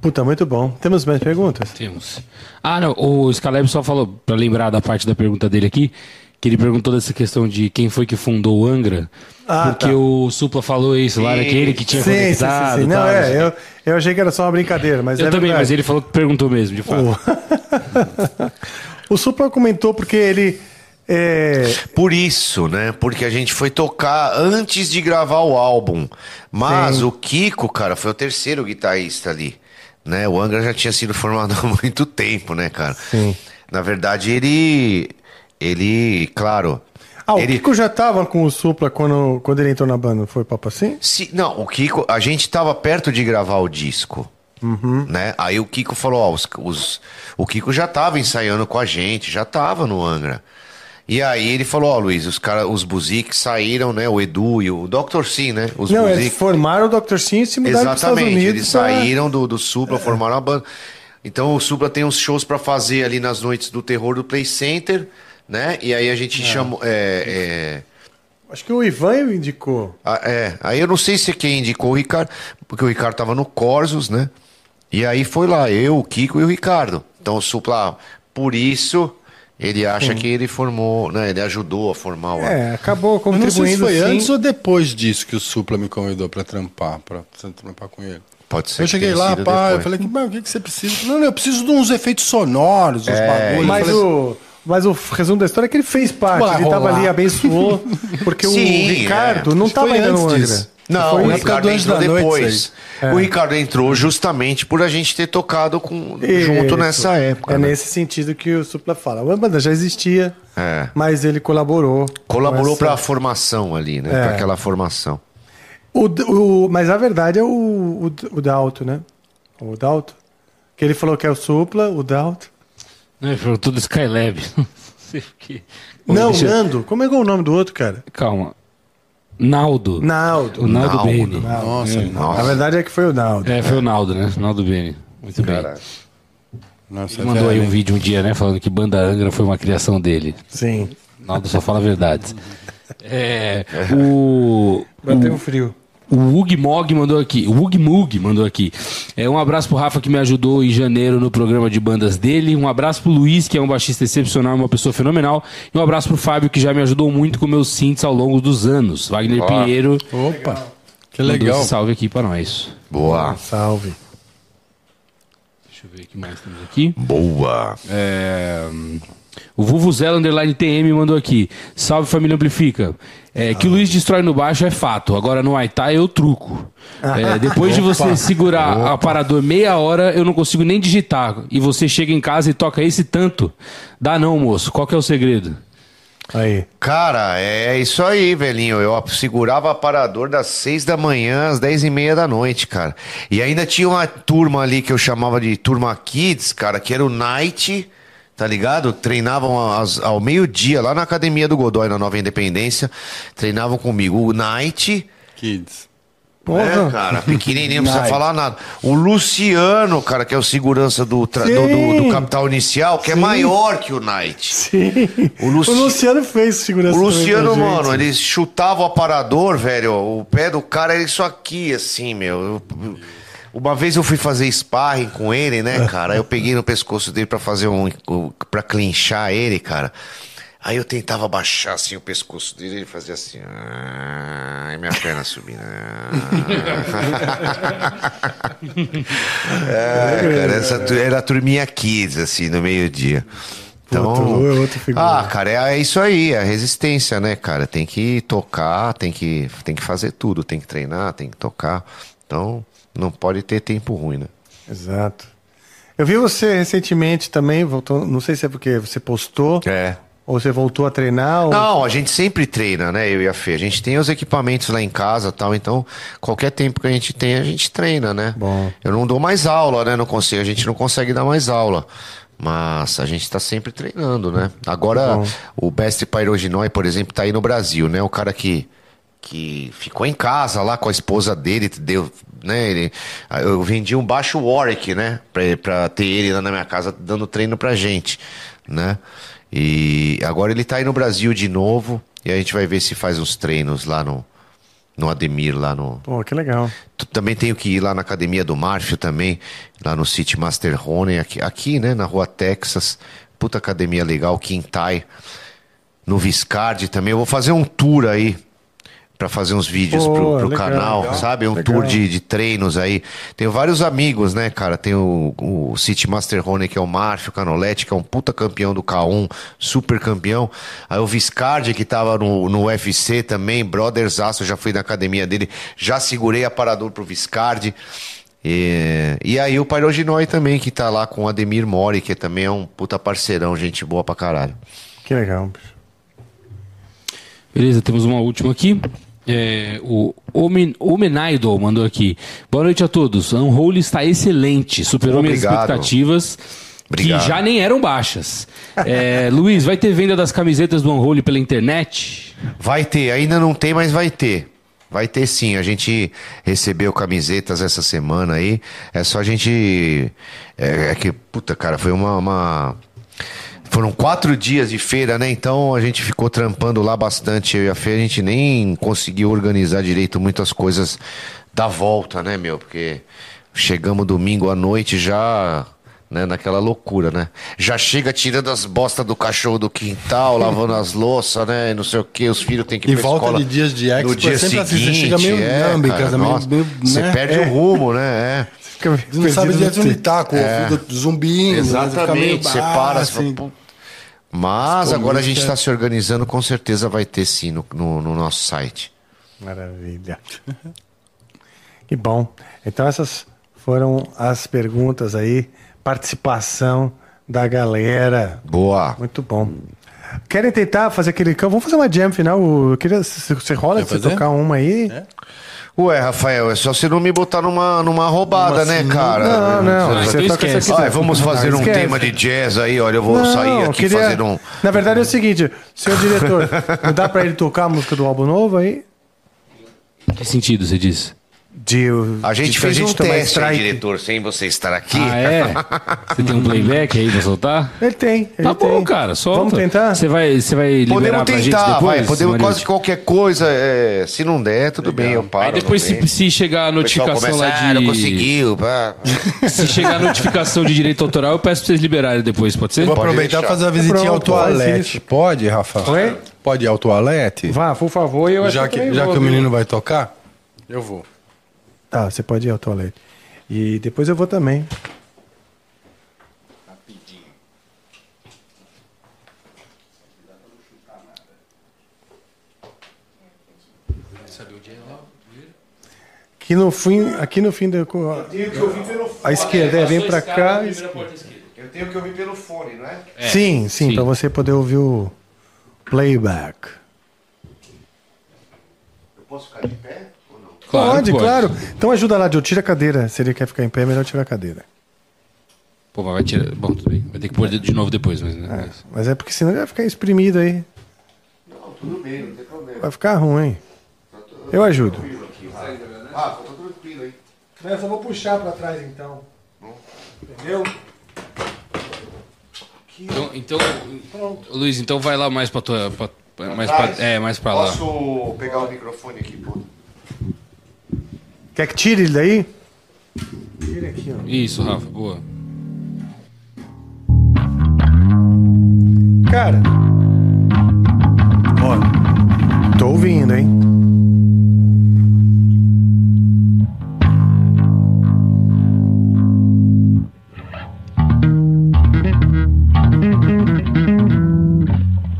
Speaker 2: Puta, muito bom. Temos mais perguntas?
Speaker 4: Temos. Ah, não, o Scaleb só falou, pra lembrar da parte da pergunta dele aqui, que ele perguntou dessa questão de quem foi que fundou o Angra,
Speaker 2: Ah,
Speaker 4: porque
Speaker 2: tá.
Speaker 4: o Supla falou isso lá, né, que ele que tinha conectado.
Speaker 2: Não,
Speaker 4: tal, sei o
Speaker 2: é,
Speaker 4: quê.
Speaker 2: eu, eu achei que era só uma brincadeira, mas
Speaker 4: Eu
Speaker 2: é
Speaker 4: também,
Speaker 2: verdade.
Speaker 4: mas ele falou que perguntou mesmo, de fato.
Speaker 2: O Supla comentou porque ele. é,
Speaker 1: Por isso, né? Porque a gente foi tocar antes de gravar o álbum. Mas o Kiko, cara, foi o terceiro guitarrista ali. Né? O Angra já tinha sido formado há muito tempo, né, cara?
Speaker 2: Sim.
Speaker 1: Na verdade, ele. Ele, claro.
Speaker 2: Ah, o
Speaker 1: ele,
Speaker 2: Kiko já tava com o Supla quando, quando ele entrou na banda, não foi papo assim?
Speaker 1: se- não, o Kiko, a gente tava perto de gravar o disco. Né? Aí o Kiko falou: ó, os, os- o Kiko já tava ensaiando com a gente, já tava no Angra. E aí ele falou: ó, Luiz, os cara, os Buzik saíram, né? O Edu e o Dr. Sim, né? Os
Speaker 2: não,
Speaker 1: Buzik.
Speaker 2: eles formaram o Dr. Sim e se mudaram para os Estados
Speaker 1: Exatamente,
Speaker 2: Unidos. é.
Speaker 1: eles
Speaker 2: pra-
Speaker 1: saíram do, do Supla, formaram a banda. Então o Supla tem uns shows pra fazer ali nas noites do terror do Play Center, né? E aí a gente chamou. é, é,
Speaker 2: Acho que o Ivan indicou.
Speaker 1: ah, é, aí eu não sei se quem indicou o Ricardo, porque o Ricardo tava no Corsos, né? E aí foi lá, eu, o Kiko e o Ricardo. Então o Supla, por isso, ele acha que ele formou, né? Ele ajudou a formar o.
Speaker 2: É, acabou
Speaker 3: Eu não sei se
Speaker 2: contribuindo.
Speaker 3: foi
Speaker 2: sim.
Speaker 3: antes ou depois disso que o Supla me convidou pra trampar, pra trampar com ele.
Speaker 1: Pode ser
Speaker 3: Eu
Speaker 1: que
Speaker 3: cheguei
Speaker 1: tenha
Speaker 3: lá,
Speaker 1: sido
Speaker 3: pá, eu
Speaker 1: depois.
Speaker 3: falei, "Mas o que, que você precisa? Não, não, eu preciso de uns efeitos sonoros, uns
Speaker 1: É,
Speaker 3: bagulhos.
Speaker 2: Mas
Speaker 3: Eu falei,
Speaker 1: assim,
Speaker 2: o, mas o resumo da história é que ele fez parte.
Speaker 3: Vai
Speaker 2: ele tava
Speaker 3: rolar.
Speaker 2: ali, abençoou, porque
Speaker 1: Sim,
Speaker 2: o Ricardo
Speaker 1: é.
Speaker 2: não
Speaker 3: Acho que
Speaker 2: tava
Speaker 3: foi
Speaker 2: ainda no
Speaker 3: antes
Speaker 2: Angra.
Speaker 3: disso.
Speaker 1: Não,
Speaker 3: Foi
Speaker 1: o
Speaker 3: na época
Speaker 1: Ricardo
Speaker 3: do Anjo
Speaker 1: entrou
Speaker 3: da Noite, É.
Speaker 1: depois. O Ricardo entrou justamente por a gente ter tocado com, junto
Speaker 2: Isso.
Speaker 1: nessa época.
Speaker 2: É
Speaker 1: né?
Speaker 2: nesse sentido que o Supla fala. A banda já existia,
Speaker 1: É.
Speaker 2: mas ele colaborou.
Speaker 1: Colaborou
Speaker 2: com
Speaker 1: pra
Speaker 2: essa-
Speaker 1: formação ali, né?
Speaker 2: É.
Speaker 1: Pra aquela formação.
Speaker 2: O, D- o- mas a verdade é o, o, D- o Dalto, né? O Dalto. Que ele falou que é o Supla, o Dalto.
Speaker 4: Não, ele Né, perguntou do Skylab. Não sei o quê.
Speaker 2: não,
Speaker 4: Deixa eu-
Speaker 2: Nando. Como é que é o nome do outro, cara?
Speaker 4: Calma. Naldo. O
Speaker 2: Naldo.
Speaker 4: Naldo,
Speaker 1: Naldo.
Speaker 4: Bene.
Speaker 3: assim,
Speaker 1: Hum.
Speaker 3: Nossa,
Speaker 2: A
Speaker 1: Nossa.
Speaker 2: verdade é que foi o Naldo.
Speaker 4: É, foi o Naldo, né? Naldo Bene. Muito bem.
Speaker 3: nossa, é,
Speaker 4: Ele
Speaker 2: é
Speaker 4: mandou aí um
Speaker 3: velho.
Speaker 4: vídeo um dia, né? Falando que Banda Angra foi uma criação dele.
Speaker 2: Sim.
Speaker 4: Naldo só fala verdades. É, o,
Speaker 2: Bateu um frio.
Speaker 4: o Ug Mog mandou aqui. O Ug Mug mandou aqui. É, um abraço pro Rafa que me ajudou em janeiro no programa de bandas dele. Um abraço pro Luiz, que é um baixista excepcional, uma pessoa fenomenal. E um abraço pro Fábio, que já me ajudou muito com meus synths ao longo dos anos. Wagner Pinheiro
Speaker 3: Opa, que
Speaker 4: mandou
Speaker 3: legal.
Speaker 4: esse salve aqui pra nós.
Speaker 1: Boa.
Speaker 3: É.
Speaker 2: Salve.
Speaker 4: Deixa eu ver o que mais temos aqui.
Speaker 1: Boa.
Speaker 4: É, hum, O Vuvuzela Underline TM mandou aqui. Salve família Amplifica. É, que o Luiz destrói no baixo é fato. Agora no Aitai eu truco. É, depois de você segurar o aparador meia hora, eu não consigo nem digitar. E você chega em casa e toca esse tanto. Dá não, moço. Qual que é o segredo?
Speaker 2: Aí.
Speaker 1: Cara, é isso aí, velhinho. Eu segurava aparador das seis da manhã às dez e meia da noite, cara. E ainda tinha uma turma ali que eu chamava de turma kids, cara, que era o night, tá ligado? Treinavam às- ao meio-dia lá na academia do Godoy, na Nova Independência. Treinavam comigo o night.
Speaker 3: Kids.
Speaker 1: É,
Speaker 2: Porra.
Speaker 1: cara, pequenininho, não precisa
Speaker 3: Night.
Speaker 1: falar nada. O Luciano, cara, que é o segurança do, tra- do, do- do Capital Inicial, que é maior que o Night.
Speaker 2: Sim.
Speaker 1: O
Speaker 2: O,
Speaker 1: Luci-
Speaker 2: Luciano fez segurança.
Speaker 1: O Luciano,
Speaker 2: também pra gente.
Speaker 1: mano, ele chutava o aparador, velho. O pé do cara era isso aqui, assim, meu. Eu- uma vez eu fui fazer sparring com ele, né, cara? Aí Eu peguei no pescoço dele pra fazer um. pra clinchar ele, cara. Aí eu tentava baixar assim o pescoço dele, ele fazia assim. ah, E minha perna subindo. ah. é, cara, essa tu- era a turminha kids, assim, no meio-dia. Então,
Speaker 2: Puta, o Lu é outra figura.
Speaker 1: ah, cara, é, é isso aí, é a resistência, né, cara? Tem que tocar, tem que, tem que fazer tudo, tem que treinar, tem que tocar. Então, não pode ter tempo ruim, né?
Speaker 2: Exato. Eu vi você recentemente também, voltou, não sei se é porque você postou,
Speaker 1: É.
Speaker 2: ou você voltou a treinar, ou
Speaker 1: Não, a gente sempre treina, né, eu e a Fê. A gente tem os equipamentos lá em casa tal, então qualquer tempo que a gente tem, a gente treina, né?
Speaker 2: Bom.
Speaker 1: Eu não dou mais aula, né? Não consigo, a gente não consegue dar mais aula. Mas a gente tá sempre treinando, né? Agora, o Best Pairoginói, por exemplo, tá aí no Brasil, né? O cara que, que ficou em casa lá com a esposa dele, deu, né? Ele, eu vendi um baixo Warwick, né? Pra, pra ter ele lá na minha casa dando treino pra gente, né? E agora ele tá aí no Brasil de novo e a gente vai ver se faz uns treinos lá no, no Ademir, lá no,
Speaker 2: Pô, que legal.
Speaker 1: Tu- Também tenho que ir lá na academia do Márcio também, lá no City Master Rony, aqui, aqui, né, na rua Texas. Puta academia legal, Quintai. No Viscardi também. Eu vou fazer um tour aí pra fazer uns vídeos
Speaker 2: Pô,
Speaker 1: pro, pro
Speaker 2: legal,
Speaker 1: canal,
Speaker 2: legal,
Speaker 1: sabe? Um
Speaker 2: legal.
Speaker 1: tour de, de treinos aí. Tenho vários amigos, né, cara? Tem o, o City Master Rony, que é o Márcio Canoletti, que é um puta campeão do K1, super campeão. Aí o Viscardi, que tava no, no UFC também, Brothers Aço, já fui na academia dele, já segurei aparador pro Viscardi. E, e aí o Pairoginói também, que tá lá com o Ademir Mori, que também é um puta parceirão, gente boa pra caralho.
Speaker 2: Que legal, bicho.
Speaker 4: Beleza, temos uma última aqui. É, o Omen- Omenaidol mandou aqui. Boa noite a todos. Unholy está excelente, superou minhas
Speaker 1: Obrigado.
Speaker 4: expectativas.
Speaker 1: Obrigado.
Speaker 4: Que já nem eram baixas. É, Luiz, vai ter venda das camisetas do Unholy pela internet?
Speaker 1: Vai ter, ainda não tem, mas vai ter. Vai ter sim, a gente recebeu camisetas essa semana aí. É só a gente. É, é que, puta, cara, foi uma, uma- Foram quatro dias de feira, né? Então a gente ficou trampando lá bastante. Eu e a feira, a gente nem conseguiu organizar direito muitas coisas da volta, né, meu? Porque chegamos domingo à noite já né? Naquela loucura, né? Já chega tirando as bostas do cachorro do quintal, lavando as louças, né? E não sei o que, os filhos têm que ir
Speaker 3: E
Speaker 1: pra
Speaker 3: volta
Speaker 1: escola
Speaker 3: de dias de expo,
Speaker 1: No dia
Speaker 3: sempre
Speaker 1: seguinte,
Speaker 3: assim, você chega meio
Speaker 1: é,
Speaker 3: lambe,
Speaker 1: cara,
Speaker 3: casa, meio-
Speaker 1: nossa,
Speaker 3: meio,
Speaker 1: Você
Speaker 3: né?
Speaker 1: perde o rumo, né? É.
Speaker 2: Fica
Speaker 3: Você não sabe direito onde tá, com o ouvido zumbindo. né? Você fica meio
Speaker 1: Exatamente, você
Speaker 3: bah,
Speaker 1: para, você
Speaker 3: assim.
Speaker 1: fala,
Speaker 3: é.
Speaker 1: "Pô". Mas
Speaker 3: Ficou
Speaker 1: agora a
Speaker 3: muito
Speaker 1: gente
Speaker 3: certo.
Speaker 1: está se organizando, com certeza vai ter sim no, no- no nosso site.
Speaker 2: Maravilha. Que bom. Então essas foram as perguntas aí, participação da galera.
Speaker 1: Boa.
Speaker 2: Muito bom. Querem tentar fazer aquele campo? Vamos fazer uma jam final. Eu queria. se- Você rola
Speaker 3: Quer
Speaker 2: de você
Speaker 3: fazer? É.
Speaker 2: tocar uma aí?
Speaker 1: Ué, Rafael, é só você não me botar numa, numa roubada, né, cara?
Speaker 2: Não, não.
Speaker 4: Ah,
Speaker 2: você
Speaker 4: então
Speaker 2: toca
Speaker 4: esquece.
Speaker 2: essa aqui.
Speaker 1: Olha, vamos fazer
Speaker 2: Não,
Speaker 1: um
Speaker 2: esquece.
Speaker 1: tema de jazz aí, olha, eu vou
Speaker 2: Não,
Speaker 1: sair
Speaker 2: eu
Speaker 1: aqui
Speaker 2: queria-
Speaker 1: fazer um.
Speaker 2: Na verdade é o seguinte, senhor diretor, não dá pra ele tocar a música do álbum novo aí?
Speaker 4: Que sentido você diz?
Speaker 2: De,
Speaker 1: A gente
Speaker 2: de-
Speaker 1: fez
Speaker 2: pra
Speaker 1: um
Speaker 2: tomar
Speaker 1: teste, hein,
Speaker 2: strike.
Speaker 1: diretor, sem você estar aqui.
Speaker 4: Ah, é? Você tem um playback aí pra soltar?
Speaker 2: Ele tem, ele
Speaker 4: Tá bom,
Speaker 2: tem.
Speaker 4: cara, solta.
Speaker 2: Vamos tentar?
Speaker 4: Você vai, você vai liberar
Speaker 1: Podemos
Speaker 4: pra gente
Speaker 1: tentar,
Speaker 4: depois?
Speaker 1: vai. Podemos
Speaker 4: Maria?
Speaker 1: quase qualquer coisa. é, se não der, tudo bem, eu paro.
Speaker 4: Aí depois
Speaker 1: não
Speaker 4: se,
Speaker 1: tem.
Speaker 4: se chegar a
Speaker 1: né? O pessoal
Speaker 4: notificação lá
Speaker 1: começa,
Speaker 4: de...
Speaker 1: "Ah, não conseguiu. pá."
Speaker 4: Se chegar a notificação de direito autoral, eu peço pra vocês liberarem depois, pode ser?
Speaker 3: Vou
Speaker 1: Pode
Speaker 3: aproveitar e
Speaker 1: deixar.
Speaker 3: fazer a visitinha ao
Speaker 2: Pronto, faz
Speaker 3: toalete.
Speaker 2: isso.
Speaker 3: Pode, Rafa?
Speaker 2: Oi?
Speaker 3: Pode ir ao toalete?
Speaker 2: Vá, por favor, eu acho
Speaker 3: Já
Speaker 2: também
Speaker 3: que, já
Speaker 2: vou,
Speaker 3: que o
Speaker 2: viu?
Speaker 3: menino vai tocar, eu vou.
Speaker 2: Tá, você pode ir ao toalete. E depois eu vou também. Aqui no fim, aqui no fim da co- a esquerda, é, vem pra cá.
Speaker 1: Eu tenho que ouvir pelo fone, não é?
Speaker 2: sim, sim,
Speaker 4: sim.
Speaker 2: pra você poder ouvir o, Playback.
Speaker 1: Eu posso ficar de pé ou não?
Speaker 2: pode, claro. Então ajuda lá, Joe. Tira a cadeira. Se ele quer ficar em pé, é melhor tirar a cadeira.
Speaker 4: Pô, mas vai tirar. Bom, tudo bem. Vai ter que pôr de novo depois, mas. Né? Mas-
Speaker 2: Mas é porque senão ele vai ficar espremido aí.
Speaker 1: Não, tudo bem, não tem problema. Tá
Speaker 2: Vai ficar ruim. Eu ajudo.
Speaker 1: Tranquilo aqui, Rafa. Rafa, eu tô tranquilo, hein?
Speaker 2: Eu só vou puxar pra trás então. Entendeu?
Speaker 4: Então, então ô, Luiz, então vai lá mais pra tua. pra- pra- mais pra, é, mais pra lá.
Speaker 1: Posso pegar o microfone aqui, pô?
Speaker 2: Quer que tire ele daí? Tira aqui, ó.
Speaker 4: Isso, Rafa, boa.
Speaker 2: Cara. Ó. Tô ouvindo, hein?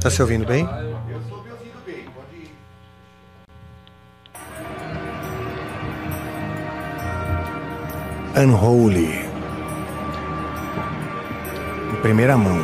Speaker 2: Tá se ouvindo bem?
Speaker 1: Eu estou me ouvindo bem, pode ir.
Speaker 2: Unholy. Em primeira mão.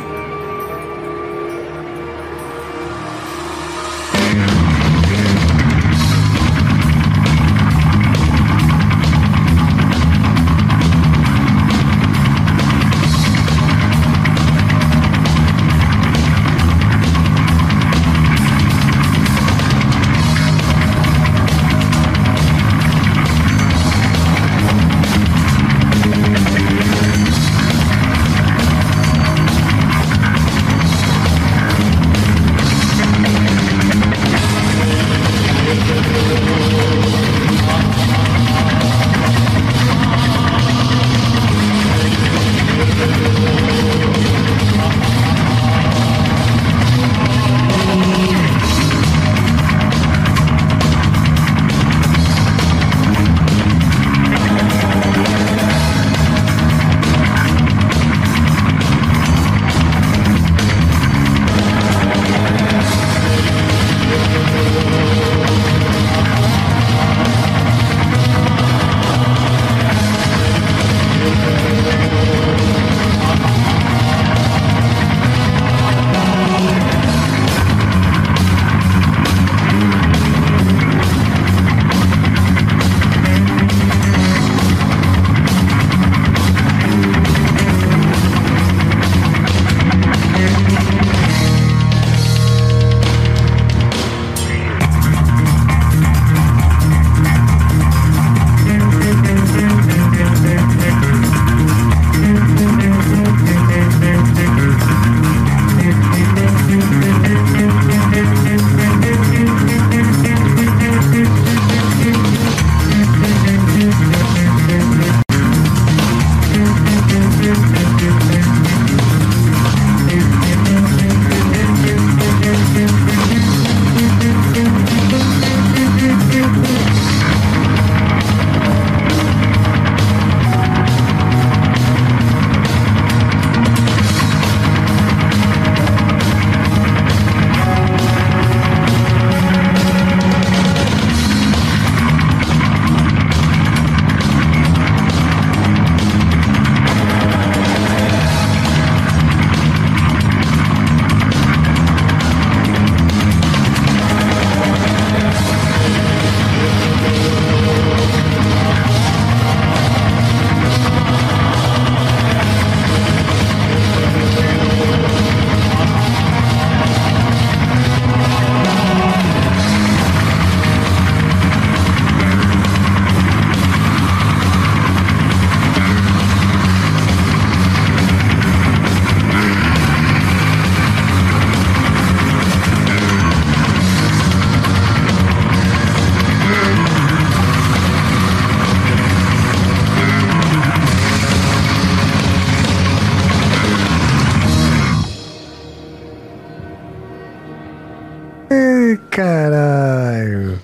Speaker 2: Ih, Caralho.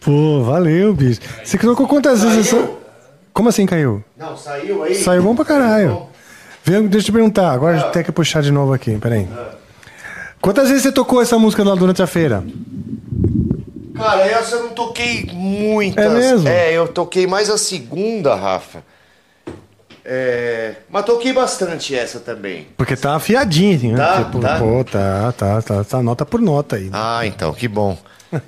Speaker 2: Pô, valeu, bicho. Você colocou quantas vezes essa... Como assim caiu?
Speaker 1: Não, saiu aí?
Speaker 2: Saiu bom pra caralho. Vem, deixa eu te perguntar, agora tem que puxar de novo aqui, peraí. Quantas vezes você tocou essa música lá durante a feira?
Speaker 1: Cara, essa eu não toquei muitas.
Speaker 2: É mesmo?
Speaker 1: É, eu toquei mais a segunda, Rafa. É, mas toquei bastante essa também.
Speaker 2: Porque tá afiadinho, assim, né?
Speaker 1: Tá,
Speaker 2: Tipo,
Speaker 1: tá.
Speaker 2: Pô, tá, tá, tá, tá nota por nota aí.
Speaker 1: Ah, então, que bom.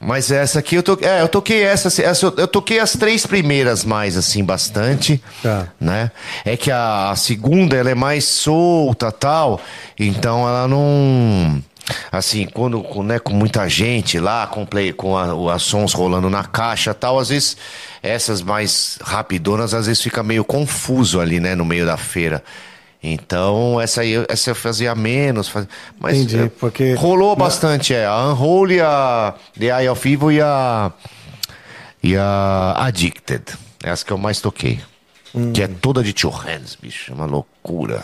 Speaker 1: Mas essa aqui eu toquei. É, eu toquei essa, assim, essa eu, eu toquei as três primeiras mais, assim, bastante.
Speaker 2: Tá.
Speaker 1: Né? É que a, a segunda ela é mais solta tal. Então ela não. Assim, quando com, né, com muita gente lá, com, play, com a, o- as sons rolando na caixa tal, às vezes essas mais rapidonas, às vezes fica meio confuso ali, né, no meio da feira. Então, essa aí, eu- essa eu fazia menos. fazia- mas
Speaker 2: Entendi,
Speaker 1: eu-
Speaker 2: porque-
Speaker 1: Rolou bastante, é. A Unholy, a The Eye of Evil e a. E a Addicted. É as que eu mais toquei.
Speaker 2: Hum.
Speaker 1: Que é toda de Tio Hands, bicho. É uma loucura.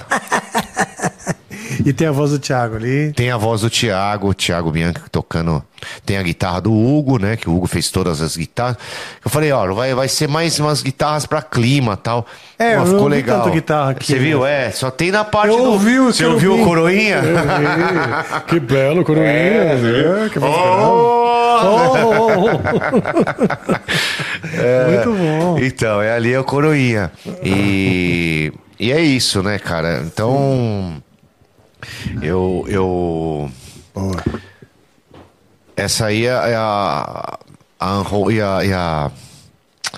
Speaker 2: E tem a voz do Thiago ali.
Speaker 1: Tem a voz do Thiago, o Thiago Bianchi tocando. Tem a guitarra do Hugo, né? Que o Hugo fez todas as guitarras. Eu falei, ó, vai, vai ser mais umas guitarras pra clima e tal.
Speaker 2: É,
Speaker 1: Pô,
Speaker 2: eu não vi tanto guitarra aqui, né?
Speaker 1: Você viu? É, só tem na parte do.
Speaker 2: o
Speaker 1: Você ouviu o Coroinha?
Speaker 2: que belo Coroinha. É, né? Que voz grave.
Speaker 1: Oh!
Speaker 2: Muito bom.
Speaker 1: Então, é ali é o Coroinha. E, e é isso, né, cara? Então. Eu. eu essa aí é a. a, Unho- e a, e a-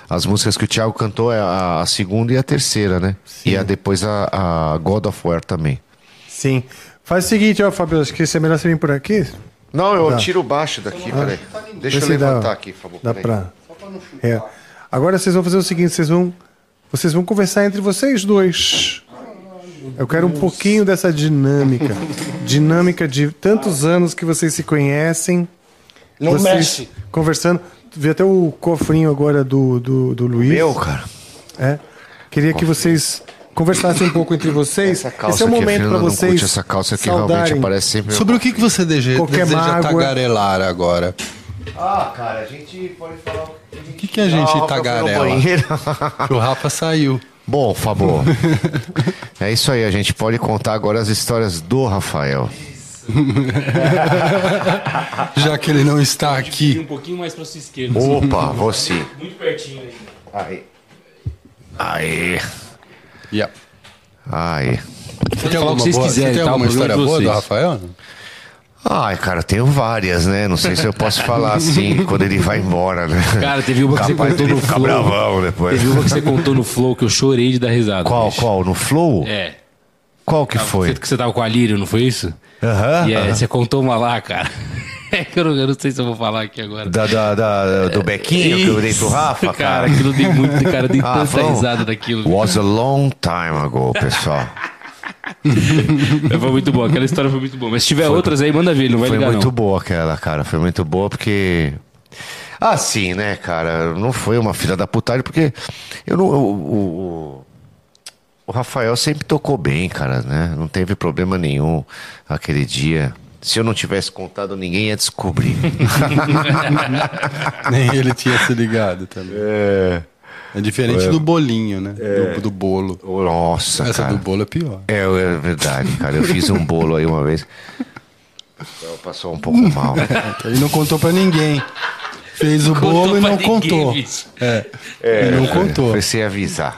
Speaker 1: as músicas que o Thiago cantou é a, a segunda e a terceira, né? E a, depois a, a God of War também.
Speaker 2: Sim. Faz o seguinte, ó, Fabio, acho que é melhor você vir por aqui.
Speaker 1: Não,
Speaker 2: Tá.
Speaker 1: eu tiro baixo
Speaker 2: Ah.
Speaker 1: daqui, peraí. Deixa
Speaker 2: Vê
Speaker 1: eu
Speaker 2: se Tá dá-
Speaker 1: levantar aqui, por favor.
Speaker 2: Dá
Speaker 1: peraí.
Speaker 2: pra... É. Agora vocês vão fazer o seguinte, vocês vão, vocês vão conversar entre vocês dois. Eu quero um pouquinho dessa dinâmica. dinâmica de tantos anos que vocês se conhecem.
Speaker 6: Não
Speaker 2: vocês
Speaker 6: mexe.
Speaker 2: Conversando. Vi até o cofrinho agora do, do, do Luiz.
Speaker 1: Meu, cara.
Speaker 2: É. Queria que vocês conversassem um pouco entre vocês.
Speaker 1: Essa calça
Speaker 2: Esse é o
Speaker 1: aqui, a
Speaker 2: momento
Speaker 1: Fernanda
Speaker 2: para
Speaker 1: não
Speaker 2: vocês
Speaker 1: curte essa calça aqui realmente
Speaker 2: saudarem.
Speaker 1: aparece sempre.
Speaker 3: Sobre o que, que você deseja,
Speaker 2: Qualquer
Speaker 3: deseja
Speaker 2: mágoa.
Speaker 3: tagarelar agora?
Speaker 1: Ah, cara, a gente pode falar o que a gente... tá
Speaker 3: O que, que a gente tagarela? Que o Rafa saiu.
Speaker 1: Bom, Fabô, é isso aí. A gente pode contar agora as histórias do Rafael.
Speaker 3: Já que ele não está
Speaker 4: E
Speaker 3: aqui.
Speaker 4: um pouquinho mais pra sua esquerda.
Speaker 1: Opa, você.
Speaker 4: Muito pertinho aí.
Speaker 1: Aí. Aí.
Speaker 3: Yeah.
Speaker 1: Aí.
Speaker 3: Você tem
Speaker 4: Fala o
Speaker 3: alguma,
Speaker 4: que vocês
Speaker 3: boa,
Speaker 4: quiserem,
Speaker 3: você tem
Speaker 4: tá? O
Speaker 3: alguma
Speaker 4: problema
Speaker 3: história
Speaker 4: de
Speaker 3: boa do
Speaker 4: vocês.
Speaker 3: Rafael?
Speaker 1: Ai, cara, eu tenho várias, né? Não sei se eu posso falar assim quando ele vai embora, né?
Speaker 4: Cara, teve uma que você
Speaker 1: Capaz
Speaker 4: contou
Speaker 1: dele
Speaker 4: no
Speaker 1: ficar
Speaker 4: flow.
Speaker 1: bravão depois.
Speaker 4: Teve uma que você contou no Flow que eu chorei de dar risada.
Speaker 1: Qual,
Speaker 4: bicho.
Speaker 1: qual? No Flow?
Speaker 4: É. Ah,
Speaker 1: Qual que foi?
Speaker 4: Você, que você tava com a Lírio, não foi isso?
Speaker 1: Aham.
Speaker 4: E aí, você contou uma lá, cara. É que eu não, eu não sei se eu vou falar aqui agora.
Speaker 1: Da, da, da- do Bequinho que eu dei pro
Speaker 4: Isso,
Speaker 1: Rafa,
Speaker 4: Cara, aquilo dei muito, cara, dei
Speaker 1: Ah,
Speaker 4: tanta
Speaker 1: Fão,
Speaker 4: risada daquilo.
Speaker 1: Was a long time ago, pessoal.
Speaker 4: Foi muito bom, aquela história foi muito boa. Mas se tiver outras aí, manda ver, ele não vai
Speaker 1: Foi
Speaker 4: ligar
Speaker 1: muito
Speaker 4: não.
Speaker 1: boa aquela, cara. Foi muito boa porque. Ah, sim, né, cara? Não foi uma filha da putagem, porque eu não. O, o- o- o Rafael sempre tocou bem, cara, né? Não teve problema nenhum aquele dia. Se eu não tivesse contado, ninguém ia descobrir.
Speaker 3: Nem ele tinha se ligado também. É.
Speaker 1: É.
Speaker 3: diferente do bolinho, né? Do, do bolo.
Speaker 1: Nossa,
Speaker 3: Essa
Speaker 1: É. Tá, cara.
Speaker 3: do bolo é pior.
Speaker 1: É, é verdade, cara. Eu fiz um bolo aí uma vez. Então, Passou um pouco mal.
Speaker 3: Ele não contou pra ninguém. Fez o bolo e
Speaker 4: pra
Speaker 3: não
Speaker 4: ninguém,
Speaker 3: contou.
Speaker 4: bicho.
Speaker 3: É. Ele não contou.
Speaker 1: Foi sem avisar.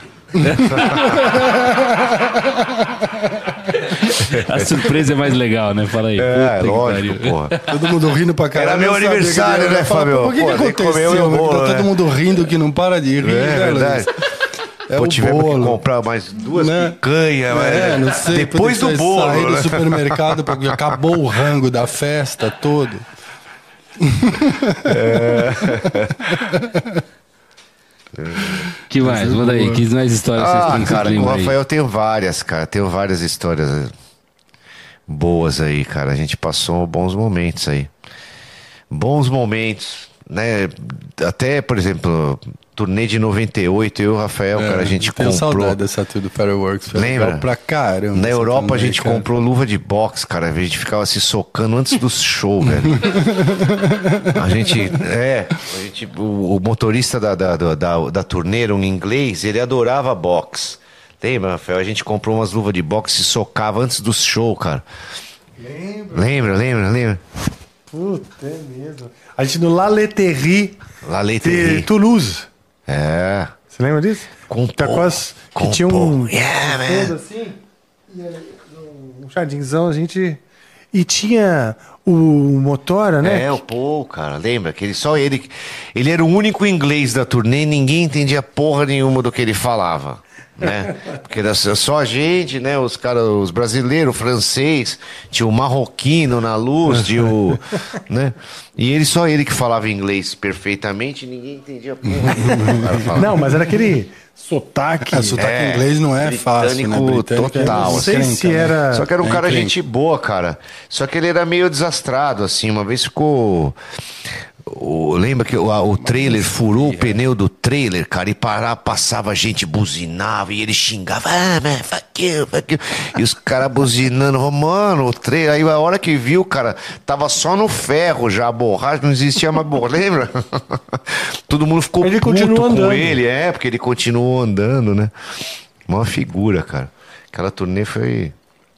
Speaker 4: A surpresa é mais legal, né? Fala aí. Puta
Speaker 1: É,
Speaker 4: que
Speaker 1: lógico,
Speaker 4: pariu.
Speaker 1: porra.
Speaker 3: Todo mundo rindo pra
Speaker 1: Era
Speaker 3: caralho.
Speaker 1: meu
Speaker 3: Eu sabia que
Speaker 1: aniversário,
Speaker 3: ele ia
Speaker 1: né,
Speaker 3: falar,
Speaker 1: Fábio?
Speaker 3: "Pô, O que,
Speaker 1: Pô,
Speaker 3: que
Speaker 1: tem que comer
Speaker 3: aconteceu?
Speaker 1: o
Speaker 3: né?
Speaker 1: bolo,
Speaker 3: tá
Speaker 1: né?"
Speaker 3: todo mundo rindo que não para de rir.
Speaker 1: É
Speaker 3: né, Luiz?
Speaker 1: verdade.
Speaker 3: É
Speaker 1: Pô,
Speaker 3: o
Speaker 1: tivemos que
Speaker 3: bolo.
Speaker 1: comprar mais duas
Speaker 3: Né?
Speaker 1: picanhas, mas
Speaker 3: É, não sei.
Speaker 1: depois do
Speaker 3: podia ter
Speaker 1: bolo.
Speaker 3: saído
Speaker 1: né?
Speaker 3: do supermercado porque acabou o rango da festa todo.
Speaker 4: Que mais? Manda aí, que mais histórias vocês
Speaker 1: Ah,
Speaker 4: têm que
Speaker 1: cara,
Speaker 4: vocês
Speaker 1: com o
Speaker 4: lembram aí?
Speaker 1: Rafael eu tenho várias, cara. Tenho várias histórias boas aí, cara. A gente passou bons momentos aí. Bons momentos, né? Até, por exemplo, turnê de 98, eu e o Rafael, cara, a gente
Speaker 3: eu É, tenho
Speaker 1: comprou.
Speaker 3: saudade dessa tour do Fireworks. Foi
Speaker 1: Lembra?
Speaker 3: legal pra caramba. tá
Speaker 1: Na
Speaker 3: essa
Speaker 1: Europa a
Speaker 3: turnê,
Speaker 1: gente
Speaker 3: cara.
Speaker 1: comprou luva de boxe, cara. A gente ficava se socando antes do show, velho. A gente. É. A gente, o, o motorista da, da, da, da, da turnê era um inglês, ele adorava boxe. Lembra, Rafael? A gente comprou umas luvas de boxe e socava antes do show, cara. Lembra, lembra, lembra?
Speaker 2: Puta, é mesmo. A gente no La Leterie
Speaker 1: La
Speaker 2: de
Speaker 1: Leiterie.
Speaker 2: Toulouse.
Speaker 1: É.
Speaker 2: Você lembra disso?
Speaker 1: Compor,
Speaker 2: Tá quase. Que
Speaker 1: compor.
Speaker 2: tinha um.
Speaker 1: Yeah, man.
Speaker 2: fundo assim. E aí, um jardinzão, a gente. E tinha o Motora, né?
Speaker 1: É, o Paul, cara, lembra que ele só ele. Ele era o único inglês da turnê, ninguém entendia porra nenhuma do que ele falava. Né? Porque era só só a gente, né? Os caras, os brasileiros, o francês, tinha o marroquino na luz, tinha o. né? E ele só ele que falava inglês perfeitamente, ninguém entendia porra nenhuma. do cara falava.
Speaker 2: Não, mas era aquele sotaque.
Speaker 3: É, sotaque
Speaker 1: É,
Speaker 3: inglês não é fácil, né?
Speaker 1: britânico
Speaker 3: Britânico é
Speaker 1: total,
Speaker 2: Não sei
Speaker 3: encrenca,
Speaker 2: se
Speaker 3: né?
Speaker 2: era.
Speaker 1: Só que era um
Speaker 3: É
Speaker 1: cara
Speaker 3: incrível.
Speaker 1: gente boa, cara. Só que ele era meio desastrado, assim. Uma vez ficou. o- lembra que o, a- o trailer furou o pneu do trailer, cara, e parar, passava gente, buzinava, e ele xingava, ah, man, fuck you, fuck you. E os caras buzinando, "Ô, mano, o trailer. Aí a hora que viu, cara, tava só no ferro já, a borracha, não existia mais borracha, lembra? Todo mundo ficou
Speaker 2: Ele
Speaker 1: puto
Speaker 2: continuou
Speaker 1: com
Speaker 2: andando.
Speaker 1: ele, é, porque ele continuou andando, né? Uma figura, cara. Aquela turnê foi.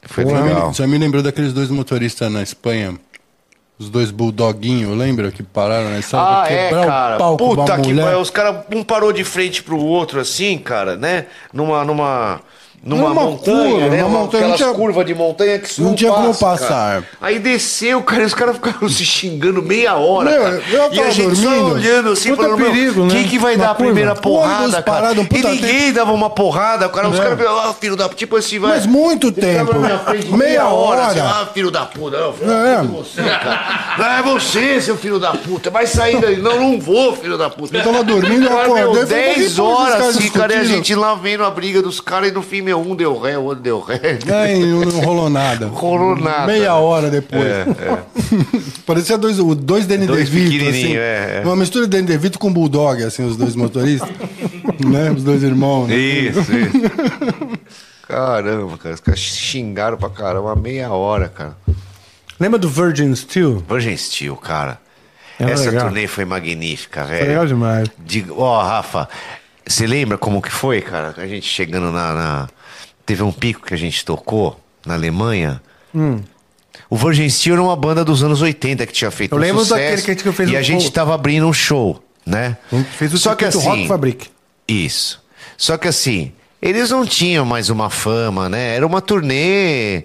Speaker 1: Foi
Speaker 3: Já
Speaker 1: Então, legal.
Speaker 3: me, já um me lembrou daqueles dois motoristas na Espanha. Os dois bulldoguinhos, lembra? Que pararam na estrada
Speaker 1: Ah,
Speaker 3: pra
Speaker 1: é,
Speaker 3: quebrar
Speaker 1: cara.
Speaker 3: o palco pra
Speaker 1: Puta que
Speaker 3: mulher.
Speaker 1: pariu. Os caras, um parou de frente pro outro, assim, cara, né? Numa. numa... Numa,
Speaker 3: Numa
Speaker 1: montanha,
Speaker 3: curva,
Speaker 1: né?
Speaker 3: numa
Speaker 1: Uma-
Speaker 3: montanha, não
Speaker 1: aquelas
Speaker 3: tinha-
Speaker 1: curvas de montanha que
Speaker 3: não tinha como
Speaker 1: passa,
Speaker 3: passar.
Speaker 1: cara. Aí desceu, cara, e os caras ficaram se xingando meia hora.
Speaker 3: Meu,
Speaker 1: cara.
Speaker 3: eu
Speaker 1: e a
Speaker 3: tava
Speaker 1: gente só
Speaker 3: dormindo.
Speaker 1: olhando assim,
Speaker 2: Puta
Speaker 1: falando, meu,
Speaker 2: perigo, né?
Speaker 1: quem que vai
Speaker 2: Uma
Speaker 1: dar a
Speaker 2: curva.
Speaker 1: primeira
Speaker 3: Ônibus
Speaker 1: porrada, cara?
Speaker 3: parado, um
Speaker 1: e
Speaker 3: puta
Speaker 1: ninguém dava uma porrada, cara. Os
Speaker 3: É.
Speaker 1: caras, ah, filho da... Tipo assim, vai...
Speaker 3: Mas muito tempo.
Speaker 1: Ficava na minha frente
Speaker 3: Meia hora.
Speaker 1: assim, ah, filho da puta. Não, filho
Speaker 3: É.
Speaker 1: da puta, você, cara. Não, é você, seu filho da puta. Vai sair daí. Não, não vou, filho da puta.
Speaker 3: Eu tava dormindo, eu
Speaker 1: Cara, meu,
Speaker 3: acordei, falei,
Speaker 1: 10
Speaker 3: mas que porra esses
Speaker 1: horas,
Speaker 3: caras
Speaker 1: assim, cara, e a
Speaker 3: discutindo?
Speaker 1: gente lá vendo a briga dos caras e no fim, meu, um deu ré, o outro deu ré.
Speaker 3: É, e não rolou nada.
Speaker 1: Rolou nada. É,
Speaker 3: Meia hora depois. Parecia dois, o- dois Danny
Speaker 1: Dois
Speaker 3: DeVito,
Speaker 1: pequenininho,
Speaker 3: assim.
Speaker 1: é, é.
Speaker 3: Uma mistura de Danny DeVito com Bulldog, assim, os dois motoristas. né? Os dois irmãos. Né?
Speaker 1: Isso, isso. Caramba, cara, os caras xingaram pra caramba, meia hora, cara.
Speaker 2: Lembra do Virgin Steel?
Speaker 1: Virgin Steel, cara.
Speaker 3: É
Speaker 2: Era
Speaker 1: Essa
Speaker 2: legal.
Speaker 1: turnê foi magnífica, velho.
Speaker 2: Foi legal demais.
Speaker 1: Digo, ó, Rafa, você lembra como que foi, cara? A gente chegando na, na- Teve um pico que a gente tocou na Alemanha.
Speaker 2: Hum.
Speaker 1: O Virgin Steel era uma banda dos anos 80 que tinha feito
Speaker 2: Eu
Speaker 1: um
Speaker 2: lembro
Speaker 1: sucesso.
Speaker 2: daquele que a gente fez
Speaker 1: E
Speaker 2: um
Speaker 1: a gente
Speaker 2: show.
Speaker 1: tava abrindo um show, né?
Speaker 2: Hum, Fez o
Speaker 1: Só que
Speaker 2: circuito
Speaker 1: assim...
Speaker 2: Rock Fabric.
Speaker 1: Isso. Só que assim, eles não tinham mais uma fama, né? Era uma turnê,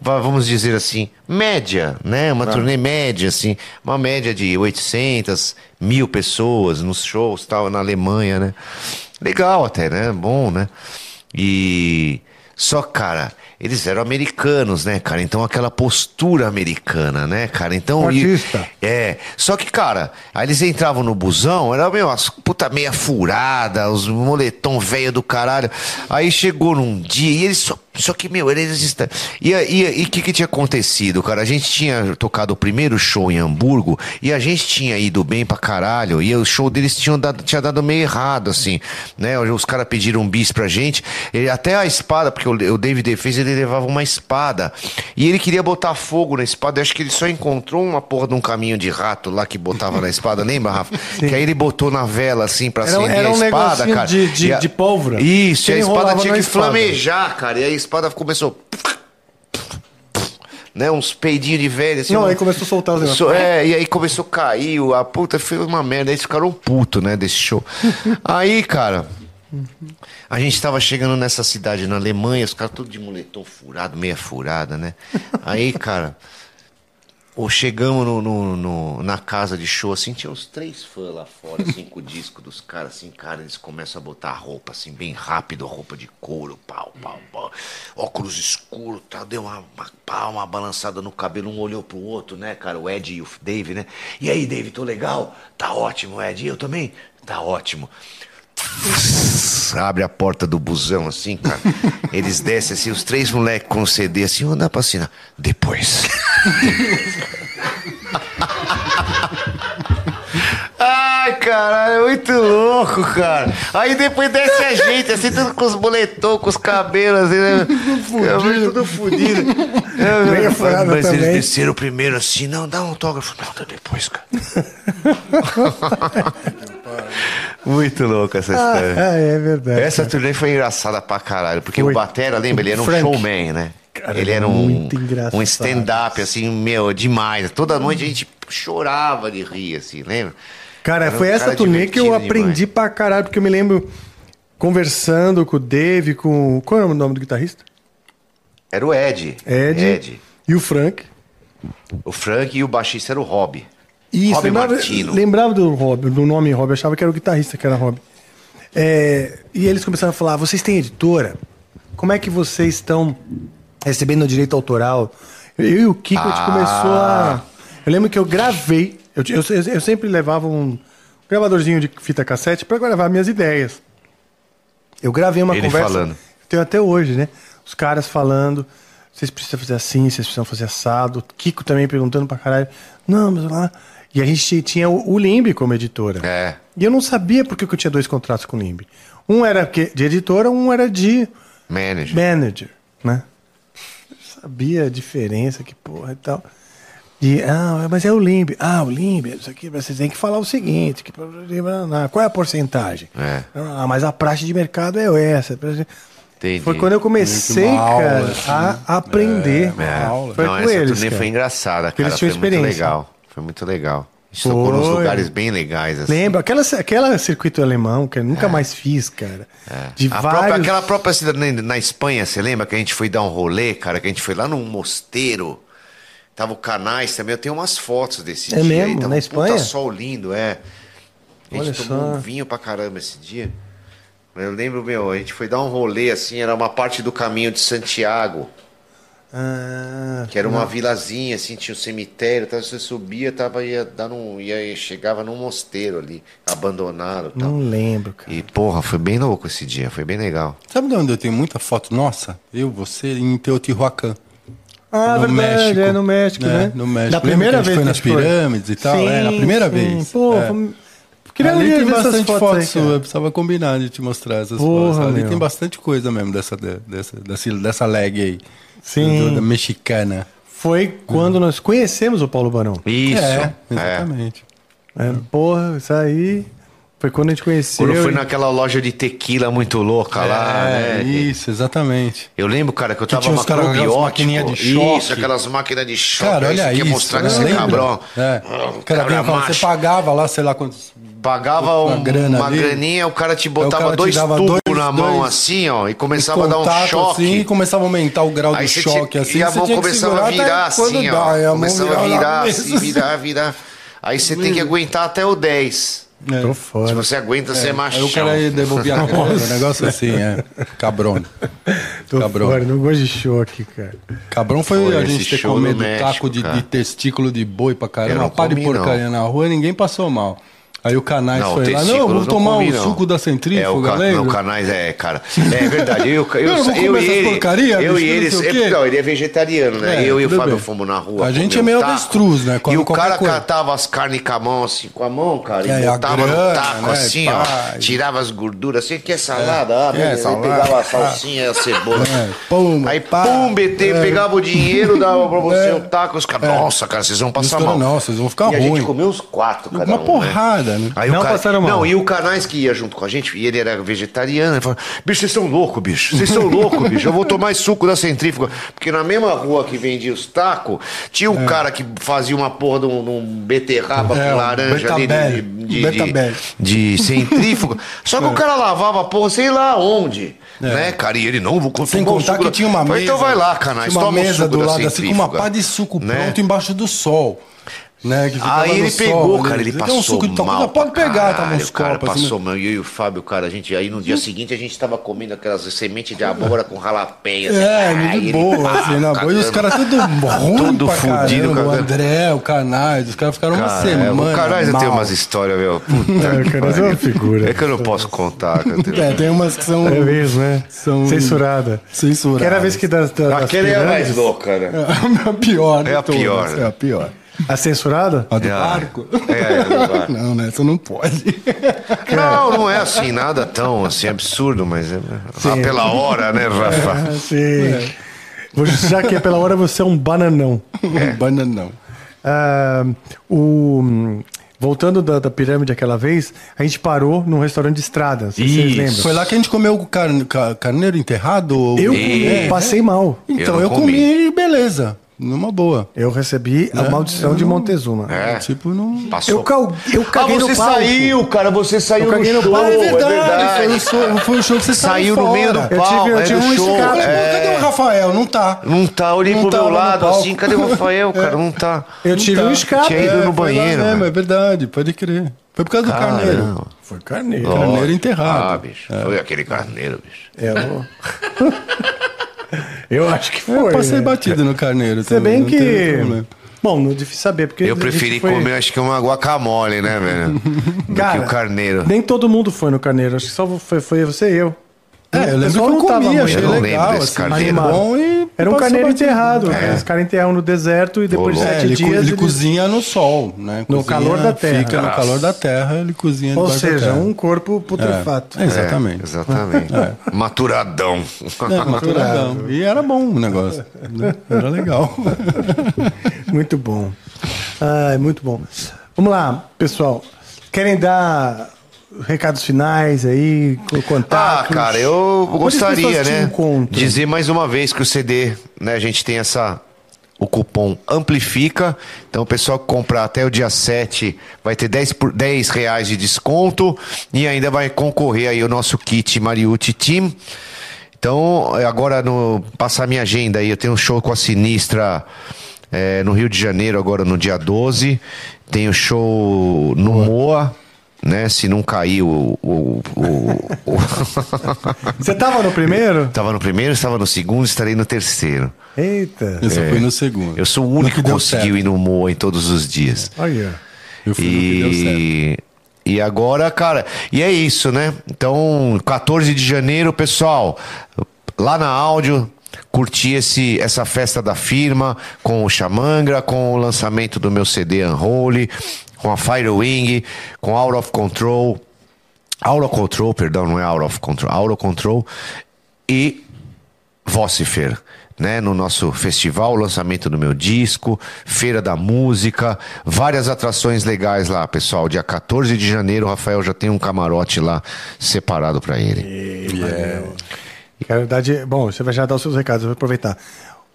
Speaker 1: va- vamos dizer assim, média, né? Uma turnê média, assim. Uma média de 800, mil pessoas nos shows, tal, na Alemanha, né? Legal até, né? Bom, né? E... Só, cara, eles eram americanos, né, cara? Então aquela postura americana, né, cara? Então... e-
Speaker 2: Artista.
Speaker 1: é, só que, cara, aí eles entravam no busão, era meu, as puta meia furada, os moletom velho do caralho. Aí chegou num dia e eles só. Só que, meu, eles. esta- E o e, e que, que tinha acontecido, cara? A gente tinha tocado o primeiro show em Hamburgo e a gente tinha ido bem pra caralho. E o show deles tinha dado, tinha dado meio errado, assim, né? Os caras pediram um bis pra gente. e até a espada, porque o, o David fez, ele levava uma espada. E ele queria botar fogo na espada. Eu acho que ele só encontrou uma porra de um caminho de rato lá que botava na espada, lembra, Rafa? Que aí ele botou na vela, assim, pra
Speaker 2: Era um-
Speaker 1: acender
Speaker 2: era um
Speaker 1: a espada,
Speaker 2: negocinho
Speaker 1: cara.
Speaker 2: de- de-
Speaker 1: E a-
Speaker 2: de pólvora.
Speaker 1: Isso,
Speaker 2: Que
Speaker 1: e a espada
Speaker 2: ele enrolava
Speaker 1: tinha
Speaker 2: na
Speaker 1: que
Speaker 2: espada.
Speaker 1: flamejar, cara. E aí a espada começou. Né, uns peidinhos de velho, assim.
Speaker 2: Não,
Speaker 1: um-
Speaker 2: aí começou a soltar os negócios.
Speaker 1: So- é, e aí começou a cair, o- a puta foi uma merda. Aí eles ficaram puto, né, desse show. aí, cara, a gente tava chegando nessa cidade na Alemanha, os caras tudo de moletom furado, meia furada, né? Aí, cara, ou chegamos no, no- no- na casa de show, assim, tinha uns três fãs lá fora, assim, com o disco dos caras, assim, cara, eles começam a botar a roupa, assim, bem rápido, roupa de couro, pau, pau, pau, óculos escuros, tal, deu uma, uma, pá, uma balançada no cabelo, um olhou pro outro, né, cara, o Ed e o Dave, né? E aí, Dave, tô legal? Tá ótimo, Ed, e eu também? Tá ótimo abre a porta do busão assim, cara. Eles descem assim, os três moleques com o CD assim, oh, dá pra assinar. Depois. Ai, cara, é muito louco, cara. Aí depois desce a gente, assim, tudo com os boletons, com os cabelos, assim, né? Cabelo Tudo fudido. É,
Speaker 2: Meio
Speaker 1: mas-
Speaker 2: furado
Speaker 1: mas eles
Speaker 2: também.
Speaker 1: desceram primeiro assim, não, dá um autógrafo. Não, dá depois, cara. muito louca essa
Speaker 2: Ah,
Speaker 1: história.
Speaker 2: é verdade.
Speaker 1: Essa turnê foi engraçada pra caralho, porque
Speaker 2: Foi.
Speaker 1: o Batera, lembra? Ele era um
Speaker 2: Frank.
Speaker 1: showman, né?
Speaker 2: Cara,
Speaker 1: ele era um,
Speaker 2: muito engraçado.
Speaker 1: um stand-up, assim, meu, demais. Toda noite a gente chorava de rir, assim, lembra?
Speaker 2: Cara,
Speaker 1: Era um
Speaker 2: foi essa
Speaker 1: cara
Speaker 2: turnê que eu
Speaker 1: divertido
Speaker 2: aprendi pra caralho, porque eu me lembro. conversando com o Dave, com. Qual é o nome do guitarrista?
Speaker 1: Era o Ed.
Speaker 2: Ed. E o Frank.
Speaker 1: O Frank e o baixista era o Rob.
Speaker 2: Isso,
Speaker 1: Rob
Speaker 2: lembrava,
Speaker 1: Martino.
Speaker 2: lembrava do Rob, do nome Rob, achava que era o guitarrista que era Rob. É, e eles começaram a falar: vocês têm editora? Como é que vocês estão recebendo o direito autoral? Eu e o Kiko, a gente
Speaker 1: Ah.
Speaker 2: começou a. Eu lembro que eu gravei, eu, ti- eu, eu- eu sempre levava um gravadorzinho de fita cassete para gravar minhas ideias. Eu gravei uma
Speaker 1: Ele
Speaker 2: conversa.
Speaker 1: falando.
Speaker 2: Tenho até hoje, né? Os caras falando. Vocês precisam fazer assim, vocês precisam fazer assado. Kiko também perguntando pra caralho. Não, mas lá. E a gente tinha o o Limbe como editora.
Speaker 1: É.
Speaker 2: E eu não sabia porque que eu tinha dois contratos com o Limbe. Um era que- de editora, um era de
Speaker 1: Manager.
Speaker 2: manager, né? Eu sabia a diferença, que porra e tal. E, ah, mas é o Limbe. Ah, o Limbe, isso aqui, vocês têm que falar o seguinte, que, qual é a porcentagem?
Speaker 1: É.
Speaker 2: Ah, mas a praxe de mercado é essa.
Speaker 1: Entendi.
Speaker 2: Foi quando eu comecei,
Speaker 3: Meio que uma aula,
Speaker 2: cara,
Speaker 3: assim.
Speaker 2: a aprender.
Speaker 1: É.
Speaker 2: Foi
Speaker 1: Não,
Speaker 2: com
Speaker 1: essa
Speaker 2: eles,
Speaker 1: turnê
Speaker 2: cara.
Speaker 1: foi engraçada,
Speaker 2: Porque
Speaker 1: cara.
Speaker 2: eles
Speaker 1: foi
Speaker 2: tinham
Speaker 1: muito
Speaker 2: experiência.
Speaker 1: legal. Foi muito legal. A gente tocou nos
Speaker 2: Foi.
Speaker 1: lugares bem legais, assim.
Speaker 2: Lembra? Aquela, aquela circuito alemão que eu nunca mais fiz, cara. De
Speaker 1: É. A
Speaker 2: vários...
Speaker 1: própria, aquela própria cidade na, na Espanha, você lembra que a gente foi dar um rolê, cara? Que a gente foi lá num mosteiro. Tava o Canais também. Eu tenho umas fotos desse
Speaker 2: É
Speaker 1: dia. aí,
Speaker 2: mesmo?
Speaker 1: Tava
Speaker 2: Na
Speaker 1: um
Speaker 2: Espanha?
Speaker 1: Puta sol lindo, é. A gente
Speaker 2: Olha
Speaker 1: tomou
Speaker 2: só.
Speaker 1: um vinho pra caramba esse dia. Eu lembro, meu, a gente foi dar um rolê, assim, era uma parte do caminho de Santiago,
Speaker 2: Ah,
Speaker 1: que era uma vilazinha, assim, tinha um cemitério, tal, você subia, tava, ia, dar num, ia, chegava num mosteiro ali, abandonado e tal.
Speaker 2: não lembro, cara.
Speaker 1: E, porra, foi bem louco esse dia, foi bem legal.
Speaker 3: Sabe de onde eu tenho muita foto nossa? Eu, você em Teotihuacan.
Speaker 2: Ah,
Speaker 3: No
Speaker 2: verdade,
Speaker 3: México.
Speaker 2: é no México,
Speaker 3: É,
Speaker 2: né?
Speaker 3: no México.
Speaker 2: Da
Speaker 3: Lembra
Speaker 2: primeira
Speaker 3: que a gente
Speaker 2: vez que
Speaker 3: foi
Speaker 2: a
Speaker 3: nas
Speaker 2: gente
Speaker 3: pirâmides e tal? É, na primeira vez.
Speaker 2: Pô,
Speaker 3: É.
Speaker 2: vamos- queria
Speaker 3: Ali
Speaker 2: ver
Speaker 3: tem
Speaker 2: essas
Speaker 3: bastante
Speaker 2: fotos,
Speaker 3: foto
Speaker 2: aí,
Speaker 3: sua,
Speaker 2: cara.
Speaker 3: eu precisava combinar de te mostrar essas
Speaker 2: Porra,
Speaker 3: fotos. Ali
Speaker 2: meu.
Speaker 3: tem bastante coisa mesmo dessa, de- dessa, dessa, dessa lag aí.
Speaker 2: Sim.
Speaker 3: Do- Da mexicana.
Speaker 2: Foi quando nós conhecemos o Paulo Barão.
Speaker 1: Isso.
Speaker 3: É, exatamente.
Speaker 2: É, porra, isso aí foi quando a gente conheceu.
Speaker 1: Quando foi
Speaker 2: e-
Speaker 1: naquela loja de tequila muito louca lá,
Speaker 3: É,
Speaker 1: né?
Speaker 3: isso, exatamente.
Speaker 1: Eu lembro, cara, que eu tava
Speaker 3: tinha uns
Speaker 1: uma
Speaker 3: caras com aquelas
Speaker 1: probiótico.
Speaker 3: maquininhas de choque.
Speaker 1: Isso, aquelas máquinas de choque.
Speaker 3: Cara, olha
Speaker 1: você
Speaker 3: isso.
Speaker 1: quer mostrar que
Speaker 3: né?
Speaker 1: você é
Speaker 3: Lembra?
Speaker 1: cabrão.
Speaker 3: É.
Speaker 1: Ah,
Speaker 3: O cara vinha
Speaker 1: cabra
Speaker 3: e falava, você
Speaker 1: macho.
Speaker 3: pagava lá, sei lá quantos.
Speaker 1: Pagava
Speaker 3: uma
Speaker 1: um-
Speaker 3: grana
Speaker 1: uma
Speaker 3: ali.
Speaker 1: graninha, o cara te botava
Speaker 3: cara te
Speaker 1: dois
Speaker 3: dava
Speaker 1: tubos
Speaker 3: dois-
Speaker 1: na mão
Speaker 3: dois-
Speaker 1: assim, ó, e começava a dar um
Speaker 3: contato,
Speaker 1: choque.
Speaker 3: Assim, e começava a aumentar o grau
Speaker 1: Aí
Speaker 3: do
Speaker 1: você
Speaker 3: choque,
Speaker 1: tinha,
Speaker 3: assim.
Speaker 1: e a
Speaker 3: você
Speaker 1: mão
Speaker 3: tinha que
Speaker 1: começava
Speaker 3: segurar
Speaker 1: a
Speaker 3: até
Speaker 1: virar
Speaker 3: quando
Speaker 1: assim,
Speaker 3: dá, e a
Speaker 1: ó.
Speaker 3: mão
Speaker 1: Começava a
Speaker 3: virava na
Speaker 1: virar,
Speaker 3: mesa,
Speaker 1: assim,
Speaker 3: assim.
Speaker 1: virar, virar. Aí você tem que aguentar até o 10.
Speaker 3: É.
Speaker 2: Tô
Speaker 1: Se
Speaker 2: fora.
Speaker 1: você aguenta, você é
Speaker 3: Aí
Speaker 1: machão.
Speaker 3: o cara ia devolver a grana, um negócio assim, é. Cabrão.
Speaker 2: Tô
Speaker 3: Cabrão.
Speaker 2: fora, não gosto de choque, cara.
Speaker 3: Cabrão foi,
Speaker 1: Foi
Speaker 3: a
Speaker 1: esse
Speaker 3: gente ter
Speaker 1: show no
Speaker 3: comido
Speaker 1: México,
Speaker 3: taco de,
Speaker 1: cara.
Speaker 3: de testículo de boi pra
Speaker 1: Eu
Speaker 3: caramba,
Speaker 1: não
Speaker 3: uma pá de
Speaker 1: comi, não.
Speaker 3: porcaria na rua, ninguém passou mal. Aí o Canais
Speaker 1: Não,
Speaker 3: foi lá,
Speaker 1: testículo
Speaker 3: não,
Speaker 1: eu
Speaker 3: vamos tomar
Speaker 1: comi,
Speaker 3: o
Speaker 1: não.
Speaker 3: suco da
Speaker 1: É, o,
Speaker 3: centrífuga,
Speaker 1: ca... não, o
Speaker 3: lembra?
Speaker 1: canais é, cara. É verdade. Eu, eu,
Speaker 3: Eu não vou
Speaker 1: eu
Speaker 3: comer
Speaker 1: e
Speaker 3: essas
Speaker 1: ele,
Speaker 3: porcaria,
Speaker 1: eu
Speaker 3: bicho,
Speaker 1: e
Speaker 3: não
Speaker 1: eles.
Speaker 3: sei o
Speaker 1: é,
Speaker 3: quê.
Speaker 1: não, ele é vegetariano, né?
Speaker 3: É,
Speaker 1: eu e o
Speaker 3: tudo
Speaker 1: Fábio
Speaker 3: bem.
Speaker 1: fomos na rua.
Speaker 3: A gente
Speaker 1: comer
Speaker 3: é meio
Speaker 1: um taco,
Speaker 3: avestruz, né? Come
Speaker 1: E o
Speaker 3: qualquer
Speaker 1: cara
Speaker 3: coisa.
Speaker 1: catava as carnes com a mão, assim, com a mão, cara,
Speaker 3: É,
Speaker 1: e
Speaker 3: a
Speaker 1: botava
Speaker 3: grana,
Speaker 1: no taco,
Speaker 3: né,
Speaker 1: assim,
Speaker 3: pai.
Speaker 1: ó. Tirava as gorduras, assim, quer salada? Ah,
Speaker 3: quer
Speaker 1: beleza. Aí
Speaker 3: é, salada?
Speaker 1: pegava a salsinha e a cebola.
Speaker 3: É, pum,
Speaker 1: Aí,
Speaker 3: pá.
Speaker 1: pum, BT,
Speaker 3: É.
Speaker 1: pegava o dinheiro, dava pra você o taco. Os caras, nossa, cara, vocês vão passar
Speaker 3: Mistura
Speaker 1: tá mal.
Speaker 3: não, vocês vão ficar
Speaker 1: E a gente
Speaker 3: ruim.
Speaker 1: comeu uns quatro, um, cara.
Speaker 3: Uma porrada, né?
Speaker 1: Aí
Speaker 2: Não
Speaker 1: o cara...
Speaker 2: passaram mal.
Speaker 1: Não, e o Canais que ia junto com a gente, e ele era vegetariano, ele falou, bicho, vocês são loucos, bicho, vocês são loucos, bicho, eu vou tomar esse suco da centrífuga. Porque na mesma rua que vendia os tacos, tinha o cara que fazia uma porra de um, de um beterraba
Speaker 3: É,
Speaker 1: com
Speaker 3: um
Speaker 1: laranja ali, de,
Speaker 3: betabel,
Speaker 1: de, de-
Speaker 3: betabel. É.
Speaker 1: de centrífuga. Só que o cara lavava a porra sei lá onde, né, cara, e ele não, vou
Speaker 3: Sem
Speaker 1: tomar um
Speaker 3: contar
Speaker 1: suco
Speaker 3: que
Speaker 1: da-
Speaker 3: tinha uma
Speaker 1: Falei,
Speaker 3: mesa.
Speaker 1: Então vai lá, Canais,
Speaker 3: tinha uma
Speaker 1: toma um
Speaker 3: mesa
Speaker 1: suco
Speaker 3: do
Speaker 1: da
Speaker 3: lado, assim, com uma
Speaker 1: centrífuga.
Speaker 3: pá de suco
Speaker 1: Né?
Speaker 3: pronto embaixo do sol. Né, que ficava
Speaker 1: Aí ele
Speaker 3: no sol,
Speaker 1: pegou,
Speaker 3: né?
Speaker 1: cara, ele
Speaker 3: Tem
Speaker 1: passou
Speaker 3: um suco de tal
Speaker 1: mal
Speaker 3: coisa, pode
Speaker 1: pra
Speaker 3: pegar, tá
Speaker 1: caralho,
Speaker 3: nos
Speaker 1: o cara
Speaker 3: copos. assim,
Speaker 1: passou mal. E eu e o Fábio, cara, a gente aí no dia seguinte a gente tava comendo aquelas sementes de abóbora com ralapenha. assim,
Speaker 3: É,
Speaker 1: ai,
Speaker 3: de
Speaker 1: ele- Ah,
Speaker 3: boa, assim, na boa. E os caras tudo ruim
Speaker 1: Tudo
Speaker 3: pra
Speaker 1: fudido,
Speaker 3: caramba. O
Speaker 1: cara.
Speaker 3: André, o Canais, os caras ficaram uma
Speaker 1: Cara, é,
Speaker 3: semana
Speaker 1: o Caralho, eu tenho
Speaker 3: mal.
Speaker 1: umas histórias, meu. Puta
Speaker 2: É,
Speaker 1: que
Speaker 2: cara, mas é uma
Speaker 1: pariu.
Speaker 2: figura.
Speaker 1: É que eu não posso contar. cara, eu tenho-
Speaker 3: É, tem umas que são...
Speaker 2: É mesmo, né?
Speaker 3: São-
Speaker 2: Censurada.
Speaker 3: Censurada.
Speaker 2: Que era a vez que das, das, das
Speaker 1: Aquela é a mais
Speaker 2: pirâmides-
Speaker 1: louca, né?
Speaker 3: a pior de
Speaker 1: É a
Speaker 3: todas,
Speaker 1: pior.
Speaker 3: É a pior.
Speaker 2: A censurada?
Speaker 3: A do
Speaker 1: É a-
Speaker 3: barco?
Speaker 1: é, a do barco.
Speaker 3: Não, né? Isso não pode.
Speaker 1: Não, não é assim, nada tão assim, absurdo, mas é Ah, pela hora, né, Rafa?
Speaker 2: Ah, Sim. Vou Já que é pela hora você é um bananão.
Speaker 1: É.
Speaker 3: Um bananão.
Speaker 2: Ah, o, voltando da, da pirâmide aquela vez, a gente parou num restaurante de estrada. Não sei se vocês lembram?
Speaker 3: Foi lá que a gente comeu o car- ca- carneiro enterrado?
Speaker 2: Eu
Speaker 3: É.
Speaker 2: passei mal.
Speaker 3: Então,
Speaker 1: Eu
Speaker 3: eu,
Speaker 1: não
Speaker 3: comi, beleza. numa boa.
Speaker 2: Eu recebi a
Speaker 3: É,
Speaker 2: maldição
Speaker 3: eu
Speaker 2: de
Speaker 3: não-
Speaker 2: Montezuma.
Speaker 1: É.
Speaker 3: Tipo, não.
Speaker 1: Passou.
Speaker 2: Eu, cal... eu
Speaker 1: Ah,
Speaker 2: caguei
Speaker 1: você
Speaker 2: no palco.
Speaker 1: saiu, cara, você saiu
Speaker 2: Eu
Speaker 1: no
Speaker 2: caguei no
Speaker 1: show,
Speaker 2: palco.
Speaker 1: é verdade.
Speaker 3: Ah, Foi, um show, foi um show que você
Speaker 1: Saiu no meio do
Speaker 2: Eu
Speaker 1: palco,
Speaker 2: tive- eu
Speaker 1: é
Speaker 2: tive
Speaker 1: do
Speaker 2: um
Speaker 1: show.
Speaker 2: escândalo.
Speaker 1: é.
Speaker 3: Cadê o Rafael? Não tá.
Speaker 1: Não tá, olhei
Speaker 3: Não
Speaker 1: pro
Speaker 3: tá
Speaker 1: meu
Speaker 3: lá no
Speaker 1: lado
Speaker 3: palco.
Speaker 1: assim, cadê o Rafael, cara? Não tá.
Speaker 2: Eu tive um escape.
Speaker 1: Tinha ido no
Speaker 3: foi lá
Speaker 1: banheiro,
Speaker 3: mesmo,
Speaker 1: né?
Speaker 3: é verdade, pode crer. Foi por causa do
Speaker 1: Caramba.
Speaker 3: carneiro. Foi carneiro. Carneiro
Speaker 1: Lógico.
Speaker 3: enterrado.
Speaker 1: Ah, bicho.
Speaker 2: É.
Speaker 1: Foi aquele carneiro, bicho.
Speaker 2: Eu... eu acho que foi.
Speaker 3: Eu passei
Speaker 2: né?
Speaker 3: batido no carneiro
Speaker 2: Se
Speaker 3: também.
Speaker 2: bem
Speaker 3: não teve
Speaker 2: que.
Speaker 3: problema.
Speaker 2: Bom, não é difícil saber, porque.
Speaker 1: Eu
Speaker 2: a gente
Speaker 1: preferi
Speaker 2: foi-
Speaker 1: comer, acho que uma guacamole, né, velho? Do
Speaker 2: Cara,
Speaker 1: que o carneiro.
Speaker 2: Nem todo mundo foi no carneiro, acho que só foi, foi você e eu.
Speaker 3: É, eu
Speaker 2: O
Speaker 3: lembro que
Speaker 2: pessoal
Speaker 3: eu
Speaker 2: não tava
Speaker 3: comi,
Speaker 2: muito
Speaker 3: achei
Speaker 1: Eu não
Speaker 3: legal.
Speaker 1: lembro desse
Speaker 3: assim,
Speaker 1: carneiro.
Speaker 3: mas bom e
Speaker 2: Era um
Speaker 3: passou
Speaker 2: carneiro
Speaker 3: batido.
Speaker 2: enterrado,
Speaker 3: É.
Speaker 2: né? Os caras enterram no deserto e depois de
Speaker 1: louco.
Speaker 3: É,
Speaker 2: sete
Speaker 3: ele, co-
Speaker 2: dias.
Speaker 3: ele
Speaker 2: eles-
Speaker 3: cozinha no sol, né?
Speaker 2: No
Speaker 3: Cozinha,
Speaker 2: calor da terra.
Speaker 3: Fica no
Speaker 1: Nossa.
Speaker 3: calor da terra, ele cozinha
Speaker 2: Ou
Speaker 3: debaixo da
Speaker 2: seja,
Speaker 3: terra.
Speaker 2: um corpo putrefato.
Speaker 3: É,
Speaker 1: É,
Speaker 3: exatamente.
Speaker 1: exatamente.
Speaker 2: É.
Speaker 1: Maturadão.
Speaker 3: É, maturadão. E era bom o negócio. né? Era legal.
Speaker 2: Muito bom. Ai, muito bom. Vamos lá, pessoal. Querem dar recados finais aí, co-
Speaker 1: Ah,
Speaker 2: contatos?
Speaker 1: cara, eu
Speaker 2: Onde as
Speaker 1: gostaria,
Speaker 2: pessoas te
Speaker 1: né?
Speaker 2: encontram?
Speaker 1: Dizer mais uma vez que o CD, né? A gente tem essa. O cupom Amplifica. Então, o pessoal que comprar até o dia 7 vai ter 10, por, 10 reais de desconto. E ainda vai concorrer aí o nosso kit Mariucci Team. Então, agora no passar minha agenda aí, eu tenho um show com a Sinistra eh, no Rio de Janeiro, agora no dia 12. Tenho show no Moa, né? Se não cair o. o- o- o-
Speaker 2: Você tava no primeiro?
Speaker 1: Tava no primeiro, estava no segundo, estarei no terceiro.
Speaker 2: Eita.
Speaker 3: Esse foi no segundo.
Speaker 1: É. Eu sou o único que
Speaker 3: deu
Speaker 1: conseguiu
Speaker 3: certo.
Speaker 1: ir no Moa em todos os dias.
Speaker 2: Olha.
Speaker 3: Eu fui no que deu certo.
Speaker 1: E, e agora, cara, e é isso, né? Então, 14 de janeiro, pessoal, lá na áudio. Curti esse, essa festa da firma com o Xamangra, com o lançamento do meu CD Unholy, com a Firewing, com Out of Control, Aura Control, perdão, não é Aura of Control, Aura Control e Vocifer, né? No nosso festival, lançamento do meu disco, Feira da Música, várias atrações legais lá, pessoal. Dia 14 de janeiro, o Rafael já tem um camarote lá separado pra ele.
Speaker 2: Quero dar de... Bom, você vai já dar os seus recados, eu vou aproveitar.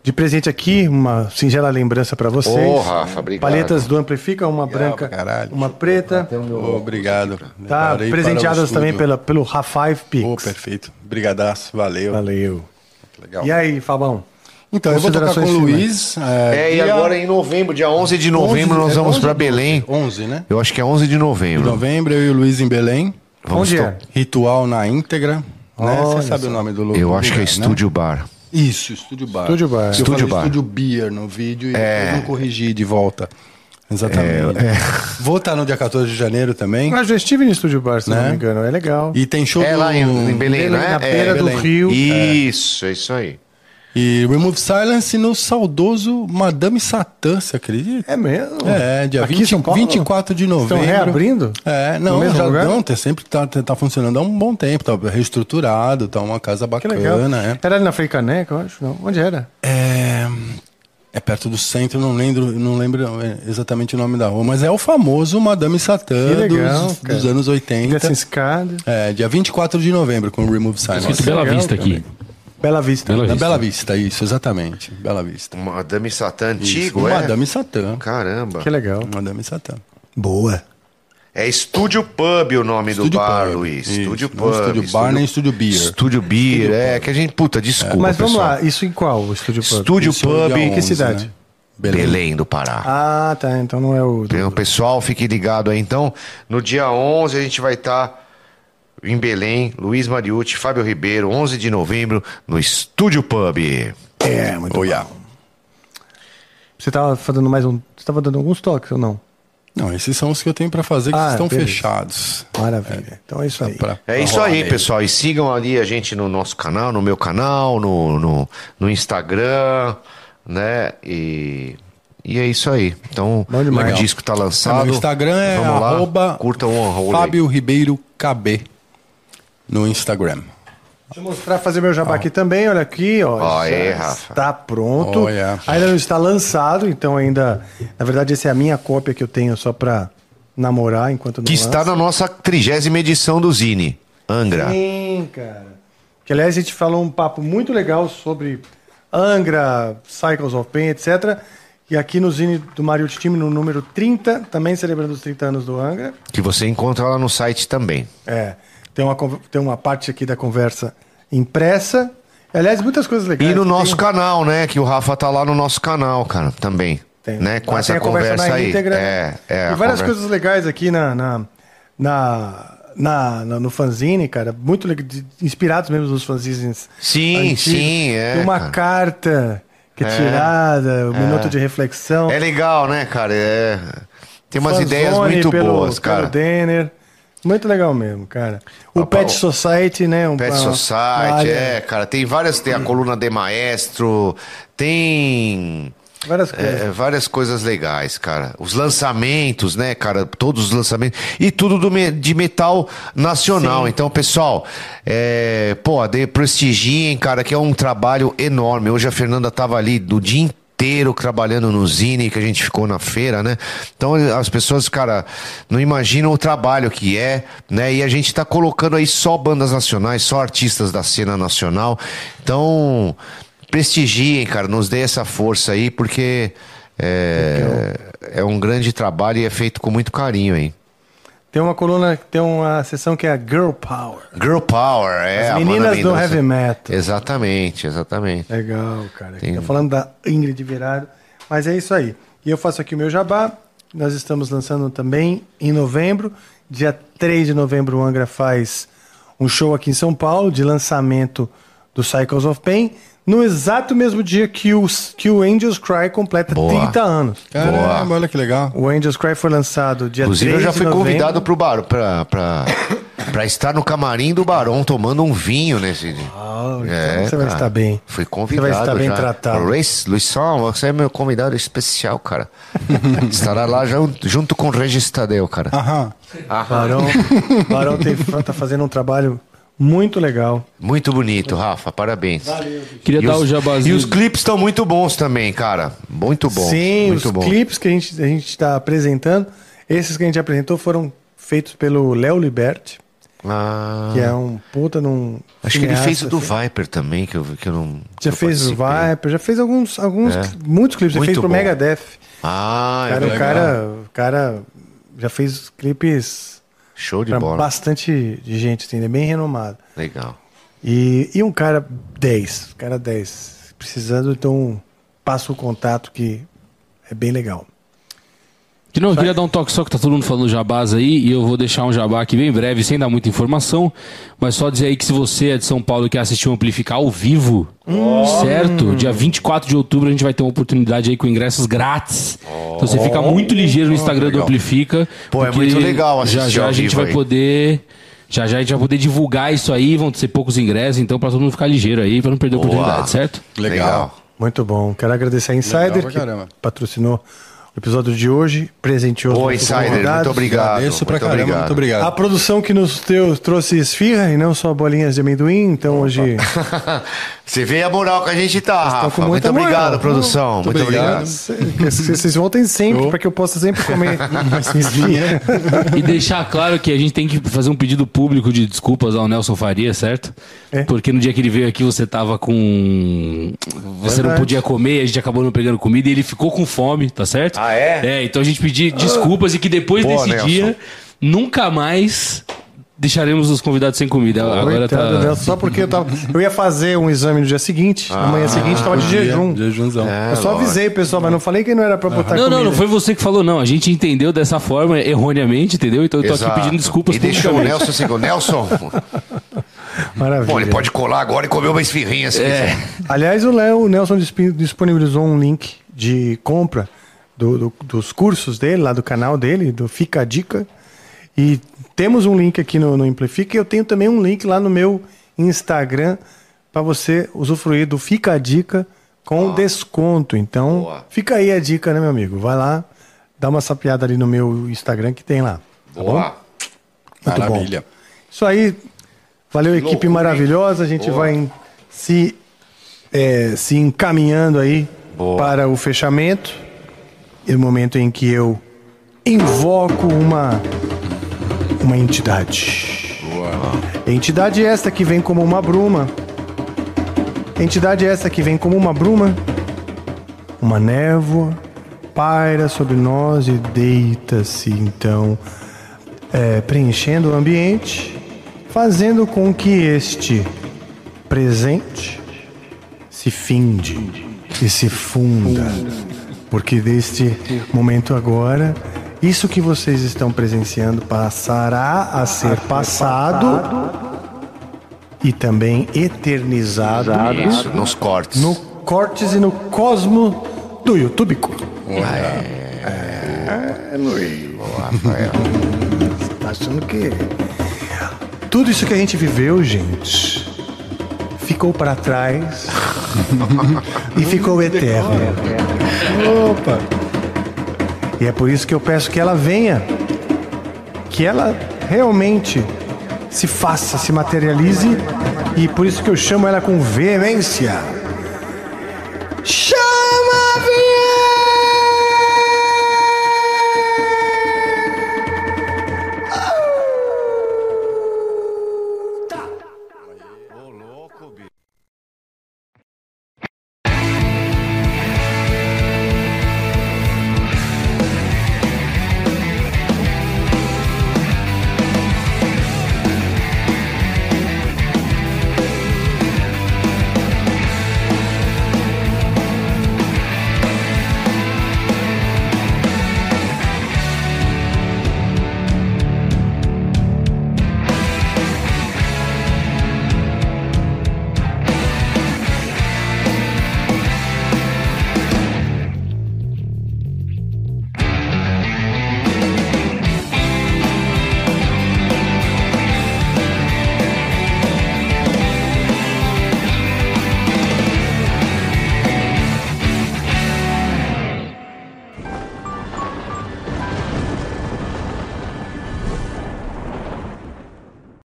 Speaker 2: De presente aqui, uma singela lembrança pra vocês.
Speaker 1: Ô, Rafa, obrigado.
Speaker 2: Paletas do Amplifica, uma branca,
Speaker 3: pra caralho.
Speaker 2: uma preta.
Speaker 1: um
Speaker 3: Obrigado.
Speaker 2: Tá
Speaker 3: Preparei para o
Speaker 2: presenteadas também
Speaker 3: estúdio.
Speaker 2: pela, pelo Ra5 Pix.
Speaker 3: Pô, perfeito. Brigadaço, valeu.
Speaker 2: Valeu.
Speaker 3: Legal.
Speaker 2: E aí, Fabão?
Speaker 3: Então, eu vou tocar com o
Speaker 2: Considerações finais.
Speaker 3: Luiz.
Speaker 1: É, e
Speaker 3: dia
Speaker 1: agora em novembro, dia 11 de
Speaker 3: 11,
Speaker 1: novembro, nós
Speaker 3: é
Speaker 1: vamos
Speaker 3: 11,
Speaker 1: pra Belém.
Speaker 3: 11, né?
Speaker 1: Eu acho que é 11 de novembro.
Speaker 3: Novembro, eu e o Luiz em Belém.
Speaker 1: Vamos
Speaker 2: Onde
Speaker 1: to-
Speaker 2: é?
Speaker 3: Ritual na íntegra. Né?
Speaker 2: Olha
Speaker 3: Você sabe
Speaker 2: só.
Speaker 3: o nome do lugar?
Speaker 1: Eu acho que é
Speaker 3: né?
Speaker 1: Estúdio Bar.
Speaker 3: Isso, Estúdio Bar.
Speaker 2: Estúdio Bar.
Speaker 3: Eu
Speaker 1: Estúdio
Speaker 3: falei
Speaker 1: Bar. É.
Speaker 3: Estúdio Beer no vídeo e depois não corrigi de volta. Exatamente.
Speaker 1: é.
Speaker 3: Vou estar no dia 14 de janeiro também.
Speaker 2: Ah, já estive no Estúdio Bar, se não
Speaker 3: Né?
Speaker 2: me engano. É legal.
Speaker 3: E tem show
Speaker 1: É
Speaker 3: do...
Speaker 1: lá em, em Belém, né?
Speaker 2: na
Speaker 1: É,
Speaker 2: beira do
Speaker 1: Belém.
Speaker 2: rio.
Speaker 1: Isso, é isso aí.
Speaker 3: E Remove Silence no saudoso Madame Satã, você acredita?
Speaker 2: É mesmo?
Speaker 3: É, dia
Speaker 2: Aqui em
Speaker 3: 20,
Speaker 2: São Paulo?
Speaker 3: 24 de novembro.
Speaker 2: Estão reabrindo?
Speaker 3: É,
Speaker 2: No
Speaker 3: não,
Speaker 2: mesmo
Speaker 3: já
Speaker 2: lugar?
Speaker 3: não, tá, sempre tá, tá funcionando há um bom tempo, tá reestruturado, tá uma casa
Speaker 2: Que legal.
Speaker 3: bacana, é.
Speaker 2: Era ali na Frei Caneca, eu acho. Não. Onde era?
Speaker 3: É, é perto do centro, não lembro, não lembro é, exatamente o nome da rua, mas é o famoso Madame Satã
Speaker 2: Que legal,
Speaker 3: dos,
Speaker 2: cara.
Speaker 3: dos anos 80.
Speaker 2: Dessa escada.
Speaker 3: É, dia 24 de novembro com o Remove
Speaker 4: Escrito
Speaker 3: Silence.
Speaker 4: Bela
Speaker 2: legal,
Speaker 4: Vista aqui.
Speaker 2: Bela Vista.
Speaker 4: Bela
Speaker 3: Na
Speaker 4: Vista.
Speaker 3: Bela Vista, isso, exatamente. Bela Vista.
Speaker 1: Madame Satã antigo,
Speaker 3: Isso,
Speaker 1: é?
Speaker 3: Madame Satã.
Speaker 1: Caramba.
Speaker 2: Que legal.
Speaker 3: Madame Satã.
Speaker 2: Boa.
Speaker 1: É Estúdio Pub o nome do
Speaker 3: Estúdio
Speaker 1: bar,
Speaker 3: Pub.
Speaker 1: Luiz.
Speaker 3: Isso,
Speaker 1: Estúdio
Speaker 3: não é um
Speaker 1: Pub.
Speaker 3: Estúdio Bar, nem Estúdio Beer.
Speaker 1: Estúdio Beer, é, que a gente. Puta, desculpa.
Speaker 2: Mas vamos
Speaker 1: pessoal.
Speaker 2: lá, isso em qual o Estúdio Pub?
Speaker 1: Estúdio
Speaker 3: Isso é
Speaker 1: Pub,
Speaker 3: dia
Speaker 1: que
Speaker 3: 11,
Speaker 2: cidade?
Speaker 3: né?
Speaker 1: Belém. Belém do Pará.
Speaker 2: Ah, tá. Então não é o. do-
Speaker 1: Então, pessoal, fique ligado aí. Então, no dia 11 a gente vai estar em Belém, Luiz Mariucci, Fábio Ribeiro, 11 de novembro, no Estúdio Pub.
Speaker 2: É, muito
Speaker 3: Oh, yeah.
Speaker 2: Você tava fazendo mais um. Você tava dando alguns toques ou não?
Speaker 3: Não, esses são os que eu tenho pra fazer que
Speaker 2: Ah,
Speaker 3: estão
Speaker 2: beleza.
Speaker 3: fechados.
Speaker 2: Maravilha. Então é isso aí.
Speaker 3: Pra- pra
Speaker 1: É isso
Speaker 3: rolar
Speaker 1: aí,
Speaker 3: nele.
Speaker 1: pessoal. E sigam ali a gente no nosso canal, no meu canal, no, no, no Instagram, né? E, e é isso aí. Então,
Speaker 2: Bom demais.
Speaker 1: o
Speaker 2: Legal.
Speaker 1: disco tá
Speaker 3: É,
Speaker 1: lançado.
Speaker 3: meu Instagram é
Speaker 1: Vamos lá,
Speaker 3: arroba
Speaker 1: curtam o Unholy.
Speaker 3: Fábio Ribeiro KB no Instagram.
Speaker 2: Deixa eu mostrar, fazer meu jabá aqui também. Olha aqui, ó.
Speaker 1: Ó,
Speaker 2: já
Speaker 1: é, Rafa.
Speaker 2: Está pronto.
Speaker 3: Olha.
Speaker 2: Ainda não está lançado, então ainda. Na verdade, essa é a minha cópia que eu tenho só para namorar enquanto não
Speaker 1: Que está
Speaker 2: lança.
Speaker 1: na nossa trigésima edição do Zine, Angra.
Speaker 2: Sim, cara. Que aliás, a gente falou um papo muito legal sobre Angra, Cycles of Pain, etc. E aqui no Zine do Mario Time, no número 30, também celebrando os 30 anos do Angra.
Speaker 1: Que você encontra lá no site também.
Speaker 2: É, tem uma, conver- tem uma parte aqui da conversa impressa. Aliás, muitas coisas legais.
Speaker 1: E no
Speaker 2: Tem-
Speaker 1: nosso canal, né? Que o Rafa tá lá no nosso canal, cara, também.
Speaker 2: Tem-
Speaker 1: né? Com
Speaker 2: lá
Speaker 1: essa
Speaker 2: tem a
Speaker 1: conversa,
Speaker 2: na
Speaker 1: aí.
Speaker 2: íntegra. né?
Speaker 1: É, é.
Speaker 2: e
Speaker 1: a
Speaker 2: várias
Speaker 1: conversa-
Speaker 2: coisas legais aqui na, na, na, na- na- no fanzine, cara. Muito leg- de- inspirados mesmo nos fanzines.
Speaker 1: Sim,
Speaker 2: antigos.
Speaker 1: sim, é,
Speaker 2: Tem uma
Speaker 1: cara.
Speaker 2: carta que é, tirada, um minuto de reflexão.
Speaker 1: É legal, né, cara? É... Tem umas
Speaker 2: Fanzone
Speaker 1: ideias muito
Speaker 2: pelo-
Speaker 1: boas,
Speaker 2: pelo
Speaker 1: cara.
Speaker 2: Denner. Muito legal mesmo, cara. O
Speaker 1: Ah,
Speaker 2: Pet
Speaker 1: pô.
Speaker 2: Society, né? Um,
Speaker 1: Pet
Speaker 2: uma- uma
Speaker 1: Society,
Speaker 2: área-
Speaker 1: é, cara. Tem várias,
Speaker 2: Hum.
Speaker 1: tem a coluna de maestro, tem
Speaker 2: Várias coisas.
Speaker 1: é, várias coisas legais, cara. Os lançamentos, né, cara? Todos os lançamentos. E tudo do me- de metal nacional. Então, pessoal, é, pô, de prestigiem, cara, que é um trabalho enorme. Hoje a Fernanda tava ali do dia inteiro trabalhando no Zine, que a gente ficou na feira, né? Então as pessoas, cara, não imaginam o trabalho que é, né? E a gente tá colocando aí só bandas nacionais, só artistas da cena nacional. Então, prestigiem, cara, nos dê essa força aí, porque é, é um grande trabalho e é feito com muito carinho, hein?
Speaker 2: Tem uma coluna, tem uma seção que é a Girl Power.
Speaker 1: Girl Power, é.
Speaker 2: As
Speaker 1: a Amanda
Speaker 2: meninas do
Speaker 1: Mendonça.
Speaker 2: heavy metal. É,
Speaker 1: Exatamente, exatamente.
Speaker 2: Legal, cara. Aqui
Speaker 1: Tem-
Speaker 2: Tá falando da Ingrid Virado. Mas é isso aí. E eu faço aqui o meu jabá. Nós estamos lançando também em novembro. Dia 3 de novembro, o Angra faz um show aqui em São Paulo de lançamento do Cycles of Pain. No exato mesmo dia que o, que o Angels Cry completa
Speaker 1: Boa.
Speaker 2: 30 anos.
Speaker 3: Caramba, olha que legal.
Speaker 2: O Angels Cry foi lançado dia
Speaker 1: Inclusive,
Speaker 2: 3
Speaker 1: eu já
Speaker 2: de
Speaker 1: fui
Speaker 2: novembro.
Speaker 1: convidado pro bar, pra, pra, pra estar no camarim do Barão tomando um vinho nesse dia.
Speaker 2: Ah, então você vai
Speaker 1: cara.
Speaker 2: estar bem.
Speaker 1: Fui
Speaker 2: Você
Speaker 1: convidado.
Speaker 2: vai estar bem
Speaker 1: já.
Speaker 2: tratado.
Speaker 1: Luiz, Luizão, você é meu convidado especial, cara. Estará lá jun- junto com o Registadeu,
Speaker 2: Ah,
Speaker 1: cara.
Speaker 3: Aham.
Speaker 2: Barão, Barão tem- tá fazendo um trabalho muito legal.
Speaker 1: Muito bonito, Rafa. Parabéns.
Speaker 4: Queria
Speaker 1: E
Speaker 4: dar
Speaker 1: os-
Speaker 4: o jabazinho.
Speaker 1: E os clipes estão muito bons também, cara. Muito bom.
Speaker 2: Sim,
Speaker 1: muito
Speaker 2: os
Speaker 1: bom.
Speaker 2: clipes que a gente a está apresentando, esses que a gente apresentou foram feitos pelo Léo Liberti,
Speaker 1: Ah,
Speaker 2: que é um puta num.
Speaker 1: acho que ele fez
Speaker 2: cineasta,
Speaker 1: o do
Speaker 2: assim.
Speaker 1: Viper também, que eu, que eu não. que
Speaker 2: Já
Speaker 1: eu
Speaker 2: fez o
Speaker 1: participei.
Speaker 2: Viper, já fez alguns, alguns
Speaker 1: É.
Speaker 2: cli- muitos clipes. Ele
Speaker 1: Muito
Speaker 2: fez pro
Speaker 1: bom.
Speaker 2: Megadeth.
Speaker 1: Ah, é
Speaker 2: Cara, o
Speaker 1: verdade.
Speaker 2: cara, o cara já fez clipes
Speaker 1: Show de
Speaker 2: pra
Speaker 1: bola.
Speaker 2: bastante de gente, assim, ele é bem renomado.
Speaker 1: Legal.
Speaker 2: E, e um cara 10, cara 10. Precisando, então passa o contato que é bem legal.
Speaker 4: De novo, eu queria dar um toque só que tá todo mundo falando jabás aí e eu vou deixar um jabá aqui bem breve, sem dar muita informação, mas só dizer aí que se você é de São Paulo e quer assistir o Amplificar ao vivo, certo? Dia 24 de outubro a gente vai ter uma oportunidade aí com ingressos grátis. Então você fica muito ligeiro no Instagram do Amplifica.
Speaker 1: Pô, é
Speaker 4: porque
Speaker 1: muito legal
Speaker 4: Já
Speaker 1: assistir
Speaker 4: já
Speaker 1: ao
Speaker 4: a gente
Speaker 1: vivo
Speaker 4: vai
Speaker 1: aí.
Speaker 4: poder... Já já a gente vai poder divulgar isso aí, vão ser poucos ingressos, então pra todo mundo ficar ligeiro aí, pra não perder a
Speaker 1: Boa.
Speaker 4: oportunidade, certo?
Speaker 3: Legal.
Speaker 2: Muito bom. Quero agradecer a Insider
Speaker 3: Legal pra
Speaker 2: que
Speaker 3: caramba.
Speaker 2: patrocinou o episódio de hoje, presenteou
Speaker 1: Ô,
Speaker 2: nossos
Speaker 1: Insider,
Speaker 2: convidados.
Speaker 1: muito obrigado.
Speaker 3: Agradeço pra
Speaker 1: muito
Speaker 3: caramba,
Speaker 1: obrigado.
Speaker 3: muito
Speaker 2: A
Speaker 3: obrigado.
Speaker 2: produção que nos deu, trouxe esfirra e não só bolinhas de amendoim, então hoje
Speaker 1: Você vê a moral que a gente tá,
Speaker 2: estão
Speaker 1: Rafa.
Speaker 2: com
Speaker 1: Muito
Speaker 2: muita moral.
Speaker 1: obrigado, produção. Muito,
Speaker 3: obrigado.
Speaker 1: obrigado.
Speaker 2: vocês voltem sempre para que eu possa sempre comer esfirra.
Speaker 4: E deixar claro que a gente tem que fazer um pedido público de desculpas ao Nelson Faria, certo?
Speaker 2: É.
Speaker 4: Porque no dia que ele veio aqui você tava com. Você não
Speaker 2: Verdade.
Speaker 4: podia comer, a gente acabou não pegando comida e ele ficou com fome, tá certo?
Speaker 1: Ah, é?
Speaker 4: É, então a gente pediu desculpas e que depois
Speaker 1: Boa,
Speaker 4: desse
Speaker 1: Nelson.
Speaker 4: dia nunca mais deixaremos os convidados sem comida. Agora
Speaker 2: Coitado,
Speaker 4: tá.
Speaker 2: Nelson, Só porque eu, tava- eu ia fazer um exame no dia seguinte,
Speaker 1: Ah,
Speaker 2: na manhã seguinte estava de jejum.
Speaker 3: Jejunzão.
Speaker 1: É.
Speaker 2: eu só avisei, pessoal, mas não falei que não era para botar
Speaker 4: Não,
Speaker 2: comida.
Speaker 4: não, não foi você que falou, não. A gente entendeu dessa forma, erroneamente, entendeu? Então eu tô
Speaker 1: Exato.
Speaker 4: aqui pedindo desculpas
Speaker 1: E deixou o
Speaker 4: publicamente.
Speaker 1: Nelson assim, o Nelson.
Speaker 2: Maravilha.
Speaker 1: Bom, ele pode colar agora e comer uma esfirrinha se
Speaker 4: É.
Speaker 1: quiser.
Speaker 2: Aliás, o Léo o Nelson disp- disponibilizou um link de compra do- do- dos cursos dele, lá do canal dele, do Fica a Dica. E temos um link aqui no, no Amplifica e eu tenho também um link lá no meu Instagram para você usufruir do Fica a Dica com desconto. Então,
Speaker 1: Boa.
Speaker 2: fica aí a dica, né, meu amigo? Vai lá, dá uma sapiada ali no meu Instagram que tem lá.
Speaker 1: Boa.
Speaker 2: Muito bom.
Speaker 3: Maravilha.
Speaker 2: Isso aí. Valeu, equipe
Speaker 1: loucura,
Speaker 2: maravilhosa. A gente vai em- se, é, se encaminhando aí para o fechamento. E o momento em que eu invoco uma, uma entidade. Entidade esta que vem como uma bruma Que entidade é essa que vem como uma bruma? Uma névoa paira sobre nós e deita-se então, é, preenchendo o ambiente, fazendo com que este presente se finde e se funda. Porque deste momento agora, isso que vocês estão presenciando passará a ser passado e também eternizado
Speaker 1: Isso, nos cortes.
Speaker 2: no Cortes e no Cosmo do YouTube. É, Tá achando que. Tudo isso que a gente viveu, gente, ficou para trás e ficou eterno. Opa! E é por isso que eu peço que ela venha, que ela realmente se faça, se materialize, e por isso que eu chamo ela com veemência. Chega!